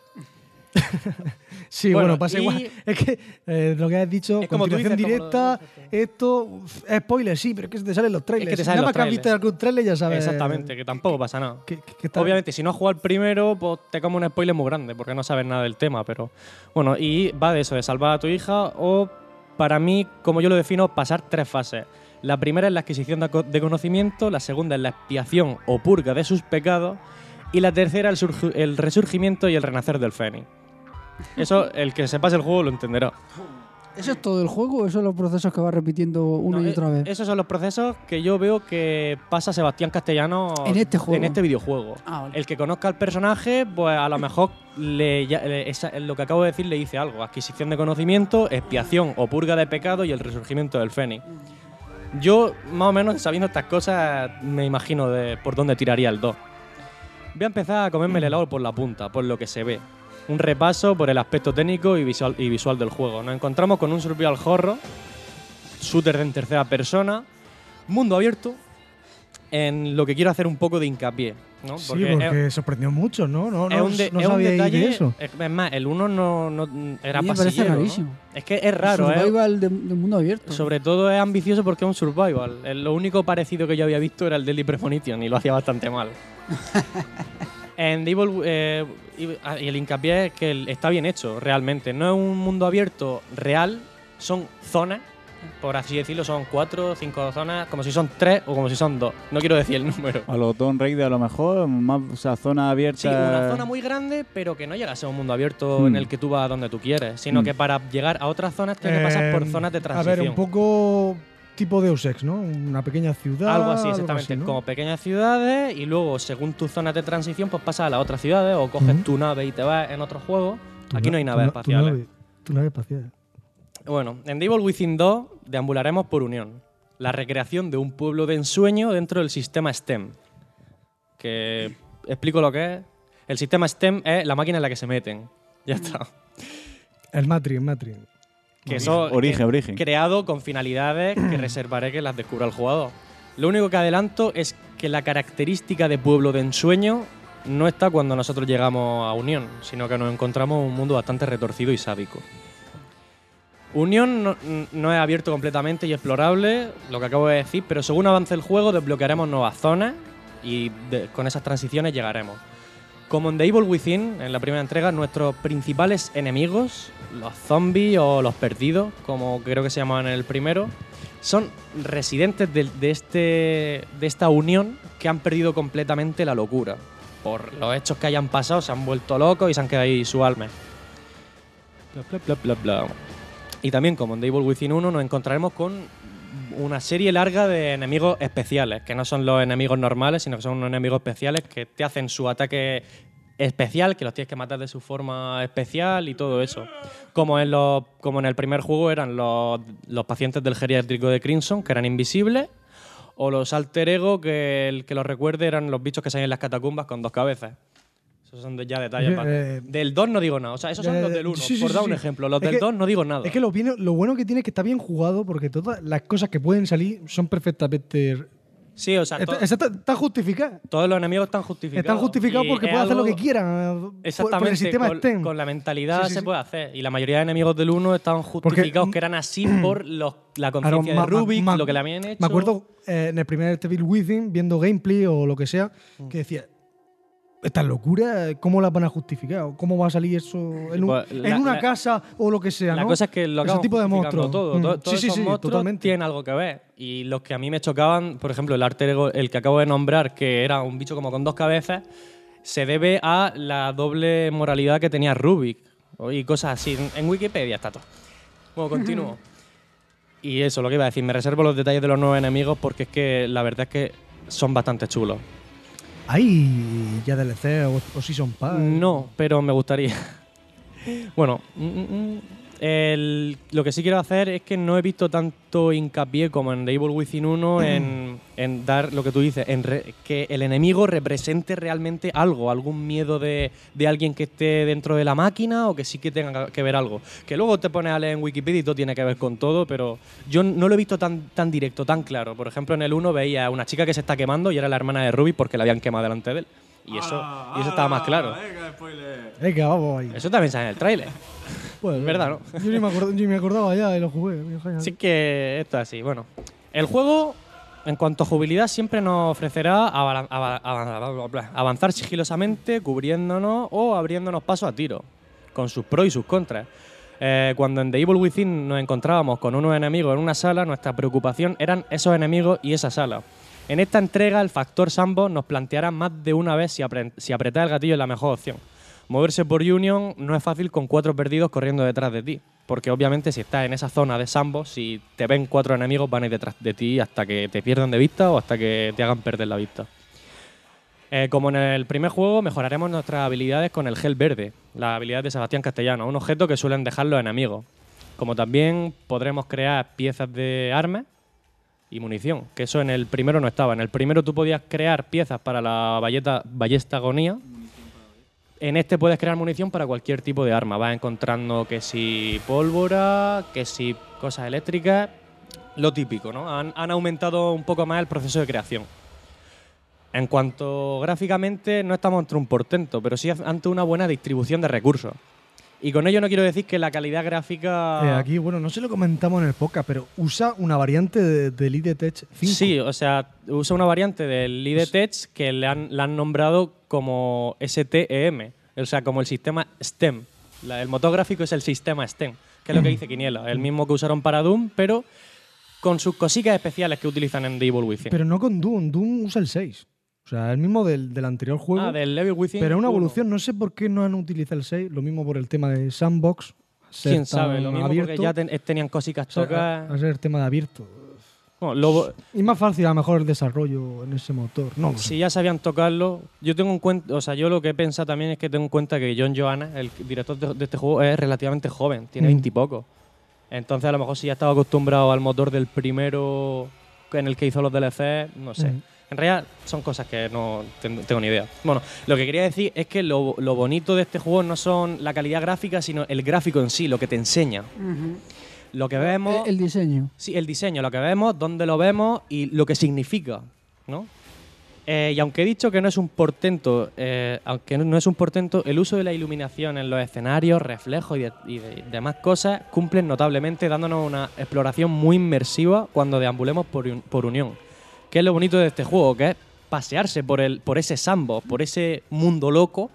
Sí, bueno,
Bueno,
pasa
y-
igual. Es que eh, lo que has dicho,
Es como tú
continuación
dices, como lo-
directa, esto uf, es spoiler, sí, pero es que te salen los trailers.
Es que te
Si
salen
Nada
los
más que has
trailers.
visto algún trailer ya sabes.
Exactamente, que tampoco pasa nada.
que- que- que está-
Obviamente, si no has jugado el primero, pues te come un spoiler muy grande, porque no sabes nada del tema, pero. Bueno, y va de eso, de salvar a tu hija, o para mí, como yo lo defino, pasar tres fases. La primera es la adquisición de co- de conocimiento, la segunda es la expiación o purga de sus pecados, y la tercera el, surgi- el resurgimiento y el renacer del Fénix. Eso, el que se pase el juego lo entenderá.
¿Eso es todo el juego o eso son los procesos que va repitiendo una
No,
y
eh,
otra vez?
Esos son los procesos que yo veo que pasa Sebastián Castellano
En este juego.
en este videojuego.
Ah, vale.
El que conozca al personaje, pues a lo mejor le, ya- le- esa- lo que acabo de decir le dice algo. Adquisición de conocimiento, expiación o purga de pecado y el resurgimiento del Fénix. Yo, más o menos, sabiendo estas cosas, me imagino de por dónde tiraría el 2. Voy a empezar a comerme el helado por la punta, por lo que se ve. Un repaso por el aspecto técnico y visual, y visual del juego. Nos encontramos con un survival horror shooter en tercera persona, mundo abierto, en lo que quiero hacer un poco de hincapié. ¿no?
sí, porque
es,
sorprendió mucho, ¿no? No,
es
no,
un de-
no
es un
sabía
detalle.
de eso.
Es, es más, el 1 no, no- era
A mí me parece
pasillero, ¿no?
rarísimo.
Es que es raro, ¿eh?
Survival de, de mundo abierto.
Pues Sobre todo es ambicioso porque es un survival. Eh, Lo único parecido que yo había visto era el Deadly Premonition y lo hacía bastante mal. en The Evil, eh, y- ah, y el hincapié es que el- está bien hecho, realmente. No es un mundo abierto real, son zonas, por así decirlo, son cuatro o cinco zonas, como si son tres o como si son dos. No quiero decir el número.
A los Don Raid a lo mejor, más, o sea, zona abierta.
Sí, una zona muy grande, pero que no llega a ser un mundo abierto en
Mm.
el que tú vas a donde tú quieres, sino
Mm.
que para llegar a otras zonas tienes que pasar por
Eh,
zonas de
A
transición.
ver, un poco tipo Deus Ex, ¿no? Una pequeña ciudad.
Algo así, exactamente.
¿no?
Como pequeñas ciudades y luego, según tus zonas de transición, pues pasas a las otras ciudades o coges
Ujú.
tu nave y te vas en otros juegos.
Tu
Aquí
na-
no hay ¿eh?
tu
naves
na-
espaciales.
Tu nave, tu nave espacial.
Bueno, en The Evil Within 2 deambularemos por Unión, la recreación de un pueblo de ensueño dentro del sistema STEM. Que explico lo que es. El sistema STEM es la máquina en la que se meten. Ya está.
El Matrix, el Matrix.
Origen,
Que eso-
origen,
que-
origen.
Creado con finalidades que reservaré que las descubra el jugador. Lo único que adelanto es que la característica de pueblo de ensueño no está cuando nosotros llegamos a Unión, sino que nos encontramos un mundo bastante retorcido y sádico. Unión no, no es abierto completamente y explorable, lo que acabo de decir, pero según avance el juego desbloquearemos nuevas zonas y de- con esas transiciones llegaremos. Como en The Evil Within, en la primera entrega, nuestros principales enemigos, los zombies o los perdidos, como creo que se llamaban en el primero, son residentes del- de, este, de esta unión que han perdido completamente la locura. Por los hechos que hayan pasado, se han vuelto locos y se han quedado ahí su alma. Bla, bla, bla, bla, bla. Y también, como en The Evil Within 1, nos encontraremos con una serie larga de enemigos especiales, que no son los enemigos normales, sino que son unos enemigos especiales que te hacen su ataque especial, que los tienes que matar de su forma especial y todo eso. Como en, los, como en el primer juego eran los, los pacientes del geriátrico de Crimson, que eran invisibles, o los alter ego, que el que los recuerde eran los bichos que salen en las catacumbas con dos cabezas. Esos son de- ya detalles.
Eh,
más.
eh,
del 2 no digo nada. O sea, esos son
Ya, ya,
los
ya.
del 1.
Sí, sí,
por
sí,
dar un
sí.
ejemplo. Los
Es
del
que-
2 no digo nada.
Es que lo, bien- lo bueno que tiene es que está bien jugado porque todas las cosas que pueden salir son perfectamente.
Sí, o sea, to-
Está, está, está justificada.
todos los enemigos están justificados.
Están justificados
Y
porque
es
puede hacer lo
algo-
que quiera. por-
Exactamente,
Por el sistema
con,
STEM.
con la mentalidad
Sí, sí,
se
sí.
puede hacer. Y la mayoría de enemigos del 1 estaban justificados que eran así por los- la
Claro,
conciencia
ma-
de
ma-
Rubik,
ma-
lo que le habían hecho.
Me acuerdo eh, en el primer Devil Within, viendo gameplay o lo que sea,
Mm.
que decía, esta locura, ¿cómo la van a justificar? ¿O ¿Cómo va a salir eso en, un-
Pues, la-
en una
la-
casa o lo que sea?
La
¿no?
cosa es que lo
Ese
acaban
tipo de
justificando
monstruos.
todo.
Mm.
To- todos
sí, sí,
esos
sí,
monstruos
totalmente.
tienen algo que ver. Y los que a mí me chocaban, por ejemplo, el alter ego, el que acabo de nombrar, que era un bicho como con dos cabezas, se debe a la doble moralidad que tenía Rubik o- y cosas así. En Wikipedia está todo. Bueno, continúo. Y eso, lo que iba a decir, me reservo los detalles de los nuevos enemigos porque es que la verdad es que son bastante chulos.
Hay ya DLC o, o Season Pass.
No, pero me gustaría. Bueno, mm, mm, mm, el- lo que sí quiero hacer es que no he visto tanto hincapié como en The Evil Within 1 en, en dar lo que tú dices, en re- que el enemigo represente realmente algo, algún miedo de, de alguien que esté dentro de la máquina o que sí que tenga que ver algo. Que luego te pones a leer en Wikipedia y todo tiene que ver con todo, pero yo no lo he visto tan, tan directo, tan claro. Por ejemplo, en el 1 veía a una chica que se está quemando y era la hermana de Ruby porque la habían quemado delante de él. Y eso, y eso estaba más claro.
Es que vamos ahí.
Eso también sale en el tráiler.
Pues,
verdad, ¿no?
Yo ni me, acuerdo- ni me acordaba ya Eh, y lo jugué. fíjate.
Así que esto es así. Bueno, el juego, en cuanto a jugabilidad, siempre nos ofrecerá avala- ava- ava- avanzar sigilosamente, cubriéndonos o abriéndonos paso a tiro, con sus pros y sus contras. Eh, cuando en The Evil Within nos encontrábamos con unos enemigos en una sala, nuestra preocupación eran esos enemigos y esa sala. En esta entrega, el factor Sambo nos planteará más de una vez si, apre- si apretar el gatillo es la mejor opción. Moverse por Union no es fácil con cuatro perdidos corriendo detrás de ti, porque obviamente si estás en esa zona de Sambo, si te ven cuatro enemigos van a ir detrás de ti hasta que te pierdan de vista o hasta que te hagan perder la vista. Eh, como en el primer juego, mejoraremos nuestras habilidades con el gel verde, la habilidad de Sebastián Castellano, un objeto que suelen dejar los enemigos. Como también podremos crear piezas de armas y munición, que eso en el primero no estaba. En el primero tú podías crear piezas para la balleta, ballesta agonía. En este puedes crear munición para cualquier tipo de arma. Vas encontrando que si pólvora, que si cosas eléctricas lo típico, ¿no? Han, han aumentado un poco más el proceso de creación. En cuanto gráficamente, no estamos ante un portento, pero sí ante una buena distribución de recursos. Y con ello no quiero decir que la calidad gráfica.
Eh, aquí, bueno, no se lo comentamos en el podcast, pero usa una variante de- del IDTech 5.
Sí, o sea, usa una variante del
Pues
IDTech que le han, la han nombrado como STEM, o sea, como el sistema STEM. La- el motor gráfico es el sistema STEM, que es lo que dice Quiniela, el mismo que usaron para Doom, pero con sus cositas especiales que utilizan en The Evil Within.
Pero no con Doom, Doom usa el 6. O sea, el mismo del, del anterior juego.
ah, del Evil Within.
pero es una
uno.
evolución, no sé por qué no han utilizado el 6, lo mismo por el tema de sandbox. ser
Quién sabe,
tan
lo mismo
abierto,
porque ya ten- tenían cositas
o sea, ah, a-
tocadas.
a ser el tema de abierto.
Bueno, lo-
Y más fácil a lo mejor el desarrollo en ese motor. No, lo sé.
si ya sabían tocarlo, yo tengo en cuenta, o sea, yo lo que he pensado también es que tengo en cuenta que John Johanna, el director de, de este juego, es relativamente joven, tiene
Mm.
veintipocos. Entonces, a lo mejor si ya estaba acostumbrado al motor del primero en el que hizo los DLC, no sé.
Mm.
En realidad son cosas que no ten- tengo ni idea. Bueno, lo que quería decir es que lo, lo bonito de este juego no son la calidad gráfica, sino el gráfico en sí, lo que te enseña. Lo que vemos...
El, el diseño.
Sí, el diseño, lo que vemos, dónde lo vemos y lo que significa, ¿no? Eh, y aunque he dicho que no es un portento, eh, aunque no- no es un portento, el uso de la iluminación en los escenarios, reflejos y, de- y de- demás cosas cumplen notablemente dándonos una exploración muy inmersiva cuando deambulemos por, un- por Unión. Que es lo bonito de este juego, que es pasearse por, el, por ese sandbox, por ese mundo loco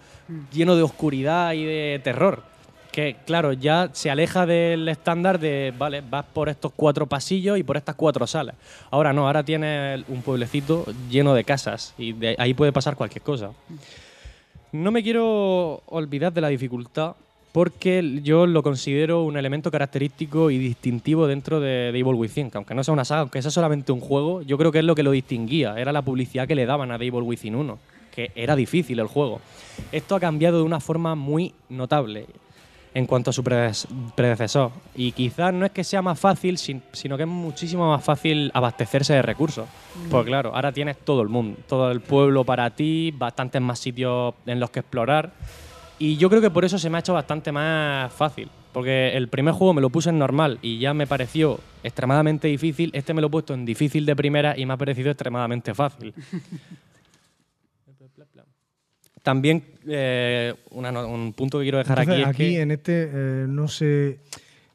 lleno de oscuridad y de terror. Que claro, ya se aleja del estándar de, vale, vas por estos cuatro pasillos y por estas cuatro salas. Ahora no, ahora tiene un pueblecito lleno de casas y de ahí puede pasar cualquier cosa. No me quiero olvidar de la dificultad porque yo lo considero un elemento característico y distintivo dentro de, de Evil Within, que aunque no sea una saga, aunque sea solamente un juego, yo creo que es lo que lo distinguía, era la publicidad que le daban a The Evil Within 1, que era difícil el juego. Esto ha cambiado de una forma muy notable en cuanto a su prede- predecesor, y quizás no es que sea más fácil, sin- sino que es muchísimo más fácil abastecerse de recursos.
Mm.
Pues claro, ahora tienes todo el mundo, todo el pueblo para ti, bastantes más sitios en los que explorar. Y yo creo que por eso se me ha hecho bastante más fácil. Porque el primer juego me lo puse en normal y ya me pareció extremadamente difícil. Este me lo he puesto en difícil de primera y me ha parecido extremadamente fácil. También eh, una no- un punto que quiero dejar
Entonces,
aquí, es que-
en este, eh, no sé.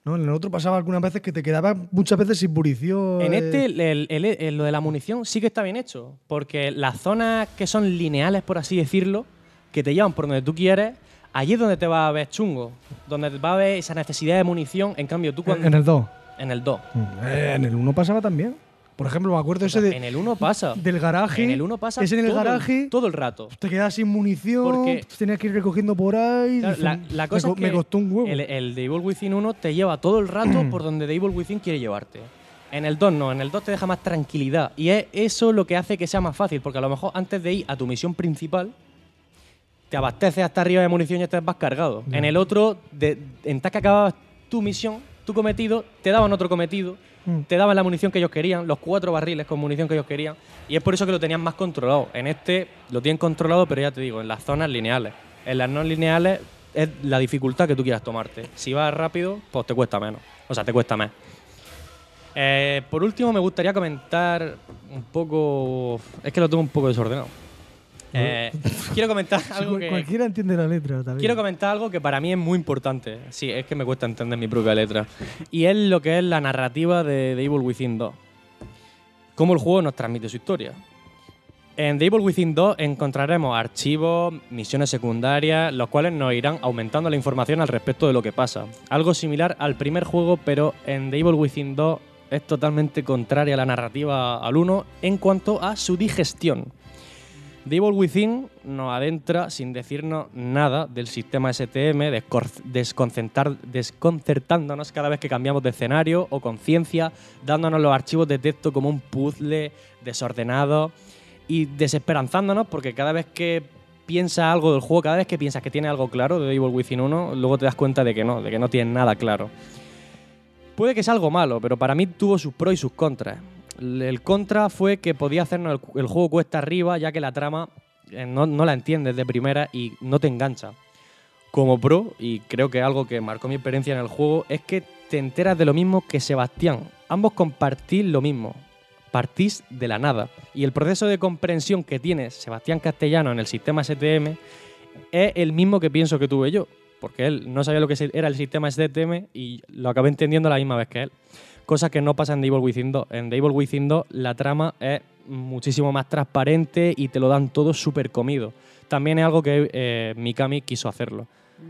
¿no? En el otro pasaba algunas veces que te quedaba muchas veces sin munición.
En
eh,
este, el- el- el- el- lo de la munición sí que está bien hecho, porque las zonas que son lineales, por así decirlo, que te llevan por donde tú quieres, allí es donde te va a ver chungo, donde te va a haber esa necesidad de munición. En cambio, tú cuando.
En el 2.
en el 2.
Eh, en el 1 pasaba también. Por ejemplo, me acuerdo ese de-
en el 1 pasa.
del garaje.
en el 1 pasa.
Ese en el
todo
garaje.
Todo el rato.
Te quedabas sin munición. pues,
Porque-
Tenías que ir recogiendo por ahí.
Claro,
dices, "Mm,
la, la
me
cosa
co-
es
me,
que
costó un huevo.
El, el de Evil Within 1 te lleva todo el rato por donde The Evil Within quiere llevarte. En el 2 no, en el 2 te deja más tranquilidad. Y es eso lo que hace que sea más fácil, porque a lo mejor antes de ir a tu misión principal, te abasteces hasta arriba de munición y estás más cargado. En el otro, de, en tal que acababas tu misión, tu cometido, te daban otro cometido, te daban la munición que ellos querían, los cuatro barriles con munición que ellos querían, y es por eso que lo tenían más controlado. En este lo tienen controlado, pero ya te digo, en las zonas lineales. En las no lineales es la dificultad que tú quieras tomarte. Si vas rápido, pues te cuesta menos. O sea, te cuesta más. Eh, por último, me gustaría comentar un poco... Es que lo tengo un poco desordenado. Eh, quiero comentar
Sí,
algo
cual-
que,
Cualquiera entiende la letra también.
Quiero comentar algo que para mí es muy importante. Sí, es que me cuesta entender mi propia letra. Y es lo que es la narrativa de The Evil Within 2. Cómo el juego nos transmite su historia. En The Evil Within 2 encontraremos archivos, misiones secundarias, los cuales nos irán aumentando la información al respecto de lo que pasa. Algo similar al primer juego, pero en The Evil Within 2 es totalmente contraria a la narrativa al 1 en cuanto a su digestión. The Evil Within nos adentra sin decirnos nada del sistema STM, descor- desconcentrar- desconcertándonos cada vez que cambiamos de escenario o conciencia, dándonos los archivos de texto como un puzzle desordenado y desesperanzándonos porque cada vez que piensas algo del juego, cada vez que piensas que tiene algo claro de The Evil Within 1, luego te das cuenta de que no, de que no tienes nada claro. Puede que sea algo malo, pero para mí tuvo sus pros y sus contras. L- El contra fue que podía hacernos el, el juego cuesta arriba, ya que la trama eh, no, no la entiendes de primera y no te engancha. Como pro, y creo que algo que marcó mi experiencia en el juego, es que te enteras de lo mismo que Sebastián. Ambos compartís lo mismo. Partís de la nada. Y el proceso de comprensión que tiene Sebastián Castellano en el sistema STM es el mismo que pienso que tuve yo. Porque él no sabía lo que era el sistema STM y lo acabé entendiendo la misma vez que él. Cosas que no pasan en The Evil Within 2. En The Evil Within 2 la trama es muchísimo más transparente y te lo dan todo súper comido. También es algo que eh, Mikami quiso hacerlo.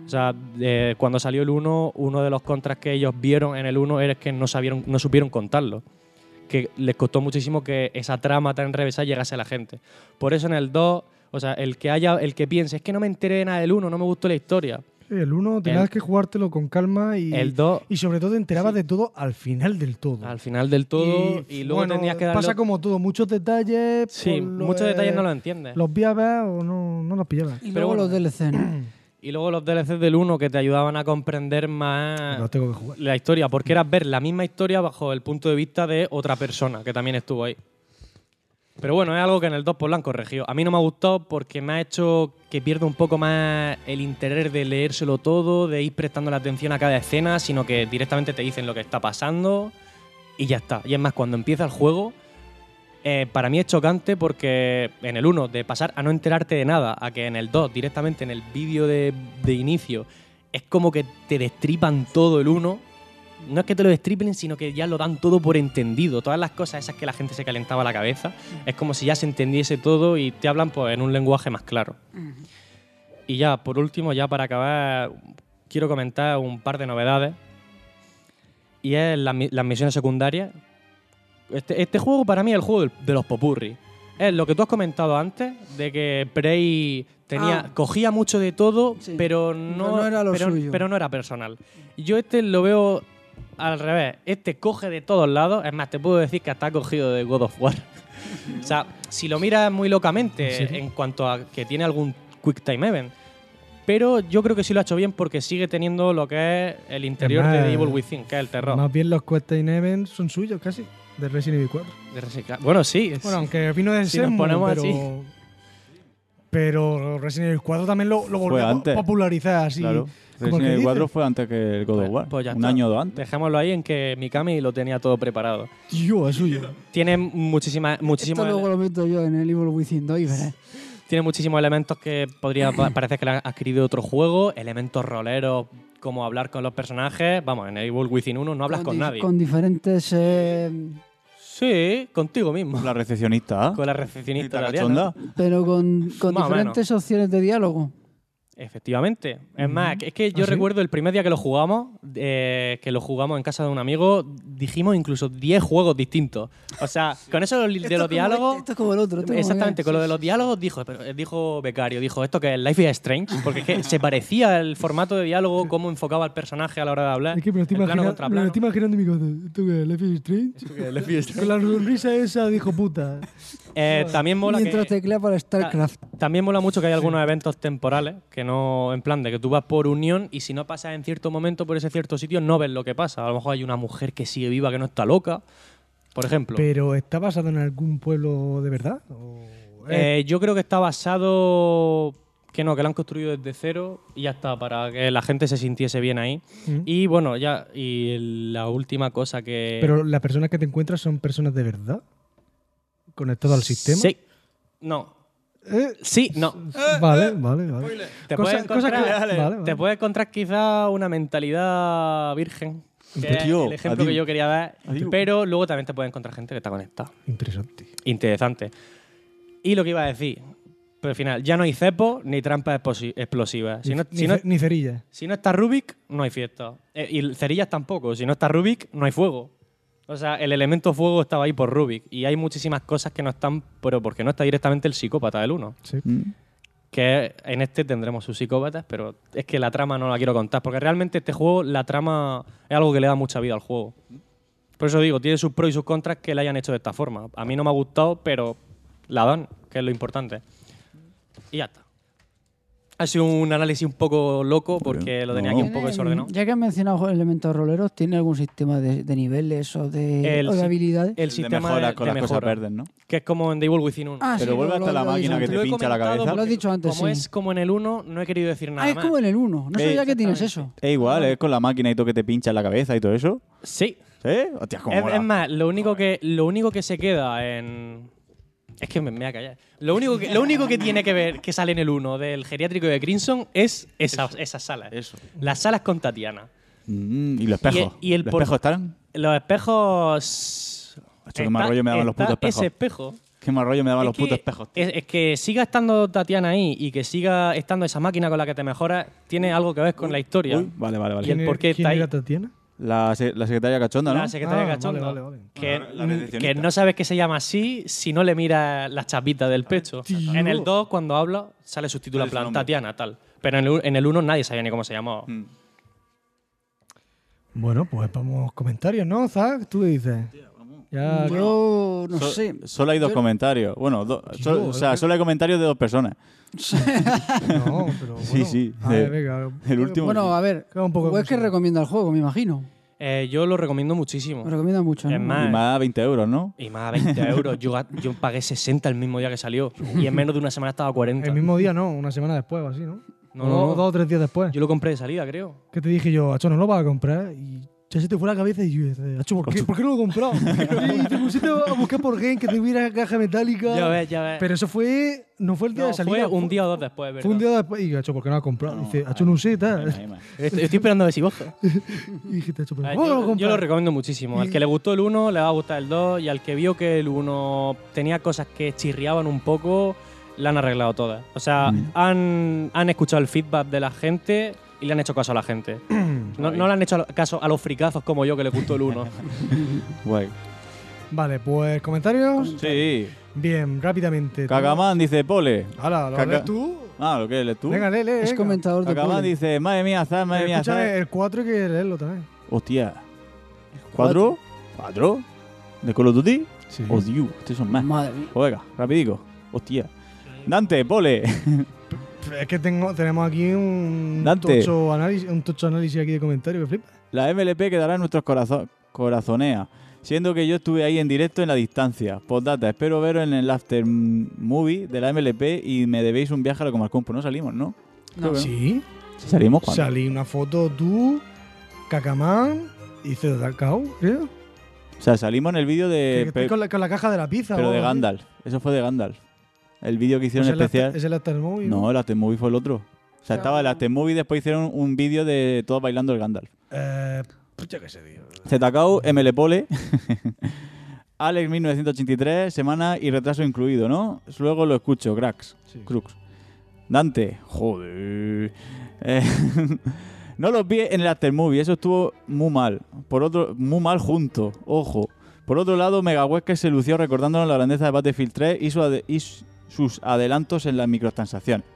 O sea, eh, cuando salió el 1, uno de los contras que ellos vieron en el 1 era que no, sabieron, no supieron contarlo. Que les costó muchísimo que esa trama tan enrevesada llegase a la gente. Por eso en el 2, o sea, el que haya, el que piense, es que no me enteré de nada del 1, no me gustó la historia.
Sí, el 1 tenías
El-
que jugártelo con calma y,
El 2,
y sobre todo te enterabas de todo al final del todo.
al final del todo, y, luego
bueno,
tenías que darle...
Pasa como todo, muchos detalles.
Sí,
pues, lo-
muchos
eh,
detalles no los entiendes.
Los vi a ver o no, no los pillaba.
Y
Pero
luego
bueno.
los DLC, ¿no?
Y luego los DLCs del 1 que te ayudaban a comprender más...
Los tengo que jugar.
la historia, porque era ver la misma historia bajo el punto de vista de otra persona que también estuvo ahí. Pero bueno, es algo que en el 2 por la han corregido. A mí no me ha gustado porque me ha hecho que pierda un poco más el interés de leérselo todo, de ir prestando la atención a cada escena, sino que directamente te dicen lo que está pasando y ya está. Y es más, cuando empieza el juego, eh, para mí es chocante porque en el 1, de pasar a no enterarte de nada, a que en el 2, directamente en el vídeo de, de inicio, es como que te destripan todo el 1. No es que te lo destripen, sino que ya lo dan todo por entendido. Todas las cosas esas que la gente se calentaba la cabeza,
Mm.
es como si ya se entendiese todo y te hablan pues, en un lenguaje más claro. Y ya, por último, ya para acabar, quiero comentar un par de novedades. Y es la mi- las misiones secundarias, este, este juego para mí es el juego del- de los popurri. Es lo que tú has comentado antes, de que Prey tenía,
Ah.
cogía mucho de todo,
Sí.
pero no,
Pero no era lo
pero-
suyo.
pero no era personal. Yo este lo veo al revés. Este coge de todos lados. Es más, te puedo decir que hasta ha cogido de God of War. o sea, si lo miras muy locamente
serio?
¿En, cuanto a que tiene algún Quick Time Event. Pero yo creo que sí lo ha hecho bien porque sigue teniendo lo que es el interior
más-
de The Evil Within, que es el terror.
Más bien los Quest in Heaven son suyos casi, de Resident Evil 4.
De reciclar. Bueno, sí.
Bueno, aunque vino de
Si nos
Shenmue,
ponemos
pero...
así.
Pero Resident Evil 4 también lo, lo volvió a
antes.
popularizar así.
Claro.
como el
Resident
que
Evil 4
dice.
fue antes que el God of War.
Pues ya
un
está.
año o dos antes.
Dejémoslo ahí en que Mikami lo tenía todo preparado.
Tío, es suyo.
Tiene muchísimas
Esto
muchísimas
luego lo meto yo en el Evil Within 2 y verás.
tiene muchísimos elementos que podría pa- parecer que le han adquirido otro juego, elementos roleros, como hablar con los personajes. Vamos, en Evil Within 1 no hablas con,
di-
nadie.
Con diferentes... eh,
Sí, contigo mismo.
La recepcionista. ¿ah?
Con la
Y
recepcionista
la
italiana.
cachonda.
pero con, con
Más o menos.
diferentes opciones de diálogo.
Efectivamente. Es más, es que yo
¿Ah, sí?
recuerdo el primer día que lo jugamos, eh, que lo jugamos en casa de un amigo, dijimos incluso 10 juegos distintos. O sea, con eso de los- de
Esto es
los
como
diálogos...
este, esto es como el otro. esto es como
Exactamente,
aquel.
con lo
Sí,
de los
sí,
diálogos dijo, pero- eh, dijo Becario, dijo esto que es Life is Strange, porque es que se parecía el formato de diálogo, cómo enfocaba al personaje a la hora de hablar.
Es que me lo estoy,
el plano
imagina- me
contra
lo
plano.
estoy imaginando en mi cabeza. ¿Tú qué? ¿Life is Strange? Con la sonrisa esa, dijo puta.
Eh, también mola que-
Mientras teclea para StarCraft.
También mola mucho que hay algunos eventos temporales que no, en plan, de que tú vas por unión y si no pasas en cierto momento por ese cierto sitio, no ves lo que pasa. A lo mejor hay una mujer que sigue viva que no está loca, por ejemplo.
¿Pero está basado en algún pueblo de verdad? ¿O es-
Eh, yo creo que está basado. Que no, que lo han construido desde cero y ya está, para que la gente se sintiese bien ahí.
Ujú.
Y bueno, ya, y la última cosa que.
¿Pero las personas que te encuentras son personas de verdad? ¿Conectadas al sistema?
Sí. No.
Eh,
Sí, no.
Vale, vale, vale.
Eh, Te
Cosa-
puedes
cosa que-
encontrar,
Dale. Vale, vale.
te puedes encontrar quizá una mentalidad virgen. que es
Tío,
el ejemplo
adiós.
que yo quería dar.
Adiós.
Pero luego también te puedes encontrar gente que está conectada.
Interesante.
Interesante. Y lo que iba a decir, pero al final, ya no hay cepo ni trampas exposi- explosivas. Si no,
ni,
si no-
ce- ni cerilla.
si no está Rubik, no hay fiesta. Eh, y cerillas tampoco. Si no está Rubik, no hay fuego. O sea, el elemento fuego estaba ahí por Rubik. Y hay muchísimas cosas que no están, pero porque no está directamente el psicópata del uno
Sí.
Mm.
que en este tendremos sus psicópatas, pero es que la trama no la quiero contar, porque realmente este juego, la trama es algo que le da mucha vida al juego. Por eso digo, tiene sus pros y sus contras que la hayan hecho de esta forma. A mí no me ha gustado, pero la dan, que es lo importante. Y ya está. Ha sido un análisis un poco loco porque lo tenía aquí
No.
un poco
Tiene,
desordenado.
Ya que has mencionado elementos roleros, ¿tiene algún sistema de, de niveles o de,
El
o de
si-
habilidades?
El
de
sistema
mejora con
de
las cosas
mejora,
verdes, ¿no?
que es como en The Evil Within 1.
Ah,
Pero
sí,
vuelve
lo-
hasta
lo-
la
lo he
máquina
dicho
que te
antes.
he
pincha la
comentado
cabeza.
porque
Lo has dicho antes,
Como
sí.
es como en el 1, no he querido decir nada
Ah, es
más.
como en el 1. No
Eh,
sabía que tienes eso.
exactamente.
Es igual, es con la máquina y todo que te pincha en la cabeza y todo eso.
Sí.
¿Eh? Hostia, cómo
Es,
mola.
es más, lo único, que, lo único que se queda en... Es que me, me voy a callar. Lo único, que, lo único que tiene que ver que sale en el 1 del geriátrico de Crimson es esa- esas salas.
Eso.
Las salas con Tatiana.
Mm, y los espejos.
Y el- y el
¿Los
por-
espejos están?
Los espejos...
Macho, qué mal rollo me daban los
está
putos espejos.
Ese espejo.
Qué mal rollo me daban
Es
los
que-
putos espejos. tío.
Es, es que siga estando Tatiana ahí y que siga estando esa máquina con la que te mejoras, tiene algo que ver con la historia.
Uy, vale, vale,
y el
vale.
¿Quién e-
por qué
quién
está ahí.
era Tatiana?
La, se- la secretaria cachonda, ¿no?
La secretaria
Ah, vale,
cachonda,
vale, vale.
Que,
La- la
mm,
recepcionista.
que no sabes que se llama así si no le miras las chapitas del pecho.
tío.
En el 2, cuando habla, sale su título en
Sale su
plan
nombre.
Tatiana, tal. Pero en el u- en el 1 nadie sabía ni cómo se llamaba.
Mm.
Bueno, pues vamos, comentarios, ¿no, Zach? ¿Tú qué dices? Ya,
Yo no sé.
Solo hay dos comentarios. Bueno, do- solo- o sea, solo hay comentarios de dos personas.
no, pero bueno.
Sí, sí.
A ver,
Eh,
venga. pues,
El último.
Bueno, a ver.
Queda un poco de
Pues es que
música.
recomienda el juego, me imagino.
Eh, yo lo recomiendo muchísimo.
Lo recomienda mucho.
Es
¿no?
más,
y más 20 euros, ¿no?
Y más 20 euros. Yo, ga- yo pagué 60 el mismo día que salió. Y en menos de una semana estaba a 40.
El mismo día, no, una semana después o así, ¿no?
No,
O
no, no.
Dos o tres días después.
Yo lo compré de salida, creo.
Que te dije yo, Acho, no lo vas a comprar. Y ya se te fue la cabeza y yo decía, Acho, ¿por qué, ¿por qué no lo he comprado? y te pusiste a buscar por game que te hubiera caja metálica.
Ya ves, ya ves.
Pero eso fue, no fue el día
No,
de salida.
fue un día o dos después, ¿verdad?
Fue un día después. Y yo, Acho, ¿por qué no lo has comprado? dice, Acho, no sé,
Ah.
Ahí, ahí,
tal.
ahí.
Estoy, estoy esperando a ver si baja.
Y dijiste, Acho, ¿por
Eh,
qué no lo
Yo, yo lo
compras?
recomiendo muchísimo. Al que le gustó el 1, le va a gustar el 2. Y al que vio que el 1 tenía cosas que chirriaban un poco, la han arreglado todas. O sea, han, han escuchado el feedback de la gente y le han hecho caso a la gente. no, no le han hecho caso a los fricazos como yo que le gustó el 1.
Guay.
Vale, pues comentarios.
Sí.
Bien, rápidamente.
Cacamán dice pole.
Hala, ¿lo
Caca-
lees tú?
Ah, lo que eres tú.
Venga, lee, lee.
Es
venga.
comentador de
Cacamán
Poli.
dice, madre mía, Zaz, madre mía,
Escúchame,
Zaz.
el 4 hay que leerlo también.
Hostia. ¿Cuatro? ¿Cuatro? ¿De Call of Duty?
Sí.
Oh, Dios, estos son más.
Madre mía.
Oiga, rapidico. Hostia. Dante, pole.
Es que tengo, tenemos aquí un
Dante.
tocho, análisis, un tocho análisis aquí de comentarios, me flipa.
La MLP quedará en nuestros corazon corazonea. Siendo que yo estuve ahí en directo en la distancia. Postdata, espero veros en el after movie de la MLP y me debéis un viaje a la Comarcón. Pues no salimos, ¿no?
No.
Sí,
¿Sí salimos cuando.
salí una foto tú, Cacamán y Cedacao, creo.
o sea, salimos en el vídeo
Que-
de.
que
Eh, pe-
estoy con, la, con la caja de la pizza.
pero
o
de
algo así.
Gandalf. Eso fue de Gandalf. El vídeo que
Es
hicieron
Pues el
especial.
after- Es el After Movie.
No, el after movie fue el otro. O sea,
Ya,
estaba el
bueno.
after movie y después hicieron un vídeo de todos bailando el Gandalf.
Eh, pues ya que sé, tío.
ZKU, MLPole. Alex 1983, semana y retraso incluido, ¿no? Luego lo escucho, cracks.
Sí.
Crux. Dante, joder. Eh, no los vi en el aftermovie, eso estuvo muy mal. Por otro, muy mal junto, ojo. Por otro lado, Megahuesca se lució recordándonos la grandeza de Battlefield 3 y, su ade- y s- sus adelantos en las microtransacciones.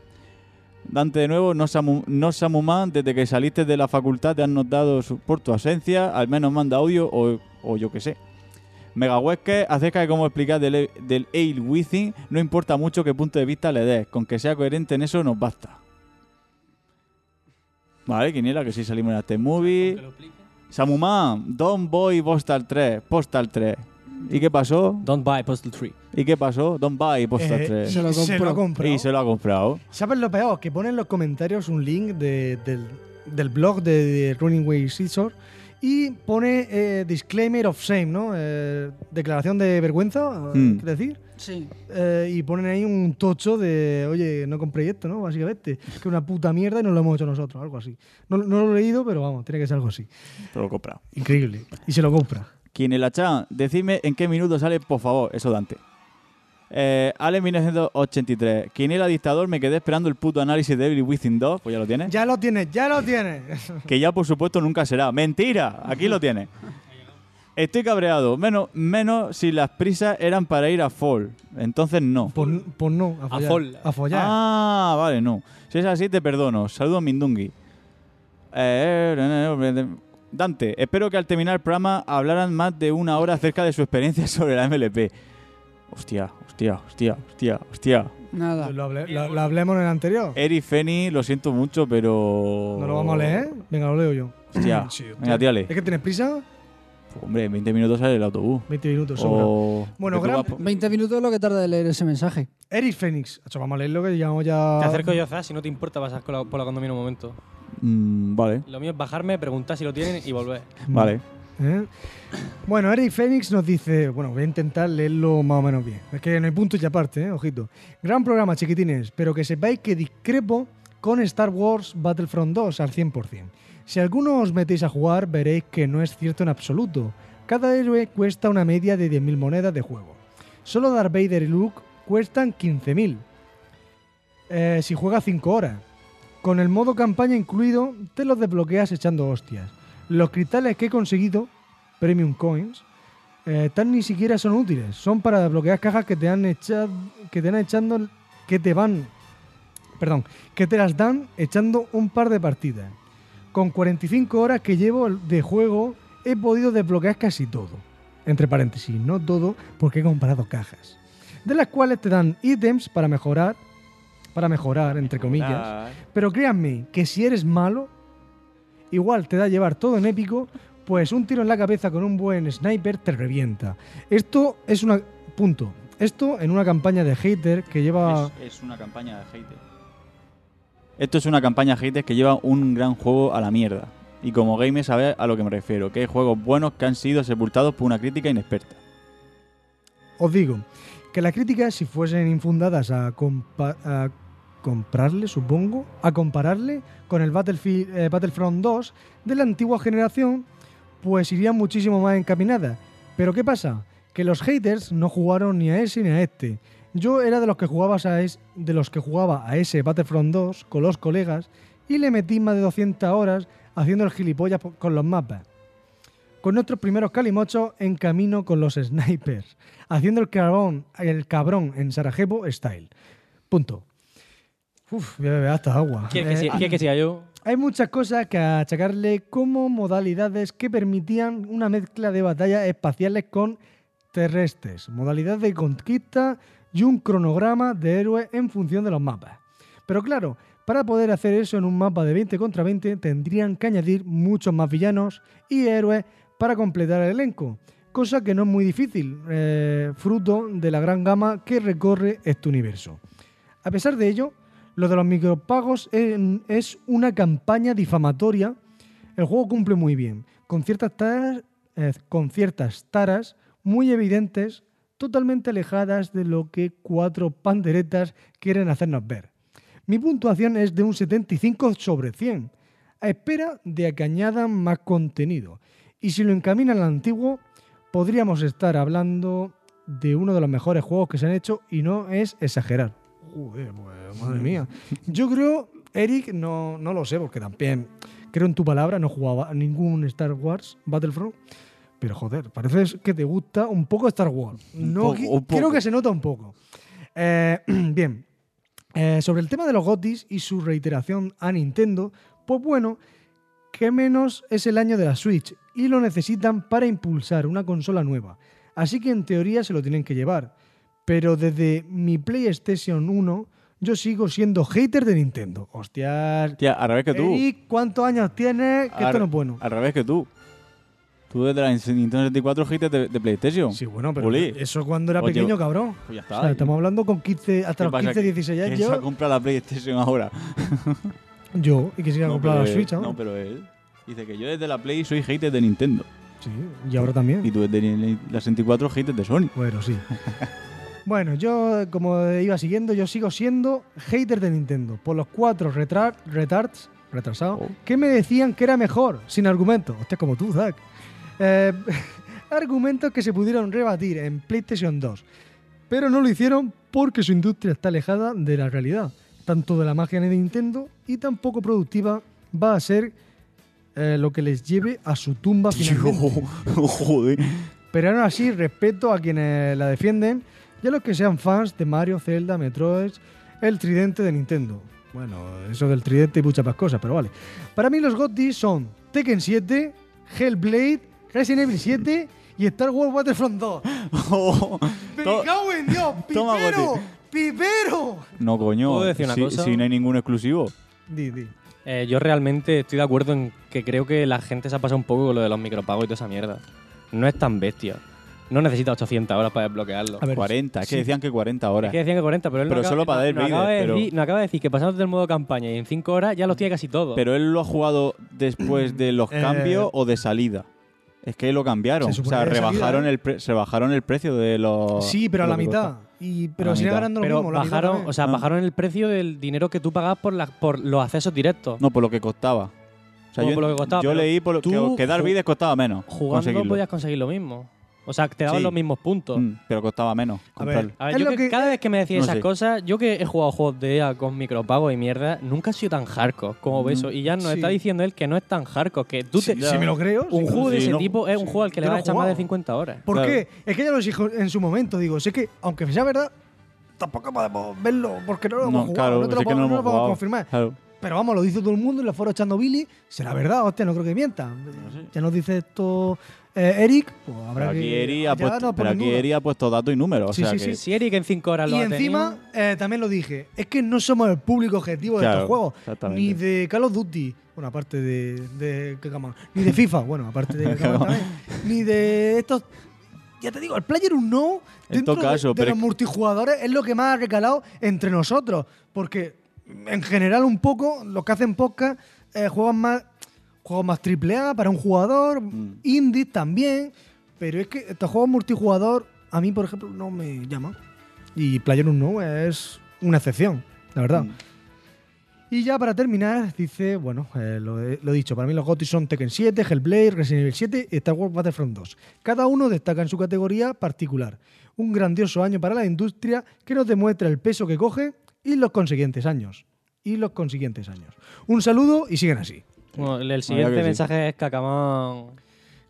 Dante, de nuevo, no Samu, no Samu Man, desde que saliste de la facultad te han notado su- por tu ausencia, al menos manda audio o, o yo qué sé. Megahuesque acerca de cómo explicar del, e-, del Ale Within, no importa mucho qué punto de vista le des, con que sea coherente en eso nos basta. Vale, Quiniela, que sí salimos en este movie. Samuman, Don Boy Postal 3, Postal 3. ¿Y qué pasó?
Don't buy Postal 3.
¿Y qué pasó? Don Boy Postal
Eh,
3.
se lo
Se lo
compró.
Y se lo ha comprado.
¿Sabes lo peor? Que ponen en los comentarios un link de- del, del blog de, de Running Way Scissor y pone eh, disclaimer of shame, ¿no? Eh, declaración de vergüenza, eh,
Mm.
¿qué decir?
Sí.
Eh, y ponen ahí un tocho de, oye, no compréis esto, ¿no? Básicamente, que es una puta mierda y no lo hemos hecho nosotros, algo así. No, no lo he leído, pero vamos, tiene que ser algo así.
Se lo ha comprado.
Increíble. Y se lo compra.
Quiniela Chan, decidme en qué minuto sale, por favor. Eso, Dante. Eh, Ale 1983. Quiniela Dictador, me quedé esperando el puto análisis de Evil Within 2. Pues ya lo tienes.
Ya lo tienes, ya lo tienes.
que ya por supuesto nunca será. ¡Mentira! Aquí lo tiene. Estoy cabreado, menos, menos si las prisas eran para ir a Fall. Entonces no.
Pues, pues no, a follar.
fol-
A follar.
Ah, vale, no. Si es así, te perdono. Saludos, Mindungi. Eh, Dante, espero que al terminar el programa hablaran más de una hora acerca de su experiencia sobre la MLP. Hostia, hostia, hostia, hostia, hostia.
Nada.
Lo, hable- lo- lo hablemos en el anterior.
Eri Feni, lo siento mucho, pero.
¿No lo vamos a leer? Venga, lo leo yo.
Hostia.
Sí, hostia. Eh.
Venga, tírale.
¿Es que tienes prisa?
Pues, Hombre, en 20 minutos sale el autobús.
20 minutos, sobra.
O...
Bueno,
que tú
gran-
vas po-
20 minutos es lo que tarda de leer ese mensaje.
Eric Fénix. Acho, vamos a leerlo que llevamos ya.
Te acerco yo a Zaz, si no te importa pasar con la- por la condomina un momento.
Mm, vale,
Lo mío es bajarme, preguntar si lo tienen y volver.
Mm.
vale.
¿Eh? Bueno, Eric Fénix nos dice, bueno, voy a intentar leerlo más o menos bien. Es que no hay puntos y aparte, ¿eh? ojito. Gran programa, chiquitines, pero que sepáis que discrepo con Star Wars Battlefront 2 al 100%. Si alguno os metéis a jugar, veréis que no es cierto en absoluto. Cada héroe cuesta una media de 10.000 monedas de juego. Solo Darth Vader y Luke cuestan 15.000. Eh, si juegas 5 horas. Con el modo campaña incluido, te los desbloqueas echando hostias. Los cristales que he conseguido, Premium Coins, eh, tan ni siquiera son útiles. Son para desbloquear cajas que te han echado. que te han echando. que te van. Perdón, que te las dan echando un par de partidas. Con 45 horas que llevo de juego, he podido desbloquear casi todo. Entre paréntesis, no todo, porque he comprado cajas. De las cuales te dan ítems para mejorar. Para mejorar, entre comillas. Pero créanme que si eres malo, igual te da a llevar todo en épico, pues un tiro en la cabeza con un buen sniper te revienta. Esto es una... Punto. Esto en una campaña de hater que lleva...
Es, es una campaña de hater. Esto es una campaña de hater que lleva un gran juego a la mierda. Y como gamer sabes a lo que me refiero, que hay juegos buenos que han sido sepultados por una crítica inexperta.
Os digo, que las críticas, si fuesen infundadas a, compa- a comprarle, supongo, a compararle con el Battlefield, eh, Battlefront 2 de la antigua generación, pues irían muchísimo más encaminadas. Pero ¿qué pasa? Que los haters no jugaron ni a ese ni a este. Yo era de los que jugabas a es- de los que jugaba a ese Battlefront 2 con los colegas y le metí más de 200 horas haciendo el gilipollas po- con los mapas. Con nuestros primeros calimochos en camino con los snipers haciendo el cabrón, el cabrón en Sarajevo style. Punto. Uf, voy a beber hasta agua.
¿Quieres que,
Eh,
siga- quieres que siga yo?
Hay muchas cosas que achacarle como modalidades que permitían una mezcla de batallas espaciales con terrestres, modalidades de conquista y un cronograma de héroes en función de los mapas. Pero claro, para poder hacer eso en un mapa de 20 contra 20 tendrían que añadir muchos más villanos y héroes para completar el elenco, cosa que no es muy difícil, eh, fruto de la gran gama que recorre este universo. A pesar de ello, lo de los micropagos en- es una campaña difamatoria. El juego cumple muy bien, con ciertas taras, eh, con ciertas taras muy evidentes, totalmente alejadas de lo que cuatro panderetas quieren hacernos ver. Mi puntuación es de un 75 sobre 100, a espera de a que añadan más contenido. Y si lo encaminan al antiguo, podríamos estar hablando de uno de los mejores juegos que se han hecho y no es exagerar. Joder, pues, madre mía. Yo creo, Eric, no, no lo sé, porque también creo en tu palabra, no jugaba a ningún Star Wars Battlefront. Pero joder, parece que te gusta un poco Star Wars. No,
poco,
qui-
un poco.
Creo que se nota un poco. Eh, bien, eh, sobre el tema de los GOTIS y su reiteración a Nintendo, pues bueno, que menos es el año de la Switch y lo necesitan para impulsar una consola nueva. Así que en teoría se lo tienen que llevar. Pero desde mi PlayStation 1 yo sigo siendo hater de Nintendo. Hostias.
Tía, al revés que tú. ah,
¿Y cuántos años tienes? Que esto
Al-
no es bueno.
Al revés que tú. Tú desde la Nintendo 64 hater de, de PlayStation.
Sí, bueno, pero
Oli.
eso cuando era
Oye,
pequeño, cabrón.
Pues ya está.
O sea, estamos hablando con 15, hasta los 15, 16 años.
Yo...
Yo,
comprar la PlayStation ahora?
yo, y quisiera comprar
pero
la
él-
Switch, ¿no?
no, pero él. Dice que yo desde la Play soy hater de Nintendo.
Sí, y ahora también.
Y tú desde la 64 hater de Sony.
Bueno, sí. bueno, yo, como iba siguiendo, yo sigo siendo hater de Nintendo por los cuatro retar- retards retrasados
Oh.
que me decían que era mejor, sin argumentos. Hostia, como tú, Zack. Eh, argumentos que se pudieron rebatir en PlayStation 2, pero no lo hicieron porque su industria está alejada de la realidad, tanto de la magia de Nintendo y tan poco productiva va a ser eh, lo que les lleve a su tumba finalmente.
Joder.
Pero aún así, respeto a quienes la defienden y a los que sean fans de Mario, Zelda, Metroid, el tridente de Nintendo. Bueno, eso del tridente y muchas más cosas, pero vale. Para mí los GOTY son Tekken 7, Hellblade, Resident Evil 7 y Star Wars Battlefront 2. ¡Me
To-
cago en Dios!
toma,
¡Pipero!
Guti.
¡Pipero!
no, coño.
¿Puedo decir una
si,
cosa?
si no hay ningún exclusivo.
Di, di.
Eh, yo realmente estoy de acuerdo en que creo que la gente se ha pasado un poco con lo de los micropagos y toda esa mierda. No es tan bestia. No necesita 800 horas para desbloquearlo.
A ver,
40. Es
sí.
que decían que 40
Es
horas.
que decían que 40, pero él
Pero
no acaba,
solo para
no-
Darth
no acaba
Vader,
de
pero-
decir, no acaba de decir que pasándote del modo campaña y en 5 horas ya los tiene casi todos.
Pero él lo ha jugado después de los
Eh,
cambios o de salida. Es que lo cambiaron. O
Se
sea,
supone que de
rebajaron
salida, ¿eh?
el, pre- se bajaron el precio de
Oh,
los.
Sí, pero a
de
la
lo que
mitad.
cuesta.
Y,
A
pero
la
sigue
mitad.
ganando lo
Pero
mismo. la mitad
bajaron,
también.
o sea,
Ah.
bajaron el precio del dinero que tú pagabas por, las por los accesos directos.
No, por lo que costaba. O sea,
Como
yo,
por lo que costaba,
yo
pero
leí por lo- que,
tú
que Darth
ju-
Vader costaba menos.
Jugando
conseguirlo.
podías conseguir lo mismo. O sea, te daban
Sí.
los mismos puntos.
Mm, pero costaba menos.
A ver,
comprarlo.
A ver,
Es
yo
lo
que
que-
cada vez que me decís
no
esas
sé.
cosas, yo que he jugado juegos de EA con micropagos y mierda, nunca he sido tan hardcore como
Mm,
eso. Y ya nos
sí.
está diciendo él que no es tan hardcore, que tú
Si,
te...
si me lo creo.
un
sí.
juego de
Sí,
ese
no-
tipo es un
sí,
juego al que
yo
le
lo he
vas a echar más de
jugado.
50 horas.
¿Por
Claro.
qué? Es que ya lo dijo en su momento. Digo, sé que, aunque sea verdad, tampoco podemos verlo porque no lo hemos
No,
jugado.
claro,
no te
es
lo,
que
puedo-
no lo
no
hemos
lo podemos
jugado.
confirmar.
Claro.
Pero vamos, lo dice todo el mundo y lo foro echando Billy. Será verdad, hostia, no creo que mienta. Ya nos dice esto eh, Eric, pues habrá
Pero aquí
que.
Eri
ya
ha puesto,
nos
pero
ponen
aquí
duda.
Eri ha puesto datos y números.
Sí,
o sea
sí,
que-
sí,
Si Eric en 5 horas lo
Y
ha
encima,
tenido-
eh, también lo dije, es que no somos el público objetivo de
Claro,
estos juegos.
exactamente.
Ni de Call of Duty, bueno, aparte de, de Kakamon, Ni de FIFA, bueno, aparte de Kakamon también. Ni de estos... Ya te digo, el player no
En
dentro
todo
de-
caso,
de,
pero
los
es-
multijugadores es lo que más ha recalado entre nosotros. Porque en general un poco, los que hacen podcast eh, juegan más juegos más triple A para un jugador,
Mm.
indies también, pero es que estos juegos multijugador a mí, por ejemplo, no me llama. Y PlayerUnknown es una excepción, la verdad.
Mm.
Y ya para terminar, dice, bueno, eh, lo, he, lo he dicho, para mí los GOTY son Tekken 7, Hellblade, Resident Evil 7 y Star Wars Battlefront 2. Cada uno destaca en su categoría particular. Un grandioso año para la industria que nos demuestra el peso que coge y los consiguientes años. Y los consiguientes años. Un saludo y siguen así.
Bueno, el- el
que
siguiente
sí.
mensaje es Cacamán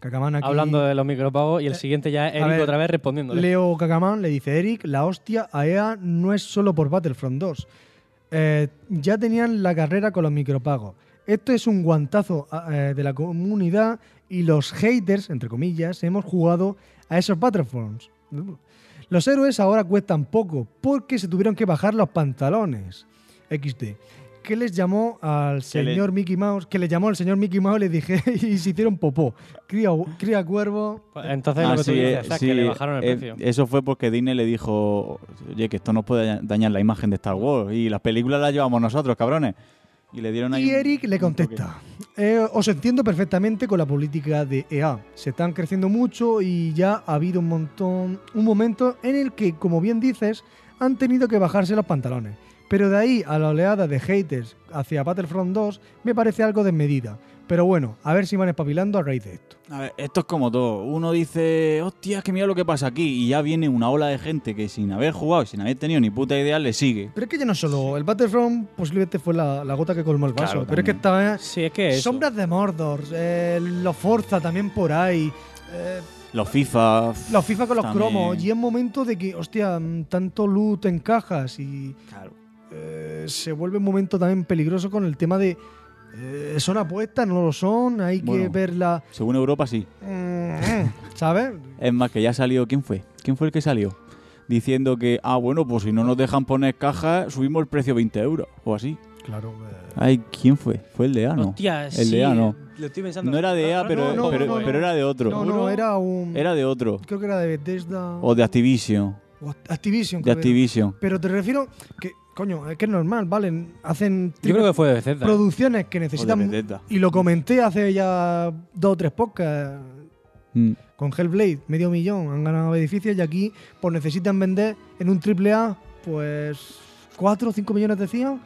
Cacamán aquí-
hablando de los micropagos y el siguiente ya es
Eh, a
Eric
ver,
otra vez
¿eh?
respondiéndole.
Leo Cacamán le dice, Eric, la hostia a EA no es solo por Battlefront 2. Eh, ya tenían la carrera con los micropagos. Esto es un guantazo a- eh, de la comunidad y los haters, entre comillas, hemos jugado a esos Battlefronts. Los héroes ahora cuestan poco porque se tuvieron que bajar los pantalones. XD. ¿Qué les llamó al
Que le-
señor Mickey Mouse? Que le llamó al señor Mickey Mouse y le dije y se hicieron popó. Cría, cría cuervo.
Pues Entonces lo
Ah,
que tú
sí,
dices,
eh,
o sea,
sí,
que le bajaron el
eh,
precio.
Eso fue porque Disney le dijo, oye, que esto nos puede daña- dañar la imagen de Star Wars y las películas las llevamos nosotros, cabrones. Y le dieron ahí
Y
un-
Eric le
un toque.
contesta, "Eh, os entiendo perfectamente con la política de EA. Se están creciendo mucho y ya ha habido un montón, un momento en el que, como bien dices, han tenido que bajarse los pantalones. Pero de ahí a la oleada de haters hacia Battlefront 2 me parece algo desmedida. Pero bueno, a ver si van espabilando a raíz de esto.
A ver, esto es como todo. Uno dice, hostia, es que mira lo que pasa aquí. Y ya viene una ola de gente que sin haber jugado, y sin haber tenido ni puta idea, le sigue.
Pero es que ya no solo, el Battlefront posiblemente fue la, la gota que colmó el vaso.
Claro,
pero es que
también.
estaba...
Sí, es que eso.
Sombras de Mordor, eh, los Forza también por ahí. eh,
Los FIFA. pff,
Los FIFA con los
también.
cromos. Y es momento de que, hostia, mm, tanto loot en cajas y
Claro.
eh, se vuelve un momento también peligroso con el tema de. eh, ¿Son apuestas? ¿No lo son? Hay que
Bueno.
verla.
Según Europa, sí.
mm, ¿Sabes?
Es más, que ya salió. ¿Quién fue? ¿Quién fue el que salió? Diciendo que, ah, bueno, pues si no nos dejan poner cajas, subimos el precio 20 euros o así.
Claro.
Ay, ¿quién fue? Fue el de A, ¿no?
Hostia,
el
sí,
de A, no.
Lo estoy pensando.
No era de EA, pero,
Ah, no, no,
pero,
no, no.
pero era de otro.
no, no, era un.
Era de otro.
Creo que era de Bethesda.
O de Activision.
o Activision. creo
De
que era.
Activision.
Pero te refiero que, coño, es que es normal, ¿vale? Hacen
Yo creo que fue de Bethesda.
producciones que
O de
necesitan.
Bethesda.
Y lo comenté hace ya dos o tres podcasts.
Mm.
Con Hellblade, medio millón, han ganado edificios y aquí pues necesitan vender en un triple A pues 4 o 5 millones de CIO.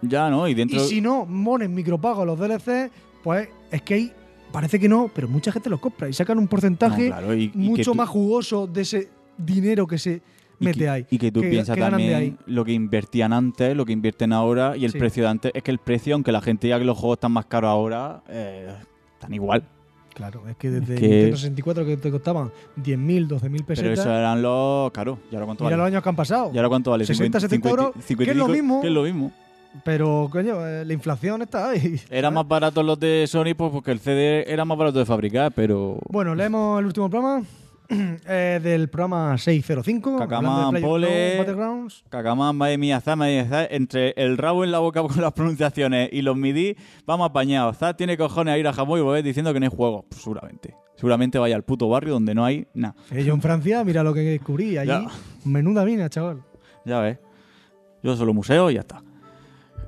Ya, ¿no? Y
Y
dentro.
si no monen micropago a los DLC, pues es que ahí parece que no, pero mucha gente los compra y sacan un
No,
porcentaje
claro, y- y que
mucho
tú-
más jugoso de ese dinero que se
y
mete
que-
ahí.
Y que tú piensas
que ganan de
también lo que invertían antes, lo que invierten ahora y el
Sí.
precio de antes. Es que el precio, aunque la gente diga que los juegos están más caros ahora, eh, están igual.
Claro, es que desde
Es que-
Nintendo 64 que te costaban 10.000, 12.000
Pero
pesetas,
eso eran los caros. ¿Y ahora cuánto
mira los
vale?
años que han pasado.
¿Y ahora cuánto vale?
60, 70 euros, que es lo
55,
mismo.
Que es lo mismo.
Pero, coño, eh, la inflación está ahí.
Era más barato los de Sony pues, porque el CD era más barato de fabricar, pero.
Bueno, leemos el último programa. eh, del programa 605. hablando de
Cacaman,
PlayerUnknown's
Pole.
Battlegrounds.
Cacaman, madre mía, Zaz, madre mía, Zaz, Entre el rabo en la boca con las pronunciaciones y los MIDI, vamos apañados. Zaz tiene cojones a ir a Jamón y volver diciendo que no hay juego. Pues seguramente. Seguramente vaya al puto barrio donde no hay nada.
Eh, yo en Francia, mira lo que descubrí allí.
Ya.
Menuda mina, chaval.
Ya ves. Yo solo museo y ya está.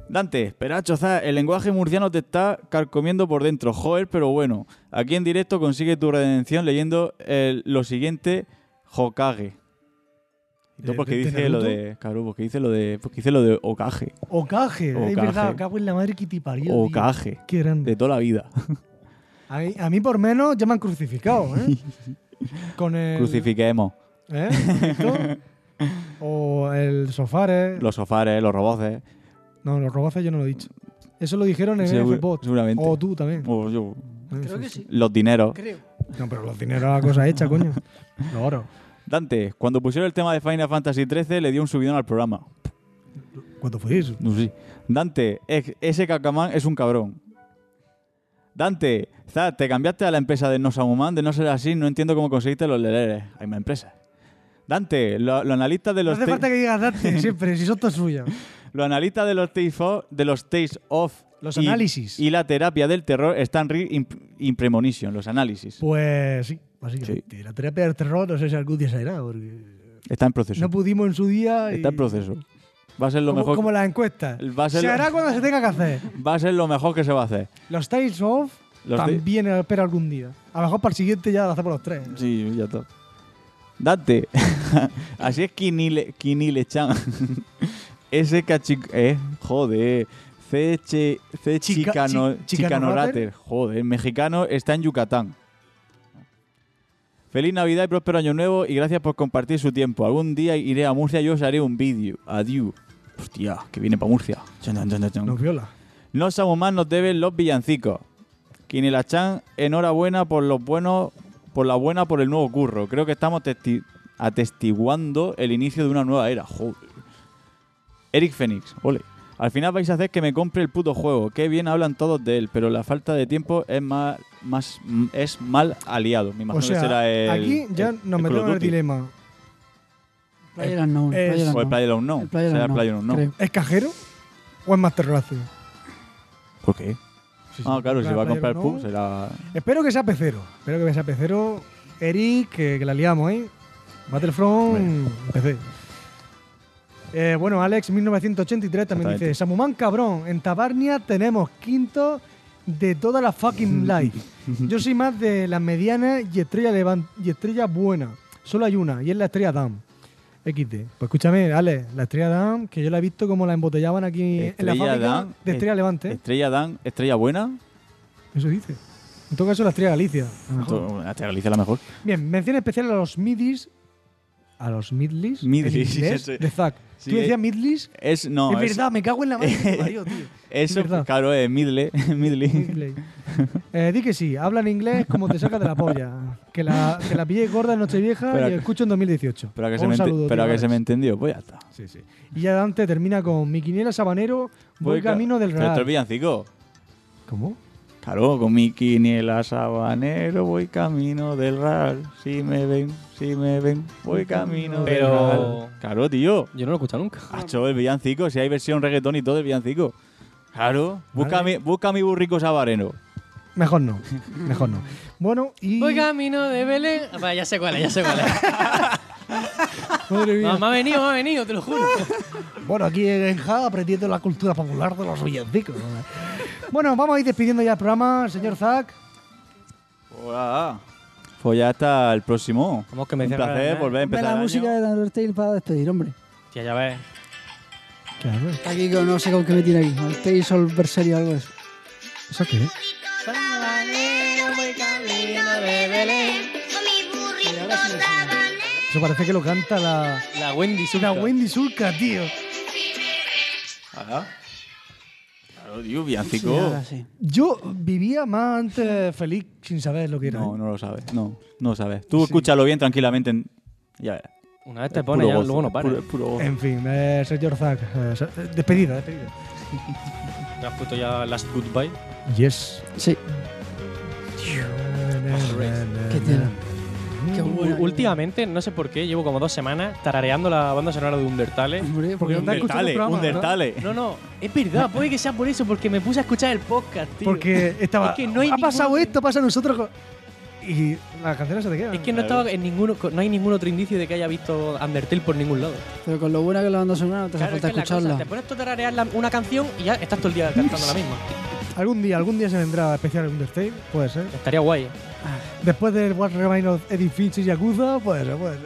Dante, Peracho, Zaz, el lenguaje murciano te está carcomiendo por dentro. Joder, pero bueno. Aquí en directo consigue tu redención leyendo el- lo siguiente Hokage. Y tú
¿De-
porque
de- de
dice lo
Naruto?
de. Claro, porque dice lo de. Porque dice lo de Okage.
Ocaje, es
Ocaje.
verdad, cago en la madre que te parió. tío.
Okage.
Qué grande.
De toda la vida.
A mí, a mí por menos ya me han crucificado, ¿eh? Con el.
Crucifiquemos.
¿eh? ¿Listo? O el sofares.
Los sofares, los ¿eh? roboces.
No, los roboces yo no lo he dicho. Eso lo dijeron en
Segu-
FBot.
seguramente.
O tú también.
o yo-
Creo que sí.
Los dineros.
Creo.
No, pero los dineros a cosa hecha, coño. Los oro.
Dante, cuando pusieron el tema de Final Fantasy XIII, le dio un subidón al programa.
¿Cuánto fue eso?
No sé. Dante, ex- ese cacamán es un cabrón. Dante, Zaz, te cambiaste a la empresa de No Samuman, de no ser así, no entiendo cómo conseguiste los leleres. Hay más empresas. Dante, lo- los analistas de
No
los
hace
te-
falta que digas date siempre, si son todas suyas.
los analistas de los Taste of, de los taste of
Los
y-
análisis.
y la terapia del terror están re- imp- in premonition, los análisis.
Pues sí, básicamente. La terapia del terror no sé si algún día será, porque
Está en proceso.
no pudimos en su día. y-
Está en proceso. Va a ser lo
como,
mejor.
como las encuestas.
El- va a ser
se
lo-
hará cuando se tenga que hacer.
Va a ser lo mejor que se va a hacer.
Los Tales of
Los
también espera algún día. A lo mejor para el siguiente ya lo hacemos los tres.
Sí, ya está. Dante. Así es Kinile, Kinile-chan. Ese cachi... Eh, joder. C. Che- C.
Chica-
Chicano,
chi-
Chicanorater. Joder, mexicano está en Yucatán. Feliz Navidad y próspero año nuevo y gracias por compartir su tiempo. Algún día iré a Murcia y os haré un vídeo. Adiós. Hostia, que viene para Murcia. Chan, chan, chan, chan.
Nos viola.
No somos más, nos deben los villancicos. Kinelachan, enhorabuena por los buenos, por la buena por el nuevo curro. Creo que estamos testi- atestiguando el inicio de una nueva era. Joder. Eric Phoenix, ole. Al final vais a hacer que me compre el puto juego. Qué bien hablan todos de él, pero la falta de tiempo es más, más mm, es mal aliado. Me imagino
O sea,
que será el-
aquí ya
el-
nos
el
metemos en
Call
el
of Duty.
dilema.
PlayerUnknown.
es-
O el
PlayerUnknown.
PlayerUnknown.
El PlayerUnknown,
Será el PlayerUnknown.
creo.
¿Es cajero o es Master Race?
¿Por qué? Ah, claro, si va a comprar el
PlayerUnknown.
pub será...
Espero que sea pecero. Espero que sea pecero. Eric, que, que la liamos, ¿eh? Battlefront, PC. Eh, bueno, Alex, 1983 también
Exactamente.
dice: Samuman, cabrón, en Tabarnia tenemos quinto de toda la fucking life. Yo soy más de las medianas y estrella, levan- y estrella buena. Solo hay una, y es la estrella DAM. XD. Pues escúchame, Alex, la estrella DAM, que yo la he visto como la embotellaban aquí en la
Estrella eh,
fábrica
Dan,
de Estrella
est-
Levante.
Estrella Dan, Estrella Buena.
Eso dice. En todo caso, la estrella Galicia. a lo mejor.
Esto- Estrella Galicia la mejor.
Bien, mención especial a los midis. A los midlis. en
Midlis,
inglés,
sí, sí.
de Zack.
Sí,
¿Tú decías
eh,
midlis?
Es, no,
es
es-
verdad, me cago en la madre que me parió, tío.
eso,
es verdad.
claro, eh, es Midley. Midley.
Midley. Eh, di que sí, hablan inglés como te saca de la polla. Que la, que la pillé gorda en Nochevieja
Pero
y
que-
escucho en 2018.
Pero a que,
Un
se me, ente-
saludo,
pero a
tío,
que se
Alex.
me entendió, pues ya está.
Sí, sí. Y ya Dante termina con mi quiniela sabanero, voy
Pues ca-
camino del
pero esto es
Real.
villancico.
¿Cómo?
Claro, con mi quiniela sabanero voy camino del Real. Si me ven, si me ven, voy camino
Pero-
del Real. Claro, tío.
Yo no lo he escuchado nunca.
Hacho, el villancico. Si hay versión reggaetón y todo, el villancico. Claro. Busca, mi, busca mi burrico sabanero.
Mejor no, mejor no. Bueno, y...
Voy camino de Belén. Ah, va, ya sé cuál es, ya sé cuál es.
Madre mía.
No, me ha venido, me ha venido, te lo juro.
Bueno, aquí en Ja aprendiendo la cultura popular de los villancicos. bueno, vamos a ir despidiendo ya el programa, señor Zack.
Hola. Pues ya hasta el próximo.
Vamos, que me ¿eh?
Un
cierra la
placer
nena.
volver a
Ponme
empezar
la
el año.
música de Dan Tail para despedir, hombre.
Tía, ya ves.
Claro.
Aquí con- no sé con qué me tiene aquí. El Tales of Berseria o algo de eso.
¿Eso qué es?
Con mi burrito sabanero.
Eso parece que lo canta la,
La Wendy
la
Zulka.
Wendy Zulka, tío.
Hola. Claro, tío, villancico.
Sí, ahora sí.
Yo vivía más antes feliz sin saber lo que era.
No, no lo sabes. No, no lo sabes. Tú escúchalo bien tranquilamente. en- Ya verás.
Una vez te
Es
pones
puro
ya,
gozo,
luego no
es
pares.
puro- es puro gozo.
En fin, eh, señor Zack, eh, se- eh, despedida, despedida.
Te has puesto ya Last Goodbye.
Yes.
Sí, qué tela.
Mm,
Qué buena.
U- Últimamente, no sé por qué, llevo como dos semanas tarareando la banda sonora de Undertale.
Porque
Hombre, porque
no te has escuchado el
Undertale,
programa, ¿no?
Undertale.
No, no, es verdad, puede que sea por eso, porque me puse a escuchar el podcast, tío.
Porque estaba.
Es que no hay
ha pasado
ningún-
esto, pasa a nosotros. con- Y las canciones se te quedan.
Es que no estaba en ninguno, no hay ningún otro indicio de que haya visto Undertale por ningún lado.
pero con lo buena que es la banda sonora no te hace falta
es que es la cosa,
escucharla.
te pones tú a tararear la- una canción y ya estás todo el día cantando la misma.
Algún día, algún día se vendrá especial Undertale, puede ser.
Estaría guay. ¿eh?
Después del What Remains of Edith Finch y Yakuza, puede ser, puede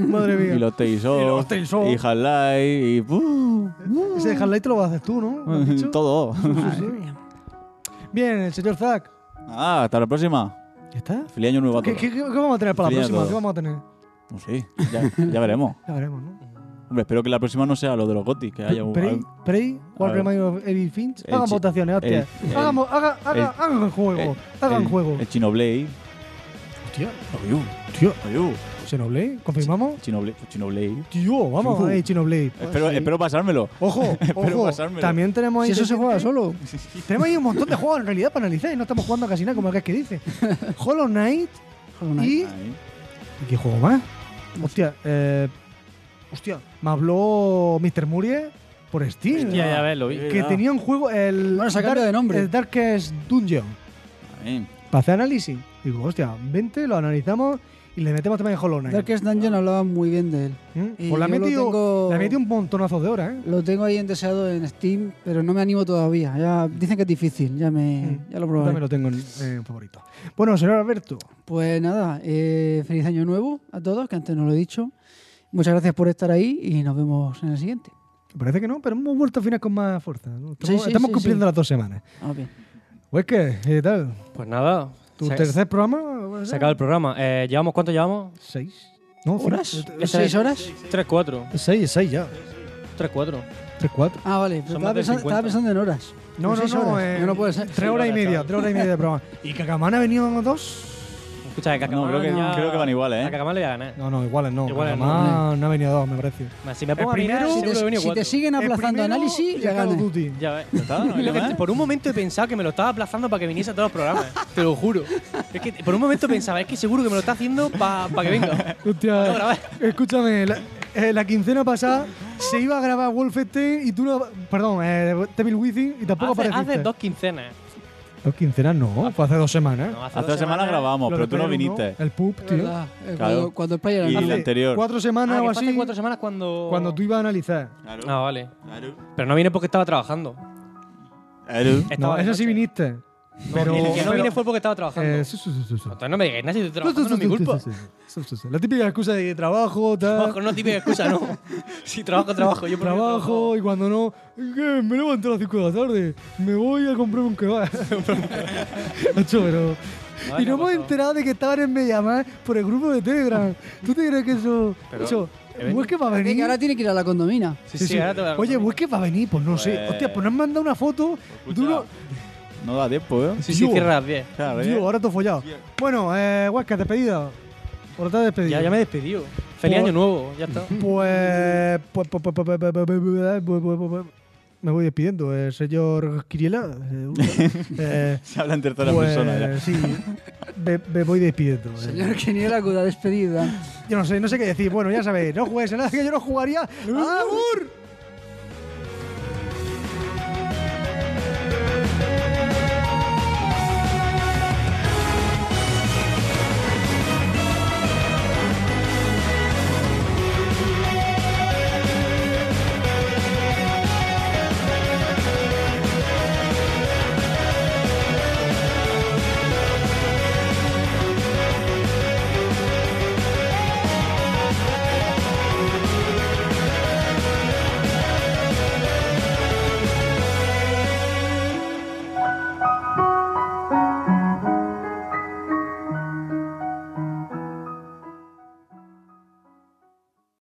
ser. Madre mía.
Y los Tales of,
Y los Tales of.
y Half-Life, y... ¡buh!
Ese Half-Life te lo vas a hacer tú, ¿no? ¿Lo has dicho?
Todo.
Madre mía.
Bien, el señor Zack.
Ah, hasta la próxima.
¿Ya está?
Feliz año nuevo a
¿Qué,
todos.
qué- qué vamos a tener para la
Feliz a
próxima?
todos.
¿Qué vamos a tener?
No sé, ya, ya veremos.
Ya veremos, ¿no?
Hombre, espero que la próxima no sea lo de los gotis, que haya un...
Prey, Prey, What
a ver.
Remains of Edith Finch.
El
Hagan
chi-
votaciones, hostia.
el- el-
Hagamos, haga, haga,
el-
hagan juego. hagan
el-
juego.
El Chinoblade.
Hostia,
Ayú,
tío.
ayú.
¿Xenoblade? ¿Confirmamos?
Chinoblade. Chinoblade.
Tío, vamos
Yujú.
a ver Xenoblade.
Espero, espero pasármelo.
Ojo, ojo.
pasármelo.
También tenemos ahí.
pues, Si eso se juega solo. pues,
Tenemos ahí un montón de juegos en realidad para analizar y no estamos jugando casi nada como el que es que dice. Hollow Knight
Hollow Knight.
y.
Ahí.
¿Y qué juego más? Hostia, eh. Hostia, me habló Mr. Murie por Steam.
Hostia, ya ves, lo vi.
Eh,
Que tenía un juego. El
Bueno, se ha cambiado de nombre.
El Darkest Dungeon.
ahí.
Para hacer análisis. Digo, hostia, vente, lo analizamos y le metemos también Hollow Knight.
Darkest Dungeon hablaba muy bien de él.
¿Mm? Pues le ha
Y yo lo
metido,
tengo-
le ha metido un montonazo de horas, ¿eh?
Lo tengo ahí en deseado en Steam, pero no me animo todavía. Ya dicen que es difícil, ya me
Mm.
ya lo
Yo
probaré.
También lo tengo en, en favorito. Bueno, señor Alberto,
Pues nada, eh, feliz año nuevo a todos, que antes no lo he dicho. Muchas gracias por estar ahí y nos vemos en el siguiente.
parece que no, pero hemos vuelto al final con más fuerza. ¿no? Estamos,
Sí, sí,
estamos
sí,
cumpliendo
sí.
las dos semanas.
Ah, bien.
Pues que, ¿qué tal?
Pues nada,
¿Tu
se,
tercer programa? puede
se
ser?
acaba el programa. Eh, ¿Llevamos cuánto llevamos?
¿Seis? No,
¿Horas?
cinco,
¿Es ¿Seis horas?
3, 4.
eh, Seis, seis ya.
3, 4.
Tres, cuatro.
Ah, vale. pero
Son
Estaba
más de
pensando,
50.
estaba pensando en horas. Pues
No, no,
seis
no,
horas.
eh,
no, no puede ser.
Tres horas y
horas,
media,
chaval.
tres horas y media de programa. ¿Y Cacamán ha venido con dos?
Escucha, que Cacamán
No, creo que,
ya-
creo que van iguales,
A
¿eh?
Cacamán le voy a ganar.
No, no, iguales no.
Iguales no,
Cacamán no ha venido dos, me parece.
Si me pongo a
El
mirar,
primero-
Si
seguro
te,
que he venido
si te
cuatro.
El
siguen aplazando
primero
análisis,
y
ya
el Call of
ganas.
Duty.
Ya ves.
está, no,
Lo que-
¿eh?
por un momento he pensado que me lo estaba aplazando para que viniese a todos los programas. Te lo juro. Es que por un momento pensaba, es que seguro que me lo está haciendo para que venga.
Hostia,
Ahora, ahora.
escúchame, la, eh, la quincena pasada se iba a grabar Wolfenstein y tú no. Perdón, eh, Devil Within y tampoco
Hace,
apareciste.
hace dos quincenas.
Dos quincenas no, fue hace dos semanas.
No,
Hace dos semanas grabamos,
Lo
pero
de
tú no
Play uno,
viniste.
El pub,
Es
tío.
verdad, eh,
Claro.
cuando, cuando el player
Y
analiza.
la anterior.
Cuatro semanas
Ah,
o
que fue hace
así.
cuatro semanas cuando.
Cuando tú ibas a analizar.
Ah, vale. Pero no vine porque estaba trabajando.
Claro.
Estaba
No,
de
eso
noche.
sí viniste. Pero.
El que no
pero-
vine fue porque estaba trabajando.
eh, sí, sí, sí, sí, sí.
Entonces no me digáis nada si estoy
Sí, sí,
trabajando, no es mi
sí,
culpa.
sí, sí, sí, sí. La típica excusa de que trabajo, tal.
Trabajo, no típica excusa, no. Si trabajo, trabajo. Yo por mí
Trabajo y cuando no, "Eh, me levanto a las 5 de la tarde, me voy a comprar un kebab. Macho, pero-
Vale,
y no hemos
pues,
enterado de que estaban en Mediamar por el grupo de Telegram. ¿Tú te crees que eso?
Pero,
eso
¿he venido?
¿Busque va a
Que
venir?
ahora tiene que ir a la condomina.
Sí, sí, ahora te voy a-
Oye, ¿Busque va a venir? Pues no sé.
Pues-
Hostia, pues nos han mandado una foto. de uno-
No da tiempo, ¿eh?
Sí, sí,
Tío.
cierra a las 10.
Claro,
Tío,
¿eh?
ahora todo follado. Bueno, eh, Huesca, despedida. Por estar despedido.
Ya, ya me he despedido. Feliz
Por-
año nuevo, ya está.
Pues, pues, pues, pues, pues, pues, pues, pues, pues, pues, pues, pues, me voy despidiendo, eh, señor Kiriela. eh, eh,
Se habla en tercera
pues,
persona ya.
Sí, me, me voy despidiendo. eh.
Señor Keniela, cuda despedida.
Yo no sé, no sé qué decir. Bueno, ya sabéis, no juguéis a nada que yo no jugaría. ¡Agur!